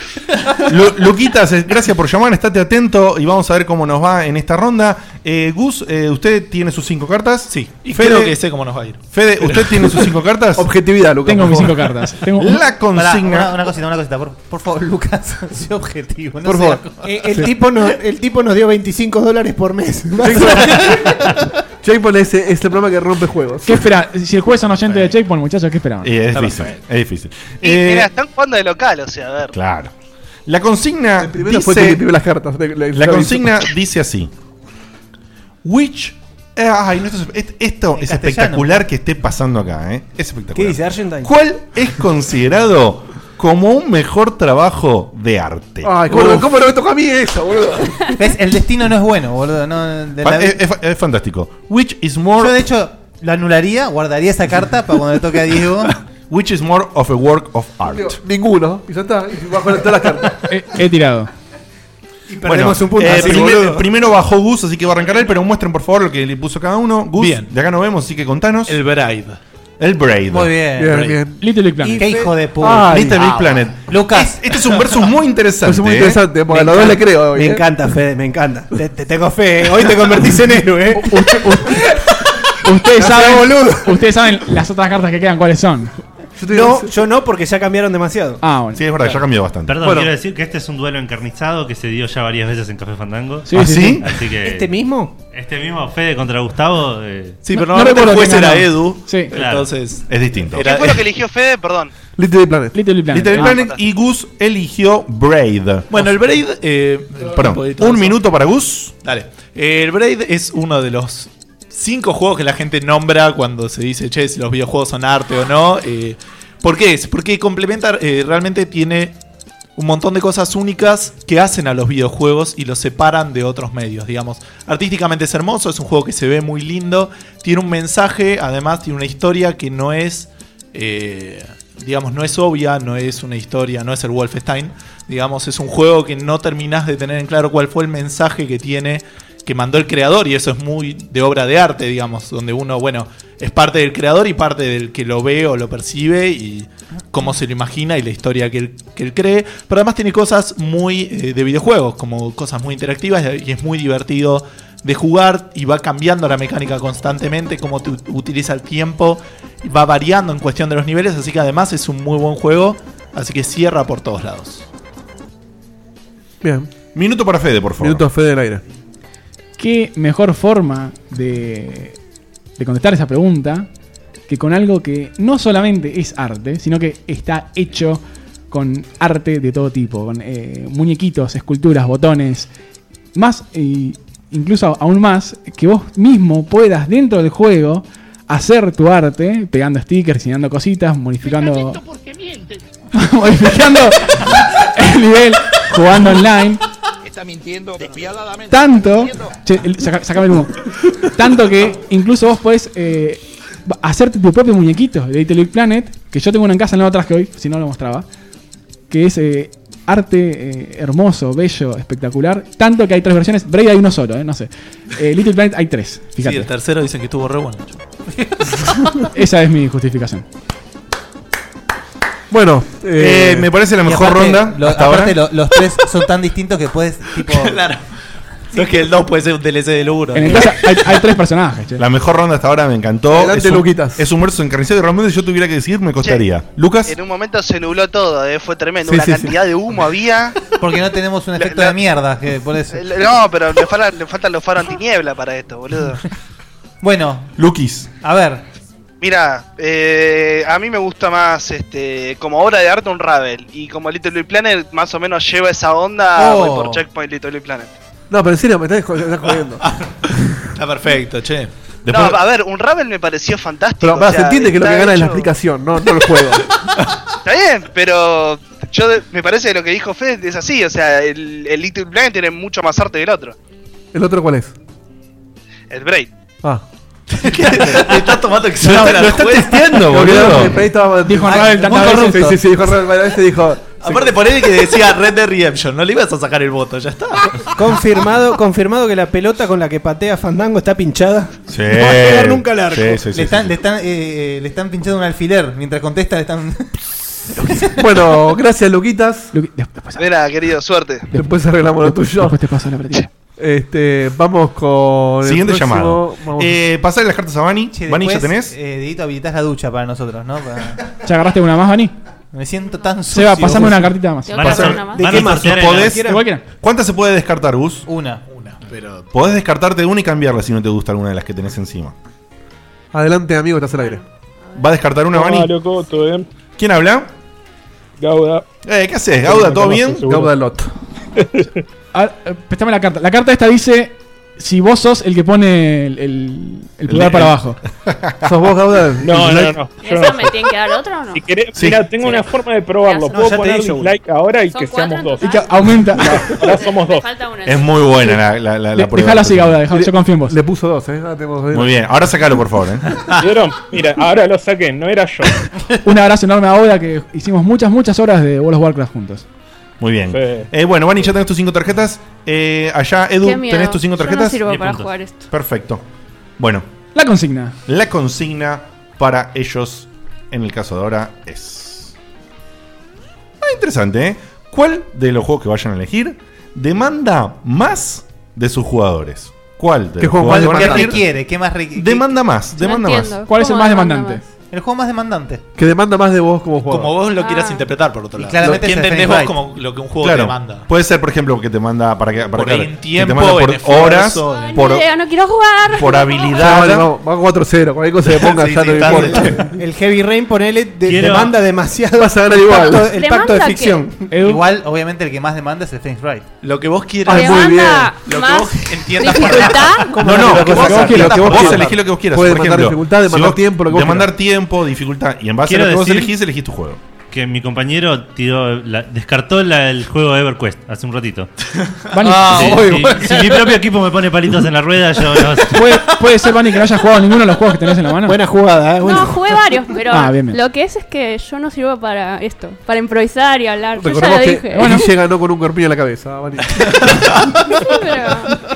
Speaker 3: Lu- Luquitas, eh, gracias por llamar, estate atento y vamos a ver cómo nos va en esta ronda. Eh, Gus, eh, ¿usted tiene sus cinco cartas? Sí.
Speaker 10: Y creo que sé cómo nos va a ir.
Speaker 3: Fede, ¿usted tiene sus cinco cartas?
Speaker 6: Objetividad, Lucas.
Speaker 5: Tengo
Speaker 3: por
Speaker 5: mis
Speaker 3: favor.
Speaker 5: cinco cartas. Tengo un-
Speaker 3: La consigna.
Speaker 4: Pará, una, una cosita, una cosita. Por, por favor, Lucas, sé objetivo. no
Speaker 7: Por
Speaker 4: sea-
Speaker 7: favor. Eh, el, tipo nos, el tipo nos dio 25 dólares por mes.
Speaker 6: Checkpoint es, es el programa que rompe juegos.
Speaker 5: ¿Qué espera? Si el juez son oyentes de Checkpoint, muchachos, ¿qué esperaban?
Speaker 3: Eh, es difícil, es difícil.
Speaker 1: Y,
Speaker 3: Eh,
Speaker 1: mirá, están jugando de local, o sea, a ver.
Speaker 3: claro. La consigna
Speaker 6: primero
Speaker 3: dice,
Speaker 6: fue que pidió las cartas, le- le-
Speaker 3: la
Speaker 6: le
Speaker 3: consigna dice así. Which eh, ay, no, esto es, est- esto es
Speaker 7: castellano.
Speaker 3: espectacular que esté pasando acá, eh. Es espectacular.
Speaker 7: ¿Qué dice Argentine?
Speaker 3: ¿Cuál es considerado como un mejor trabajo de arte?
Speaker 6: Ay, ¿cómo, no- cómo no me toca a mí eso, boludo?
Speaker 4: ¿Ves? El destino no es bueno, boludo. No, de la-
Speaker 3: Fan- es, es fa- es fantástico. eh, Which is more
Speaker 4: Yo, de hecho, la anularía, guardaría esa carta para cuando le toque a Diego.
Speaker 3: Which is more of a work of art. Eh,
Speaker 6: Digo, ninguno. Y ya está. Y bajo todas las cartas.
Speaker 5: He tirado.
Speaker 3: Bueno, eh, primero, primero bajó Gus, así que va a arrancar él, pero muestren por favor lo que le puso cada uno. Gus,
Speaker 10: Bien.
Speaker 3: de acá nos vemos, así que contanos. El
Speaker 10: Braid.
Speaker 3: El Braid.
Speaker 4: Muy bien. Bien,
Speaker 3: Braid.
Speaker 4: bien.
Speaker 5: Little Big Planet.
Speaker 4: Qué hijo de puta.
Speaker 3: Little Big
Speaker 4: Ah,
Speaker 3: Planet.
Speaker 4: Lucas.
Speaker 3: Este es un versus muy interesante.
Speaker 6: Es muy
Speaker 3: ¿eh?
Speaker 6: interesante, porque a los dos le creo. hoy,
Speaker 7: Me
Speaker 6: ¿eh?
Speaker 7: encanta, Fede, me encanta. Te, te tengo fe, ¿eh? hoy te convertís en héroe. ¿eh?
Speaker 5: Ustedes
Speaker 7: No seas
Speaker 5: saben,
Speaker 7: boludo.
Speaker 5: ustedes saben las otras cartas que quedan cuáles son.
Speaker 7: No, yo no, porque ya cambiaron demasiado.
Speaker 5: Ah, bueno.
Speaker 3: Sí, es verdad, ya cambió bastante.
Speaker 11: Perdón,
Speaker 5: Bueno.
Speaker 11: quiero decir que este es un duelo encarnizado que se dio ya varias veces en Café Fandango.
Speaker 5: Sí, ¿Ah, sí, sí? sí?
Speaker 11: Así que
Speaker 7: ¿Este mismo?
Speaker 11: Este mismo, Fede contra Gustavo. eh,
Speaker 10: Sí, pero normalmente el juez era Edu. Entonces.
Speaker 3: Es distinto.
Speaker 1: ¿Qué fue lo que eligió Fede? Perdón.
Speaker 6: Little Big Planet. Ah,
Speaker 5: Little Big
Speaker 3: Planet. y Gus eligió Braid.
Speaker 10: Bueno, el Braid. eh,
Speaker 3: Perdón,
Speaker 10: un poquito
Speaker 3: un
Speaker 10: de eso.
Speaker 3: minuto para Gus.
Speaker 10: Dale. El Braid es uno de los cinco juegos que la gente nombra cuando se dice, che, si los videojuegos son arte o no. eh, ¿Por qué es? Porque complementa, eh, realmente tiene un montón de cosas únicas que hacen a los videojuegos y los separan de otros medios, digamos. Artísticamente es hermoso, es un juego que se ve muy lindo, tiene un mensaje, además tiene una historia que no es, eh, digamos, no es obvia, no es una historia, no es el Wolfenstein, digamos, es un juego que no terminás de tener en claro cuál fue el mensaje que tiene que mandó el creador y eso es muy de obra de arte, digamos, donde uno, bueno, es parte del creador y parte del que lo ve o lo percibe y cómo se lo imagina y la historia que él, que él cree. Pero además tiene cosas muy eh, de videojuegos, como cosas muy interactivas y es muy divertido de jugar y va cambiando la mecánica constantemente, cómo te ut- utiliza el tiempo, y va variando en cuestión de los niveles, así que además es un muy buen juego, así que cierra por todos lados.
Speaker 6: Bien.
Speaker 3: Ah, Minuto para Fede, por favor.
Speaker 6: Minuto Fede del aire.
Speaker 5: ¿Qué mejor forma de, de contestar esa pregunta que con algo que no solamente es arte, sino que está hecho con arte de todo tipo, con eh, muñequitos, esculturas, botones, más e incluso aún más, que vos mismo puedas dentro del juego hacer tu arte, pegando stickers, diseñando cositas, modificando... modificando el nivel, jugando online.
Speaker 12: Está mintiendo despiadadamente.
Speaker 5: Tanto. Che, el- saca- sacame el humo. Tanto que incluso vos podés eh, va- hacerte tu propio muñequito de Little Big Planet. Que yo tengo uno en casa, no lo traje hoy, si no lo mostraba. Que es eh, arte eh, hermoso, bello, espectacular. Tanto que hay tres versiones. Braid hay uno solo, eh, no sé. Eh, Little Planet hay tres.
Speaker 10: Sí,
Speaker 5: Fíjate.
Speaker 10: el tercero dicen que estuvo re bueno.
Speaker 5: Esa es mi justificación.
Speaker 6: Bueno,
Speaker 3: eh, me parece la
Speaker 4: y
Speaker 3: mejor
Speaker 4: aparte,
Speaker 3: ronda
Speaker 4: lo-
Speaker 3: hasta
Speaker 4: aparte,
Speaker 3: ahora.
Speaker 4: lo- los tres son tan distintos que puedes, tipo.
Speaker 10: Claro. No es que el 2 puede ser un DLC del 1.
Speaker 5: En el caso hay, hay tres personajes. che.
Speaker 3: La mejor ronda hasta ahora me encantó.
Speaker 6: Adelante,
Speaker 3: es un,
Speaker 6: Luquitas.
Speaker 3: Es un verso encarnizado y realmente si yo tuviera que decir me costaría. Lucas.
Speaker 1: En un momento se nubló todo, eh, fue tremendo.
Speaker 3: Sí,
Speaker 1: Una
Speaker 3: sí, sí.
Speaker 1: cantidad de humo había.
Speaker 4: Porque no tenemos un efecto de mierda, que por eso.
Speaker 1: Eh, No, pero le, fala- le faltan los faros antiniebla para esto, boludo.
Speaker 4: Bueno.
Speaker 3: Lukis.
Speaker 4: A ver.
Speaker 1: Mira, eh, a mí me gusta más este, como obra de arte un Ravel. Y como Little Big Planet más o menos lleva esa onda
Speaker 6: Oh.
Speaker 1: voy por Checkpoint Little Big Planet.
Speaker 6: No, pero en serio, me estás jod- estás jodiendo.
Speaker 10: Está perfecto, che.
Speaker 1: no, a ver, un Ravel me pareció fantástico.
Speaker 6: Pero
Speaker 1: o
Speaker 6: pará, se
Speaker 1: sea,
Speaker 6: entiende que lo que
Speaker 1: está
Speaker 6: gana es la
Speaker 1: hecho-
Speaker 6: explicación, no, no el juego.
Speaker 1: Está bien, pero yo de- me parece que lo que dijo Fede es así. O sea, el, el Little Big Planet tiene mucho más arte que el otro.
Speaker 6: ¿El otro cuál es?
Speaker 1: El Braid.
Speaker 6: Ah.
Speaker 10: Estás tomando
Speaker 6: No, no, lo está testeando, boludo. Dijo Ravel tantas veces esto. Sí, sí, sí, dijo Ravel varias veces, dijo-
Speaker 10: Aparte ponele que decía Red Dead Redemption, no le ibas a sacar el voto, ya está.
Speaker 7: Confirmado, confirmado que la pelota con la que patea Fandango está pinchada.
Speaker 3: Sí.
Speaker 7: No va a llegar nunca al arco.
Speaker 3: Sí, sí, sí,
Speaker 4: le, están, Le, están, eh, eh, le están pinchando un alfiler. Mientras contesta, le están.
Speaker 6: Bueno, Oh, gracias, Luquitas.
Speaker 1: Mira, querido, suerte.
Speaker 6: Después arreglamos lo tuyo. Después
Speaker 5: te paso la partida.
Speaker 6: Este, vamos con. el
Speaker 3: Siguiente
Speaker 6: próximo.
Speaker 3: llamado.
Speaker 6: Vamos.
Speaker 3: Eh, pasale las cartas a Bani.
Speaker 4: Che,
Speaker 3: Bani, ¿ya
Speaker 4: después,
Speaker 3: tenés?
Speaker 4: Eh, Dieguito, habilitás la ducha para nosotros, ¿no? Para-
Speaker 5: ¿Ya agarraste una más, Vani?
Speaker 4: Me siento tan sucio.
Speaker 5: Seba, pasame una cartita más.
Speaker 4: Van a hacer una más. ¿De qué más?
Speaker 3: ¿No podés? ¿Cuántas se puede descartar, Gus?
Speaker 4: Una.
Speaker 10: Pero...
Speaker 3: Podés descartarte una y cambiarla si no te gusta alguna de las que tenés encima.
Speaker 6: Adelante, amigo, estás al aire.
Speaker 3: ¿Va a descartar
Speaker 2: Ah,
Speaker 3: una, Bani? ¿Quién habla?
Speaker 2: Gauda.
Speaker 3: Eh, ¿qué haces, Gauda? ¿Todo bien?
Speaker 6: Gauda Lot.
Speaker 5: A ver, eh, préstame la carta. La carta esta dice si vos sos el que pone el, el, el pulgar
Speaker 2: El-
Speaker 5: para abajo.
Speaker 6: ¿Sos vos, Gauda?
Speaker 2: No, no, no.
Speaker 8: ¿Y eso me tienen que dar otra o no?
Speaker 2: Si querés, mira, tengo una forma de probarlo.
Speaker 8: No,
Speaker 2: Puedo
Speaker 8: ya te
Speaker 2: poner
Speaker 8: dije una.
Speaker 2: dislike ahora y
Speaker 8: Son
Speaker 2: que seamos dos.
Speaker 5: Y que aumenta.
Speaker 2: Ahora somos dos.
Speaker 3: Es muy buena la, la, la, la
Speaker 5: De-
Speaker 3: prueba.
Speaker 5: dejala así, Gauda, dejala, yo confío en vos.
Speaker 6: Le puso dos, ¿eh? Ahora tenemos dos.
Speaker 3: Muy bien, ahora sacalo, por favor. ¿eh?
Speaker 2: ¿Vieron? Mira, ahora lo saqué, no era yo.
Speaker 5: Un abrazo enorme a Oda que hicimos muchas, muchas horas de World of Warcraft juntos.
Speaker 3: Muy bien.
Speaker 2: Sí.
Speaker 3: Eh, bueno, Bani, ya tenés tus cinco tarjetas. Eh, allá, Edu,
Speaker 8: Qué miedo.
Speaker 3: ¿tenés tus cinco
Speaker 8: Yo no
Speaker 3: tarjetas?
Speaker 8: sirvo
Speaker 3: Diez
Speaker 8: para
Speaker 3: puntos.
Speaker 8: jugar esto.
Speaker 3: Perfecto. Bueno,
Speaker 5: La consigna.
Speaker 3: la consigna para ellos, en el caso de ahora, es. Ah, interesante, ¿eh? ¿Cuál de los juegos que vayan a elegir demanda más de sus jugadores? ¿Cuál de
Speaker 4: ¿Qué
Speaker 3: los juegos
Speaker 4: juego más
Speaker 3: que van a
Speaker 4: demandante?
Speaker 3: elegir
Speaker 4: ¿Qué requiere? ¿Qué más requiere?
Speaker 3: Demanda más, demanda más.
Speaker 5: ¿Cuál es el más demandante?
Speaker 4: El El juego más demandante.
Speaker 6: Que demanda más de vos como jugador.
Speaker 10: Como vos lo quieras interpretar, por otro
Speaker 4: Ah. Y
Speaker 10: lado.
Speaker 4: claramente
Speaker 10: ¿Qué
Speaker 4: es el Fate
Speaker 10: entendés vos
Speaker 4: Right.
Speaker 10: como lo que un juego
Speaker 3: Claro,
Speaker 10: te manda?
Speaker 3: Puede ser, por ejemplo, que te manda para que. Para
Speaker 10: Por
Speaker 3: que-
Speaker 10: en
Speaker 3: que te
Speaker 10: tiempo,
Speaker 3: manda por
Speaker 10: en esfuerzo,
Speaker 3: horas,
Speaker 10: en-
Speaker 3: por,
Speaker 19: Leo, no quiero jugar.
Speaker 3: por
Speaker 6: Ya, vale,
Speaker 3: habilidad.
Speaker 6: vamos, vamos 4-0. Cualquier cosa que ponga
Speaker 3: Sí,
Speaker 6: ya
Speaker 3: sí,
Speaker 6: no me
Speaker 3: está
Speaker 6: importa.
Speaker 7: El Heavy Rain, ponele, de-
Speaker 6: Quiero-
Speaker 7: demanda demasiado.
Speaker 6: Vas a ganar
Speaker 7: el
Speaker 6: igual.
Speaker 7: pacto- el
Speaker 6: Demanda
Speaker 7: pacto de
Speaker 6: que-
Speaker 7: ficción.
Speaker 4: Igual, obviamente, el que más demanda es el Phoenix Wright.
Speaker 10: Lo que vos quieras.
Speaker 4: Ay, muy
Speaker 10: Demanda bien. Lo que
Speaker 4: más
Speaker 10: vos entiendas por
Speaker 4: dificultad.
Speaker 10: demanda.
Speaker 3: No, no,
Speaker 6: Lo
Speaker 3: lo
Speaker 6: que
Speaker 3: que vos,
Speaker 6: vos quieras,
Speaker 3: quieras,
Speaker 6: lo que vos
Speaker 3: vos
Speaker 6: quieras.
Speaker 3: elegís lo que vos quieras.
Speaker 6: Puede
Speaker 3: por
Speaker 6: demandar
Speaker 3: ejemplo,
Speaker 6: dificultad, demandar
Speaker 3: vos-
Speaker 6: tiempo, lo que vos
Speaker 3: demandar tiempo, dificultad. Y en base
Speaker 11: Quiero
Speaker 3: a lo que vos
Speaker 11: decir-
Speaker 3: elegís, elegís tu juego.
Speaker 11: Que mi compañero tiró la- descartó la- el juego de EverQuest hace un ratito.
Speaker 5: Vani- Ah,
Speaker 11: Sí,
Speaker 5: muy
Speaker 11: sí.
Speaker 5: bueno.
Speaker 11: Si mi propio equipo me pone palitos en la rueda, yo no sé.
Speaker 5: ¿Puede, puede ser, Vani, que no hayas jugado ninguno de los juegos que tenés en la mano. Buena
Speaker 7: jugada,
Speaker 19: No, jugué varios, pero
Speaker 5: Ah, bien, bien.
Speaker 19: lo que es es que yo no sirvo para esto, para improvisar y hablar. Yo ya
Speaker 6: Recordemos
Speaker 19: lo
Speaker 6: que
Speaker 19: dije.
Speaker 6: Guille ganó con un corpillo en la cabeza. Vani.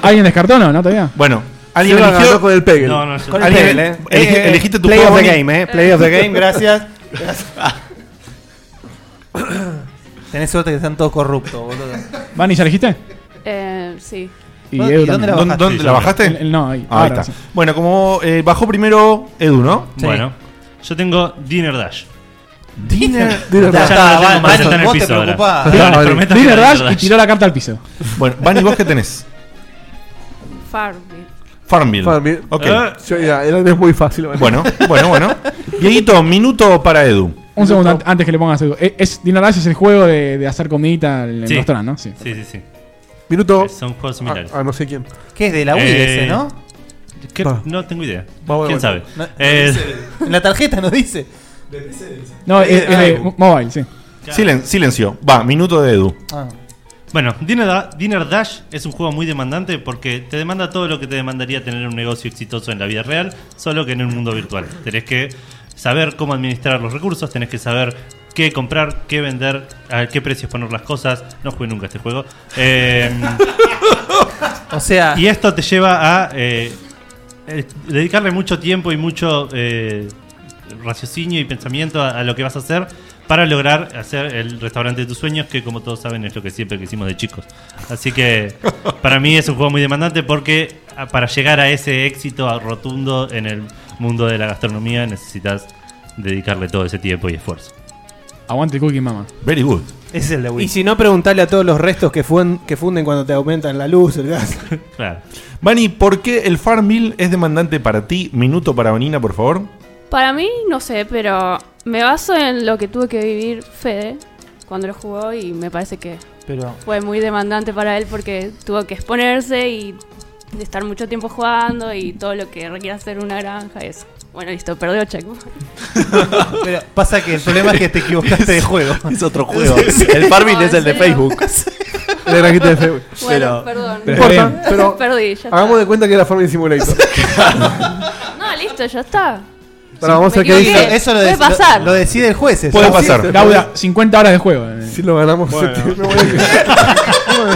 Speaker 5: ¿Alguien descartó o no? ¿No todavía?
Speaker 3: Bueno,
Speaker 6: alguien
Speaker 5: Seba
Speaker 6: eligió
Speaker 5: ganó
Speaker 6: con el Pegel.
Speaker 5: No, no, yo-
Speaker 6: Con el
Speaker 5: ¿Alguien
Speaker 6: Pegel, eh.
Speaker 5: elegi-
Speaker 6: Eh,
Speaker 5: elegiste tu
Speaker 6: Play
Speaker 5: juego,
Speaker 6: of the
Speaker 5: Bonnie?
Speaker 6: game, eh.
Speaker 7: Play of the game, gracias.
Speaker 4: Tenés suerte que están todos corruptos, boludo.
Speaker 5: ¿Vani, ya elegiste?
Speaker 19: Eh, sí.
Speaker 5: Y Edu también.
Speaker 3: ¿Dónde, dónde la bajaste?
Speaker 5: El- el- no, ahí.
Speaker 3: Ah, ahí
Speaker 5: Ahora,
Speaker 3: está.
Speaker 5: sí.
Speaker 3: Bueno, como eh, bajó primero Edu, ¿no?
Speaker 11: Bueno, yo tengo Dinner Dash.
Speaker 3: Dinner-
Speaker 11: Dinner Dash. Ya no lo tengo más, está en el
Speaker 4: vos te
Speaker 11: piso ahora.
Speaker 4: preocupás.
Speaker 11: Todas las tormentas
Speaker 5: Dinner
Speaker 11: que
Speaker 5: Dash
Speaker 11: Dinner
Speaker 5: y tiró la carta al piso.
Speaker 3: Bueno, Vani, ¿vos qué tenés?
Speaker 19: Farmville.
Speaker 3: Farmville.
Speaker 6: Farmville.
Speaker 3: Ok.
Speaker 6: Eh. Yo, ya, el es muy fácil. Vani.
Speaker 3: Bueno, bueno, bueno. Dieguito, minuto para Edu.
Speaker 5: Un segundo an- antes que le pongas algo. Es, es, Dinner Dash es el juego de, de hacer comidita en el
Speaker 11: Sí.
Speaker 5: restaurante, ¿no? Sí.
Speaker 11: Sí, sí, sí.
Speaker 6: Minuto.
Speaker 11: Son juegos similares.
Speaker 6: Ah, ah, no sé quién.
Speaker 4: ¿Qué es de la Wii ese, no?
Speaker 11: Eh, ¿qué?
Speaker 4: Va.
Speaker 11: No tengo idea.
Speaker 4: Va, va, bueno.
Speaker 11: ¿Quién sabe?
Speaker 4: No-
Speaker 11: Eh,
Speaker 4: En la tarjeta nos dice.
Speaker 5: No,
Speaker 4: Eh,
Speaker 5: es, es de
Speaker 4: ah,
Speaker 5: mo- mobile, sí.
Speaker 3: Silen- silencio. Va, minuto de Edu.
Speaker 11: Bueno, Dinner, Da- Dinner Dash es un juego muy demandante porque te demanda todo lo que te demandaría tener un negocio exitoso en la vida real, solo que en un mundo virtual. Tenés que saber cómo administrar los recursos, tenés que saber qué comprar, qué vender, a qué precios poner las cosas. No jugué nunca este juego. Eh,
Speaker 4: O sea.
Speaker 11: Y esto te lleva a eh, eh, dedicarle mucho tiempo y mucho eh, raciocinio y pensamiento a, a lo que vas a hacer para lograr hacer el restaurante de tus sueños, que como todos saben es lo que siempre quisimos de chicos. Así que para mí es un juego muy demandante porque a- para llegar a ese éxito a- rotundo en el mundo de la gastronomía necesitas dedicarle todo ese tiempo y esfuerzo.
Speaker 5: Aguante el cookie, mama.
Speaker 3: Very good.
Speaker 4: Ese es el de Wii.
Speaker 7: Y si no, preguntale a todos los restos que, fuen- que funden cuando te aumentan la luz, el gas.
Speaker 11: Claro.
Speaker 3: Vani, ¿por qué el Farmville es demandante para ti? Minuto para Vanina, por favor.
Speaker 19: Para mí, no sé, pero me baso en lo que tuve que vivir Fede cuando lo jugó y me parece que
Speaker 4: Pero-
Speaker 19: fue muy demandante para él porque tuvo que exponerse y estar mucho tiempo jugando y todo lo que requiere hacer una granja. y Eso. Bueno, listo, perdió Checo.
Speaker 4: Pero pasa que el problema es que te equivocaste de juego.
Speaker 10: Es otro juego.
Speaker 4: Sí.
Speaker 10: El Farmville es el de
Speaker 19: ¿en serio?
Speaker 10: Facebook.
Speaker 6: La granjita de Facebook.
Speaker 19: Bueno, perdón.
Speaker 6: No importa,
Speaker 19: Perdí,
Speaker 6: pero
Speaker 19: perdí, ya
Speaker 6: hagamos
Speaker 19: está.
Speaker 6: de cuenta que era Farming Simulator.
Speaker 19: No, listo, ya está.
Speaker 6: Pará, vamos a
Speaker 19: Me
Speaker 6: ver qué
Speaker 19: equivoqué.
Speaker 6: dice.
Speaker 19: Eso lo Puede dec- lo- pasar. lo
Speaker 4: decide el juez.
Speaker 6: eso.
Speaker 5: Puede
Speaker 6: Sí,
Speaker 5: pasar.
Speaker 6: se
Speaker 5: Lauda,
Speaker 6: puede.
Speaker 5: 50 horas de juego. eh.
Speaker 6: Si lo ganamos, este.
Speaker 5: Bueno.
Speaker 6: se tiene-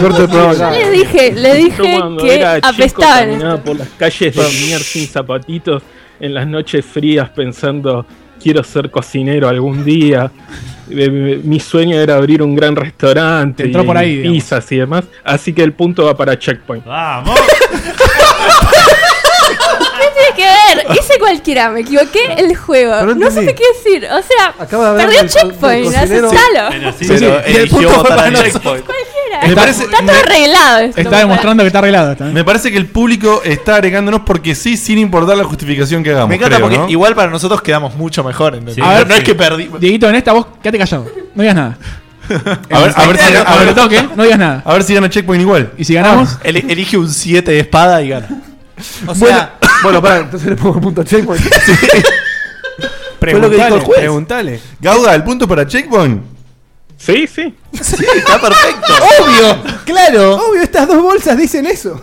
Speaker 6: Corto el programa
Speaker 19: Yo
Speaker 6: acá.
Speaker 19: le dije, le dije
Speaker 9: cuando
Speaker 19: que
Speaker 9: era chico,
Speaker 19: apestaba en
Speaker 9: caminaba por las calles de Mier sin zapatitos en las noches frías pensando quiero ser cocinero algún día. Eh, eh, Mi sueño era abrir un gran restaurante,
Speaker 5: Te entró
Speaker 9: y
Speaker 5: por ahí, digamos.
Speaker 9: pizzas y demás. Así que el punto va para Checkpoint.
Speaker 11: ¡Vamos!
Speaker 19: ¿Qué tiene que ver? Hice cualquiera, me equivoqué el juego.
Speaker 6: Pero no
Speaker 19: No
Speaker 6: entendí.
Speaker 19: supe qué decir. O sea,
Speaker 6: Acaba de hablar
Speaker 19: perdió
Speaker 6: del-
Speaker 19: checkpoint,
Speaker 6: del Pues, cocinero.
Speaker 19: aceptalo.
Speaker 6: Pero sí,
Speaker 3: Pero
Speaker 6: sí, y el
Speaker 3: eligió
Speaker 6: punto fue
Speaker 3: votar
Speaker 6: para
Speaker 3: en
Speaker 6: nosotros.
Speaker 3: Checkpoint.
Speaker 19: Cualquiera.
Speaker 3: Me parece-
Speaker 19: Está todo arreglado esto.
Speaker 5: Está demostrando que está arreglado. Está.
Speaker 3: Me parece que el público está agregándonos porque sí, sin importar la justificación que hagamos.
Speaker 10: Me encanta
Speaker 3: creo,
Speaker 10: porque
Speaker 3: ¿no?
Speaker 10: igual para nosotros quedamos mucho mejor. ¿entendés?
Speaker 3: Sí.
Speaker 10: no
Speaker 3: A ver,
Speaker 10: no
Speaker 3: sí.
Speaker 10: es que perdí.
Speaker 5: Dieguito, en esta vos quédate callado. No digas nada.
Speaker 3: A ver, a ver si, a ver-
Speaker 5: toque, no digas nada.
Speaker 3: A ver si gana Checkpoint igual.
Speaker 5: ¿Y si ganamos?
Speaker 10: El- Ah, elige un 7 de espada y gana.
Speaker 4: O
Speaker 6: Bueno,
Speaker 4: sea,
Speaker 6: bueno, pará, entonces le pongo el punto a Checkpoint. Fue lo que dijo el juez.
Speaker 7: Preguntale.
Speaker 3: Gauda, ¿el punto para Checkpoint?
Speaker 9: Sí, sí.
Speaker 10: está perfecto.
Speaker 7: ¡Obvio! ¡Claro! Obvio, estas dos bolsas dicen eso.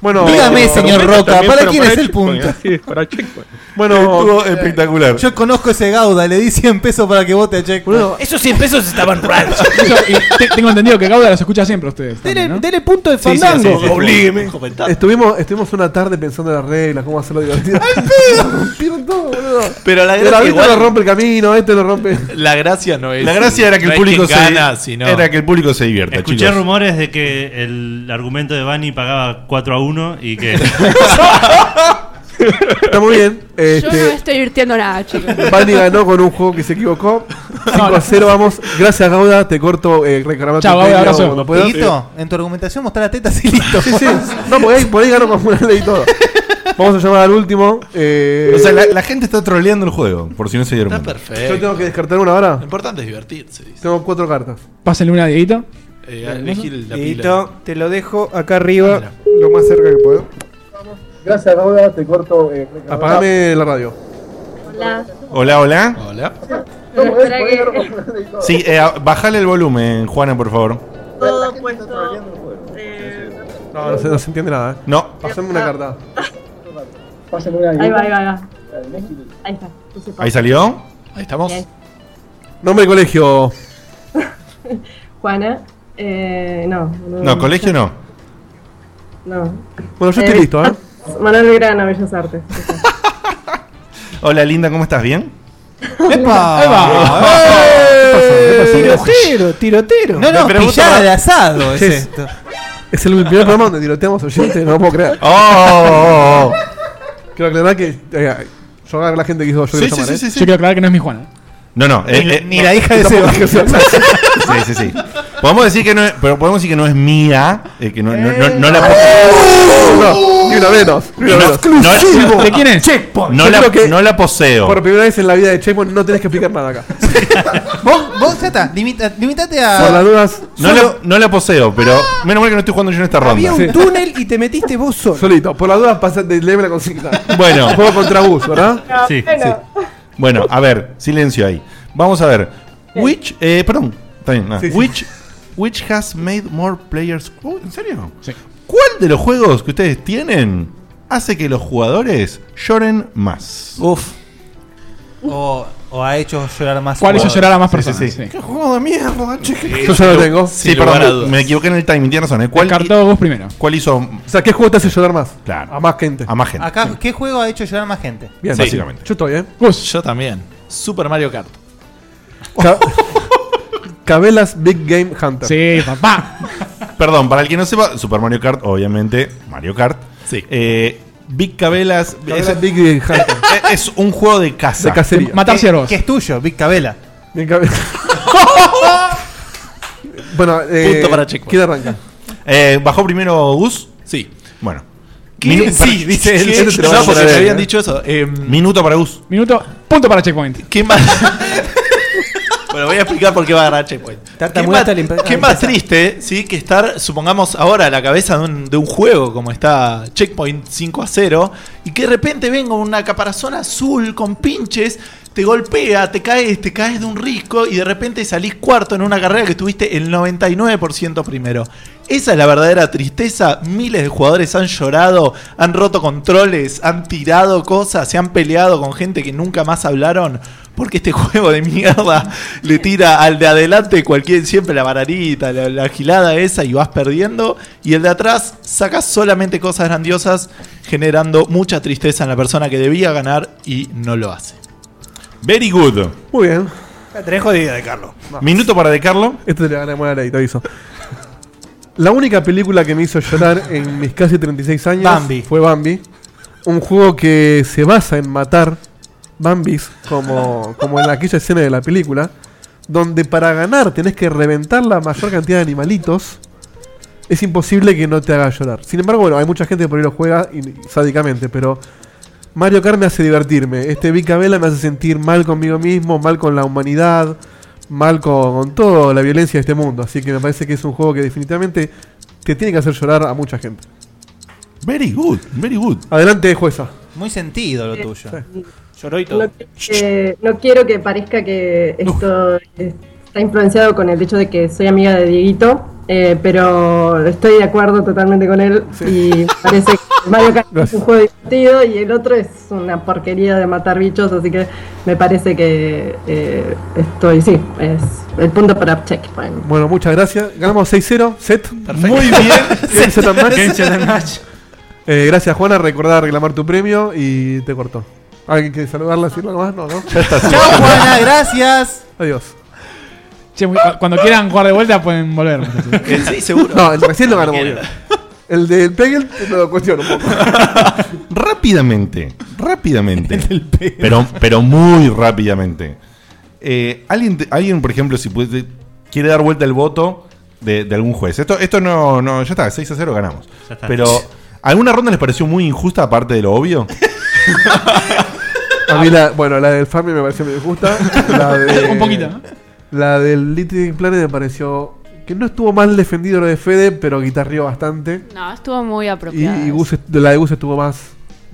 Speaker 6: Bueno,
Speaker 7: Dígame, señor
Speaker 6: argumento
Speaker 7: Roca,
Speaker 6: también,
Speaker 7: ¿para
Speaker 6: pero
Speaker 7: quién es el
Speaker 6: Checkpoint,
Speaker 7: punto?
Speaker 6: así es, para Checkpoint.
Speaker 3: Estuvo eh, espectacular.
Speaker 4: eh, Yo conozco ese Gauda, le di 100 pesos para que vote a Checkpoint.
Speaker 7: Esos 100 pesos estaban raros.
Speaker 5: Eso, y te- tengo entendido que Gauda los escucha siempre a ustedes.
Speaker 7: Dele,
Speaker 5: también, ¿no?
Speaker 7: dele punto de
Speaker 6: sí,
Speaker 7: fandango.
Speaker 6: sí, sí, sí. Oblígueme. Estuvimos, estuvimos una tarde pensando en las reglas, cómo hacerlo divertido. ¡Al pedo! Rompieron todo, boludo.
Speaker 10: Pero la gracia
Speaker 6: Pero este
Speaker 10: igual-
Speaker 6: lo rompe el camino, este lo rompe.
Speaker 10: La gracia no es.
Speaker 3: La gracia era que
Speaker 10: no
Speaker 3: el
Speaker 10: es
Speaker 3: público
Speaker 10: quién
Speaker 3: se
Speaker 10: gana, sino-
Speaker 3: era que el público se divierta,
Speaker 11: Escuché
Speaker 3: chicos.
Speaker 11: rumores de que el argumento de Bani pagaba 4 a 1 y que
Speaker 6: Está muy bien.
Speaker 19: Yo no
Speaker 6: Este,
Speaker 19: estoy divirtiendo nada, chicos.
Speaker 6: Bani ganó con un juego que se equivocó. 5 a 0, vamos. Gracias, Gauda. Te corto eh, reclamando.
Speaker 4: Chao,
Speaker 6: un
Speaker 4: Gauda,
Speaker 6: pedido
Speaker 4: abrazo.
Speaker 6: cuando puedas.
Speaker 4: Dieguito, en tu argumentación mostrar la teta así listo.
Speaker 6: Sí, sí. No, por ahí, por ahí ganó con una ley y todo. Vamos a llamar al último. eh,
Speaker 3: O sea, la, la gente está troleando el juego, por si no se dieron cuenta.
Speaker 10: perfecto.
Speaker 6: Yo tengo que descartar una ahora.
Speaker 10: Lo importante es divertirse. dice.
Speaker 6: Tengo cuatro cartas.
Speaker 5: Pásenle una a Dieguito.
Speaker 10: Eh, elegí la pila.
Speaker 7: Dieguito, te lo dejo acá arriba, lo más cerca que puedo.
Speaker 6: Gracias, Gauda. Te corto.
Speaker 15: eh,
Speaker 6: Apagame la radio.
Speaker 15: Hola.
Speaker 3: Hola, hola.
Speaker 10: Hola.
Speaker 15: Espera que-
Speaker 3: Sí, eh, a- bajale el volumen, Juana, por favor.
Speaker 15: todo puesto. Eh,
Speaker 6: No, no se, no se entiende nada. ¿eh?
Speaker 3: No.
Speaker 6: Pasame una carta.
Speaker 15: Ahí va, ahí va, ahí va. Ahí está. que se pasa.
Speaker 3: Ahí salió.
Speaker 6: Ahí estamos. Nombre y colegio.
Speaker 15: Juana. Eh, no, no.
Speaker 3: No, colegio no.
Speaker 15: No.
Speaker 6: Bueno, yo estoy listo, ¿eh?
Speaker 15: Manuel Belgrano, Bellas Artes.
Speaker 3: Hola, linda, ¿cómo estás? ¿Bien?
Speaker 6: Ah,
Speaker 7: ¡Epa!
Speaker 6: ¡Eh!
Speaker 7: Tirotero, tirotero.
Speaker 4: No, no, pillada de asado es
Speaker 6: Sí,
Speaker 4: esto.
Speaker 6: Es el primer programa donde tiroteamos oyentes, no lo puedo creer.
Speaker 3: Oh,
Speaker 6: Quiero aclarar que. eh, yo agarro a la gente que hizo yo quiero llamar, ¿eh?
Speaker 5: Yo quiero aclarar que no es mi Juana.
Speaker 3: No, no.
Speaker 5: Ni- ni la
Speaker 6: hija de Seba.
Speaker 3: sí, sí, sí. Podemos decir que no es, pero podemos decir que no es mía, eh, que no, no, no, no la
Speaker 6: No, ¡Eh! ni una menos. Ni una
Speaker 3: No,
Speaker 6: menos.
Speaker 3: no es-
Speaker 5: ¿De quién es?
Speaker 6: Checkpoint.
Speaker 3: No
Speaker 6: Yo
Speaker 3: la-
Speaker 6: creo que
Speaker 3: no la poseo.
Speaker 6: Por primera vez en la vida de Checkpoint no tenés que explicar nada acá.
Speaker 4: Vos, vos ya está, limita- limitate a.
Speaker 6: Por las dudas.
Speaker 3: No la, no la poseo, pero menos mal que no estoy jugando yo en esta ronda. Sí.
Speaker 6: túnel y te metiste vos solo. Solito. Por las dudas, pasa, de- léeme la consigna.
Speaker 3: Bueno.
Speaker 6: Juego contra bus, ¿verdad?
Speaker 3: Sí, sí. Bueno, a ver, silencio ahí. Vamos a ver. Which, eh, perdón, está bien, nada.
Speaker 6: Sí, sí.
Speaker 3: Which, which has made more players? Oh, ¿En serio? ¿Cuál de los juegos que ustedes tienen hace que los jugadores lloren más?
Speaker 4: Uf. O, o ha hecho llorar más.
Speaker 3: ¿Cuál hizo
Speaker 4: jugadores.
Speaker 3: llorar a más personas? Sí.
Speaker 4: ¿Qué
Speaker 6: juego de mierda,
Speaker 4: chicos?
Speaker 3: ya
Speaker 6: lo tengo.
Speaker 3: Sí,
Speaker 6: Sin lugar a
Speaker 3: perdón,
Speaker 6: dudas.
Speaker 3: me equivoqué en el timing, tienes razón. ¿eh? ¿Cuál
Speaker 5: Descartó vos primero.
Speaker 3: ¿Cuál hizo?
Speaker 6: O sea, ¿qué juego te hace llorar más?
Speaker 3: Claro.
Speaker 6: A más gente.
Speaker 3: A más gente.
Speaker 4: Acá, ¿qué juego ha hecho llorar más gente?
Speaker 6: Bien,
Speaker 10: Sí.
Speaker 6: básicamente. Yo estoy, ¿eh?
Speaker 10: Yo también. Super Mario Kart.
Speaker 6: Cabela's Big Game Hunter.
Speaker 5: Sí, papá.
Speaker 3: Perdón, para el que no sepa, Super Mario Kart, obviamente, Mario Kart. Sí. Big Cabelas. e,
Speaker 6: Cabela's Big Game Hunter.
Speaker 3: Es un juego de caza.
Speaker 6: De cacería. Eh,
Speaker 4: Que- Que es tuyo, Big Cabela.
Speaker 6: Big Cabela. bueno, eh,
Speaker 3: Punto para Checkpoint.
Speaker 6: ¿Quién arranca?
Speaker 3: Eh, ¿Bajó primero Gus?
Speaker 10: Sí.
Speaker 3: Bueno.
Speaker 10: ¿Qué?
Speaker 3: Minu-
Speaker 10: Sí,
Speaker 3: para-
Speaker 10: dice él.
Speaker 3: ¿Qué?
Speaker 10: Ese te lo
Speaker 3: No,
Speaker 10: vas a
Speaker 3: porque
Speaker 10: poner
Speaker 3: me
Speaker 10: él,
Speaker 3: habían
Speaker 10: ¿eh?
Speaker 3: dicho eso.
Speaker 10: Minuto
Speaker 3: para Gus.
Speaker 5: Minuto, punto para Checkpoint.
Speaker 10: ¿Qué más? Bueno, voy a explicar por qué va a ganar Checkpoint. ¿Qué
Speaker 4: Tartamudeaste
Speaker 10: más,
Speaker 4: al empe-
Speaker 10: qué
Speaker 4: al
Speaker 10: más
Speaker 4: empezar.
Speaker 10: triste, sí, que estar, supongamos, ahora a la cabeza de un, de un juego como está Checkpoint 5 a 0 y que de repente venga una caparazón azul con pinches, te golpea, te caes, te caes de un risco y de repente salís cuarto en una carrera que tuviste el 99% primero. Esa es la verdadera tristeza. Miles de jugadores han llorado, han roto controles, han tirado cosas, se han peleado con gente que nunca más hablaron. Porque este juego de mierda le tira al de adelante cualquier, siempre la vararita, la, la gilada esa y vas perdiendo. Y el de atrás sacas solamente cosas grandiosas, generando mucha tristeza en la persona que debía ganar y no lo hace.
Speaker 3: Very good.
Speaker 6: Muy bien.
Speaker 4: La tenés jodida de Carlos.
Speaker 3: Minuto para De Carlo.
Speaker 6: Esto te lo gané a ley, te aviso. La única película que me hizo llorar en mis casi 36 años
Speaker 4: Bambi.
Speaker 6: fue Bambi. Un juego que se basa en matar Bambis, como, como en aquella escena de la película, donde para ganar tenés que reventar la mayor cantidad de animalitos. Es imposible que no te haga llorar. Sin embargo, bueno, hay mucha gente que por ahí lo juega y- sádicamente, pero Mario Kart me hace divertirme. Este Vika Vela me hace sentir mal conmigo mismo, mal con la humanidad, mal con, con toda la violencia de este mundo. Así que me parece que es un juego que definitivamente te tiene que hacer llorar a mucha gente.
Speaker 3: Very good, very good.
Speaker 6: Adelante, jueza.
Speaker 4: Muy sentido lo tuyo. Lloró y
Speaker 15: No, eh, no quiero que parezca que esto eh, está influenciado con el hecho de que soy amiga de Dieguito, eh, pero estoy de acuerdo totalmente con él y parece que Mario Kart es un juego divertido y el otro es una porquería de matar bichos, así que me parece que eh, estoy, sí, es el punto para checkpoint.
Speaker 6: Bueno, muchas gracias. Ganamos 6-0, set.
Speaker 15: Muy bien.
Speaker 6: Game set and match.
Speaker 15: Game set and match.
Speaker 6: Eh, gracias, Juana. Recordá reclamar tu premio y te cortó. ¿Alguien quiere saludarla, decir algo más? No, no.
Speaker 4: Chao, Juana, gracias.
Speaker 6: Adiós.
Speaker 3: ah,
Speaker 6: Eh,
Speaker 5: Che, muy- cu- cuando quieran jugar de vuelta pueden volver. muchachos.
Speaker 10: Eh, Sí, seguro.
Speaker 6: No, el- recién lo ganamos bien. El del Pegel no lo cuestiono un poco.
Speaker 3: Rápidamente, rápidamente. pero, pero muy rápidamente. Eh, ¿alguien, te- alguien, por ejemplo, si puede- quiere dar vuelta el voto de, de algún juez. Esto, esto no, no, ya está, 6 a 0 ganamos.
Speaker 11: Ya
Speaker 4: Ah.
Speaker 11: está.
Speaker 3: Pero, ¿alguna ronda les pareció muy injusta aparte de lo obvio?
Speaker 6: A mí la, bueno, la del Family me pareció muy injusta. La de,
Speaker 3: Un poquito, ¿no?
Speaker 6: La del Little Planet me pareció que no estuvo mal defendido lo de Fede, pero guitarreó bastante.
Speaker 19: No, Ah, estuvo muy
Speaker 6: Y,
Speaker 19: apropiado.
Speaker 6: y Gus est- la de Gus estuvo más,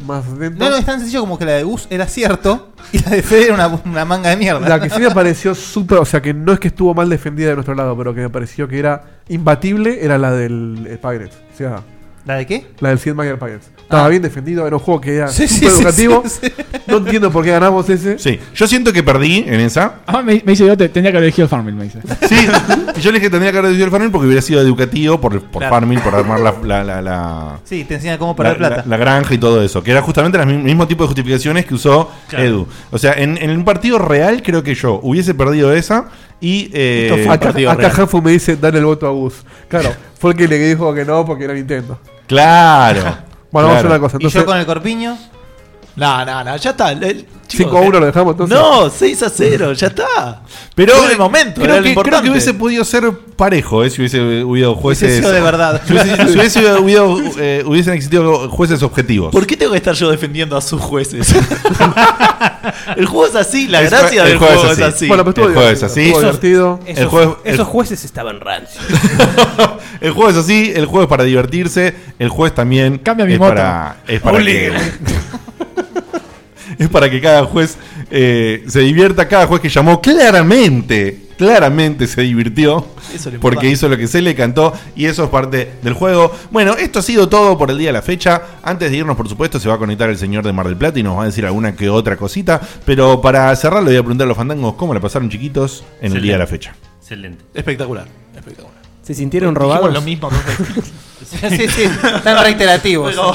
Speaker 6: más dentro.
Speaker 4: No, no, es tan sencillo como que la de Gus era cierto y la de Fede era una, una manga de mierda.
Speaker 6: La que sí me pareció súper, o sea, que no es que estuvo mal defendida de nuestro lado, pero que me pareció que era imbatible, era la del eh, Pirates. O sea,
Speaker 4: ¿La de qué? Ah.
Speaker 6: La del Sid Meier Pirates. Estaba bien defendido, era un juego que era
Speaker 4: Sí,
Speaker 6: súper
Speaker 4: sí, sí,
Speaker 6: educativo.
Speaker 4: sí,
Speaker 6: No entiendo por qué ganamos ese.
Speaker 3: Sí, yo siento que perdí en esa.
Speaker 5: Ah, me, me dice yo, te- tendría que haber elegido el Farmville, me dice.
Speaker 3: Y yo le dije que tendría que haber decidido el Farmil porque hubiera sido educativo por, por
Speaker 4: Claro.
Speaker 3: Farmil, por armar la, la- la- la-
Speaker 4: Sí, te enseña cómo perder
Speaker 3: la-
Speaker 4: plata.
Speaker 3: la- la granja y todo eso. Que era justamente el mismo tipo de justificaciones que usó
Speaker 4: Claro.
Speaker 3: Edu. O sea, en, en un partido real creo que yo hubiese perdido esa y... eh,
Speaker 6: acá acá Hanfu me dice, dale el voto a Gus. Claro, fue el que le dijo que no porque era Nintendo.
Speaker 3: Claro.
Speaker 6: Bueno, vamos a hacer una
Speaker 4: ¿Y
Speaker 6: cosa. Entonces,
Speaker 4: yo con el corpiño?
Speaker 10: No, no, no, ya está. el- el- chicos,
Speaker 6: 5 a 1 lo dejamos entonces.
Speaker 10: No, 6 a 0, ya está.
Speaker 3: Pero
Speaker 10: Era el momento,
Speaker 3: creo,
Speaker 10: era lo
Speaker 3: que, creo que
Speaker 10: importante.
Speaker 3: hubiese podido ser parejo eh, si hubiese habido jueces.
Speaker 10: sido de verdad.
Speaker 3: Si hubiese, si hubiese habido, eh, hubiesen existido jueces objetivos.
Speaker 10: ¿Por qué tengo que estar yo defendiendo a sus jueces? el juego es así, la
Speaker 3: El jue-
Speaker 10: gracia
Speaker 3: el
Speaker 10: del
Speaker 3: juego
Speaker 10: juego,
Speaker 3: es
Speaker 10: es
Speaker 3: así.
Speaker 10: así.
Speaker 3: Bueno, pero estuvo El juego es divertido, así. estuvo divertido. El
Speaker 7: Esos,
Speaker 3: juego-
Speaker 7: esos
Speaker 3: el-
Speaker 7: jueces estaban rancios.
Speaker 3: El juego es así, el juego es para divertirse, el juego es también Cambia
Speaker 7: mi
Speaker 3: es
Speaker 7: moto.
Speaker 3: para es para
Speaker 7: Ole.
Speaker 3: que, es para que cada juez eh, se divierta, cada juez que llamó claramente, claramente se divirtió
Speaker 10: Eso es lo
Speaker 3: porque
Speaker 10: importante.
Speaker 3: hizo lo que se le cantó y eso es parte del juego. Bueno, esto ha sido todo por el día de la fecha. Antes de irnos, por supuesto, se va a conectar el señor de Mar del Plata y nos va a decir alguna que otra cosita, pero para cerrar le voy a preguntar a los fandangos cómo la pasaron chiquitos en el día de la fecha.
Speaker 11: Excelente.
Speaker 10: Espectacular, espectacular.
Speaker 7: ¿Se sintieron
Speaker 10: Dijimos
Speaker 7: robados?
Speaker 10: lo mismo dos veces.
Speaker 4: Sí, sí, tan reiterativos.
Speaker 10: Pero-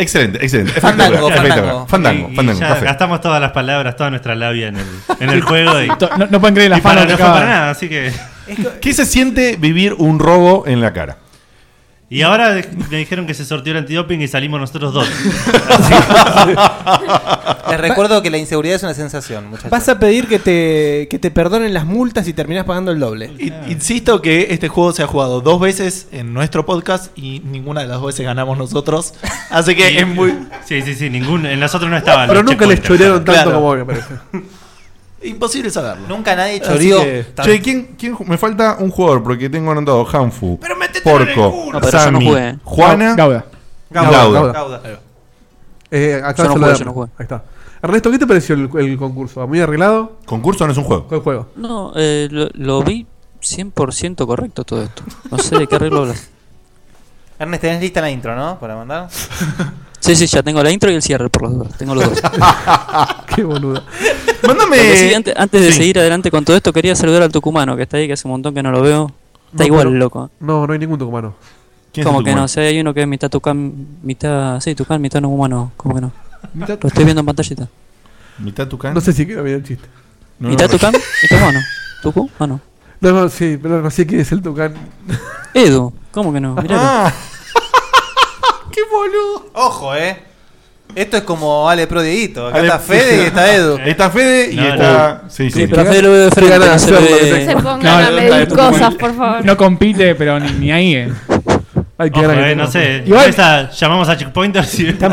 Speaker 3: Excelente, excelente.
Speaker 11: Fandango,
Speaker 3: espectacular,
Speaker 11: Y-
Speaker 3: Fandango,
Speaker 11: y
Speaker 3: fandango,
Speaker 11: ya
Speaker 3: café.
Speaker 11: gastamos todas las palabras, toda nuestra labia en el, en el juego. Y,
Speaker 5: No, no pueden creer la
Speaker 11: y para,
Speaker 5: fama
Speaker 11: no
Speaker 5: que
Speaker 11: fue para
Speaker 5: acaba.
Speaker 11: nada, así que.
Speaker 3: ¿Qué se siente vivir un robo en la cara?
Speaker 11: Y ahora de- me dijeron que se sortió el antidoping y salimos nosotros dos.
Speaker 4: Les recuerdo que la inseguridad es una sensación, muchachos.
Speaker 7: Vas a pedir que te, que te perdonen las multas y terminás pagando el doble.
Speaker 10: Insisto que este juego se ha jugado dos veces en nuestro podcast y ninguna de las dos veces ganamos nosotros. Así que
Speaker 11: Y-
Speaker 10: es muy.
Speaker 11: Sí, sí, sí, ningún, en las otras no estaban.
Speaker 10: Pero
Speaker 11: los
Speaker 10: nunca les chorearon
Speaker 11: checkpointers.
Speaker 10: tanto como
Speaker 6: me parece.
Speaker 10: Imposible saberlo.
Speaker 4: Nunca nadie
Speaker 3: Así
Speaker 4: choreó.
Speaker 3: que- Che, ¿quién, quién ju- me falta un jugador porque tengo anotado Hanfu, Porco,
Speaker 6: No, pero yo
Speaker 3: Sammy,
Speaker 6: no jugué.
Speaker 3: Juana,
Speaker 6: Gauda.
Speaker 3: Gauda.
Speaker 6: Eh,
Speaker 3: Yo no
Speaker 6: acá se
Speaker 3: juego,
Speaker 6: la-
Speaker 3: yo no juego.
Speaker 6: Ahí está. Ernesto, ¿qué te pareció el, el concurso? ¿Muy arreglado?
Speaker 3: Concurso no es un juego.
Speaker 6: ¿Cuál juego?
Speaker 17: No, eh, lo, lo vi 100% correcto todo esto. No sé de qué arreglo hablas.
Speaker 4: Ernest, tenés lista la intro, ¿no? Para mandar.
Speaker 17: Sí, sí, ya tengo la intro y el cierre por las dudas. Tengo los dos.
Speaker 6: Qué boludo.
Speaker 17: Lo que sí, antes, antes de
Speaker 6: Sí.
Speaker 17: seguir adelante con todo esto, quería saludar al tucumano que está ahí, que hace un montón que no lo veo. Está
Speaker 6: No,
Speaker 17: igual,
Speaker 6: pero-
Speaker 17: loco.
Speaker 6: No, no hay ningún tucumano.
Speaker 17: Como que no, o sea, hay uno que es mitad tucán, mitad. Sí, tucán, mitad no humano. Como que no.
Speaker 6: Mitad-
Speaker 17: Lo estoy viendo en pantallita.
Speaker 3: ¿Mitad Tucán?
Speaker 6: No sé si quiero mirar el chiste.
Speaker 17: No, ¿Mitad no. tucán? ¿Mitad humano? ¿Tucu? Humano.
Speaker 6: No, no, sí, pero no sé quién es el tucán.
Speaker 17: Edu, ¿cómo que no? Miralo.
Speaker 6: Ah.
Speaker 4: ¡Qué boludo! Ojo, eh. Esto es como Ale Pro Dieguito. Acá
Speaker 3: Ale-
Speaker 4: está Fede y está Edu.
Speaker 3: Ahí está Fede y
Speaker 4: No,
Speaker 3: está.
Speaker 4: no.
Speaker 3: Sí,
Speaker 4: Sí,
Speaker 3: sí.
Speaker 4: pero a Fede lo veo de frente, no se ve-
Speaker 19: se pongan a medir cosas, por favor.
Speaker 5: No compite, pero ni, ni ahí, eh.
Speaker 11: Ojo, eh, no sé.
Speaker 5: Igual,
Speaker 11: esa llamamos a checkpointers y.
Speaker 5: están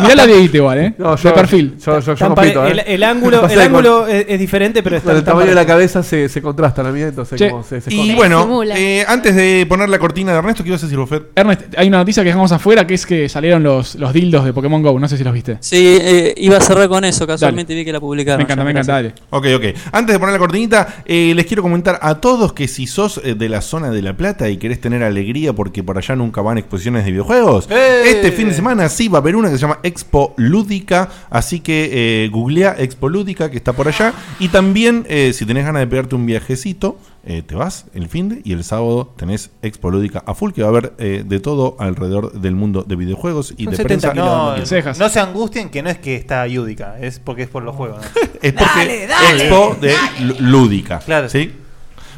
Speaker 5: Mirá la Dieguito igual, eh.
Speaker 6: No,
Speaker 5: de perfil.
Speaker 6: yo
Speaker 7: Tan
Speaker 6: no
Speaker 7: pare-
Speaker 6: pito, eh.
Speaker 7: el, el ángulo,
Speaker 6: Pasa
Speaker 7: el
Speaker 6: que
Speaker 7: ángulo es, es diferente, pero está
Speaker 6: Con el
Speaker 7: tan
Speaker 6: tamaño de la
Speaker 7: parejo.
Speaker 6: cabeza se, se contrasta la mía, entonces
Speaker 5: Che,
Speaker 6: como se, se
Speaker 3: Y
Speaker 6: corta.
Speaker 3: bueno, eh, antes de poner la cortina de Ernesto, ¿qué ibas a decir, Buffet?
Speaker 5: Ernest, hay una noticia que dejamos afuera que es que salieron los, los dildos de Pokémon Go. No sé si los viste.
Speaker 17: Sí, eh, iba a cerrar con eso, casualmente vi que la publicaron.
Speaker 5: Me encanta, me encanta, dale.
Speaker 3: Ok, ok. Antes de poner la cortinita, eh, les quiero comentar a todos que si sos eh, de la zona de La Plata y querés tener alegría porque por allá nunca van exposiciones de videojuegos,
Speaker 5: ¡Eh!
Speaker 3: este fin de semana sí va a haber una que se llama Expo Lúdica, así que eh, googlea Expo Lúdica que está por allá y también eh, si tenés ganas de pegarte un viajecito, eh, te vas el fin de y el sábado tenés Expo Lúdica a full que va a haber eh, de todo alrededor del mundo de videojuegos y de prensa.
Speaker 4: No, no se angustien que no es que está Yudica, es porque es por los juegos. ¿no?
Speaker 3: Es porque Expo de Lu- Lúdica.
Speaker 4: Claro.
Speaker 3: ¿sí?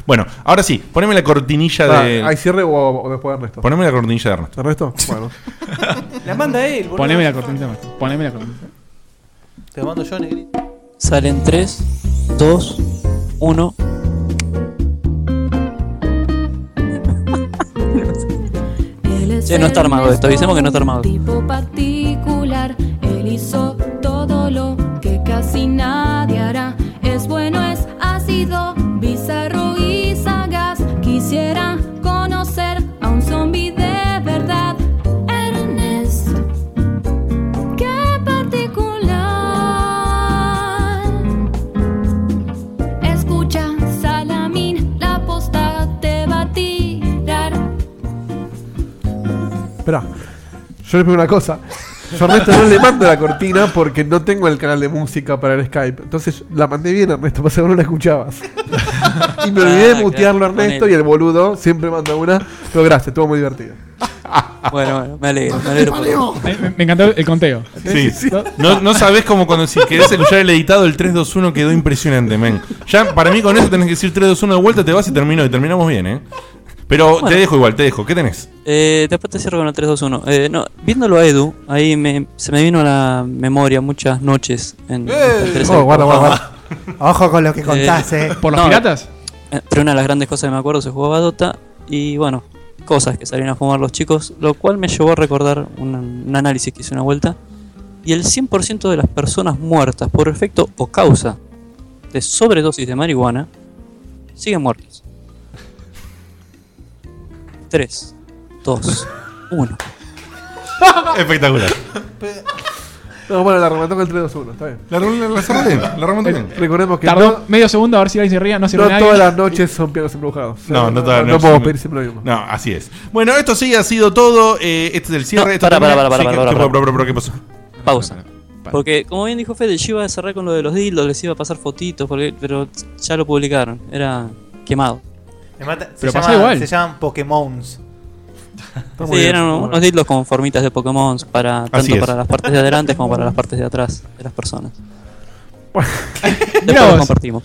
Speaker 3: Bueno, ahora sí, poneme la cortinilla
Speaker 6: Ah,
Speaker 3: de.
Speaker 6: ¿Hay cierre o, o después de Ernesto?
Speaker 3: Poneme la cortinilla de Ernesto.
Speaker 6: ¿Ernesto? Bueno.
Speaker 4: La manda él, boludo.
Speaker 5: Poneme la cortinilla, Ernesto. Poneme la cortinilla.
Speaker 4: Te mando yo, negrito.
Speaker 17: Salen 3, 2, 1. Che, no está armado esto, avisemos que no está armado.
Speaker 13: tipo particular. Él hizo todo lo que casi nadie hará. Es bueno, es ácido, bizarro y sagaz. Quisiera conocer a un zombie de verdad. Ernest, qué particular. Escucha, Salamín, la posta te va a tirar.
Speaker 6: Espera. Yo les pido una cosa. Yo a Ernesto no le mando la cortina porque no tengo el canal de música para el Skype. Entonces la mandé bien, Ernesto, pasa que no la escuchabas. Y me olvidé
Speaker 17: Ah,
Speaker 6: de mutearlo a
Speaker 17: claro,
Speaker 6: Ernesto
Speaker 17: ponele.
Speaker 6: y el boludo siempre manda una. Pero gracias, estuvo muy divertido.
Speaker 17: Bueno, bueno, me alegro, me alegro.
Speaker 5: Eh, Me, me encantó el conteo.
Speaker 3: Sí, No, no sabés cómo cuando si querés escuchar el editado, el 321 quedó impresionante, men. Ya, para mí con eso tenés que decir 321 de vuelta, te vas y termino y terminamos bien, ¿eh? Pero te
Speaker 17: Bueno.
Speaker 3: dejo igual, te dejo. ¿Qué tenés?
Speaker 17: Eh, después te cierro con el 3, 2, 1. Eh, no, viéndolo a Edu, ahí me- se me vino a la memoria muchas noches en, en tercer
Speaker 4: Oh, guarda,
Speaker 17: programa.
Speaker 4: guarda, guarda. Ojo con lo que contás, eh. ¿Por los piratas?
Speaker 17: Entre eh, una de las grandes cosas que me acuerdo se jugaba Dota y bueno, cosas que salían a fumar los chicos, lo cual me llevó a recordar un, un análisis que hice una vuelta. Y el 100% de las personas muertas por efecto o causa de sobredosis de marihuana siguen muertas. 3, 2, 1.
Speaker 3: Espectacular.
Speaker 6: No, bueno, la remató con el 3-2-1, está bien.
Speaker 3: La, remató bien, la remató bien.
Speaker 6: Recordemos que
Speaker 5: Eh, Tardó
Speaker 6: no,
Speaker 5: medio segundo a ver si alguien se ría, no se
Speaker 6: no
Speaker 5: ríe nadie.
Speaker 6: todas las noches son pianos embrujados.
Speaker 3: No, no todas las
Speaker 6: No
Speaker 3: noches
Speaker 6: podemos
Speaker 3: son-
Speaker 6: pedir siempre lo mismo.
Speaker 3: No, así es. Bueno, esto sí ha sido todo. eh, este es el cierre. esto
Speaker 17: para,
Speaker 3: termina-
Speaker 17: para, para,
Speaker 3: Sí,
Speaker 17: para,
Speaker 3: ¿qué-
Speaker 17: para,
Speaker 3: qué-
Speaker 17: para.
Speaker 3: pero- pero- ¿Qué pasó?
Speaker 17: Pausa. Porque, como bien dijo Fede, yo iba a cerrar con lo de los dildos, les iba a pasar fotitos, porque, pero ya lo publicaron, era quemado.
Speaker 4: Me mata- se
Speaker 17: Pero
Speaker 4: llama-
Speaker 17: pasa igual.
Speaker 4: Se llaman Pokémons.
Speaker 17: Sí, eran unos dildos con formitas de Pokémon, para,
Speaker 4: Así
Speaker 17: tanto
Speaker 4: es.
Speaker 17: para las partes de adelante como para las partes de atrás de las personas.
Speaker 6: Mirá
Speaker 17: Después lo
Speaker 6: vos.
Speaker 17: compartimos.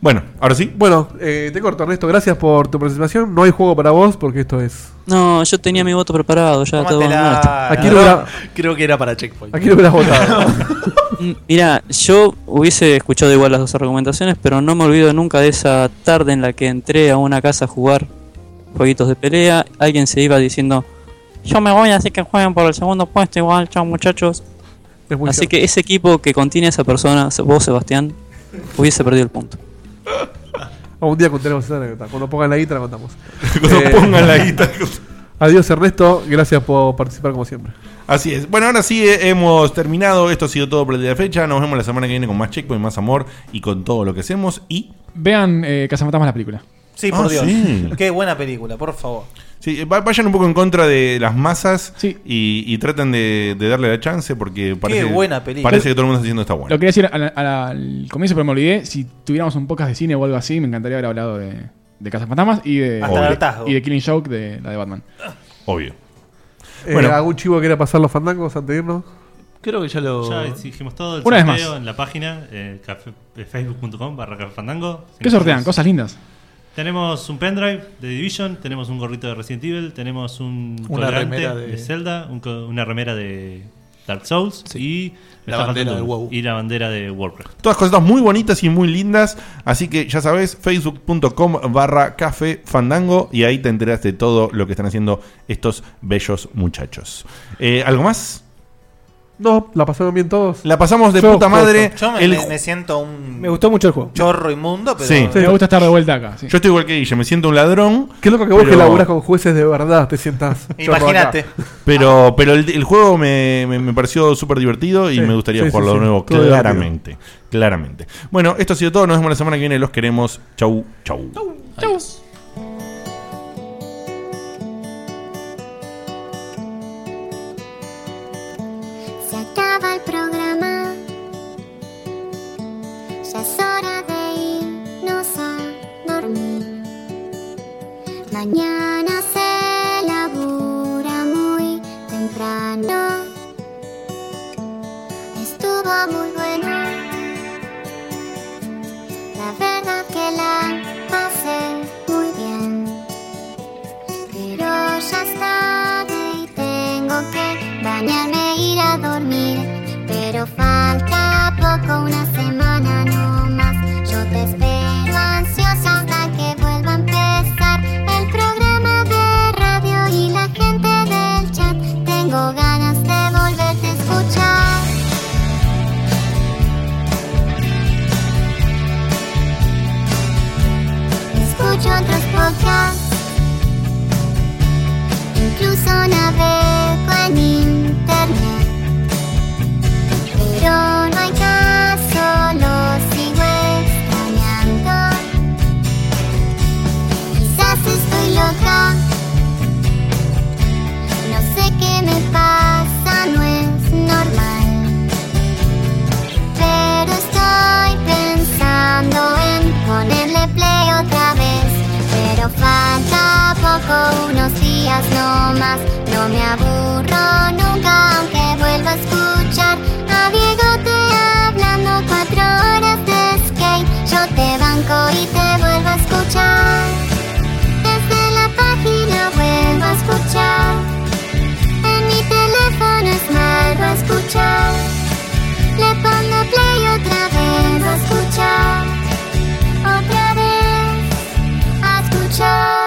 Speaker 3: Bueno, ahora sí.
Speaker 6: Bueno, eh, te corto, Ernesto. Gracias por tu participación. No hay juego para vos porque esto es.
Speaker 17: No, yo tenía mi voto preparado, ya todo
Speaker 6: Tómatela.
Speaker 17: muerto.
Speaker 6: Aquí lo hubiera-
Speaker 10: Creo que era para Checkpoint.
Speaker 6: Aquí lo hubieras votado.
Speaker 17: Mm, Mira, yo hubiese escuchado igual las dos recomendaciones, pero no me olvido nunca de esa tarde en la que entré a una casa a jugar jueguitos de pelea. Alguien se iba diciendo, yo me voy, así que jueguen por el segundo puesto igual, chao muchachos.
Speaker 6: muy
Speaker 17: Así
Speaker 6: cierto.
Speaker 17: que ese equipo que contiene a esa persona, vos Sebastián, hubiese perdido el punto.
Speaker 6: un día contaremos esa anécdota. Cuando pongan la guita la contamos. Eh,
Speaker 3: Cuando pongan la guita.
Speaker 6: Adiós, Ernesto. Gracias por participar como siempre.
Speaker 3: Así es. Bueno, ahora sí eh, hemos terminado. Esto ha sido todo por el día de fecha. Nos vemos la semana que viene con más Checkpoint, más amor y con todo lo que hacemos. Y.
Speaker 5: Vean eh, Cazafantasmas la película.
Speaker 4: Sí, por
Speaker 3: Ah,
Speaker 4: Dios.
Speaker 3: sí.
Speaker 4: Qué buena película, por favor.
Speaker 3: Sí, va- vayan un poco en contra de las masas y, y traten de, de darle la chance porque parece,
Speaker 4: buena película.
Speaker 3: parece que todo el mundo está diciendo está bueno.
Speaker 5: Lo quería decir al, al- al comienzo, pero me olvidé. Si tuviéramos un podcast de cine o algo así, me encantaría haber hablado de, de Cazafantasmas y de,
Speaker 6: Hasta el hartazgo.
Speaker 5: y de Killing Joke, de la de Batman.
Speaker 3: Obvio.
Speaker 6: bueno.
Speaker 5: Bueno.
Speaker 6: Eh, ¿Algún chivo quiera pasar los fandangos antes de irnos?
Speaker 10: Creo que ya lo.
Speaker 11: Ya dijimos todo el
Speaker 5: Una vez
Speaker 11: sorteo en la página eh, café- eh, facebook.com barra Café fandango.
Speaker 5: ¿Qué sortean? Cosas lindas.
Speaker 11: Tenemos un pendrive de Division, tenemos un gorrito de Resident Evil, tenemos un
Speaker 10: Una
Speaker 11: colgante
Speaker 10: remera de-
Speaker 11: de... Zelda, un co- una remera de Dark Souls y me
Speaker 10: La
Speaker 11: está
Speaker 10: bandera
Speaker 11: faltando
Speaker 10: del
Speaker 11: uno. y la bandera de Warcraft.
Speaker 3: Todas cosas muy bonitas y muy lindas. Así que ya sabes, facebook.com barra café fandango y ahí te enteras de todo lo que están haciendo estos bellos muchachos. Eh, ¿Algo más?
Speaker 6: No, la pasaron bien todos.
Speaker 3: La pasamos de puta madre.
Speaker 4: Yo me,
Speaker 3: El
Speaker 4: me-
Speaker 3: ju-
Speaker 4: me siento un.
Speaker 3: Me gustó mucho el juego.
Speaker 4: Chorro inmundo, pero.
Speaker 3: Sí.
Speaker 5: Me gusta estar de vuelta acá. sí.
Speaker 3: Yo estoy igual que ella, me siento un ladrón.
Speaker 6: Qué loco que vos que laburás con jueces de verdad te sientas.
Speaker 4: Imagínate.
Speaker 3: Pero, pero el, el juego me, me- me pareció súper divertido y
Speaker 6: Sí,
Speaker 3: me gustaría
Speaker 6: sí,
Speaker 3: jugarlo
Speaker 6: sí,
Speaker 3: de
Speaker 6: sí.
Speaker 3: nuevo,
Speaker 6: Todo divertido.
Speaker 3: claramente. Claramente. Bueno, esto ha sido todo. Nos vemos la semana que viene. Los queremos. Chau, chau.
Speaker 16: Se acaba el programa. Ya es hora de irnos a dormir. Mañana se labura muy temprano. Estuvo muy bueno. La verdad que la pasé. bañarme e ir a dormir. Pero falta poco, una semana no más. Yo te espero ansiosa hasta que vuelva a empezar el programa de radio y la gente del chat. Tengo ganas de volverte a escuchar. Escucho otros podcasts. Incluso navego en internet Pero no hay caso, lo sigo extrañando Quizás estoy loca No sé qué me pasa, no es normal Pero estoy pensando en ponerle play otra vez pero falta poco, unos días no más. No me aburro nunca, aunque vuelva a escuchar a Diego te hablando cuatro horas de skate. Yo te banco y te vuelvo a escuchar. Desde la página vuelvo a escuchar. En mi teléfono es malo a escuchar. Le pongo play otra vez a escuchar. Otra vez a escuchar.